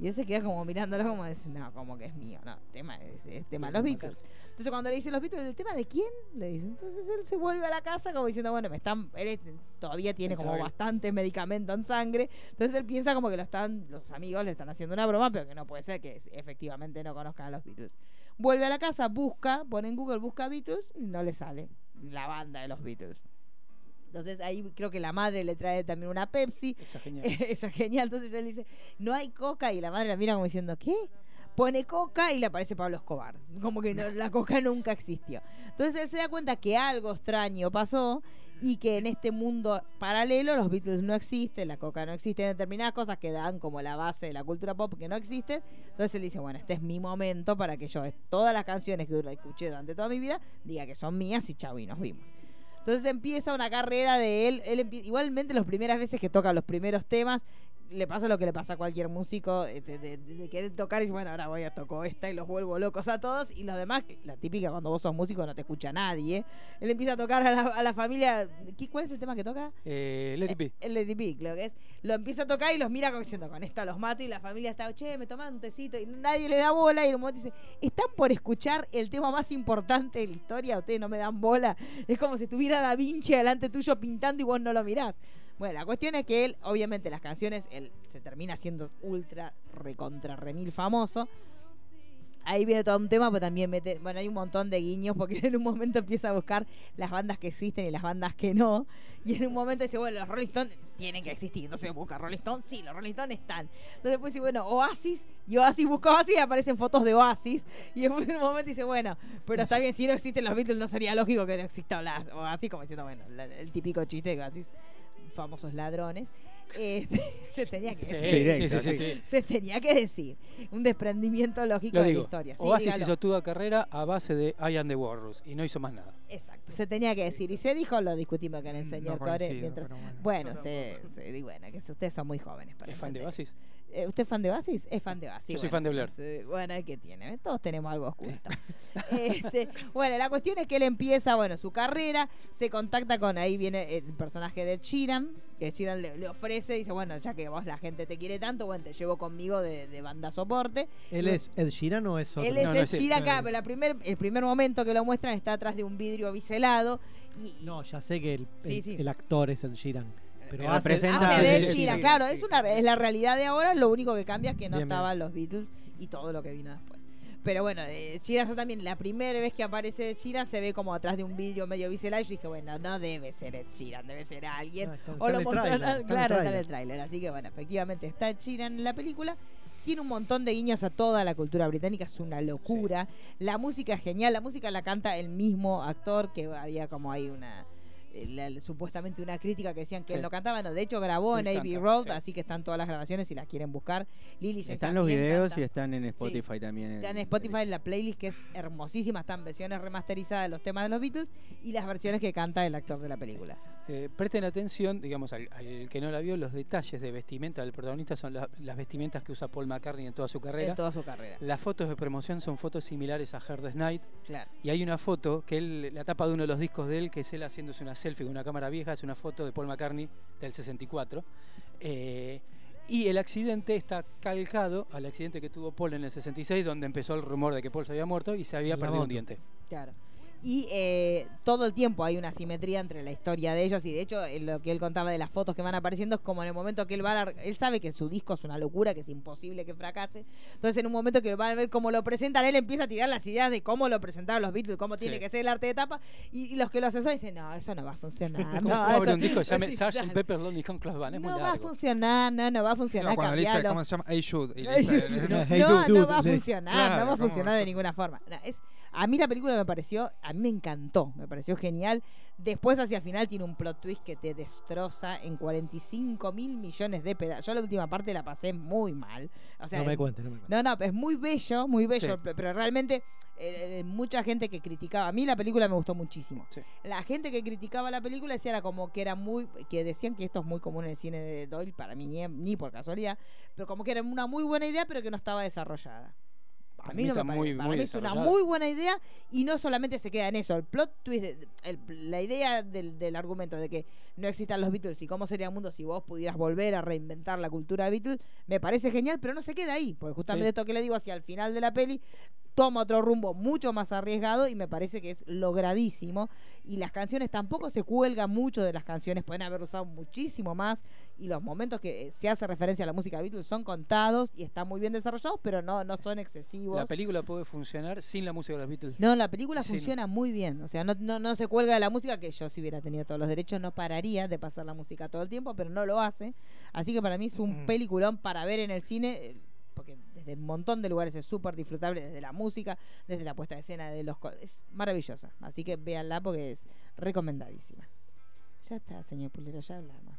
Speaker 5: Y él se queda como mirándolo como dice, no, como que es mío, no, tema es, es tema de los Beatles. Entonces cuando le dicen los Beatles, ¿el tema de quién? Le dicen, entonces él se vuelve a la casa como diciendo, bueno, me están, él es- todavía tiene como
Speaker 11: Pensaba que-
Speaker 5: bastante medicamento en sangre. Entonces él piensa como que lo están, los amigos le están haciendo una broma, pero que no puede ser que es- efectivamente no conozcan a los Beatles. Vuelve a la casa, busca, pone en Google, busca Beatles y no le sale la banda de los Beatles. Entonces ahí creo que la madre le trae también una Pepsi. Esa
Speaker 8: genial.
Speaker 5: Esa genial. Entonces él dice, no hay coca. Y la madre la mira como diciendo, ¿qué? Pone coca y le aparece Pablo Escobar. Como que no- la coca nunca existió. Entonces él se da cuenta que algo extraño pasó y que en este mundo paralelo los Beatles no existen, la coca no existe, hay determinadas cosas que dan como la base de la cultura pop que no existen. Entonces él dice, bueno, este es mi momento para que yo todas las canciones que escuché durante toda mi vida diga que son mías y chau y nos vimos. Entonces empieza una carrera de él. él empie- igualmente, las primeras veces que toca los primeros temas, le pasa lo que le pasa a cualquier músico, eh, de, de- de querer tocar y dice, bueno, ahora voy a tocar esta y los vuelvo locos a todos. Y los demás, que la típica cuando vos sos músico no te escucha nadie. Él empieza a tocar a la, a la familia. ¿qué- ¿Cuál es el tema que toca?
Speaker 8: Eh, let it be.
Speaker 5: El Lady P, creo que es. Lo empieza a tocar y los mira como diciendo, con esta los mato y la familia está, che, me toman un tecito y nadie le da bola y en un momento dice, están por escuchar el tema más importante de la historia, ustedes no me dan bola. Es como si estuviera Da Vinci delante tuyo pintando y vos no lo mirás. Bueno, la cuestión es que él, obviamente las canciones, él se termina siendo ultra, recontra, remil famoso. Ahí viene todo un tema, pero también mete. Bueno, hay un montón de guiños porque en un momento empieza a buscar las bandas que existen y las bandas que no. Y en un momento dice, bueno, los Rolling Stones tienen que existir. Entonces busca Rolling Stones, sí, los Rolling Stones están. Entonces después dice, bueno, Oasis, y Oasis busca Oasis y aparecen fotos de Oasis. Y después en un momento dice, bueno, pero está bien, si no existen los Beatles, no sería lógico que no exista Ola- Oasis, como diciendo, bueno, la- el típico chiste de Oasis, famosos ladrones. Este, se tenía que
Speaker 8: Sí,
Speaker 5: decir.
Speaker 8: Directo, sí, sí, sí. sí.
Speaker 5: Se tenía que decir. Un desprendimiento lógico
Speaker 8: Lo
Speaker 5: de la
Speaker 8: digo.
Speaker 5: historia. Sí,
Speaker 8: Oasis
Speaker 5: dígalo.
Speaker 8: hizo toda carrera a base de I am the Walrus y no hizo más nada.
Speaker 5: Exacto, se tenía que decir. Y se dijo, lo discutimos con el señor Core.
Speaker 8: Mm, coincido,
Speaker 5: mientras-
Speaker 8: pero
Speaker 5: bueno, usted, sí, di- bueno, que ustedes son muy jóvenes. para
Speaker 8: ¿Es fan de
Speaker 5: entender.
Speaker 8: Oasis?
Speaker 5: Eh, ¿Usted es fan de Oasis? Es fan de Oasis.
Speaker 8: Yo soy fan de Blur.
Speaker 5: eh, Bueno, ¿qué tiene? Todos tenemos algo oculto. Este, bueno, la cuestión es que él empieza, bueno, su carrera, se contacta con, ahí viene el personaje de Chiran, que Chiran le, le ofrece, dice, bueno, ya que vos la gente te quiere tanto, bueno, te llevo conmigo de, de banda soporte.
Speaker 7: ¿Él
Speaker 5: Y-
Speaker 7: es el Sheeran o es otro?
Speaker 5: él es el Sheeran, claro, pero la primer, el primer momento que lo muestran está atrás de un vidrio biselado. Y, y-
Speaker 7: No, ya sé que el, el-
Speaker 5: Sí, sí.
Speaker 7: el actor es el Sheeran. Pero
Speaker 10: Lo
Speaker 7: hace-
Speaker 10: presenta-
Speaker 7: hace
Speaker 5: Pero
Speaker 7: de
Speaker 5: es
Speaker 7: Sheeran.
Speaker 5: Sheeran, claro, es, una, es la realidad de ahora, lo único que cambia es que no
Speaker 7: Bien, bien.
Speaker 5: estaban los Beatles y todo lo que vino después. Pero bueno, eh, Shira yo también, la primera vez que aparece Shira se ve como atrás de un vidrio medio biselar. Y yo dije, bueno, no debe ser Ed Sheeran, debe ser alguien.
Speaker 11: No, está-
Speaker 5: o
Speaker 11: está
Speaker 5: lo
Speaker 11: en el
Speaker 5: mostraron,
Speaker 11: tráiler, está en el
Speaker 5: claro, está en
Speaker 11: tráiler.
Speaker 5: el tráiler. Así que bueno, efectivamente está Ed Sheeran en la película. Tiene un montón de guiños a toda la cultura británica, es una locura. La música es genial, la música la canta el mismo actor que había como ahí una eh, la- supuestamente una crítica que decían que
Speaker 11: Sí.
Speaker 5: él no cantaba, no, de hecho grabó en
Speaker 11: Él
Speaker 5: Abbey
Speaker 11: canta,
Speaker 5: Road,
Speaker 11: sí.
Speaker 5: así que están todas las grabaciones si las quieren buscar. Lily James
Speaker 10: Están los
Speaker 5: también
Speaker 10: videos
Speaker 11: eh,
Speaker 5: canta.
Speaker 10: y están en Spotify también.
Speaker 5: Está en Spotify la playlist que es hermosísima, están versiones remasterizadas de los temas de los Beatles y las versiones que canta el actor de la película.
Speaker 8: Eh, presten atención, digamos, al, al que no la vio, los detalles de vestimenta del protagonista son la- las vestimentas que usa Paul McCartney en toda su carrera.
Speaker 5: En toda su carrera.
Speaker 8: Las fotos de promoción son fotos similares a Herd's Night.
Speaker 5: Claro.
Speaker 8: Y hay una foto que él, la tapa de uno de los discos de él, que es él haciéndose una selfie con una cámara vieja, es una foto de Paul McCartney del 64. Eh, y el accidente está calcado al accidente que tuvo Paul en el 66, donde empezó el rumor de que Paul se había muerto y se había
Speaker 10: La
Speaker 8: perdido un
Speaker 10: moto.
Speaker 8: diente.
Speaker 5: Claro. Y eh, todo el tiempo hay una simetría entre la historia de ellos y de hecho eh, lo que él contaba de las fotos que van apareciendo es como en el momento que él va a... la- Él sabe que su disco es una locura, que es imposible que fracase. Entonces en un momento que van a ver cómo lo presentan, él empieza a tirar las ideas de cómo lo presentaron los Beatles, cómo tiene
Speaker 8: Sí.
Speaker 5: que ser el arte de tapa. Y, y los que lo asesoran dicen, no, eso no va a funcionar.
Speaker 8: ¿Cómo
Speaker 5: Ah, no,
Speaker 8: abre
Speaker 5: eso-
Speaker 8: un disco? Llame
Speaker 5: Sí,
Speaker 8: Sgt.
Speaker 5: claro.
Speaker 8: Pepper Lonely Hearts Club Band, es muy
Speaker 5: No va a
Speaker 8: largo.
Speaker 5: funcionar, no, no va a funcionar.
Speaker 6: No, cuando le dice,
Speaker 5: cambialo.
Speaker 6: ¿cómo se llama? Hey Jude. y le
Speaker 5: Ay,
Speaker 6: dice-
Speaker 5: yo- no, no, va a funcionar, no va a funcionar de ninguna forma. No, es, a mí la película me pareció, a mí me encantó, me pareció genial. Después hacia el final tiene un plot twist que te destroza en 45 mil millones de pedazos. Yo la última parte la pasé muy mal. O sea,
Speaker 7: no me
Speaker 5: en-
Speaker 7: cuentes, no me cuentes.
Speaker 5: no, no, es muy bello, muy bello,
Speaker 7: Sí.
Speaker 5: pe- pero realmente eh, eh, mucha gente que criticaba, a mí la película me gustó muchísimo. La gente que criticaba la película decía era como que era muy, que decían que esto es muy común en el cine de Doyle, para mí ni, ni por casualidad, pero como que era una muy buena idea, pero que no estaba desarrollada. A
Speaker 8: Para
Speaker 5: mí,
Speaker 8: mí
Speaker 5: no me
Speaker 8: está
Speaker 5: parece,
Speaker 8: muy-
Speaker 5: para
Speaker 8: muy
Speaker 5: mí es una
Speaker 8: desarrollada.
Speaker 5: muy buena idea y no solamente se queda en eso, el plot twist, de- el- la idea del, del argumento de que no existan los Beatles y cómo sería el mundo si vos pudieras volver a reinventar la cultura Beatles, me parece genial, pero no se queda ahí, porque justamente
Speaker 11: Sí.
Speaker 5: esto que le digo hacia el final de la peli toma otro rumbo mucho más arriesgado y me parece que es logradísimo y las canciones tampoco se cuelgan mucho de las canciones, pueden haber usado muchísimo más y los momentos que eh, se hace referencia a la música Beatles son contados y están muy bien desarrollados, pero no, no son excesivos.
Speaker 8: La película puede funcionar sin la música de los Beatles.
Speaker 5: No, la película
Speaker 8: Sin-
Speaker 5: funciona muy bien. O sea, no, no, no se cuelga de la música, que yo si hubiera tenido todos los derechos no pararía de pasar la música todo el tiempo, pero no lo hace. Así que para mí es un
Speaker 11: Mm.
Speaker 5: peliculón para ver en el cine, eh, porque desde un montón de lugares es súper disfrutable, desde la música, desde la puesta de escena, de los... co- Es maravillosa. Así que véanla porque es recomendadísima. Ya está, señor Pulero, ya hablamos.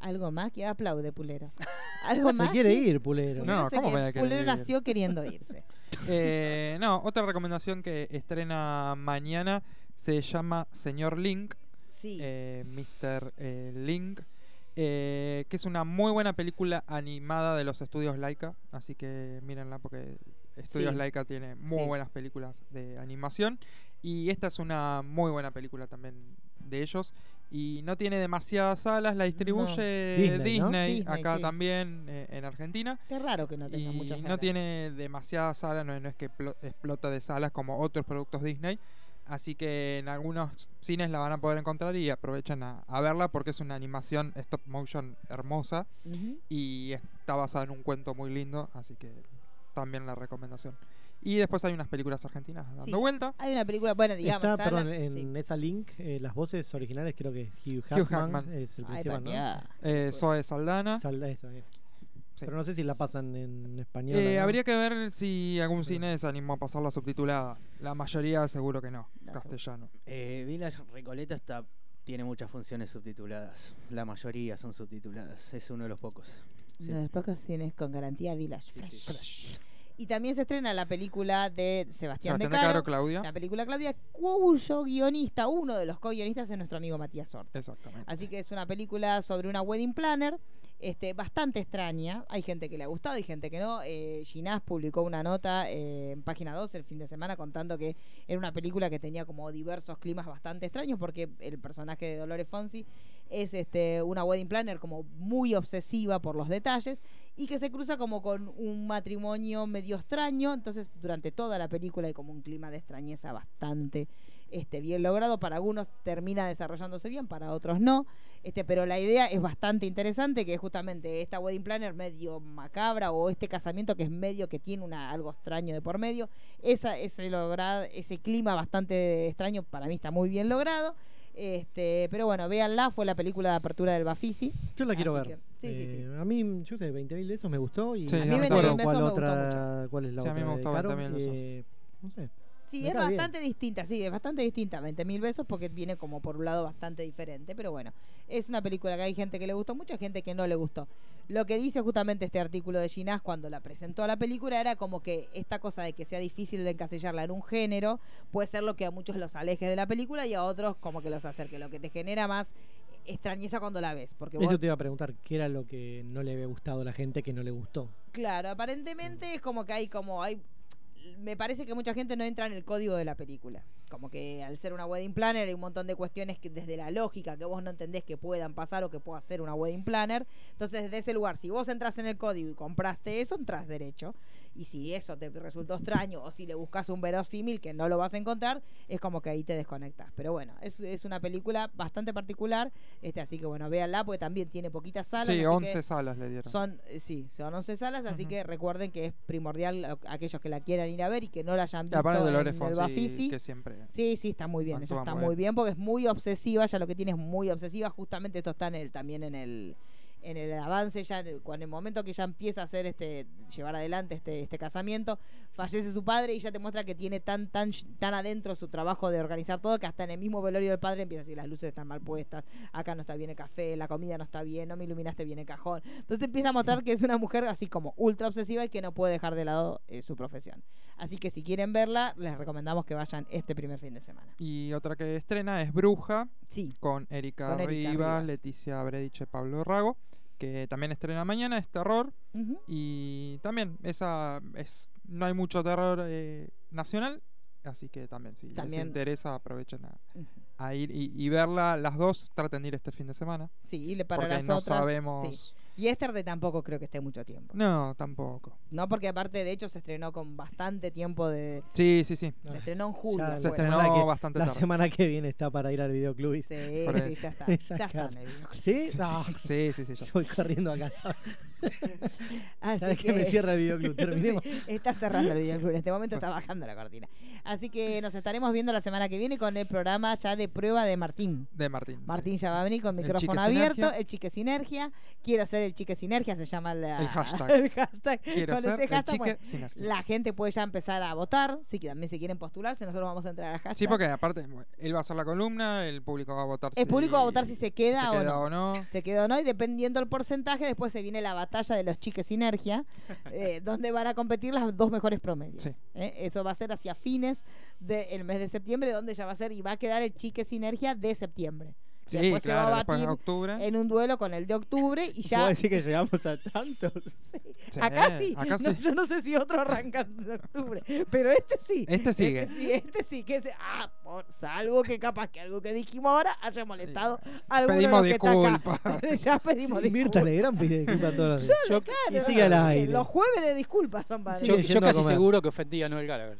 Speaker 5: ¿Algo más? Que aplaude, Pulero. ¿Algo
Speaker 7: Se
Speaker 5: más?
Speaker 7: quiere
Speaker 5: que-
Speaker 7: ir, Pulero.
Speaker 6: No,
Speaker 5: se
Speaker 6: ¿cómo
Speaker 5: quiere-
Speaker 6: voy a querer
Speaker 5: Pulero
Speaker 6: ir?
Speaker 5: nació queriendo irse.
Speaker 6: Eh, no, otra recomendación que estrena mañana se llama Señor Link.
Speaker 5: Sí.
Speaker 6: Mr. eh, Link. eh, que es una muy buena película animada de los estudios Laika. Así que mírenla porque Estudios
Speaker 10: Sí.
Speaker 6: Laika tiene muy
Speaker 10: Sí.
Speaker 6: buenas películas de animación. Y esta es una muy buena película también de ellos. Y no tiene demasiadas salas, la distribuye
Speaker 10: Disney,
Speaker 6: Disney,
Speaker 10: ¿no?
Speaker 5: Disney,
Speaker 6: acá
Speaker 5: sí.
Speaker 6: también eh, en Argentina.
Speaker 5: Qué raro que no tenga
Speaker 6: Y
Speaker 5: muchas
Speaker 6: No
Speaker 5: salas.
Speaker 6: tiene demasiadas salas, no, no es que plo- explota de salas como otros productos Disney. Así que en algunos cines la van a poder encontrar y aprovechan a, a verla porque es una animación stop motion hermosa
Speaker 5: Ujú.
Speaker 6: y está basada en un cuento muy lindo, así que también la recomendación. Y después hay unas películas argentinas dando
Speaker 5: Sí.
Speaker 6: vuelta.
Speaker 5: Hay una película, bueno, digamos,
Speaker 7: está,
Speaker 5: está la-
Speaker 7: perdón, en esa link, eh, las voces originales creo que es Hugh Jackman,
Speaker 6: Hugh Jackman.
Speaker 7: es el
Speaker 6: Ay,
Speaker 7: principal,
Speaker 6: pateada.
Speaker 7: ¿no?
Speaker 6: Eh, Zoe Saldana.
Speaker 7: Pero no sé si la pasan en español.
Speaker 6: Eh,
Speaker 7: ¿no?
Speaker 6: Habría que ver si algún cine se animó a pasarla subtitulada. La mayoría seguro que no, castellano.
Speaker 10: Eh, Village Recoleta está, tiene muchas funciones subtituladas. La mayoría son subtituladas. Es uno de los pocos. Sí.
Speaker 5: Uno de los pocos cines con garantía Village Fresh. Y también se estrena la película de Sebastián,
Speaker 6: Sebastián
Speaker 5: de
Speaker 6: de
Speaker 5: Caro,
Speaker 6: Caro, Claudia.
Speaker 5: La película Claudia, cuyo guionista, uno de los co-guionistas es nuestro amigo Matías Horta.
Speaker 6: Exactamente.
Speaker 5: Así que es una película sobre una wedding planner, este, bastante extraña. Hay gente que le ha gustado y gente que no. Eh, Ginás publicó una nota eh, en página 2 el fin de semana contando que era una película que tenía como diversos climas bastante extraños porque el personaje de Dolores Fonsi es este, una wedding planner como muy obsesiva por los detalles y que se cruza como con un matrimonio medio extraño, entonces durante toda la película hay como un clima de extrañeza bastante este, bien logrado, para algunos termina desarrollándose bien, para otros no, este, pero la idea es bastante interesante, que es justamente esta wedding planner medio macabra o este casamiento que es medio que tiene una, algo extraño de por medio, Esa, ese, logrado, ese clima bastante extraño para mí está muy bien logrado. Este, pero bueno, véanla, fue la película de apertura del Bafisi.
Speaker 7: Yo la quiero
Speaker 5: Así
Speaker 7: ver.
Speaker 5: que- sí, sí, sí.
Speaker 7: Eh, A mí, yo sé, 20 mil besos me gustó y
Speaker 6: Sí,
Speaker 7: no
Speaker 6: a mí
Speaker 7: me
Speaker 6: 20.000
Speaker 7: acuerdo
Speaker 6: besos
Speaker 7: cuál,
Speaker 6: me
Speaker 5: gustó
Speaker 7: otra, cuál es la
Speaker 6: Sí, a
Speaker 7: otra.
Speaker 6: mí me
Speaker 7: de
Speaker 6: gustó
Speaker 7: Caro,
Speaker 6: 20.000 besos.
Speaker 7: eh, no sé.
Speaker 5: Sí,
Speaker 7: Me
Speaker 5: es
Speaker 7: cae bien.
Speaker 5: bastante distinta, sí, es bastante distinta. 20.000 besos porque viene como por un lado bastante diferente, pero bueno, es una película que hay gente que le gustó mucho, gente que no le gustó. Lo que dice justamente este artículo de Ginás cuando la presentó a la película era como que esta cosa de que sea difícil de encasillarla en un género puede ser lo que a muchos los aleje de la película y a otros como que los acerque, lo que te genera más extrañeza cuando la ves. Porque vos
Speaker 7: Eso te iba a preguntar, ¿qué era lo que no le había gustado a la gente que no le gustó?
Speaker 5: Claro, aparentemente es como que hay como hay me parece que mucha gente no entra en el código de la película. Como que al ser una wedding planner hay un montón de cuestiones que desde la lógica que vos no entendés que puedan pasar o que pueda hacer una wedding planner. Entonces, desde ese lugar, si vos entras en el código y compraste eso, entras derecho. Y si eso te resultó extraño o si le buscas un verosímil que no lo vas a encontrar, es como que ahí te desconectas. Pero bueno, es, es una película bastante particular. Este, así que bueno, véanla porque también tiene poquitas salas. así
Speaker 6: Sí,
Speaker 5: que
Speaker 6: 11 salas le dieron.
Speaker 5: Son, eh, sí, son 11 salas, así que recuerden que es primordial a- aquellos que la quieran ir a ver y que no la hayan
Speaker 6: Y
Speaker 5: visto
Speaker 6: aparte
Speaker 5: en
Speaker 6: Ah, Dolores
Speaker 5: el
Speaker 6: Fonsi,
Speaker 5: Bafisi.
Speaker 6: que siempre.
Speaker 5: Sí, sí, está muy bien, ella
Speaker 6: actúa
Speaker 5: está
Speaker 6: muy
Speaker 5: muy bien. porque es muy obsesiva, ya lo que tiene es muy obsesiva, justamente esto está en el, también en el en el avance ya en el, cuando en el momento que ella empieza a hacer este llevar adelante este este casamiento, fallece su padre y ya te muestra que tiene tan tan tan adentro su trabajo de organizar todo que hasta en el mismo velorio del padre empieza a decir las luces están mal puestas, acá no está bien el café, la comida no está bien, no me iluminaste bien el cajón. Entonces te empieza a mostrar que es una mujer así como ultra obsesiva y que no puede dejar de lado eh, su profesión. Así que si quieren verla, les recomendamos que vayan este primer fin de semana.
Speaker 6: Y otra que estrena es Bruja. Con Erika,
Speaker 5: Con Erika
Speaker 6: Rivas,
Speaker 5: Rivas.
Speaker 6: Leticia Brediche, Pablo Rago. Que también estrena mañana, es terror. Y también, esa es. No hay mucho terror eh, nacional. Así que también, si
Speaker 5: También-
Speaker 6: les interesa, aprovechen a,
Speaker 5: Ujú.
Speaker 6: a ir y, y verla. Las dos traten de ir este fin de semana.
Speaker 5: Sí, y le para
Speaker 6: Porque
Speaker 5: las
Speaker 6: no
Speaker 5: otras,
Speaker 6: sabemos.
Speaker 5: sí. Y Yesterday tampoco creo que esté mucho tiempo.
Speaker 6: No, tampoco.
Speaker 5: No, porque aparte de hecho se estrenó con bastante tiempo de.
Speaker 6: Sí, sí, sí.
Speaker 5: Se estrenó en julio. pues,
Speaker 7: Ya
Speaker 5: fue.
Speaker 7: la semana que- La semana que viene está para ir al videoclub. y-
Speaker 5: Sí, sí, ya está.
Speaker 7: Esa
Speaker 5: Ya está en
Speaker 7: cara.
Speaker 5: el videoclub.
Speaker 7: ¿Sí? No.
Speaker 6: Sí, sí, sí. ya.
Speaker 7: Voy corriendo a casa.
Speaker 5: Así
Speaker 7: Sabes que me cierra el videoclub. Terminemos.
Speaker 5: está cerrando el videoclub. En este momento está bajando la cortina. Así que nos estaremos viendo la semana que viene con el programa ya de prueba de Martín.
Speaker 6: De Martín.
Speaker 5: Martín ya va a venir con
Speaker 6: El
Speaker 5: micrófono
Speaker 6: Chique
Speaker 5: abierto,
Speaker 6: Sinergia.
Speaker 5: el chique sinergia. Quiero ser el chique sinergia, se llama la-
Speaker 6: El hashtag.
Speaker 5: el hashtag.
Speaker 6: Quiero
Speaker 5: Con
Speaker 6: ser
Speaker 5: ese
Speaker 6: el
Speaker 5: hashtag,
Speaker 6: chique
Speaker 5: bueno,
Speaker 6: sinergia.
Speaker 5: La gente puede ya empezar a votar, si que también se quieren postularse, nosotros vamos a entrar a hashtag.
Speaker 6: Sí, porque aparte, él va a hacer la columna, el público va a votar.
Speaker 5: El
Speaker 6: si-
Speaker 5: público va a votar si se queda,
Speaker 6: se
Speaker 5: o,
Speaker 6: queda
Speaker 5: no.
Speaker 6: o no.
Speaker 5: Se queda o no, y dependiendo del porcentaje, después se viene la batalla de los chiques sinergia, eh, donde van a competir las dos mejores promedios. ¿eh? Eso va a ser hacia fines del mes de septiembre, donde ya va a ser y va a quedar el chique sinergia de septiembre.
Speaker 6: Sí,
Speaker 5: después se
Speaker 6: claro,
Speaker 5: va a
Speaker 6: después ¿eh? de
Speaker 5: batir
Speaker 6: octubre.
Speaker 5: en un duelo con el de octubre y ya.
Speaker 10: ¿Puedo decir que llegamos a tantos?
Speaker 6: "Eh, Sí,
Speaker 5: acá sí. No,
Speaker 10: acá sí.
Speaker 5: yo no sé si otro arranca en octubre, pero este sí.
Speaker 6: Este sigue.
Speaker 5: Este sí, este sí, que se- ah, por, salvo que capaz que algo que dijimos ahora haya molestado a alguno de
Speaker 7: Pedimos
Speaker 5: los que está acá.
Speaker 7: disculpas.
Speaker 5: ya pedimos
Speaker 7: Y Mirta Legrand pide disculpas a todos los
Speaker 5: Ya,
Speaker 7: días.
Speaker 5: claro,
Speaker 7: Y sigue al
Speaker 5: los-
Speaker 7: aire.
Speaker 5: Los jueves de disculpas son para
Speaker 8: Yo,
Speaker 7: Sigue
Speaker 8: yo
Speaker 7: yendo a
Speaker 8: casi
Speaker 7: comer.
Speaker 8: seguro que ofendí a Noel Gallagher.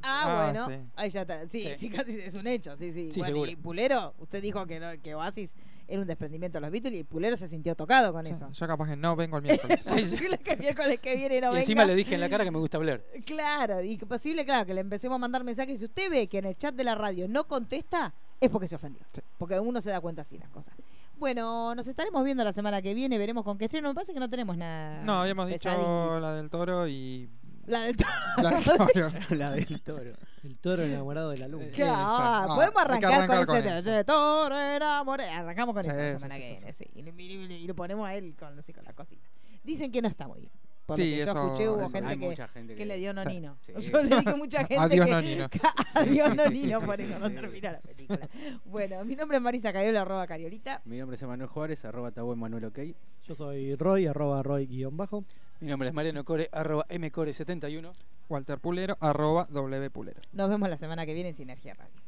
Speaker 5: Ah,
Speaker 8: Ah,
Speaker 5: bueno.
Speaker 8: sí.
Speaker 5: Ahí ya está. Sí, sí,
Speaker 8: Sí.
Speaker 5: casi es un hecho. Sí, sí.
Speaker 8: Sí,
Speaker 5: Bueno,
Speaker 8: seguro.
Speaker 5: Y Pulero, usted dijo que, no- que Oasis era un desprendimiento de los Beatles y Pulero se sintió tocado con eso. Ah,
Speaker 6: Yo capaz que no vengo el miércoles.
Speaker 5: Posible que el miércoles que viene no
Speaker 8: y encima
Speaker 5: venga.
Speaker 8: le dije en la cara que me gusta hablar.
Speaker 5: Claro, y que posible, claro, que le empecemos a mandar mensajes. Si usted ve que en el chat de la radio no contesta, es porque se ofendió. Porque uno se da cuenta así las cosas. Bueno, nos estaremos viendo la semana que viene, veremos con qué estreno. Me parece que no tenemos nada.
Speaker 6: No, habíamos dicho
Speaker 5: pesadín.
Speaker 6: la del toro y.
Speaker 5: La del toro.
Speaker 6: La del toro.
Speaker 7: La del toro. El toro enamorado de la luna.
Speaker 6: Eh.
Speaker 5: Claro, ah,
Speaker 7: Exacto.
Speaker 5: podemos
Speaker 7: Ah, hay que
Speaker 5: arrancar,
Speaker 7: arrancar
Speaker 5: con,
Speaker 7: con
Speaker 5: ese.
Speaker 7: eso.
Speaker 5: ese toro enamorado. Arrancamos con
Speaker 7: Sí,
Speaker 5: eso la
Speaker 7: sí,
Speaker 5: semana
Speaker 7: sí,
Speaker 5: que
Speaker 7: sí,
Speaker 5: viene, sí. Y, y- y- y lo ponemos a él con, así, con la cosita. Dicen que no está muy bien. Por lo
Speaker 6: Sí,
Speaker 5: que
Speaker 6: eso-
Speaker 5: yo escuché, hubo
Speaker 6: eso
Speaker 5: gente,
Speaker 6: hay
Speaker 5: que,
Speaker 6: mucha gente
Speaker 5: que
Speaker 6: que-
Speaker 5: le dio nonino.
Speaker 6: Sí.
Speaker 5: Yo le dije a mucha gente
Speaker 6: Adiós,
Speaker 5: que,
Speaker 6: nonino.
Speaker 5: que
Speaker 10: Sí,
Speaker 5: adiós
Speaker 10: sí,
Speaker 5: nonino,
Speaker 10: sí,
Speaker 5: por
Speaker 10: sí,
Speaker 5: eso
Speaker 10: sí,
Speaker 5: no
Speaker 10: sí.
Speaker 5: termina la película. Bueno, mi nombre es Marisa Cariola, arroba Cariolita.
Speaker 10: Mi nombre es Emanuel Juárez, arroba tabú Emanuel OK.
Speaker 7: Yo soy Roy, arroba Roy guión bajo.
Speaker 8: Mi nombre es Mariano Core, arroba mcore71.
Speaker 6: Walter Pulero, arroba W Pulero.
Speaker 5: Nos vemos la semana que viene en Sinergia Radio.